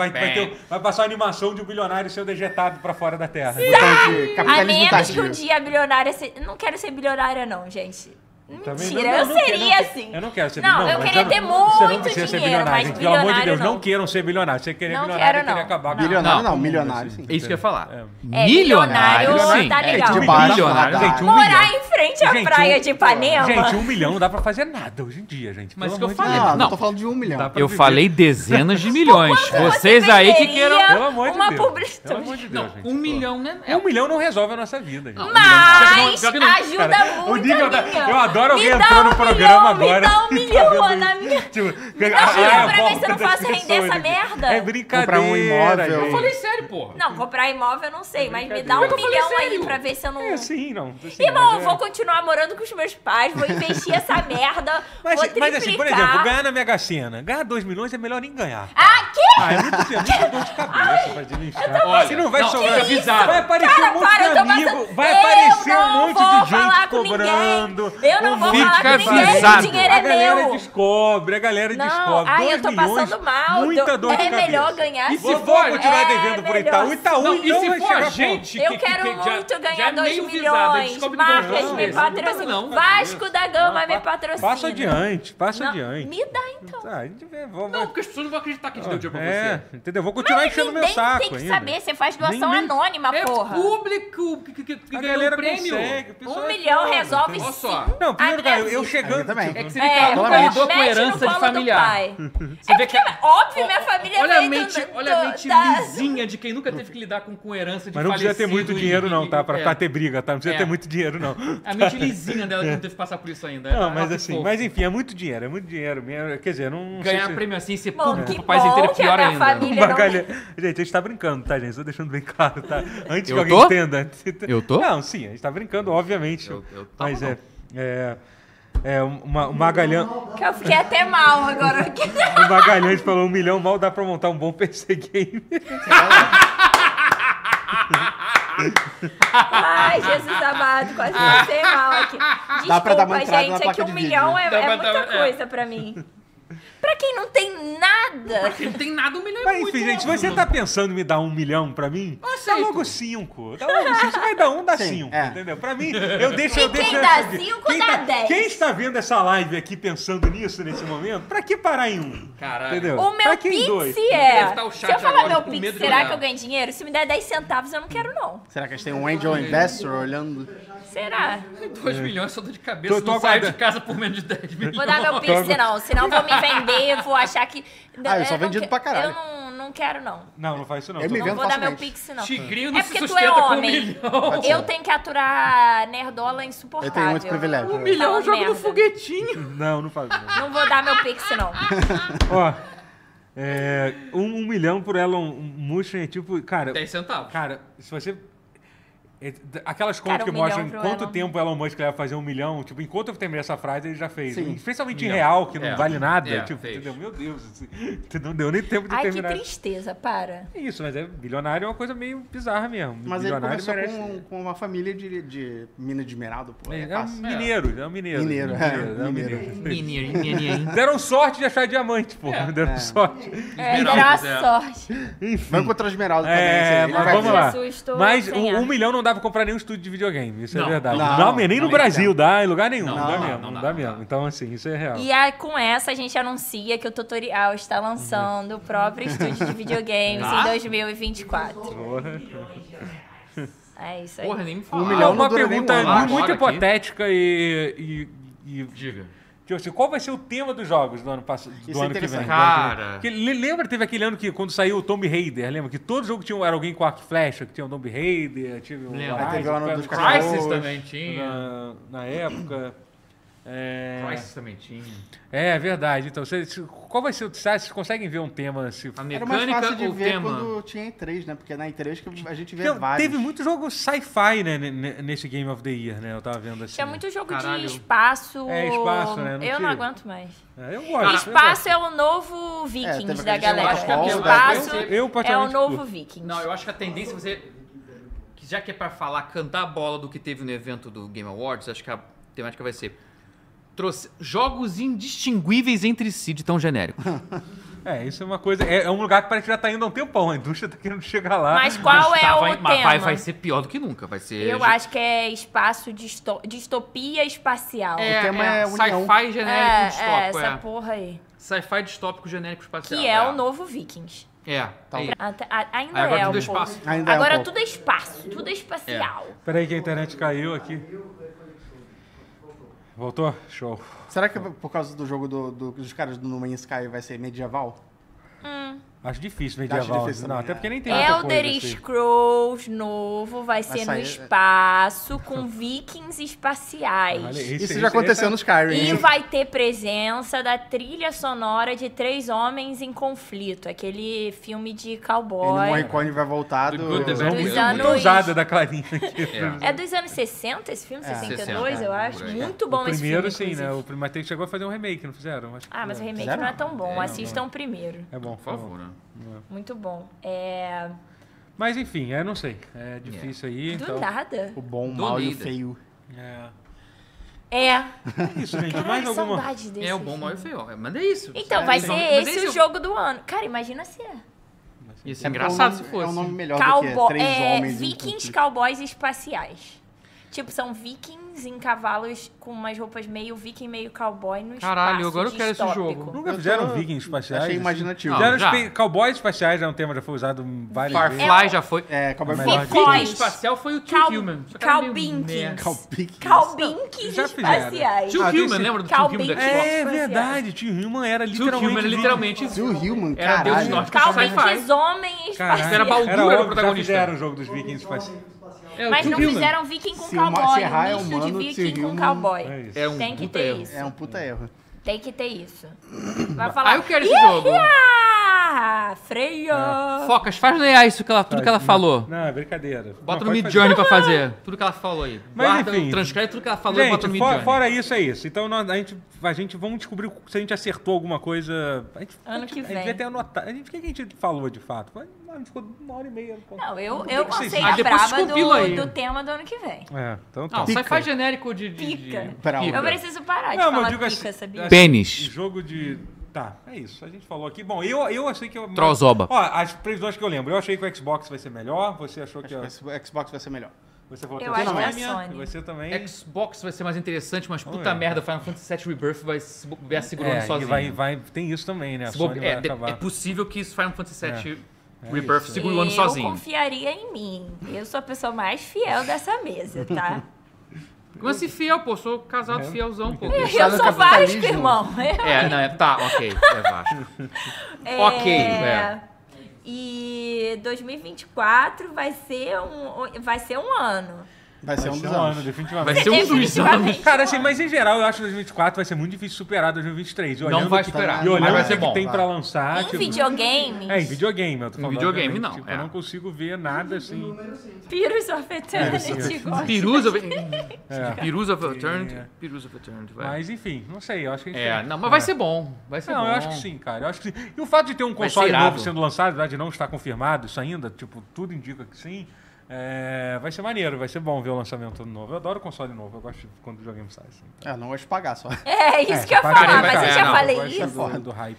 Speaker 1: Vai, vai, ter,
Speaker 4: Bem.
Speaker 1: um- vai passar a animação de um bilionário sendo ejetado pra fora da Terra.
Speaker 3: A
Speaker 5: Capitalismo
Speaker 3: menos que um
Speaker 5: tardio.
Speaker 3: dia a bilionária... Se... Não quero ser bilionária não, gente.
Speaker 1: Também
Speaker 3: Mentira,
Speaker 1: Tá não,
Speaker 3: eu
Speaker 1: não
Speaker 3: seria
Speaker 1: quero, não-
Speaker 3: assim.
Speaker 1: Eu não quero ser
Speaker 3: Não,
Speaker 1: bilionário.
Speaker 3: eu
Speaker 1: mas
Speaker 3: queria ter
Speaker 1: não- Você não
Speaker 3: muito
Speaker 1: precisa ser
Speaker 3: dinheiro,
Speaker 1: bilionário,
Speaker 3: mas
Speaker 1: gente. Pelo amor de
Speaker 3: bilionário
Speaker 1: Deus, não.
Speaker 3: não.
Speaker 1: queiram ser bilionário. Você querer
Speaker 3: Não
Speaker 1: bilionário
Speaker 3: quero,
Speaker 1: é querer
Speaker 3: não.
Speaker 1: acabar com
Speaker 5: Bilionário
Speaker 4: Não.
Speaker 5: não, milionário sim.
Speaker 4: É isso que eu ia falar.
Speaker 1: É.
Speaker 3: É, milionário
Speaker 4: Milionário,
Speaker 3: tá
Speaker 4: sim. tipo, um
Speaker 3: legal.
Speaker 5: É, de baixo,
Speaker 4: Milionário,
Speaker 5: radar.
Speaker 4: gente, um milhão.
Speaker 3: Morar em frente à
Speaker 1: Gente,
Speaker 3: praia
Speaker 1: um-
Speaker 3: de Ipanema.
Speaker 1: Gente, um milhão não dá pra fazer nada hoje em dia, gente.
Speaker 4: Mas
Speaker 1: Pelo
Speaker 4: isso que eu
Speaker 1: amor de
Speaker 4: falei,
Speaker 1: Deus.
Speaker 5: Não, não
Speaker 4: Não.
Speaker 5: tô falando de um milhão.
Speaker 1: Dá pra
Speaker 4: Eu
Speaker 1: viver.
Speaker 4: falei dezenas de milhões. Vocês aí que queiram.
Speaker 3: venderia?
Speaker 1: Pelo amor de
Speaker 3: Uma
Speaker 1: Deus.
Speaker 3: publicidade.
Speaker 1: Pelo amor de Deus,
Speaker 4: Não,
Speaker 1: gente.
Speaker 4: um
Speaker 1: Pô.
Speaker 4: milhão, né?
Speaker 1: É, Um milhão não resolve a nossa vida, gente.
Speaker 3: Mas
Speaker 4: Pior que não, pior que não.
Speaker 3: ajuda muito
Speaker 1: O nível
Speaker 3: a
Speaker 1: da-
Speaker 3: minha.
Speaker 1: eu adoro alguém
Speaker 3: Então, Me dá
Speaker 1: entrando
Speaker 3: um
Speaker 1: no programa
Speaker 3: milhão,
Speaker 1: agora. Tá
Speaker 3: Me dá um milhão, Ana minha.
Speaker 1: Tipo,
Speaker 3: ajuda
Speaker 1: ah,
Speaker 3: pra ver
Speaker 1: volta
Speaker 3: se eu não
Speaker 1: das
Speaker 3: faço render
Speaker 1: pessoas
Speaker 3: essa
Speaker 1: aqui.
Speaker 3: merda.
Speaker 1: É
Speaker 5: Comprar
Speaker 1: brincadeira.
Speaker 5: um imóvel.
Speaker 1: gente.
Speaker 4: Eu falei sério, porra.
Speaker 3: Não, comprar imóvel eu não sei, mas me dá um
Speaker 1: É brincadeira.
Speaker 4: Mas eu
Speaker 3: milhão
Speaker 4: falei
Speaker 3: aí
Speaker 4: sério.
Speaker 3: pra ver se eu não.
Speaker 1: É, sim, não. Assim,
Speaker 3: Irmão,
Speaker 1: mas
Speaker 3: eu
Speaker 1: é-
Speaker 3: vou continuar morando com os meus pais, vou investir essa merda,
Speaker 1: Mas, assim-
Speaker 3: vou triplicar.
Speaker 1: mas assim, por exemplo, ganhar na Mega Sena. Ganhar 2 milhões é melhor nem ganhar.
Speaker 3: Ah, que?
Speaker 1: Ah, é muito, é muito dor de cabeça pra administrar.
Speaker 4: Olha,
Speaker 1: Você não vai
Speaker 4: não,
Speaker 1: sobrar.
Speaker 4: que isso?
Speaker 1: Vai aparecer um monte
Speaker 3: Para,
Speaker 1: de
Speaker 3: eu tô
Speaker 1: amigo,
Speaker 3: passando-
Speaker 1: vai
Speaker 3: Eu
Speaker 1: aparecer um
Speaker 3: não
Speaker 1: monte
Speaker 3: vou
Speaker 1: de gente
Speaker 3: falar com ninguém.
Speaker 1: cobrando.
Speaker 3: Eu não vou
Speaker 1: vídeo
Speaker 4: falar com
Speaker 1: que
Speaker 4: ninguém, o
Speaker 1: aparece.
Speaker 3: dinheiro é
Speaker 1: A galera
Speaker 3: meu.
Speaker 1: descobre, a galera
Speaker 3: Não,
Speaker 1: descobre.
Speaker 3: ai,
Speaker 1: Dois
Speaker 3: eu tô
Speaker 1: milhões,
Speaker 3: passando mal,
Speaker 1: Muita
Speaker 3: eu-
Speaker 1: dor de
Speaker 3: é
Speaker 1: cabeça.
Speaker 3: melhor ganhar
Speaker 1: E
Speaker 3: se
Speaker 1: vou,
Speaker 3: for-
Speaker 1: vou continuar
Speaker 3: é
Speaker 1: devendo por
Speaker 3: melhor
Speaker 1: Itaú.
Speaker 3: se-
Speaker 1: Itaú
Speaker 4: Não, e
Speaker 1: então
Speaker 4: se
Speaker 1: vai
Speaker 4: for a
Speaker 1: chegar
Speaker 4: gente
Speaker 3: Eu
Speaker 4: que- que-
Speaker 3: quero
Speaker 4: que já-
Speaker 3: muito
Speaker 4: já
Speaker 3: ganhar
Speaker 4: é
Speaker 3: 2
Speaker 4: meio visado,
Speaker 3: milhões.
Speaker 4: descobre que
Speaker 3: Marcas
Speaker 4: não,
Speaker 3: me
Speaker 4: esse.
Speaker 3: patrocina.
Speaker 4: não, não.
Speaker 3: Vasco da Gama
Speaker 1: Não,
Speaker 3: me
Speaker 1: pa-
Speaker 3: patrocina.
Speaker 1: Passa adiante, passa
Speaker 3: Assim, né? Não,
Speaker 1: adiante.
Speaker 3: Me dá então.
Speaker 1: Ah, a gente vê, vou,
Speaker 4: Não,
Speaker 1: vou-
Speaker 4: porque as pessoas não vão acreditar que a gente deu dinheiro um pra
Speaker 1: é,
Speaker 4: você.
Speaker 1: entendeu? Vou continuar enchendo meu
Speaker 3: Ninguém
Speaker 1: saco
Speaker 3: tem que
Speaker 1: ainda.
Speaker 3: saber, você faz doação
Speaker 1: Nem- nem-
Speaker 3: anônima,
Speaker 4: É
Speaker 3: Ah, porra.
Speaker 4: público que, que, que, que
Speaker 1: A
Speaker 4: ganhou
Speaker 1: galera
Speaker 4: o prêmio.
Speaker 1: consegue, a pessoa
Speaker 3: Um
Speaker 1: é
Speaker 3: milhão
Speaker 1: foda,
Speaker 3: resolve
Speaker 1: entendeu?
Speaker 4: Olha
Speaker 3: sim.
Speaker 4: só.
Speaker 1: Não, primeiro, cara, eu, eu
Speaker 3: Agressivo.
Speaker 1: chegando...
Speaker 5: Eu também.
Speaker 1: tipo,
Speaker 4: É que você me
Speaker 3: É,
Speaker 4: calou,
Speaker 5: nunca
Speaker 4: cara,
Speaker 5: me
Speaker 3: mete
Speaker 4: lidou
Speaker 3: no
Speaker 4: com
Speaker 3: colo
Speaker 4: herança de
Speaker 3: do
Speaker 4: familiar.
Speaker 3: pai. É
Speaker 4: Você vê que a-
Speaker 3: Óbvio, minha família
Speaker 4: Olha a
Speaker 3: veio do-
Speaker 4: mente,
Speaker 3: do-
Speaker 4: olha a mente
Speaker 3: da-
Speaker 4: lisinha de quem nunca teve que lidar com, com herança de
Speaker 1: Mas não precisa ter
Speaker 4: falecido
Speaker 1: muito
Speaker 4: e-
Speaker 1: dinheiro não,
Speaker 4: e-
Speaker 1: tá? Pra,
Speaker 4: é.
Speaker 1: pra ter briga, tá? Não precisa
Speaker 4: É.
Speaker 1: ter muito dinheiro não.
Speaker 4: A mente lisinha dela que não teve que passar por isso ainda. Ah,
Speaker 1: Não,
Speaker 4: Ela-
Speaker 1: mas
Speaker 4: ela
Speaker 1: assim,
Speaker 4: ficou-
Speaker 1: mas enfim, é muito dinheiro, é muito dinheiro. mesmo. Quer dizer, não não sei
Speaker 4: Ganhar
Speaker 1: se-
Speaker 4: prêmio assim e ser
Speaker 3: Bom,
Speaker 4: público
Speaker 3: que
Speaker 4: pro país
Speaker 3: bom
Speaker 4: inteiro é
Speaker 3: que a
Speaker 4: pior
Speaker 3: minha
Speaker 4: ainda.
Speaker 3: família- Ele não-
Speaker 1: Bacalha... Gente, a gente tá brincando, tá, gente? Só deixando bem claro, tá? Antes
Speaker 6: Eu
Speaker 1: que alguém
Speaker 6: tô?
Speaker 1: entenda.
Speaker 6: Eu tô?
Speaker 1: Não, sim, a gente tá brincando, obviamente.
Speaker 6: Eu- eu tava
Speaker 1: mas é,
Speaker 6: não.
Speaker 1: é. É, uma, o Magalhães,
Speaker 3: Que eu fiquei até mal agora.
Speaker 1: o Magalhães falou um milhão, mal dá pra montar um bom PC game.
Speaker 3: Ai, Jesus amado, quase passei mal aqui. Desculpa,
Speaker 5: Ah. Dá pra dar uma entrada na
Speaker 3: gente, é que
Speaker 5: placa
Speaker 3: um
Speaker 5: de
Speaker 3: milhão
Speaker 5: vídeo. né?
Speaker 3: é,
Speaker 4: Dá
Speaker 3: é
Speaker 4: pra dar-
Speaker 3: muita
Speaker 4: é.
Speaker 3: coisa pra mim. Pra quem não tem nada,
Speaker 4: Não tem nada, um milhão é
Speaker 1: Mas
Speaker 4: muito.
Speaker 1: enfim, gente, se
Speaker 4: não.
Speaker 1: você tá pensando em me dar um milhão pra mim? Dá
Speaker 4: aceito.
Speaker 1: logo cinco. Dá logo cinco. Você vai dar um, dá
Speaker 5: Sim,
Speaker 1: cinco.
Speaker 5: é.
Speaker 1: Entendeu? Pra mim, eu deixo. eu
Speaker 3: E quem
Speaker 1: deixo
Speaker 3: dá
Speaker 1: essa-
Speaker 3: cinco, dá
Speaker 1: tá-
Speaker 3: dez.
Speaker 1: Quem está vendo essa live aqui pensando nisso nesse momento, pra que parar em um?
Speaker 4: Caralho.
Speaker 1: Entendeu?
Speaker 3: o
Speaker 1: pra
Speaker 3: meu
Speaker 1: que em
Speaker 3: Pix
Speaker 1: dois?
Speaker 3: é.
Speaker 4: tá o
Speaker 3: Se
Speaker 4: chat
Speaker 3: eu falar
Speaker 4: agora,
Speaker 3: meu
Speaker 4: com
Speaker 3: Pix,
Speaker 4: medo de
Speaker 3: será
Speaker 4: olhar.
Speaker 3: que eu ganho dinheiro? Se me der 10 centavos, eu não quero, não.
Speaker 5: Será que a gente tem um angel investor olhando?
Speaker 3: Será?
Speaker 4: 2 milhões só dor de cabeça,
Speaker 1: Tô- tô
Speaker 4: não saio
Speaker 1: aguardando.
Speaker 4: de casa por menos de 10 milhões.
Speaker 3: Vou dar meu Pix, senão. Senão vou me vender, vou achar que.
Speaker 5: Então, Ah, eu sou
Speaker 3: não
Speaker 5: vendido
Speaker 3: que-
Speaker 5: pra caralho.
Speaker 3: Eu não, não quero, não.
Speaker 1: Não, não faz isso não.
Speaker 5: Eu
Speaker 1: tô-
Speaker 5: me
Speaker 3: Não
Speaker 5: vendo
Speaker 3: vou dar meu
Speaker 5: facilmente.
Speaker 3: Pix, não.
Speaker 4: Tigrinho não
Speaker 3: É
Speaker 4: se
Speaker 3: porque tu
Speaker 4: sustenta
Speaker 3: é
Speaker 4: com um
Speaker 3: homem.
Speaker 4: milhão.
Speaker 5: Pode ser.
Speaker 3: Eu tenho que aturar nerdola insuportável.
Speaker 5: Eu tenho muito privilégio.
Speaker 4: Um milhão,
Speaker 3: Fala
Speaker 4: jogo
Speaker 3: merda.
Speaker 4: do foguetinho.
Speaker 1: Não, não faz isso.
Speaker 3: Não vou dar meu Pix, não.
Speaker 1: Ó, é, um, um milhão por Elon Musk é tipo, cara,
Speaker 4: 10 centavos.
Speaker 1: cara, se você é, d- Aquelas contas
Speaker 3: Cara,
Speaker 1: que
Speaker 3: um
Speaker 1: mostram em
Speaker 3: milhão pro
Speaker 1: quanto
Speaker 3: Elon.
Speaker 1: tempo o Elon Musk vai fazer um milhão, tipo, enquanto eu terminei essa frase, ele já fez.
Speaker 5: Sim. um
Speaker 1: Especialmente em
Speaker 4: Milhão.
Speaker 1: real, que não
Speaker 4: É.
Speaker 1: vale nada.
Speaker 4: É,
Speaker 1: tipo,
Speaker 4: fez.
Speaker 1: entendeu? Meu Deus, assim, não deu nem tempo de
Speaker 3: Ai, que
Speaker 1: terminar.
Speaker 3: tristeza, para.
Speaker 1: É isso, mas é bilionário é uma coisa meio bizarra mesmo.
Speaker 5: Mas ele
Speaker 1: bilionário
Speaker 5: começou
Speaker 1: merece-
Speaker 5: com, com uma família de, de mina de esmeralda, pô.
Speaker 1: É,
Speaker 5: É
Speaker 1: é um
Speaker 5: fácil.
Speaker 1: mineiro, é um mineiro.
Speaker 5: Mineiro,
Speaker 1: é
Speaker 5: é,
Speaker 1: um
Speaker 5: mineiro.
Speaker 1: mineiro.
Speaker 4: Menino, menino.
Speaker 1: Deram sorte de achar diamante, pô.
Speaker 4: É.
Speaker 1: Deram
Speaker 5: É.
Speaker 1: sorte.
Speaker 3: É,
Speaker 4: Esmeraldas,
Speaker 3: dá
Speaker 4: é.
Speaker 3: sorte.
Speaker 5: Vai contra a esmeralda
Speaker 1: É,
Speaker 5: também.
Speaker 1: mas
Speaker 3: vai
Speaker 1: vamos
Speaker 3: ver.
Speaker 1: lá.
Speaker 3: Jesus, tô
Speaker 1: mas
Speaker 3: sem
Speaker 1: um,
Speaker 3: ar.
Speaker 1: um milhão não dá pra comprar nenhum estúdio de videogame, isso é
Speaker 4: Não,
Speaker 1: verdade.
Speaker 5: não,
Speaker 1: Não, nem
Speaker 5: não
Speaker 1: no
Speaker 5: dá.
Speaker 1: Brasil dá, em lugar nenhum. Não,
Speaker 4: Não,
Speaker 1: dá
Speaker 4: não,
Speaker 1: mesmo,
Speaker 4: não
Speaker 1: não,
Speaker 4: dá,
Speaker 1: dá
Speaker 4: não
Speaker 1: mesmo.
Speaker 4: dá.
Speaker 1: Então, assim, isso é real.
Speaker 3: E aí, com essa, a gente anuncia que o tutorial está lançando o próprio estúdio de videogames em
Speaker 4: Tá.
Speaker 3: 2024.
Speaker 1: Porra.
Speaker 3: É isso aí.
Speaker 4: Porra, nem me fala.
Speaker 5: Um milhão
Speaker 1: uma
Speaker 5: não dura nem um
Speaker 1: pergunta
Speaker 5: ano.
Speaker 1: muito
Speaker 4: Agora aqui.
Speaker 1: hipotética e. e, e
Speaker 4: Diga.
Speaker 1: tipo assim, qual vai ser o tema dos jogos do ano passado? Do
Speaker 5: Isso é
Speaker 1: ano que vem?
Speaker 5: interessante.
Speaker 4: Cara.
Speaker 1: Porque le- lembra, teve aquele ano que quando saiu o Tomb Raider, lembra? Que todo jogo tinha, era alguém com arco e flecha, que tinha o Tomb Raider, tinha o
Speaker 4: Lembro.
Speaker 1: Horizon,
Speaker 5: Teve o ano
Speaker 1: foi
Speaker 5: dos
Speaker 1: no-
Speaker 5: cachorros.
Speaker 4: Crisis também tinha.
Speaker 1: na, na época. É...
Speaker 4: Crisis também tinha.
Speaker 1: É, é verdade. Então, vocês, qual vai ser o. Vocês conseguem ver um tema? Se...
Speaker 4: A
Speaker 5: Era mais
Speaker 4: mecânica,
Speaker 5: fácil de
Speaker 4: o
Speaker 5: ver
Speaker 4: tema.
Speaker 5: quando tinha E3, né? Porque na E3 que a gente vê
Speaker 1: Porque
Speaker 5: vários.
Speaker 1: teve muito jogo sci-fi, né, ne- ne- nesse Game of the Year, né? Eu tava vendo assim.
Speaker 3: Tinha é muito jogo
Speaker 4: Caralho.
Speaker 3: de espaço.
Speaker 1: É, espaço, né? Não
Speaker 3: eu
Speaker 1: tinha.
Speaker 3: não aguento mais.
Speaker 1: É, eu
Speaker 4: Ah,
Speaker 1: gosto.
Speaker 3: espaço é o novo
Speaker 5: É,
Speaker 3: Vikings
Speaker 5: teve
Speaker 3: da
Speaker 5: aquele
Speaker 3: galera.
Speaker 5: Protocol, né?
Speaker 3: espaço
Speaker 1: Eu- eu
Speaker 3: é o
Speaker 1: particularmente
Speaker 3: novo
Speaker 1: curto.
Speaker 3: Vikings.
Speaker 4: Não, eu acho que a tendência é você. que Já que é pra falar, cantar a bola do que teve no evento do Game Awards, acho que a temática vai ser. Trouxe jogos indistinguíveis entre si de tão genérico.
Speaker 1: eu- É, isso é uma coisa. É, é um lugar que parece que já tá indo há um tempão. A indústria tá querendo chegar lá.
Speaker 3: Mas qual
Speaker 4: Mas
Speaker 3: é
Speaker 4: tá,
Speaker 3: o
Speaker 4: vai,
Speaker 3: tema?
Speaker 4: Mas vai, vai ser pior do que nunca. Vai ser.
Speaker 3: Eu acho que é espaço disto- distopia espacial.
Speaker 4: É,
Speaker 5: O tema
Speaker 4: é,
Speaker 5: é união.
Speaker 4: sci-fi
Speaker 3: É,
Speaker 4: genérico
Speaker 3: é,
Speaker 4: distópico.
Speaker 3: essa
Speaker 4: É.
Speaker 3: porra aí.
Speaker 4: Sci-fi distópico genérico espacial.
Speaker 3: Que é o novo Vikings.
Speaker 4: É. é isso.
Speaker 3: Até- a- ainda
Speaker 4: Agora
Speaker 3: é
Speaker 4: tudo
Speaker 3: um
Speaker 4: é espaço.
Speaker 3: pouco.
Speaker 5: Ainda é um
Speaker 3: Agora
Speaker 5: pouco.
Speaker 3: tudo é espaço, tudo é espacial.
Speaker 1: Peraí, que a internet caiu aqui. Voltou? Show.
Speaker 5: Será que por causa do jogo do- do- dos caras do No Man's Sky vai ser medieval?
Speaker 1: Acho difícil medieval.
Speaker 5: difícil
Speaker 1: não,
Speaker 5: também,
Speaker 1: até
Speaker 5: é.
Speaker 1: porque nem tem muita coisa.
Speaker 3: Elder
Speaker 1: assim.
Speaker 3: Scrolls novo vai ser no
Speaker 5: sair- é.
Speaker 3: espaço com vikings espaciais.
Speaker 1: Olha, esse-
Speaker 5: Isso
Speaker 1: esse-
Speaker 5: já aconteceu
Speaker 1: esse-
Speaker 5: nos Skyrim.
Speaker 3: E
Speaker 5: hein?
Speaker 3: vai ter presença da trilha sonora de Três Homens em Conflito, aquele filme de
Speaker 5: Ele
Speaker 3: cowboy.
Speaker 5: Morricone vai voltar
Speaker 4: Do
Speaker 5: do...
Speaker 4: Good
Speaker 1: É
Speaker 4: Dos
Speaker 1: muito, muito
Speaker 3: anos-
Speaker 1: ousada da Clarinha aqui.
Speaker 4: É.
Speaker 3: É dos anos 60 esse filme? 62,
Speaker 4: 60,
Speaker 3: eu
Speaker 4: é,
Speaker 3: acho.
Speaker 4: por aí.
Speaker 3: Muito
Speaker 1: o
Speaker 3: bom esse filme.
Speaker 1: primeiro, sim, né?
Speaker 3: inclusive.
Speaker 1: O primeiro até chegou a fazer um remake, não fizeram? Acho que
Speaker 3: Ah, mas o
Speaker 1: fizeram.
Speaker 3: remake
Speaker 5: Fizeram?
Speaker 3: não é tão bom.
Speaker 4: É,
Speaker 3: Assistam o primeiro.
Speaker 1: É bom,
Speaker 4: Por favor, né?
Speaker 3: Muito bom. É...
Speaker 1: Mas enfim, eu não sei. É difícil aí.
Speaker 3: Do
Speaker 1: então,
Speaker 3: nada.
Speaker 5: O bom, o
Speaker 4: Do
Speaker 5: mau e o
Speaker 4: líder.
Speaker 5: feio.
Speaker 1: É.
Speaker 3: É.
Speaker 1: É isso, gente.
Speaker 3: Caralho,
Speaker 1: Mais alguma.
Speaker 3: saudade desse.
Speaker 4: É o bom,
Speaker 3: filme.
Speaker 4: mal e o feio. É, Mas é isso.
Speaker 3: Então,
Speaker 4: É,
Speaker 3: vai
Speaker 4: isso.
Speaker 3: ser
Speaker 4: Mas
Speaker 3: esse
Speaker 4: é
Speaker 3: o
Speaker 4: isso.
Speaker 3: jogo do ano. Cara, imagina se é.
Speaker 4: Ia ser
Speaker 5: É
Speaker 4: engraçado
Speaker 5: um
Speaker 4: se
Speaker 5: nome-
Speaker 4: fosse.
Speaker 5: É um nome melhor do que
Speaker 3: Cowboy.
Speaker 5: Três
Speaker 3: É,
Speaker 5: Homens. em
Speaker 3: vikings,
Speaker 5: Conflito.
Speaker 3: cowboys e espaciais. Tipo, são vikings aliens em cavalos com umas roupas meio viking, meio cowboy no espaço.
Speaker 4: Caralho, agora eu quero esse
Speaker 3: distópico.
Speaker 4: jogo.
Speaker 1: Nunca
Speaker 5: Eu
Speaker 1: fizeram
Speaker 5: tô-
Speaker 1: vikings espaciais?
Speaker 5: Achei
Speaker 1: assim?
Speaker 5: imaginativo.
Speaker 4: Não,
Speaker 1: Fizeram
Speaker 4: já.
Speaker 1: espe- cowboys espaciais, é um tema que já foi usado em várias vezes.
Speaker 4: Farfly já foi.
Speaker 5: É, Cowboy
Speaker 1: Mas-
Speaker 5: Bebop.
Speaker 3: Ficou
Speaker 4: Viking
Speaker 3: Mas-
Speaker 4: espacial foi o Two
Speaker 3: Cal-
Speaker 4: Human. Só que era meio merda.
Speaker 3: Calbinkins.
Speaker 5: Calpic.
Speaker 3: Calbinkins
Speaker 1: Já fizeram.
Speaker 3: espaciais.
Speaker 4: Two
Speaker 1: Ah,
Speaker 4: Human,
Speaker 1: desse-
Speaker 4: um lembra do Two
Speaker 3: Cal
Speaker 4: Human da
Speaker 3: Bing.
Speaker 4: Xbox?
Speaker 1: É verdade, Tio Human era
Speaker 4: Two
Speaker 1: literalmente.
Speaker 4: Human,
Speaker 1: viking.
Speaker 4: literalmente.
Speaker 5: Tio Human,
Speaker 4: Era Deus
Speaker 5: caralho.
Speaker 4: Norte com sci-fi.
Speaker 3: Calbinkins, homem
Speaker 1: Caralho,
Speaker 3: espacial.
Speaker 4: Era Baldur, era o
Speaker 1: óbvio,
Speaker 4: protagonista.
Speaker 1: Já fizeram o jogo dos vikings espaciais.
Speaker 4: É, o
Speaker 3: Mas
Speaker 4: Two
Speaker 3: não
Speaker 4: Human.
Speaker 3: fizeram viking com
Speaker 5: Se uma- se
Speaker 3: cowboy,
Speaker 5: errar é
Speaker 3: misto de
Speaker 5: humano, se
Speaker 3: viking com
Speaker 5: human-
Speaker 3: cowboy.
Speaker 1: É isso.
Speaker 4: É um
Speaker 3: Tem que
Speaker 4: puta
Speaker 3: ter
Speaker 4: erro.
Speaker 3: isso.
Speaker 5: É um puta erro.
Speaker 3: Tem que ter isso. Vai falar.
Speaker 4: Ah, eu quero esse jogo. É.
Speaker 3: "Ihá! Freia!
Speaker 4: Focas, faz leia isso, que ela, tudo que ela falou.
Speaker 1: Não, é brincadeira.
Speaker 4: Bota
Speaker 1: Não,
Speaker 4: no
Speaker 1: pode
Speaker 4: Mid
Speaker 1: fazer.
Speaker 4: Journey pra fazer. Tudo que ela falou aí.
Speaker 1: Mas
Speaker 4: Guarda,
Speaker 1: enfim.
Speaker 4: transcreve tudo que ela falou e bota
Speaker 1: Gente,
Speaker 4: no Mid
Speaker 1: fora,
Speaker 4: Journey.
Speaker 1: fora isso, é isso. Então nós- a, gente, a gente vamos descobrir se a gente acertou alguma coisa. A gente,
Speaker 3: Ano que
Speaker 1: a gente
Speaker 3: vem.
Speaker 1: devia ter anotado. A gente, o que a gente falou de fato? A gente ficou uma hora e meia.
Speaker 3: Não,
Speaker 1: O
Speaker 3: eu,
Speaker 1: que
Speaker 3: eu
Speaker 1: que vocês
Speaker 3: lancei
Speaker 4: Ah,
Speaker 3: a
Speaker 4: depois
Speaker 3: braba
Speaker 4: compila aí.
Speaker 3: do, do tema do ano que vem.
Speaker 1: É, então tá.
Speaker 4: Não, sai faz genérico de. de, de-
Speaker 3: Pica.
Speaker 5: Pra
Speaker 4: pica.
Speaker 3: Eu preciso parar de
Speaker 1: Não, mas
Speaker 3: falar
Speaker 1: eu digo
Speaker 3: pica,
Speaker 1: assim-
Speaker 3: sabia?
Speaker 4: Pênis.
Speaker 1: Jogo de. Tá, é isso. A gente falou aqui. Bom, eu, eu achei que. Eu,
Speaker 4: Trozoba.
Speaker 1: Ó, as previsões que eu lembro. Eu achei que o Xbox vai ser melhor. Você achou que. a-
Speaker 5: Acho que o Xbox vai ser melhor.
Speaker 1: Você falou
Speaker 3: Eu
Speaker 1: que
Speaker 5: acho que é a
Speaker 1: Sony.
Speaker 3: Sony.
Speaker 1: Você também.
Speaker 4: Xbox vai ser mais interessante, mas puta
Speaker 1: é.
Speaker 4: merda, Final Fantasy VII Rebirth vai se bobear segurando
Speaker 1: É, e
Speaker 4: sozinho.
Speaker 1: vai, vai, tem isso também, né? A
Speaker 4: Se bobe-
Speaker 1: Sony vai
Speaker 4: é, de-
Speaker 1: acabar. É.
Speaker 4: é possível que isso Final Fantasy VII Rebirth
Speaker 1: isso.
Speaker 4: segure o ano
Speaker 3: eu
Speaker 4: sozinho.
Speaker 3: confiaria em mim. Eu sou a pessoa mais fiel dessa mesa, tá?
Speaker 4: Mas se fiel, pô, sou
Speaker 1: É.
Speaker 4: casado fielzão, pô.
Speaker 3: Eu,
Speaker 5: Estado
Speaker 3: sou Vasco,
Speaker 5: capitalismo.
Speaker 3: irmão.
Speaker 4: É, não, é, tá, ok, é Vasco.
Speaker 3: É,
Speaker 4: Ok, é.
Speaker 3: E 2024 vai ser um, vai ser um ano.
Speaker 5: Vai
Speaker 1: Vai
Speaker 5: ser um
Speaker 1: ser
Speaker 5: dos
Speaker 1: um ano,
Speaker 5: anos.
Speaker 1: definitivamente.
Speaker 4: Vai ser um dos anos.
Speaker 3: Definitivamente.
Speaker 1: Cara, assim, mas em geral eu acho que 2024 vai ser muito difícil superar 2023. E olhando
Speaker 4: Não vai
Speaker 1: o que-
Speaker 4: superar,
Speaker 1: E olhando
Speaker 4: mas vai
Speaker 1: o
Speaker 4: ser
Speaker 1: que
Speaker 4: bom.
Speaker 1: tem pra lançar.
Speaker 3: Em
Speaker 1: tipo-
Speaker 3: videogames,
Speaker 1: É, em videogame. Eu tô
Speaker 4: Em
Speaker 1: falando,
Speaker 4: videogame,
Speaker 1: obviamente,
Speaker 4: não,
Speaker 1: Tipo,
Speaker 4: é.
Speaker 1: Eu não consigo ver nada assim.
Speaker 3: Piro Sorfetante, gosto.
Speaker 4: Pirus of...
Speaker 1: É.
Speaker 4: Pirus of Eternity.
Speaker 1: É.
Speaker 4: Pirus of Eternity, vai.
Speaker 1: Mas enfim, não sei. Eu acho que a gente
Speaker 4: É,
Speaker 1: tem-
Speaker 4: não, mas vai ser bom. Vai ser
Speaker 1: Não,
Speaker 4: bom.
Speaker 1: eu acho que sim, cara. Eu acho que sim. E o fato de ter um
Speaker 4: Vai ser
Speaker 1: console
Speaker 4: irado.
Speaker 1: novo sendo lançado, na verdade, não está confirmado isso ainda, tipo, tudo indica que sim. é, vai ser maneiro, vai ser bom ver o lançamento novo. Eu adoro console novo, eu gosto de quando o videogame sai. Assim, então.
Speaker 5: É, não gosto de pagar só.
Speaker 3: É, isso
Speaker 1: É,
Speaker 3: que eu ia
Speaker 1: paga-
Speaker 3: falar,
Speaker 4: vai-
Speaker 3: mas eu
Speaker 4: é,
Speaker 3: já
Speaker 4: não,
Speaker 3: falei
Speaker 1: vai ser
Speaker 3: isso.
Speaker 1: do- do hype.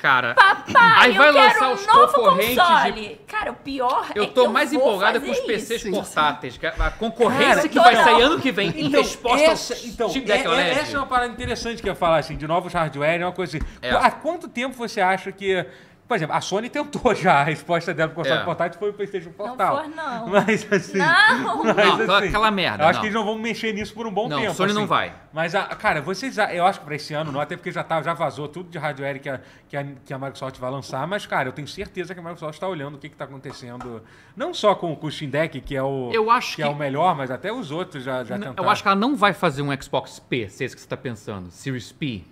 Speaker 4: Cara,
Speaker 3: Papai,
Speaker 4: Aí
Speaker 3: eu
Speaker 4: vai lançar
Speaker 3: quero
Speaker 4: os
Speaker 3: um novo
Speaker 4: concorrentes de-
Speaker 3: console. Cara, o pior é
Speaker 4: eu
Speaker 3: que
Speaker 4: tô mais
Speaker 3: vou
Speaker 4: empolgada
Speaker 3: fazer
Speaker 4: com os PCs
Speaker 3: isso.
Speaker 4: portáteis. que A a concorrência
Speaker 1: Cara,
Speaker 4: que vai
Speaker 3: então-
Speaker 4: sair ano que vem em resposta
Speaker 1: essa,
Speaker 4: ao
Speaker 1: então,
Speaker 4: Steam
Speaker 1: é-
Speaker 4: Deck
Speaker 1: é-
Speaker 4: OLED.
Speaker 1: essa é uma parada interessante que eu ia falar, assim, de novos hardware, é uma coisa assim.
Speaker 4: É.
Speaker 1: Qu- Há quanto tempo você acha que. Por exemplo, a Sony tentou já, a resposta dela pro console
Speaker 4: É.
Speaker 1: portátil foi o PlayStation
Speaker 3: Não
Speaker 1: Portal.
Speaker 3: for, não.
Speaker 1: Mas assim.
Speaker 3: Não!
Speaker 1: Mas,
Speaker 4: Não, aquela-
Speaker 1: assim,
Speaker 4: aquela merda,
Speaker 1: Eu acho
Speaker 4: não.
Speaker 1: que eles não vão mexer nisso por um bom
Speaker 4: Não,
Speaker 1: tempo.
Speaker 4: Sony não
Speaker 1: assim.
Speaker 4: vai.
Speaker 1: Mas, a- cara, vocês. a- Eu acho que pra esse ano não, até porque já, tá, já vazou tudo de hardware que a, que, a, que a Microsoft vai lançar. Mas, cara, eu tenho certeza que a Microsoft tá olhando o que, que tá acontecendo. Não só com, com o Steam Deck, que é o,
Speaker 4: Eu acho
Speaker 1: é
Speaker 4: que-
Speaker 1: o melhor, mas até os outros já, já tentaram.
Speaker 4: Eu acho que ela não vai fazer um Xbox P, se é isso que você tá pensando. Series P,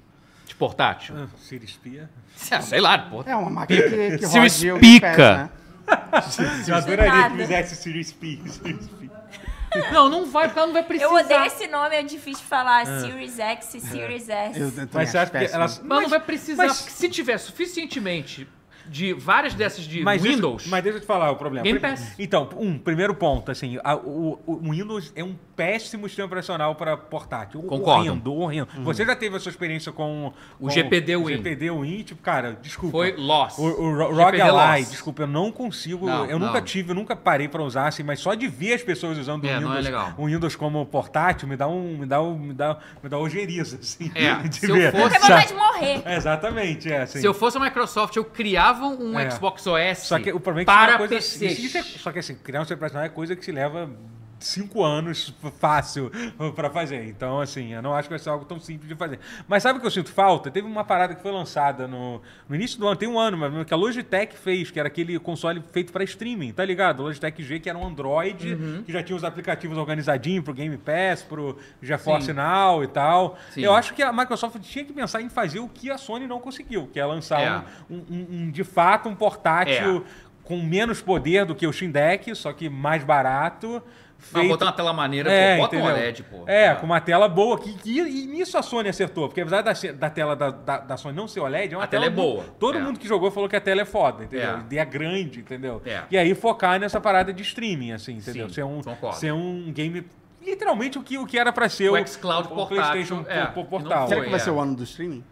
Speaker 4: de portátil.
Speaker 1: Ah, Sirius Pia.
Speaker 4: Ah, Sei lá, pô.
Speaker 5: É uma máquina que, que
Speaker 4: Se
Speaker 5: roda
Speaker 4: espica.
Speaker 5: o Game Pass, né?
Speaker 1: Eu adoraria
Speaker 3: nada.
Speaker 1: que fizesse Sirius P. Sirius P.
Speaker 4: Não, não vai, porque ela não vai precisar.
Speaker 3: Eu odeio esse nome, é difícil falar. Series X e Series S.
Speaker 5: Eu também
Speaker 1: Mas você acha
Speaker 5: acho
Speaker 1: que
Speaker 5: péssimo.
Speaker 1: elas.
Speaker 4: Mas, não vai precisar,
Speaker 1: mas-
Speaker 4: porque se tiver suficientemente de várias dessas de
Speaker 1: Mas isso-
Speaker 4: Windows,
Speaker 1: mas deixa eu te falar o problema.
Speaker 4: Game
Speaker 1: Pri-
Speaker 4: Pass.
Speaker 1: Então, um, primeiro ponto, assim, a- o, o- o Windows é um péssimo sistema operacional para portátil.
Speaker 4: Concordo.
Speaker 1: Horrendo, horrendo. Você já teve a sua experiência com,
Speaker 4: O
Speaker 1: com
Speaker 4: GPD Win.
Speaker 1: GPD Win, tipo, cara, desculpa.
Speaker 4: foi loss.
Speaker 1: O, o Ro-
Speaker 4: GPD
Speaker 1: ROG Ally,
Speaker 4: loss.
Speaker 1: desculpa, eu não consigo.
Speaker 4: Não,
Speaker 1: eu
Speaker 4: não.
Speaker 1: nunca tive, eu nunca parei pra usar, assim, mas só de ver as pessoas usando o
Speaker 4: É, não é
Speaker 1: Windows,
Speaker 4: legal.
Speaker 1: o Windows como portátil me dá um. Me dá um. Me dá, me dá ojeriza, assim.
Speaker 4: É,
Speaker 1: de
Speaker 4: se eu
Speaker 1: ver.
Speaker 4: fosse-
Speaker 3: Tem vontade de morrer.
Speaker 1: É, Exatamente, é assim.
Speaker 4: Se eu fosse a Microsoft, eu criava um
Speaker 1: É.
Speaker 4: Xbox OS
Speaker 1: Só que o problema é que isso é
Speaker 4: para
Speaker 1: uma coisa.
Speaker 4: PC.
Speaker 1: isso- isso é- só que assim, criar um sistema operacional é coisa que se leva cinco anos f- fácil pra fazer. Então, assim, eu não acho que vai ser algo tão simples de fazer. Mas sabe o que eu sinto falta? Teve uma parada que foi lançada no, no início do ano, tem um ano, mas que a Logitech fez, que era aquele console feito pra streaming, tá ligado? Logitech G, que era um Android,
Speaker 4: Uhum.
Speaker 1: que já tinha os aplicativos organizadinhos pro Game Pass, pro GeForce
Speaker 4: Sim.
Speaker 1: Now e tal.
Speaker 4: Sim.
Speaker 1: Eu acho que a Microsoft tinha que pensar em fazer o que a Sony não conseguiu, que é lançar
Speaker 4: É.
Speaker 1: um- um- um- um, de fato, um portátil com menos poder do que o Steam Deck, só que mais barato.
Speaker 4: Mas
Speaker 1: feito-
Speaker 4: botar uma tela maneira,
Speaker 1: É,
Speaker 4: pô, bota um
Speaker 1: entendeu?
Speaker 4: OLED, pô.
Speaker 1: É, com uma tela boa. Que, que- e nisso a Sony acertou, porque apesar da, da tela da, da, da Sony não ser OLED, é uma
Speaker 4: A tela é
Speaker 1: muito-
Speaker 4: boa,
Speaker 1: Todo
Speaker 4: é.
Speaker 1: mundo que jogou falou que a tela é foda, entendeu?
Speaker 4: É.
Speaker 1: E é grande, entendeu?
Speaker 4: É.
Speaker 1: E aí focar nessa parada de streaming, assim, entendeu?
Speaker 4: Sim,
Speaker 1: ser, um,
Speaker 4: concordo.
Speaker 1: ser um game. Literalmente o que, o que era pra ser
Speaker 4: O xCloud
Speaker 1: o
Speaker 4: portátil,
Speaker 1: PlayStation
Speaker 4: é,
Speaker 1: po- po-
Speaker 4: que não
Speaker 1: portal.
Speaker 5: Será que vai
Speaker 4: Foi,
Speaker 5: ser
Speaker 4: é.
Speaker 5: o ano do streaming?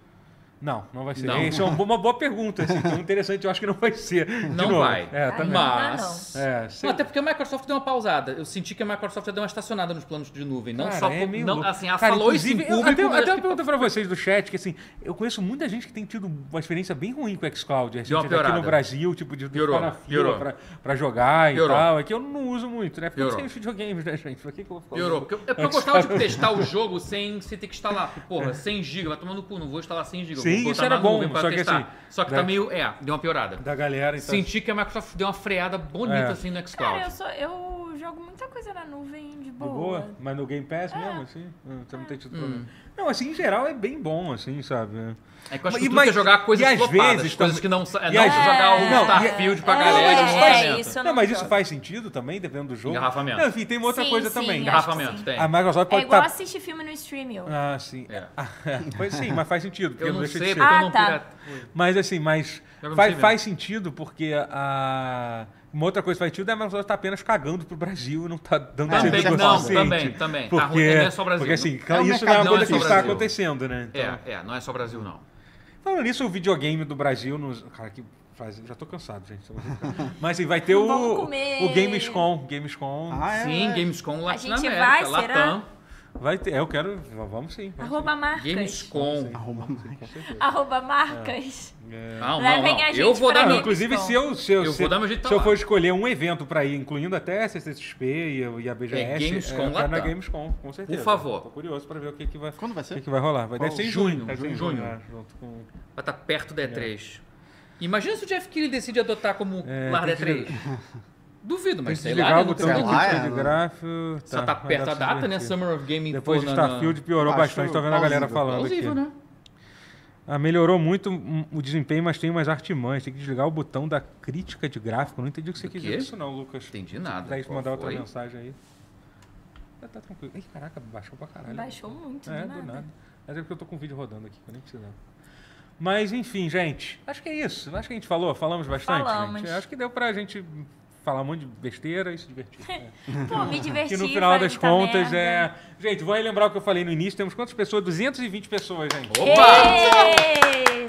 Speaker 1: Não, não vai ser.
Speaker 4: Não.
Speaker 1: Isso é uma bo- uma boa pergunta, assim. Então, interessante, eu acho que não vai ser. De
Speaker 4: Não
Speaker 1: novo.
Speaker 4: vai.
Speaker 1: É, também.
Speaker 4: Mas.
Speaker 1: É, sei-
Speaker 4: Não, até porque a Microsoft deu uma pausada. Eu senti que a Microsoft deu uma estacionada nos planos de nuvem. Não
Speaker 1: Cara,
Speaker 4: só.
Speaker 1: é
Speaker 4: por-
Speaker 1: meio
Speaker 4: não,
Speaker 1: louco.
Speaker 4: assim, ela
Speaker 1: Cara,
Speaker 4: falou isso em
Speaker 1: inclusive, eu-
Speaker 4: público.
Speaker 1: Até,
Speaker 4: mas
Speaker 1: até
Speaker 4: acho
Speaker 1: uma pergunta pra vocês do chat, que assim, eu conheço muita gente que tem tido uma experiência bem ruim com o xCloud. A gente
Speaker 4: uma
Speaker 1: aqui no
Speaker 4: piorada.
Speaker 1: Brasil, tipo, de de
Speaker 4: Piorou,
Speaker 1: ficar na fila
Speaker 4: piorou.
Speaker 1: pra, pra jogar
Speaker 4: Piorou.
Speaker 1: e tal. É que eu não uso muito, né? Porque eu não
Speaker 4: Piorou.
Speaker 1: sei videogames, né, gente? Pra que que eu vou ficar
Speaker 4: Piorou.
Speaker 1: usando?
Speaker 4: Porque eu, é porque eu gostava de testar o jogo sem você ter que instalar. Porque, Porra, 100 GB, vai tomar no cu, não vou instalar 100 GB.
Speaker 1: É. Sim,
Speaker 4: vou botar
Speaker 1: isso era
Speaker 4: na
Speaker 1: bom,
Speaker 4: nuvem pra
Speaker 1: só que
Speaker 4: testar.
Speaker 1: assim,
Speaker 4: só que
Speaker 1: né?
Speaker 4: tá meio. É, deu uma piorada.
Speaker 1: Da galera, então.
Speaker 4: Senti que a Microsoft deu uma freada bonita
Speaker 1: É.
Speaker 4: assim no
Speaker 3: Cara, eu,
Speaker 4: Xcloud.
Speaker 3: sou, eu jogo muita coisa na nuvem de
Speaker 1: De
Speaker 3: boa.
Speaker 1: boa, mas no Game Pass mesmo, assim? Hum, Você não tem tido problema. Não, assim, em geral é bem bom, assim, sabe?
Speaker 4: É que eu
Speaker 1: Mas-
Speaker 4: acho que tudo
Speaker 1: mas-
Speaker 4: que é jogar
Speaker 1: e
Speaker 4: coisas
Speaker 1: às
Speaker 4: flopadas,
Speaker 1: vezes também-
Speaker 4: coisas que não... sa- É,
Speaker 1: e
Speaker 4: não,
Speaker 1: às-
Speaker 4: você jogar o
Speaker 1: Não, e-
Speaker 4: Starfield pra
Speaker 3: é,
Speaker 4: galera.
Speaker 3: é,
Speaker 4: não aumenta.
Speaker 3: isso. eu
Speaker 1: Não,
Speaker 3: não
Speaker 1: mas
Speaker 3: jogo.
Speaker 1: isso faz sentido também, dependendo do jogo.
Speaker 4: Engarrafamento.
Speaker 1: Não, enfim, tem uma outra
Speaker 3: Sim,
Speaker 1: coisa
Speaker 3: sim,
Speaker 1: também. né? Ah,
Speaker 3: acho
Speaker 4: Engarrafamento,
Speaker 3: que
Speaker 4: tem.
Speaker 1: A Microsoft
Speaker 3: É
Speaker 1: pode
Speaker 3: igual
Speaker 1: estar
Speaker 3: assistir filme no streaming.
Speaker 1: Ah, sim.
Speaker 4: É.
Speaker 1: Ah, pois sim, mas faz sentido, porque
Speaker 4: Eu não
Speaker 1: deixa
Speaker 4: sei,
Speaker 1: de ser.
Speaker 4: porque eu não
Speaker 3: Ah, tá.
Speaker 4: pirata-
Speaker 1: Mas assim, mas
Speaker 4: Eu não sei
Speaker 1: faz,
Speaker 4: mesmo.
Speaker 1: faz sentido porque a. Uma outra coisa que faz sentido é a Microsoft tá apenas cagando pro Brasil e não tá dando
Speaker 5: Também,
Speaker 1: serviço
Speaker 5: não,
Speaker 1: suficiente.
Speaker 4: também, também. Tá
Speaker 1: Porque,
Speaker 4: ruim, não é só Brasil,
Speaker 1: Porque assim,
Speaker 5: É
Speaker 1: isso não é
Speaker 5: um
Speaker 1: uma
Speaker 5: mercadão,
Speaker 1: coisa que
Speaker 5: é só
Speaker 1: está
Speaker 3: assim.
Speaker 4: Brasil.
Speaker 1: acontecendo, né? Então,
Speaker 4: É, é, não é só Brasil, não.
Speaker 1: Falando nisso, o videogame do Brasil. Nos... Cara, que frase. Já tô cansado, gente. só vou ficar- Mas assim, vai ter o,
Speaker 3: Vamos comer.
Speaker 1: o Gamescom. Gamescom.
Speaker 5: Ah, é,
Speaker 4: Sim,
Speaker 5: é.
Speaker 4: Gamescom Latina
Speaker 3: gente vai,
Speaker 4: América,
Speaker 3: será?
Speaker 4: Latam,
Speaker 1: Vai ter. Eu quero. Vamos sim. vamos
Speaker 3: Arroba marcas.
Speaker 4: Gamescom.
Speaker 5: Arroba mais.
Speaker 3: Arroba marcas.
Speaker 1: sim. É.
Speaker 4: Não, não,
Speaker 3: Levem
Speaker 4: não.
Speaker 3: a
Speaker 4: Eu
Speaker 3: gente
Speaker 4: vou
Speaker 3: pra
Speaker 4: dar
Speaker 1: Não,
Speaker 3: mim.
Speaker 4: meu...
Speaker 1: inclusive,
Speaker 3: Gamescom.
Speaker 1: se eu, se eu,
Speaker 4: Eu
Speaker 1: se,
Speaker 4: vou dar meu jeito
Speaker 1: se
Speaker 4: pra
Speaker 1: eu
Speaker 4: lá.
Speaker 1: for escolher um evento pra ir, incluindo até a CCXP e a, e a BGS,
Speaker 4: É, Gamescom
Speaker 1: eu quero tá na
Speaker 4: Latam.
Speaker 1: Gamescom, com certeza.
Speaker 4: Por favor. assim?
Speaker 1: Tô curioso pra ver o que, que, vai,
Speaker 5: é. Quando vai
Speaker 1: o que,
Speaker 5: ser?
Speaker 1: que vai rolar. Vai
Speaker 5: Qual?
Speaker 1: deve ser em
Speaker 4: Junho,
Speaker 1: junho. deve ser em
Speaker 4: junho.
Speaker 1: né, junto com-
Speaker 4: Vai estar perto da E3. Imagina se o Jeff Keighley decide adotar como
Speaker 1: É,
Speaker 4: lar da
Speaker 1: tem que
Speaker 4: E3. Duvido,
Speaker 1: Tem
Speaker 4: mas
Speaker 1: que
Speaker 4: sei lá.
Speaker 1: desligar
Speaker 4: né,
Speaker 1: o
Speaker 4: não
Speaker 1: botão
Speaker 4: tem
Speaker 5: sei
Speaker 1: de
Speaker 4: como-
Speaker 5: lá, é,
Speaker 1: filtro de
Speaker 5: não.
Speaker 1: gráfico.
Speaker 4: Só tá perto da
Speaker 1: mas deve
Speaker 4: data,
Speaker 1: ser
Speaker 4: né?
Speaker 1: divertido.
Speaker 4: Summer of Gaming.
Speaker 1: Depois
Speaker 4: pô,
Speaker 1: de
Speaker 4: na- na-
Speaker 1: Starfield piorou
Speaker 5: Acho
Speaker 1: bastante, tô vendo a galera
Speaker 5: plausível.
Speaker 1: falando aqui.
Speaker 4: Plausível, né?
Speaker 1: Ah, melhorou muito hum, o desempenho, mas tem umas artimanhas. Tem que desligar o botão da crítica de gráfico. Não entendi o que você
Speaker 4: Do
Speaker 1: quis
Speaker 4: quê?
Speaker 1: dizer com isso não, Lucas.
Speaker 4: Entendi nada.
Speaker 1: Daí
Speaker 4: Qual
Speaker 1: mandar outra
Speaker 4: foi?
Speaker 1: mensagem aí. Tá, tá tranquilo. Ih, caraca, baixou pra caralho.
Speaker 3: Baixou muito, né?
Speaker 1: É,
Speaker 3: do nada.
Speaker 1: Mas é porque eu tô com o vídeo rodando aqui, que eu nem precisava. Mas enfim, gente, acho que é isso. Acho que a gente falou, falamos bastante,
Speaker 3: Falamos.
Speaker 1: gente. Acho que deu pra gente falar um monte de besteira e se divertir. né?
Speaker 3: Pô, me diverti.
Speaker 1: Que no final
Speaker 3: foi
Speaker 1: das
Speaker 3: muita
Speaker 1: contas
Speaker 4: né?
Speaker 3: merda.
Speaker 1: é. Gente, vou relembrar o que eu falei no início. Temos quantas pessoas? 220 pessoas, gente.
Speaker 4: Opa!
Speaker 3: Ei!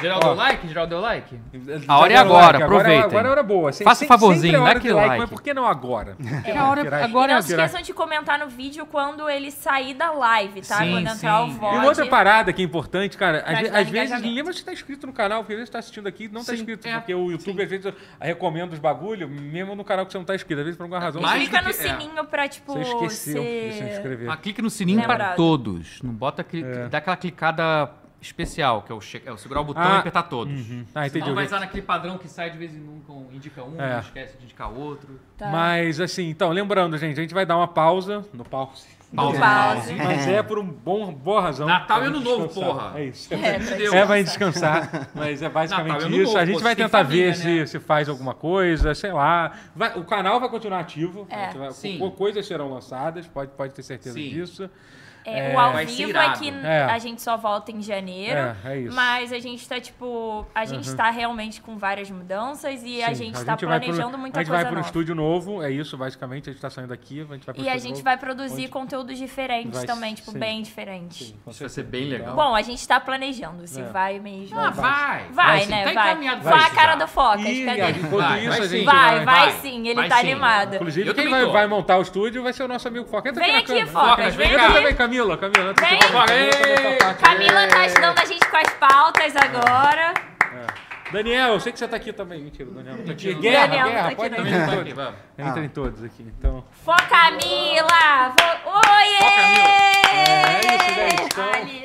Speaker 4: Geral
Speaker 1: Ó.
Speaker 4: deu like? Geral deu like?
Speaker 1: Já
Speaker 4: hora é
Speaker 1: deram
Speaker 4: agora,
Speaker 1: like.
Speaker 4: aproveitem.
Speaker 1: Agora é hora boa. Se-
Speaker 4: Faça
Speaker 1: se-
Speaker 4: um favorzinho,
Speaker 1: sempre é hora
Speaker 4: dá
Speaker 1: de
Speaker 4: aquele like.
Speaker 1: Mas por que não agora?
Speaker 4: É a hora,
Speaker 3: e
Speaker 4: agora
Speaker 3: não se esqueçam de comentar no vídeo quando ele sair da live, tá?
Speaker 4: Sim,
Speaker 3: quando entrar
Speaker 4: sim.
Speaker 3: o
Speaker 4: E
Speaker 1: E
Speaker 3: vote.
Speaker 1: uma outra parada que é importante, cara, às, ve-
Speaker 3: ajudar
Speaker 1: às
Speaker 3: no
Speaker 1: vezes,
Speaker 3: engajamento.
Speaker 1: lembra se está inscrito no canal, porque às vezes está assistindo aqui e não está
Speaker 4: Sim,
Speaker 1: inscrito,
Speaker 4: é.
Speaker 1: porque o YouTube às vezes recomenda os bagulho, mesmo no canal que você não está inscrito, às vezes por alguma razão
Speaker 4: Mas-
Speaker 1: você,
Speaker 4: Mais
Speaker 3: Clica
Speaker 4: do
Speaker 3: no
Speaker 4: que- é.
Speaker 3: sininho pra, tipo,
Speaker 1: você esqueceu de se
Speaker 3: ser...
Speaker 1: inscrever.
Speaker 4: Ah, clique no sininho para
Speaker 3: Lembrado.
Speaker 4: todos. Não bota aquele, dá aquela clicada especial, que é o, che- é o segurar o botão
Speaker 1: Ah,
Speaker 4: e apertar todos.
Speaker 1: Ah, entendi.
Speaker 4: Não vai
Speaker 1: gente.
Speaker 4: estar naquele padrão que sai de vez em nunca, um indica um,
Speaker 1: É.
Speaker 4: esquece de indicar outro.
Speaker 3: Tá.
Speaker 1: Mas assim, então, lembrando, gente, a gente vai dar uma pausa no pause.
Speaker 4: Pausa.
Speaker 3: pause.
Speaker 1: Mas é por um bom, boa razão.
Speaker 4: Natal
Speaker 1: pra
Speaker 4: e Ano
Speaker 1: gente
Speaker 4: Novo,
Speaker 1: descansar.
Speaker 4: porra.
Speaker 1: É isso.
Speaker 3: É, pra
Speaker 4: Deus.
Speaker 1: É, vai descansar, mas é basicamente
Speaker 4: Natal e Ano
Speaker 1: isso. a
Speaker 4: Novo,
Speaker 1: gente
Speaker 4: pô,
Speaker 1: vai
Speaker 4: você tem
Speaker 1: tentar ver
Speaker 4: família, né?
Speaker 1: se, se faz alguma coisa, sei lá. Vai- o canal vai continuar ativo.
Speaker 3: É.
Speaker 1: a gente vai-
Speaker 4: Sim.
Speaker 1: co- coisas serão lançadas, pode, pode ter certeza
Speaker 4: Sim.
Speaker 1: disso.
Speaker 3: É,
Speaker 1: É.
Speaker 3: o ao
Speaker 4: Vai ser
Speaker 3: vivo é
Speaker 4: irado.
Speaker 3: que
Speaker 1: É.
Speaker 3: a gente só volta em janeiro.
Speaker 1: É, é isso. Uhum.
Speaker 3: Mas a gente tá, tipo. A gente tá realmente com várias mudanças e a
Speaker 1: Sim,
Speaker 3: gente tá
Speaker 1: vai pro-
Speaker 3: planejando muita
Speaker 1: A gente vai
Speaker 3: coisa
Speaker 1: para um
Speaker 3: nova.
Speaker 1: estúdio novo, é isso, basicamente. A gente está saindo daqui, a gente vai pro
Speaker 3: E a
Speaker 1: estúdio
Speaker 3: gente
Speaker 1: novo.
Speaker 3: vai produzir conteúdos diferentes
Speaker 1: Vai-
Speaker 3: também, tipo,
Speaker 1: sim.
Speaker 3: bem diferentes.
Speaker 4: Isso vai ser bem legal.
Speaker 3: Bom, a gente tá planejando se
Speaker 1: É.
Speaker 3: vai mesmo.
Speaker 4: Ah, vai!
Speaker 3: Vai,
Speaker 4: sim,
Speaker 3: né?
Speaker 4: Tá
Speaker 3: vai.
Speaker 4: encaminhado
Speaker 3: Vai a
Speaker 4: isso
Speaker 3: cara
Speaker 4: já.
Speaker 3: do Focas,
Speaker 1: Ih,
Speaker 3: cadê?
Speaker 1: enquanto
Speaker 4: Vai,
Speaker 1: isso,
Speaker 4: vai
Speaker 1: a gente
Speaker 4: sim.
Speaker 3: Vai, vai
Speaker 4: vai.
Speaker 3: sim, ele
Speaker 4: Vai
Speaker 3: tá
Speaker 4: sim.
Speaker 3: animado.
Speaker 1: Inclusive,
Speaker 4: Eu
Speaker 1: quem
Speaker 4: também
Speaker 1: vai,
Speaker 4: tô.
Speaker 1: vai montar o estúdio vai ser o nosso amigo Foca. Entra
Speaker 3: Vem
Speaker 1: na
Speaker 3: aqui,
Speaker 1: câmera.
Speaker 3: Focas, vem
Speaker 1: Entra também,
Speaker 3: aqui.
Speaker 1: Camila, Camila. Entra
Speaker 3: Vem.
Speaker 1: aqui, Foca. Entra nessa parte.
Speaker 3: Camila tá ajudando a gente com as pautas agora.
Speaker 1: É. Daniel, eu sei que você tá aqui também. Mentira, o Daniel. não Tá aqui.
Speaker 4: Mentira,
Speaker 1: Guerra,
Speaker 3: Daniel não tá
Speaker 1: guerra,
Speaker 3: aqui,
Speaker 1: pode tá.
Speaker 3: não.
Speaker 1: entrar em
Speaker 4: Vai,
Speaker 1: todos.
Speaker 4: vai.
Speaker 1: Entra em todos aqui, então.
Speaker 3: Fó Camila! Vou... Oiê!
Speaker 1: É isso, gente, então-
Speaker 3: Ali-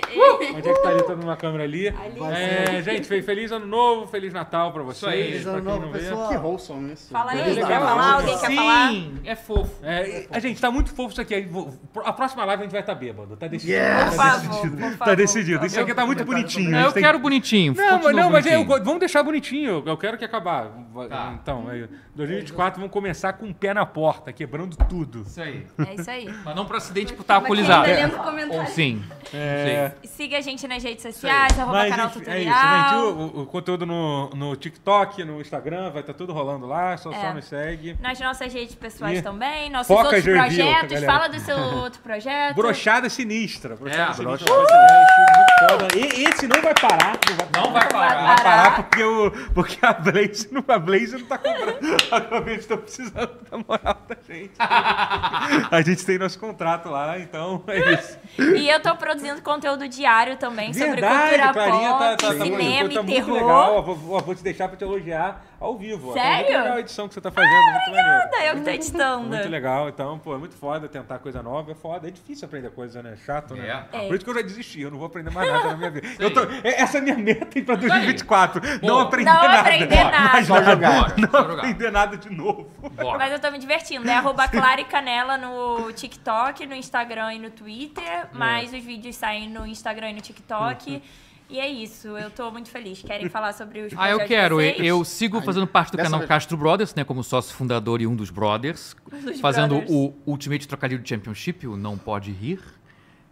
Speaker 1: Onde é que tá ali? Tá numa câmera ali. É, gente, fe- feliz ano novo, feliz Natal pra vocês.
Speaker 4: aí,
Speaker 1: pra
Speaker 2: ano
Speaker 1: quem
Speaker 2: novo,
Speaker 1: não vê.
Speaker 2: pessoal.
Speaker 5: Que wholesome isso.
Speaker 3: Fala aí,
Speaker 1: Legal.
Speaker 3: quer falar? Alguém quer falar?
Speaker 4: Sim, é fofo.
Speaker 1: É, e- a gente, tá muito fofo isso aqui. aí vou- A próxima live a gente vai estar tá bêbado. Tá decidido.
Speaker 3: Por
Speaker 1: Tá
Speaker 3: favor,
Speaker 1: decidido.
Speaker 3: por favor. É
Speaker 1: Tá decidido. Isso aqui tá muito bonitinho.
Speaker 4: Não,
Speaker 1: a
Speaker 4: É, eu
Speaker 1: gente tem-
Speaker 4: quero um bonitinho.
Speaker 1: Não, mas,
Speaker 4: continua
Speaker 1: não, mas eu,
Speaker 4: bonitinho.
Speaker 1: go- vamos deixar bonitinho. Eu quero que acabar. Va-
Speaker 4: Tá.
Speaker 1: Então, aí, 2024 vamos começar com o pé na porta, quebrando tudo.
Speaker 4: Isso aí.
Speaker 3: É isso aí.
Speaker 4: Mas não pro acidente por estar
Speaker 3: tá
Speaker 6: Mas quem
Speaker 4: alcoolizado.
Speaker 6: ainda lembra o comentário.
Speaker 4: Ou sim.
Speaker 1: É,
Speaker 3: Siga a gente nas redes redes sociais, arroba
Speaker 1: Mas,
Speaker 3: canal
Speaker 1: enfim,
Speaker 3: tutorial.
Speaker 1: é isso, gente. O, o- o conteúdo no, no TikTok, no Instagram, vai estar tudo rolando lá. Só,
Speaker 3: É.
Speaker 1: só nos segue.
Speaker 3: Nas nossas redes pessoais
Speaker 1: E
Speaker 3: também, nossos
Speaker 1: foca
Speaker 3: outros
Speaker 1: as reviews,
Speaker 3: projetos.
Speaker 1: galera.
Speaker 3: Fala do seu outro projeto.
Speaker 1: Brochada sinistra. Brochada
Speaker 4: É,
Speaker 1: sinistra. Brochada. Muito foda. E esse não vai parar. Não vai
Speaker 4: Não vai
Speaker 1: Vai
Speaker 4: parar.
Speaker 3: parar.
Speaker 1: parar porque, o, porque a Blaze não, a Blaze não tá comprando. A Blaze tá precisando da moral da gente. A gente tem nosso contrato lá, então é isso.
Speaker 3: E eu tô produzindo conteúdo diário também sobre cultura pop, cinema
Speaker 1: tá
Speaker 3: e
Speaker 1: muito
Speaker 3: terror.
Speaker 1: legal. Eu vou, ó, vou te deixar pra te elogiar ao vivo. ó. Tá
Speaker 3: Sério?
Speaker 1: muito legal a edição que você tá fazendo. muito maneiro.
Speaker 3: Nada, eu que tô editando.
Speaker 1: Muito legal, então, pô, é muito foda tentar coisa nova, é foda, é difícil aprender coisa, né? É Chato, né?
Speaker 4: É.
Speaker 3: É.
Speaker 1: Por isso que eu já desisti, eu não vou aprender mais nada na minha vida. Eu tô- é- essa é a minha meta pra 2024, não
Speaker 4: Pô.
Speaker 1: aprender
Speaker 3: Não
Speaker 1: nada.
Speaker 3: aprender
Speaker 1: Ó,
Speaker 3: nada.
Speaker 1: mais
Speaker 5: Só jogar.
Speaker 4: Bora,
Speaker 1: Não
Speaker 4: só jogar.
Speaker 1: aprender nada de novo.
Speaker 4: Bora.
Speaker 3: Mas eu tô me divertindo. É arroba Clara e Canela no TikTok, no Instagram e no
Speaker 1: É.
Speaker 3: Twitter. Mas os vídeos saem no Instagram e no
Speaker 1: Uhum.
Speaker 3: TikTok. E é isso, eu tô muito feliz. Querem falar sobre os
Speaker 4: Ah, eu
Speaker 3: projetos de
Speaker 4: quero.
Speaker 3: vocês?
Speaker 4: Eu, eu
Speaker 1: Ah,
Speaker 4: sigo fazendo parte do
Speaker 5: dessa
Speaker 4: canal
Speaker 5: vez-
Speaker 4: Castro Brothers, né? Como sócio fundador e um dos brothers.
Speaker 3: dos
Speaker 4: fazendo
Speaker 3: brothers.
Speaker 4: o Ultimate Trocadilho Championship, o Não Pode Rir.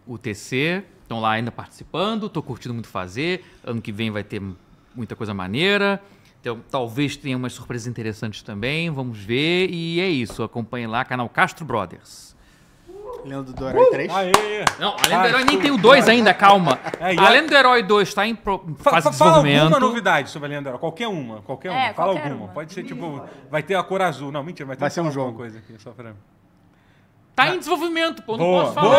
Speaker 4: O TC. Estão lá ainda participando. Tô curtindo muito fazer. Ano que vem vai ter muita coisa maneira. Então, talvez tenha umas surpresas interessantes também. Vamos ver. E é isso. Acompanhe lá, canal Castro Brothers.
Speaker 5: Leandro Dorai 3.
Speaker 1: Aê!
Speaker 4: Não,
Speaker 1: Ah,
Speaker 4: Além do Herói nem
Speaker 1: desculpa.
Speaker 4: tem o 2 ainda, calma.
Speaker 1: É, e a-
Speaker 4: Além do Herói 2 está em pro-
Speaker 1: Fa-
Speaker 4: fase
Speaker 1: fa-
Speaker 4: de
Speaker 1: fala
Speaker 4: desenvolvimento.
Speaker 1: alguma novidade sobre a Leandro, qualquer uma, qualquer
Speaker 3: É,
Speaker 1: uma, fala
Speaker 3: qualquer
Speaker 1: alguma.
Speaker 3: uma.
Speaker 1: Pode ser tipo, vai ter a cor azul, não, mentira, vai ter
Speaker 5: Vai ser um
Speaker 1: alguma
Speaker 5: jogo.
Speaker 1: coisa aqui, só pra...
Speaker 4: Tá em desenvolvimento, pô, não
Speaker 1: Boa,
Speaker 4: posso falar.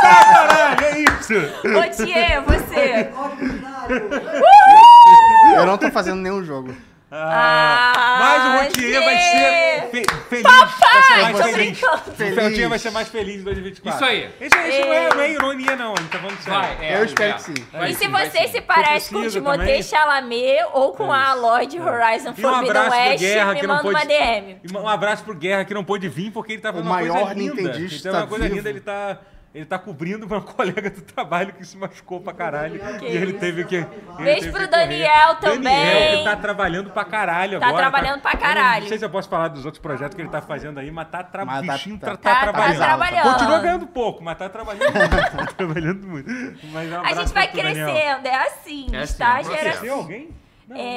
Speaker 1: Caralho, é isso!
Speaker 3: Ô, Thier, você.
Speaker 2: Ordinário!
Speaker 5: Eu não tô fazendo nenhum jogo.
Speaker 3: Ah,
Speaker 1: Mas o Rotier um vai ser
Speaker 3: Thier.
Speaker 1: fe- feliz. Vai ser
Speaker 3: Ai,
Speaker 1: mais
Speaker 3: tô
Speaker 1: feliz.
Speaker 3: brincando.
Speaker 1: O Feltinha vai ser mais feliz em 2024.
Speaker 4: Isso aí.
Speaker 1: Isso, aí, isso não, é, não é ironia, não. Ele tá falando sério.
Speaker 4: Vai, é,
Speaker 5: Eu espero
Speaker 4: é.
Speaker 5: que sim.
Speaker 4: Vai
Speaker 3: E se
Speaker 4: sim, vai
Speaker 3: você
Speaker 4: sim.
Speaker 3: se parece com o
Speaker 1: preciso
Speaker 3: Timothée
Speaker 1: também. É
Speaker 3: Chalamet ou com a Aloy de Horizon
Speaker 1: E um abraço
Speaker 3: Forbidden
Speaker 1: pro
Speaker 3: Tá West,
Speaker 1: Guerra,
Speaker 3: me
Speaker 1: que não
Speaker 3: manda
Speaker 1: pôde...
Speaker 3: uma DM.
Speaker 1: e Um abraço pro Guerra, que não pôde vir porque ele tá fazendo
Speaker 5: O
Speaker 1: uma coisa
Speaker 5: maior
Speaker 1: linda.
Speaker 5: nintendista
Speaker 1: Então, uma coisa
Speaker 5: vivo.
Speaker 1: linda, ele tá... Ele tá cobrindo pra um colega do trabalho que se machucou pra caralho. e ele teve que. ele
Speaker 3: Beijo
Speaker 1: teve
Speaker 3: pro
Speaker 1: que correr.
Speaker 3: Daniel também.
Speaker 1: Daniel, que tá trabalhando pra caralho
Speaker 3: Tá
Speaker 1: agora.
Speaker 3: trabalhando pra caralho.
Speaker 1: Não sei se eu posso falar dos outros projetos que ele tá fazendo aí, mas tá, tra...
Speaker 5: Mas tá-
Speaker 1: bichinho tá,
Speaker 5: tá-
Speaker 1: tá
Speaker 3: tá- tá
Speaker 1: trabalhando.
Speaker 3: trabalhando.
Speaker 1: Continua ganhando pouco, mas tá trabalhando muito. tá trabalhando muito. Mas um
Speaker 3: A gente
Speaker 1: abraço
Speaker 3: vai
Speaker 1: pra tu, Daniel.
Speaker 3: crescendo, é assim.
Speaker 4: É assim, é
Speaker 3: estágio
Speaker 4: um
Speaker 3: era
Speaker 4: processo.
Speaker 1: Esqueceu alguém? Não, né?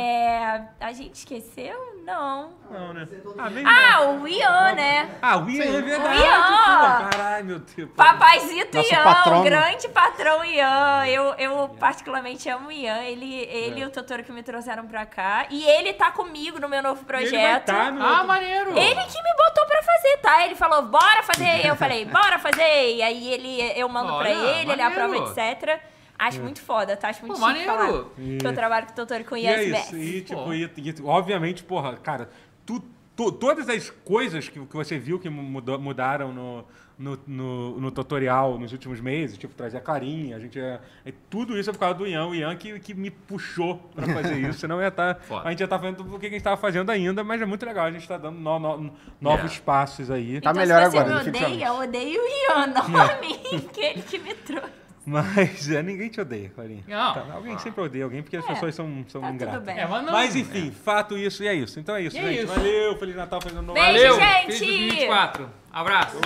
Speaker 3: É. A gente esqueceu? Não.
Speaker 1: não, né? Ah, nem
Speaker 3: Ah, o Ian, né?
Speaker 1: Ah, o Ian é verdade.
Speaker 3: O Ian.
Speaker 1: pô. Caralho, meu Deus.
Speaker 3: Papazito
Speaker 5: Nosso
Speaker 3: Ian,
Speaker 5: patrono.
Speaker 3: grande patrão Ian. Eu, eu particularmente amo o Ian. Ele, ele
Speaker 1: É.
Speaker 3: e o Totoro que me trouxeram pra cá. E ele tá comigo no meu novo
Speaker 1: Ele
Speaker 3: projeto.
Speaker 1: vai tá no
Speaker 4: Ah,
Speaker 1: outro-
Speaker 4: maneiro.
Speaker 3: Ele que me botou pra fazer, tá? Ele falou, bora fazer. Eu falei, bora fazer. E aí ele, eu mando pra
Speaker 4: Olha,
Speaker 3: ele, ele
Speaker 4: maneiro.
Speaker 3: aprova, etc. Acho muito foda, tá? Acho muito
Speaker 4: Pô,
Speaker 3: chique falar
Speaker 4: maneiro.
Speaker 3: Que eu trabalho com o doutor com
Speaker 1: E é
Speaker 3: ISBS.
Speaker 1: isso. E, tipo,
Speaker 4: Pô.
Speaker 1: e, e, obviamente, porra, cara, tu, tu- todas as coisas que, que você viu que mudou- mudaram no, no, no, no tutorial nos últimos meses, tipo, trazer a Clarinha, a gente é, é- Tudo isso é por causa do Ian. O Ian que, que me puxou pra fazer isso. Senão eu ia tá,
Speaker 4: Foda.
Speaker 1: a gente ia estar fazendo o que a gente tava fazendo ainda, mas é muito legal. A gente tá dando no- no- novos
Speaker 4: É.
Speaker 1: passos aí.
Speaker 5: Tá
Speaker 3: então,
Speaker 5: melhor
Speaker 3: se você
Speaker 5: agora,
Speaker 3: me
Speaker 5: definitivamente.
Speaker 3: odeia, eu odeio o Ian, não a mim, que ele que me trouxe. Tá
Speaker 1: Mas é, ninguém te odeia, Clarinha.
Speaker 4: Não.
Speaker 1: Tá, alguém sempre odeia alguém, porque as
Speaker 3: É,
Speaker 1: pessoas são, são
Speaker 3: tá tudo
Speaker 1: ingratas.
Speaker 3: bem.
Speaker 4: É, mas não.
Speaker 1: Mas enfim, fato isso e é isso. Então é isso,
Speaker 4: E é
Speaker 1: gente.
Speaker 4: isso.
Speaker 1: Valeu, Feliz Natal, Feliz Ano Novo.
Speaker 3: Beijo,
Speaker 4: Valeu,
Speaker 3: gente.
Speaker 4: feliz 2024. Abraço.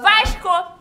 Speaker 3: Vasco!